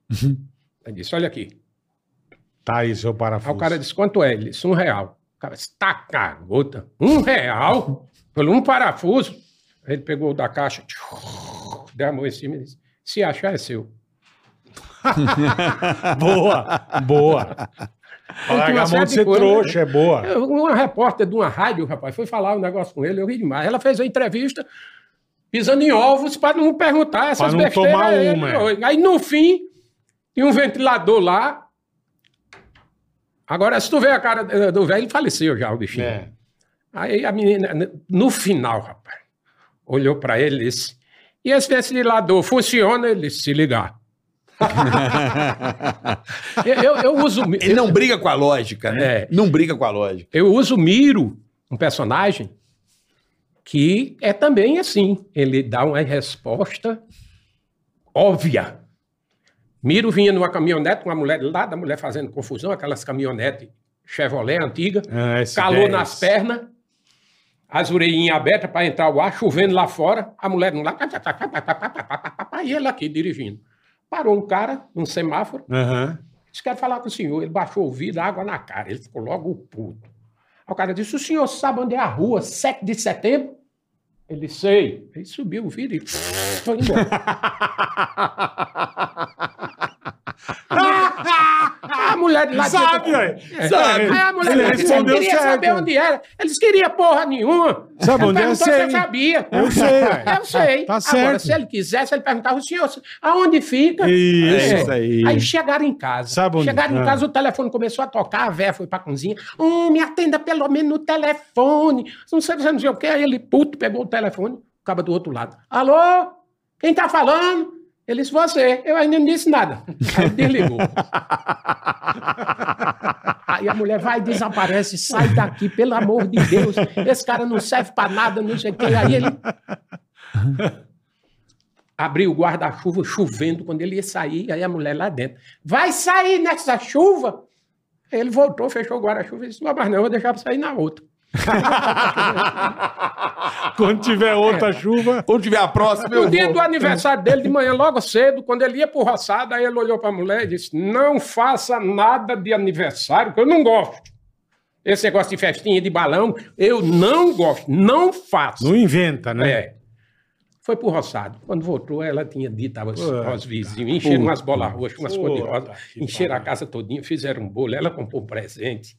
Speaker 1: Ele disse, olha aqui.
Speaker 3: Tá aí seu
Speaker 1: Aí
Speaker 3: parafuso.
Speaker 1: o cara disse, quanto é? Ele disse, um real. O cara disse, tá caro, gota. Um real? Pelo um parafuso. Aí ele pegou o da caixa, tchurr, derramou em cima e disse, se achar é seu.
Speaker 3: Boa, boa.
Speaker 1: Tem
Speaker 3: Largar
Speaker 1: uma
Speaker 3: a mão de
Speaker 1: série
Speaker 3: ser
Speaker 1: de né? coisa,
Speaker 3: trouxa, é boa.
Speaker 1: Eu- Uma repórter de uma rádio, rapaz, foi falar um negócio com ele, eu ri demais. Ela fez a entrevista pisando em ovos para não perguntar essas
Speaker 3: não
Speaker 1: besteiras.
Speaker 3: tomar
Speaker 1: aí,
Speaker 3: uma, é.
Speaker 1: ele- Aí, no fim, tinha um ventilador lá. Agora, se tu vê a cara eh, do velho, ele faleceu já, o bichinho.
Speaker 3: É.
Speaker 1: Aí a menina, né, no final, rapaz, olhou para ele e disse: E esse ventilador funciona? Ele disse, se ligar. eu, eu, eu uso.
Speaker 6: Ele não briga com a lógica, né?
Speaker 1: É.
Speaker 6: Não briga com a lógica.
Speaker 1: Eu uso o Miro, um personagem que é também assim. Ele dá uma resposta óbvia. Miro vinha numa caminhonete com a mulher lá, da mulher fazendo confusão, aquelas caminhonetes Chevrolet antiga,
Speaker 3: Ah, S10.
Speaker 1: calor nas pernas, as orelhinhas abertas para entrar o ar, chovendo lá fora, a mulher não lá, pá, pá, pá, tá, pá, pá, pá, pá, pá, pá, pá, e ele aqui dirigindo. Parou um cara, num semáforo,
Speaker 3: Aham.
Speaker 1: Disse, disse, quero falar com o senhor. Ele baixou o vidro, água na cara. Ele ficou logo puto. Aí o cara disse, o senhor sabe onde é a rua 7 de setembro? Ele disse, sei. Ele subiu o vidro e foi embora. a mulher de lá... dizia-
Speaker 3: Sabe, é velho. Sabe.
Speaker 1: Aí a mulher
Speaker 3: Ele
Speaker 1: disse, "Você
Speaker 3: respondeu
Speaker 1: queria
Speaker 3: certo.
Speaker 1: saber onde era. Ele disse, queria porra nenhuma.
Speaker 3: Sabe
Speaker 1: Ele
Speaker 3: onde é?
Speaker 1: perguntou
Speaker 3: Sei.
Speaker 1: se eu sabia.
Speaker 3: Eu sei, velho.
Speaker 1: Eu sei.
Speaker 3: Tá
Speaker 1: Agora,
Speaker 3: certo.
Speaker 1: se ele quisesse, ele perguntava, o senhor, aonde fica?
Speaker 4: É
Speaker 3: Isso aí.
Speaker 1: Aí chegaram em casa.
Speaker 3: Sabe onde-
Speaker 1: chegaram
Speaker 3: Ah.
Speaker 1: em casa, o telefone começou a tocar, a véia foi pra cozinha. Hum, me atenda pelo menos no telefone. Não sei, não sei o que. Aí ele, puto, pegou o telefone, acaba do outro lado. Alô? Quem tá falando? Ele disse, você. Eu ainda não disse nada. Aí desligou. Aí a mulher vai, desaparece, sai daqui, pelo amor de Deus. Esse cara não serve pra nada, não sei o que. Aí ele abriu o guarda-chuva chovendo quando ele ia sair, aí a mulher lá dentro. Vai sair nessa chuva? Ele voltou, fechou o guarda-chuva e disse: Não, mas não, eu vou deixar pra sair na outra.
Speaker 3: Quando tiver outra chuva.
Speaker 6: Quando tiver a próxima,
Speaker 1: No
Speaker 6: eu
Speaker 1: dia do
Speaker 6: vou.
Speaker 1: aniversário dele, de manhã, logo cedo, quando ele ia pro roçado, aí ele olhou pra mulher e disse: Não faça nada de aniversário, que eu não gosto. Esse negócio de festinha de balão, eu não gosto, não faço.
Speaker 3: Não inventa, né?
Speaker 1: É. Foi pro roçado. Quando voltou, ela tinha dito aos,
Speaker 3: Puta,
Speaker 1: aos vizinhos, encheram umas bolas roxas, umas
Speaker 3: puta
Speaker 1: cor de rosa,
Speaker 3: que
Speaker 1: encheram a
Speaker 3: pariu.
Speaker 1: casa todinha, fizeram um bolo, ela comprou um presente.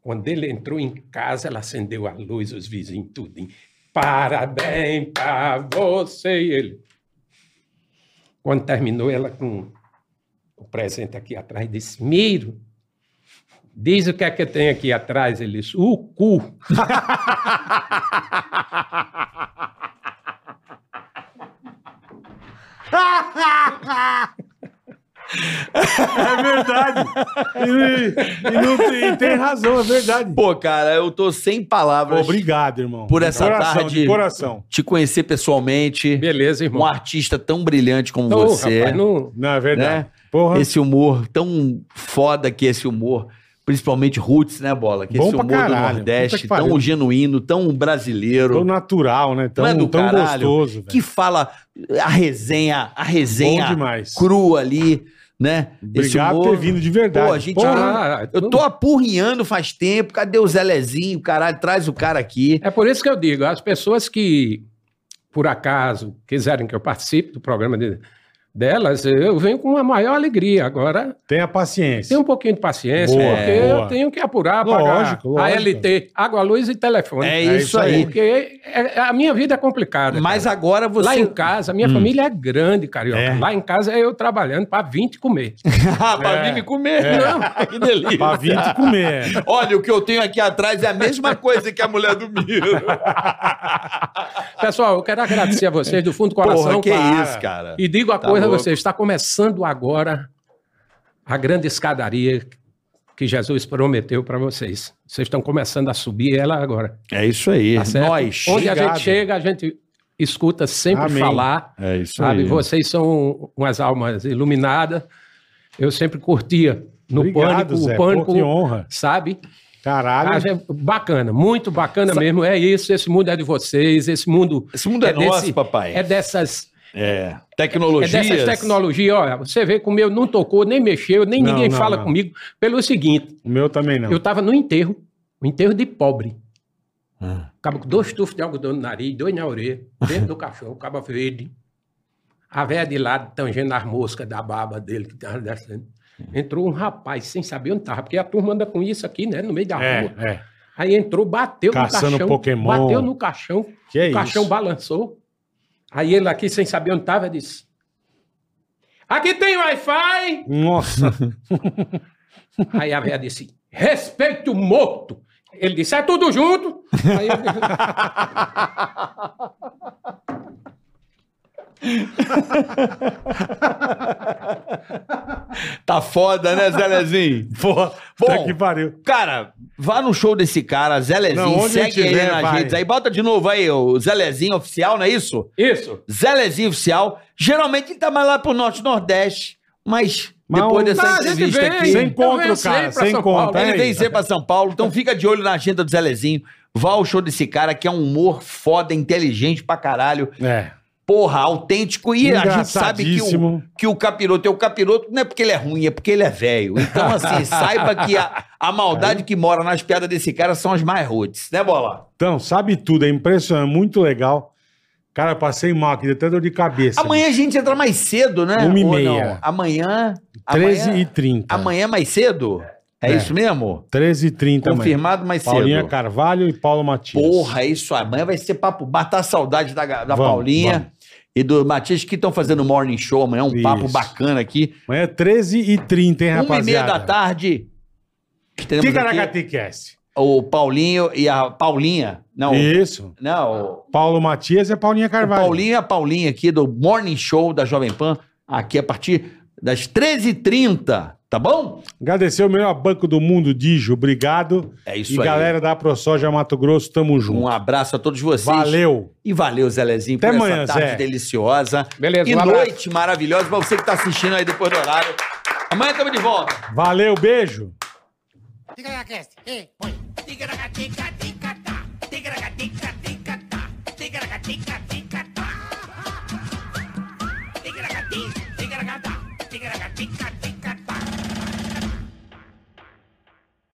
Speaker 1: Quando ele entrou em casa, ela acendeu a luz, os vizinhos, tudinho. Parabéns pra você e ele. Quando terminou, ela com o presente aqui atrás, disse, Miro, diz o que é que tem aqui atrás. Ele disse, o cu.
Speaker 3: É verdade. E, e não tem, e tem razão, é verdade.
Speaker 4: Pô, cara, eu tô sem palavras.
Speaker 3: Obrigado, irmão.
Speaker 4: Por essa
Speaker 3: coração,
Speaker 4: tarde-
Speaker 3: De coração.
Speaker 4: Te conhecer pessoalmente.
Speaker 1: Beleza,
Speaker 4: Um
Speaker 1: irmão.
Speaker 4: artista tão brilhante como
Speaker 1: Ô,
Speaker 4: você.
Speaker 1: rapaz, não-
Speaker 3: Não, é verdade.
Speaker 4: Né?
Speaker 3: Porra.
Speaker 4: Esse humor tão foda que é esse humor, principalmente roots, né, Bola? Que
Speaker 3: Bom
Speaker 4: esse
Speaker 3: pra
Speaker 4: humor
Speaker 3: caralho.
Speaker 4: do
Speaker 3: Puta
Speaker 4: Nordeste,
Speaker 3: que pariu.
Speaker 4: tão genuíno, tão
Speaker 3: Tão
Speaker 4: brasileiro,
Speaker 3: natural, né? Tão,
Speaker 4: Não é do
Speaker 3: tão
Speaker 4: caralho?
Speaker 3: gostoso, velho.
Speaker 4: que fala a resenha, a
Speaker 3: Bom
Speaker 4: resenha
Speaker 3: demais.
Speaker 4: crua ali, né? Esse
Speaker 3: Obrigado por ter vindo de verdade.
Speaker 4: Pô, a gente-
Speaker 3: Porra.
Speaker 1: Ah,
Speaker 4: Eu tô apurrinhando faz tempo. Cadê o Zé Lezinho? Caralho, traz o cara aqui.
Speaker 1: É por isso que eu digo, as pessoas que, por acaso, quiserem que eu participe do programa de- delas, eu venho com a maior alegria. Agora,
Speaker 3: Tenha paciência.
Speaker 1: tenha um pouquinho de paciência,
Speaker 3: Boa,
Speaker 1: porque
Speaker 3: boa.
Speaker 1: eu tenho que apurar,
Speaker 3: Lógico, lógico.
Speaker 1: pagar a LT, água, luz e telefone.
Speaker 4: É isso aí.
Speaker 1: Porque é- a minha vida é complicada.
Speaker 4: Mas
Speaker 1: cara.
Speaker 4: agora você. Hum.
Speaker 1: Lá em casa, minha família é grande, carioca.
Speaker 3: É.
Speaker 1: Lá em casa é eu trabalhando para 20 comer.
Speaker 4: Ah, pra vir me comer. Não, que delícia.
Speaker 3: Pra vir te comer.
Speaker 4: Olha, o que eu tenho aqui atrás é a mesma coisa que a mulher do Miro.
Speaker 1: Pessoal, eu quero agradecer a vocês do fundo do coração.
Speaker 4: Porra, que
Speaker 1: Claro.
Speaker 4: isso, cara.
Speaker 1: E digo a
Speaker 4: Tá
Speaker 1: coisa
Speaker 4: louco.
Speaker 1: a vocês, está começando agora a grande escadaria que Jesus prometeu para vocês. Vocês estão começando a subir ela agora.
Speaker 4: É isso aí.
Speaker 1: Tá certo?
Speaker 4: Nós.
Speaker 1: Onde a
Speaker 3: obrigado.
Speaker 1: gente chega, a gente escuta sempre
Speaker 3: Amém.
Speaker 1: falar.
Speaker 4: É isso
Speaker 1: Sabe,
Speaker 4: aí.
Speaker 1: vocês são umas almas iluminadas. Eu sempre curtia no
Speaker 3: Obrigado,
Speaker 1: pânico,
Speaker 3: Zé.
Speaker 1: o
Speaker 3: Pô,
Speaker 1: pânico,
Speaker 3: que honra.
Speaker 1: sabe?
Speaker 3: Caralho.
Speaker 1: Ah, gente, bacana, muito bacana mesmo. É isso, esse mundo é de vocês, esse mundo
Speaker 4: Esse mundo é,
Speaker 1: desse-
Speaker 4: nosso, papai.
Speaker 1: é dessas
Speaker 4: É.
Speaker 1: É
Speaker 4: Tecnologias.
Speaker 1: dessas tecnologias, olha, você vê como eu não tocou, nem mexeu, nem
Speaker 3: Não,
Speaker 1: ninguém
Speaker 3: não,
Speaker 1: fala
Speaker 3: não.
Speaker 1: comigo. Pelo seguinte,
Speaker 3: O meu também não.
Speaker 1: eu estava no enterro, um enterro de pobre.
Speaker 4: Ah.
Speaker 1: Acaba com dois tufos de algodão no nariz, dois na orelha, dentro do cachorro, caba verde. A velha de lado, tangendo as moscas da barba dele, que estava descendo. Entrou um rapaz, sem saber onde estava, porque a turma anda com isso aqui, né, no meio da rua.
Speaker 3: É, é.
Speaker 1: Aí entrou, bateu
Speaker 3: Caçando
Speaker 1: no caixão.
Speaker 3: Pokémon.
Speaker 1: Bateu no caixão.
Speaker 3: Que é
Speaker 1: o caixão
Speaker 3: isso.
Speaker 1: balançou. Aí ele aqui, sem saber onde estava, disse: Aqui tem Wi-Fi!
Speaker 3: Nossa.
Speaker 1: Aí a velha disse: Respeito morto! Ele disse: É tudo junto! Aí eu disse,
Speaker 4: Tá foda, né, Zé Lezinho?
Speaker 3: Porra.
Speaker 4: Bom.
Speaker 3: Puta que pariu.
Speaker 4: Cara, vá no show desse cara, Zé Lezinho,
Speaker 3: Não, onde
Speaker 4: segue
Speaker 3: tiver,
Speaker 4: ele nas
Speaker 3: vai.
Speaker 4: redes aí. Bota de novo aí o Zé Lezinho Oficial, não é isso?
Speaker 1: Isso.
Speaker 4: Zé Lezinho Oficial. Geralmente ele tá mais lá pro Norte e Nordeste, mas,
Speaker 3: Mas
Speaker 4: depois
Speaker 3: o-
Speaker 4: dessa
Speaker 1: Ah, a gente
Speaker 4: entrevista
Speaker 1: vem,
Speaker 4: aqui...
Speaker 3: Você
Speaker 1: Sim. Eu
Speaker 3: encontra o
Speaker 1: venho
Speaker 3: cara,
Speaker 1: sempre pra
Speaker 3: você
Speaker 1: São
Speaker 3: encontra.
Speaker 1: Paulo.
Speaker 3: é
Speaker 4: Ele vem
Speaker 3: isso.
Speaker 4: sempre pra São Paulo, então fica de olho na agenda do Zé Lezinho. Vá ao show desse cara, que é um humor foda, inteligente pra caralho.
Speaker 3: É.
Speaker 4: porra, autêntico. E a gente sabe que o,
Speaker 3: Engraçadíssimo.
Speaker 4: que o capiroto é o capiroto, não é porque ele é ruim, é porque ele é velho. Então, assim, saiba que a, a maldade que mora nas piadas desse cara são as mais roots, né, Bola?
Speaker 3: Então, sabe tudo, é impressionante, muito legal. Cara, eu passei mal aqui, deu até dor de cabeça.
Speaker 4: Amanhã a gente entra mais cedo, né?
Speaker 3: Uma e
Speaker 4: Ou
Speaker 3: meia.
Speaker 4: não? Amanhã...
Speaker 3: 13
Speaker 4: amanhã-
Speaker 3: e 30
Speaker 4: Amanhã mais cedo? É,
Speaker 3: É.
Speaker 4: isso mesmo?
Speaker 3: 13 e 30
Speaker 4: Confirmado mais
Speaker 3: Paulinha
Speaker 4: cedo.
Speaker 3: Carvalho e Paulo Matias.
Speaker 4: Porra, é isso. aí. Amanhã vai ser papo. Matar a saudade da, ga- da
Speaker 3: Vamos,
Speaker 4: Paulinha
Speaker 3: vamos.
Speaker 4: e do Matias que estão fazendo morning show amanhã. Um papo
Speaker 3: Isso.
Speaker 4: bacana aqui.
Speaker 3: Amanhã é 13 e 30 hein,
Speaker 4: Uma e meia da
Speaker 3: rapaziada?
Speaker 4: tarde. Teremos aqui
Speaker 3: Ticaracaticast.
Speaker 4: o Paulinho e a Paulinha. Não,
Speaker 3: Isso.
Speaker 4: não. o-
Speaker 3: Paulo Matias e Paulinha
Speaker 4: O
Speaker 3: Carvalho.
Speaker 4: Paulinho e a Paulinha aqui do morning show da Jovem Pan. Aqui a partir das 13h30. Tá bom?
Speaker 3: Agradecer o melhor banco do mundo, Dijo. Obrigado.
Speaker 4: É isso
Speaker 3: e
Speaker 4: aí.
Speaker 3: galera da ProSoja Mato Grosso, tamo junto.
Speaker 4: Um abraço a todos vocês.
Speaker 3: Valeu.
Speaker 4: E valeu, Zelezinho,
Speaker 3: Até
Speaker 4: por
Speaker 3: amanhã,
Speaker 4: essa tarde
Speaker 3: Zé.
Speaker 4: deliciosa.
Speaker 1: Beleza,
Speaker 4: e
Speaker 1: um abraço.
Speaker 4: noite maravilhosa pra você que tá assistindo aí depois do horário. Amanhã estamos de volta.
Speaker 3: Valeu, beijo.
Speaker 2: Ticaracatica, ticatá. Ticaracatica, ticatá. Ticaracatica,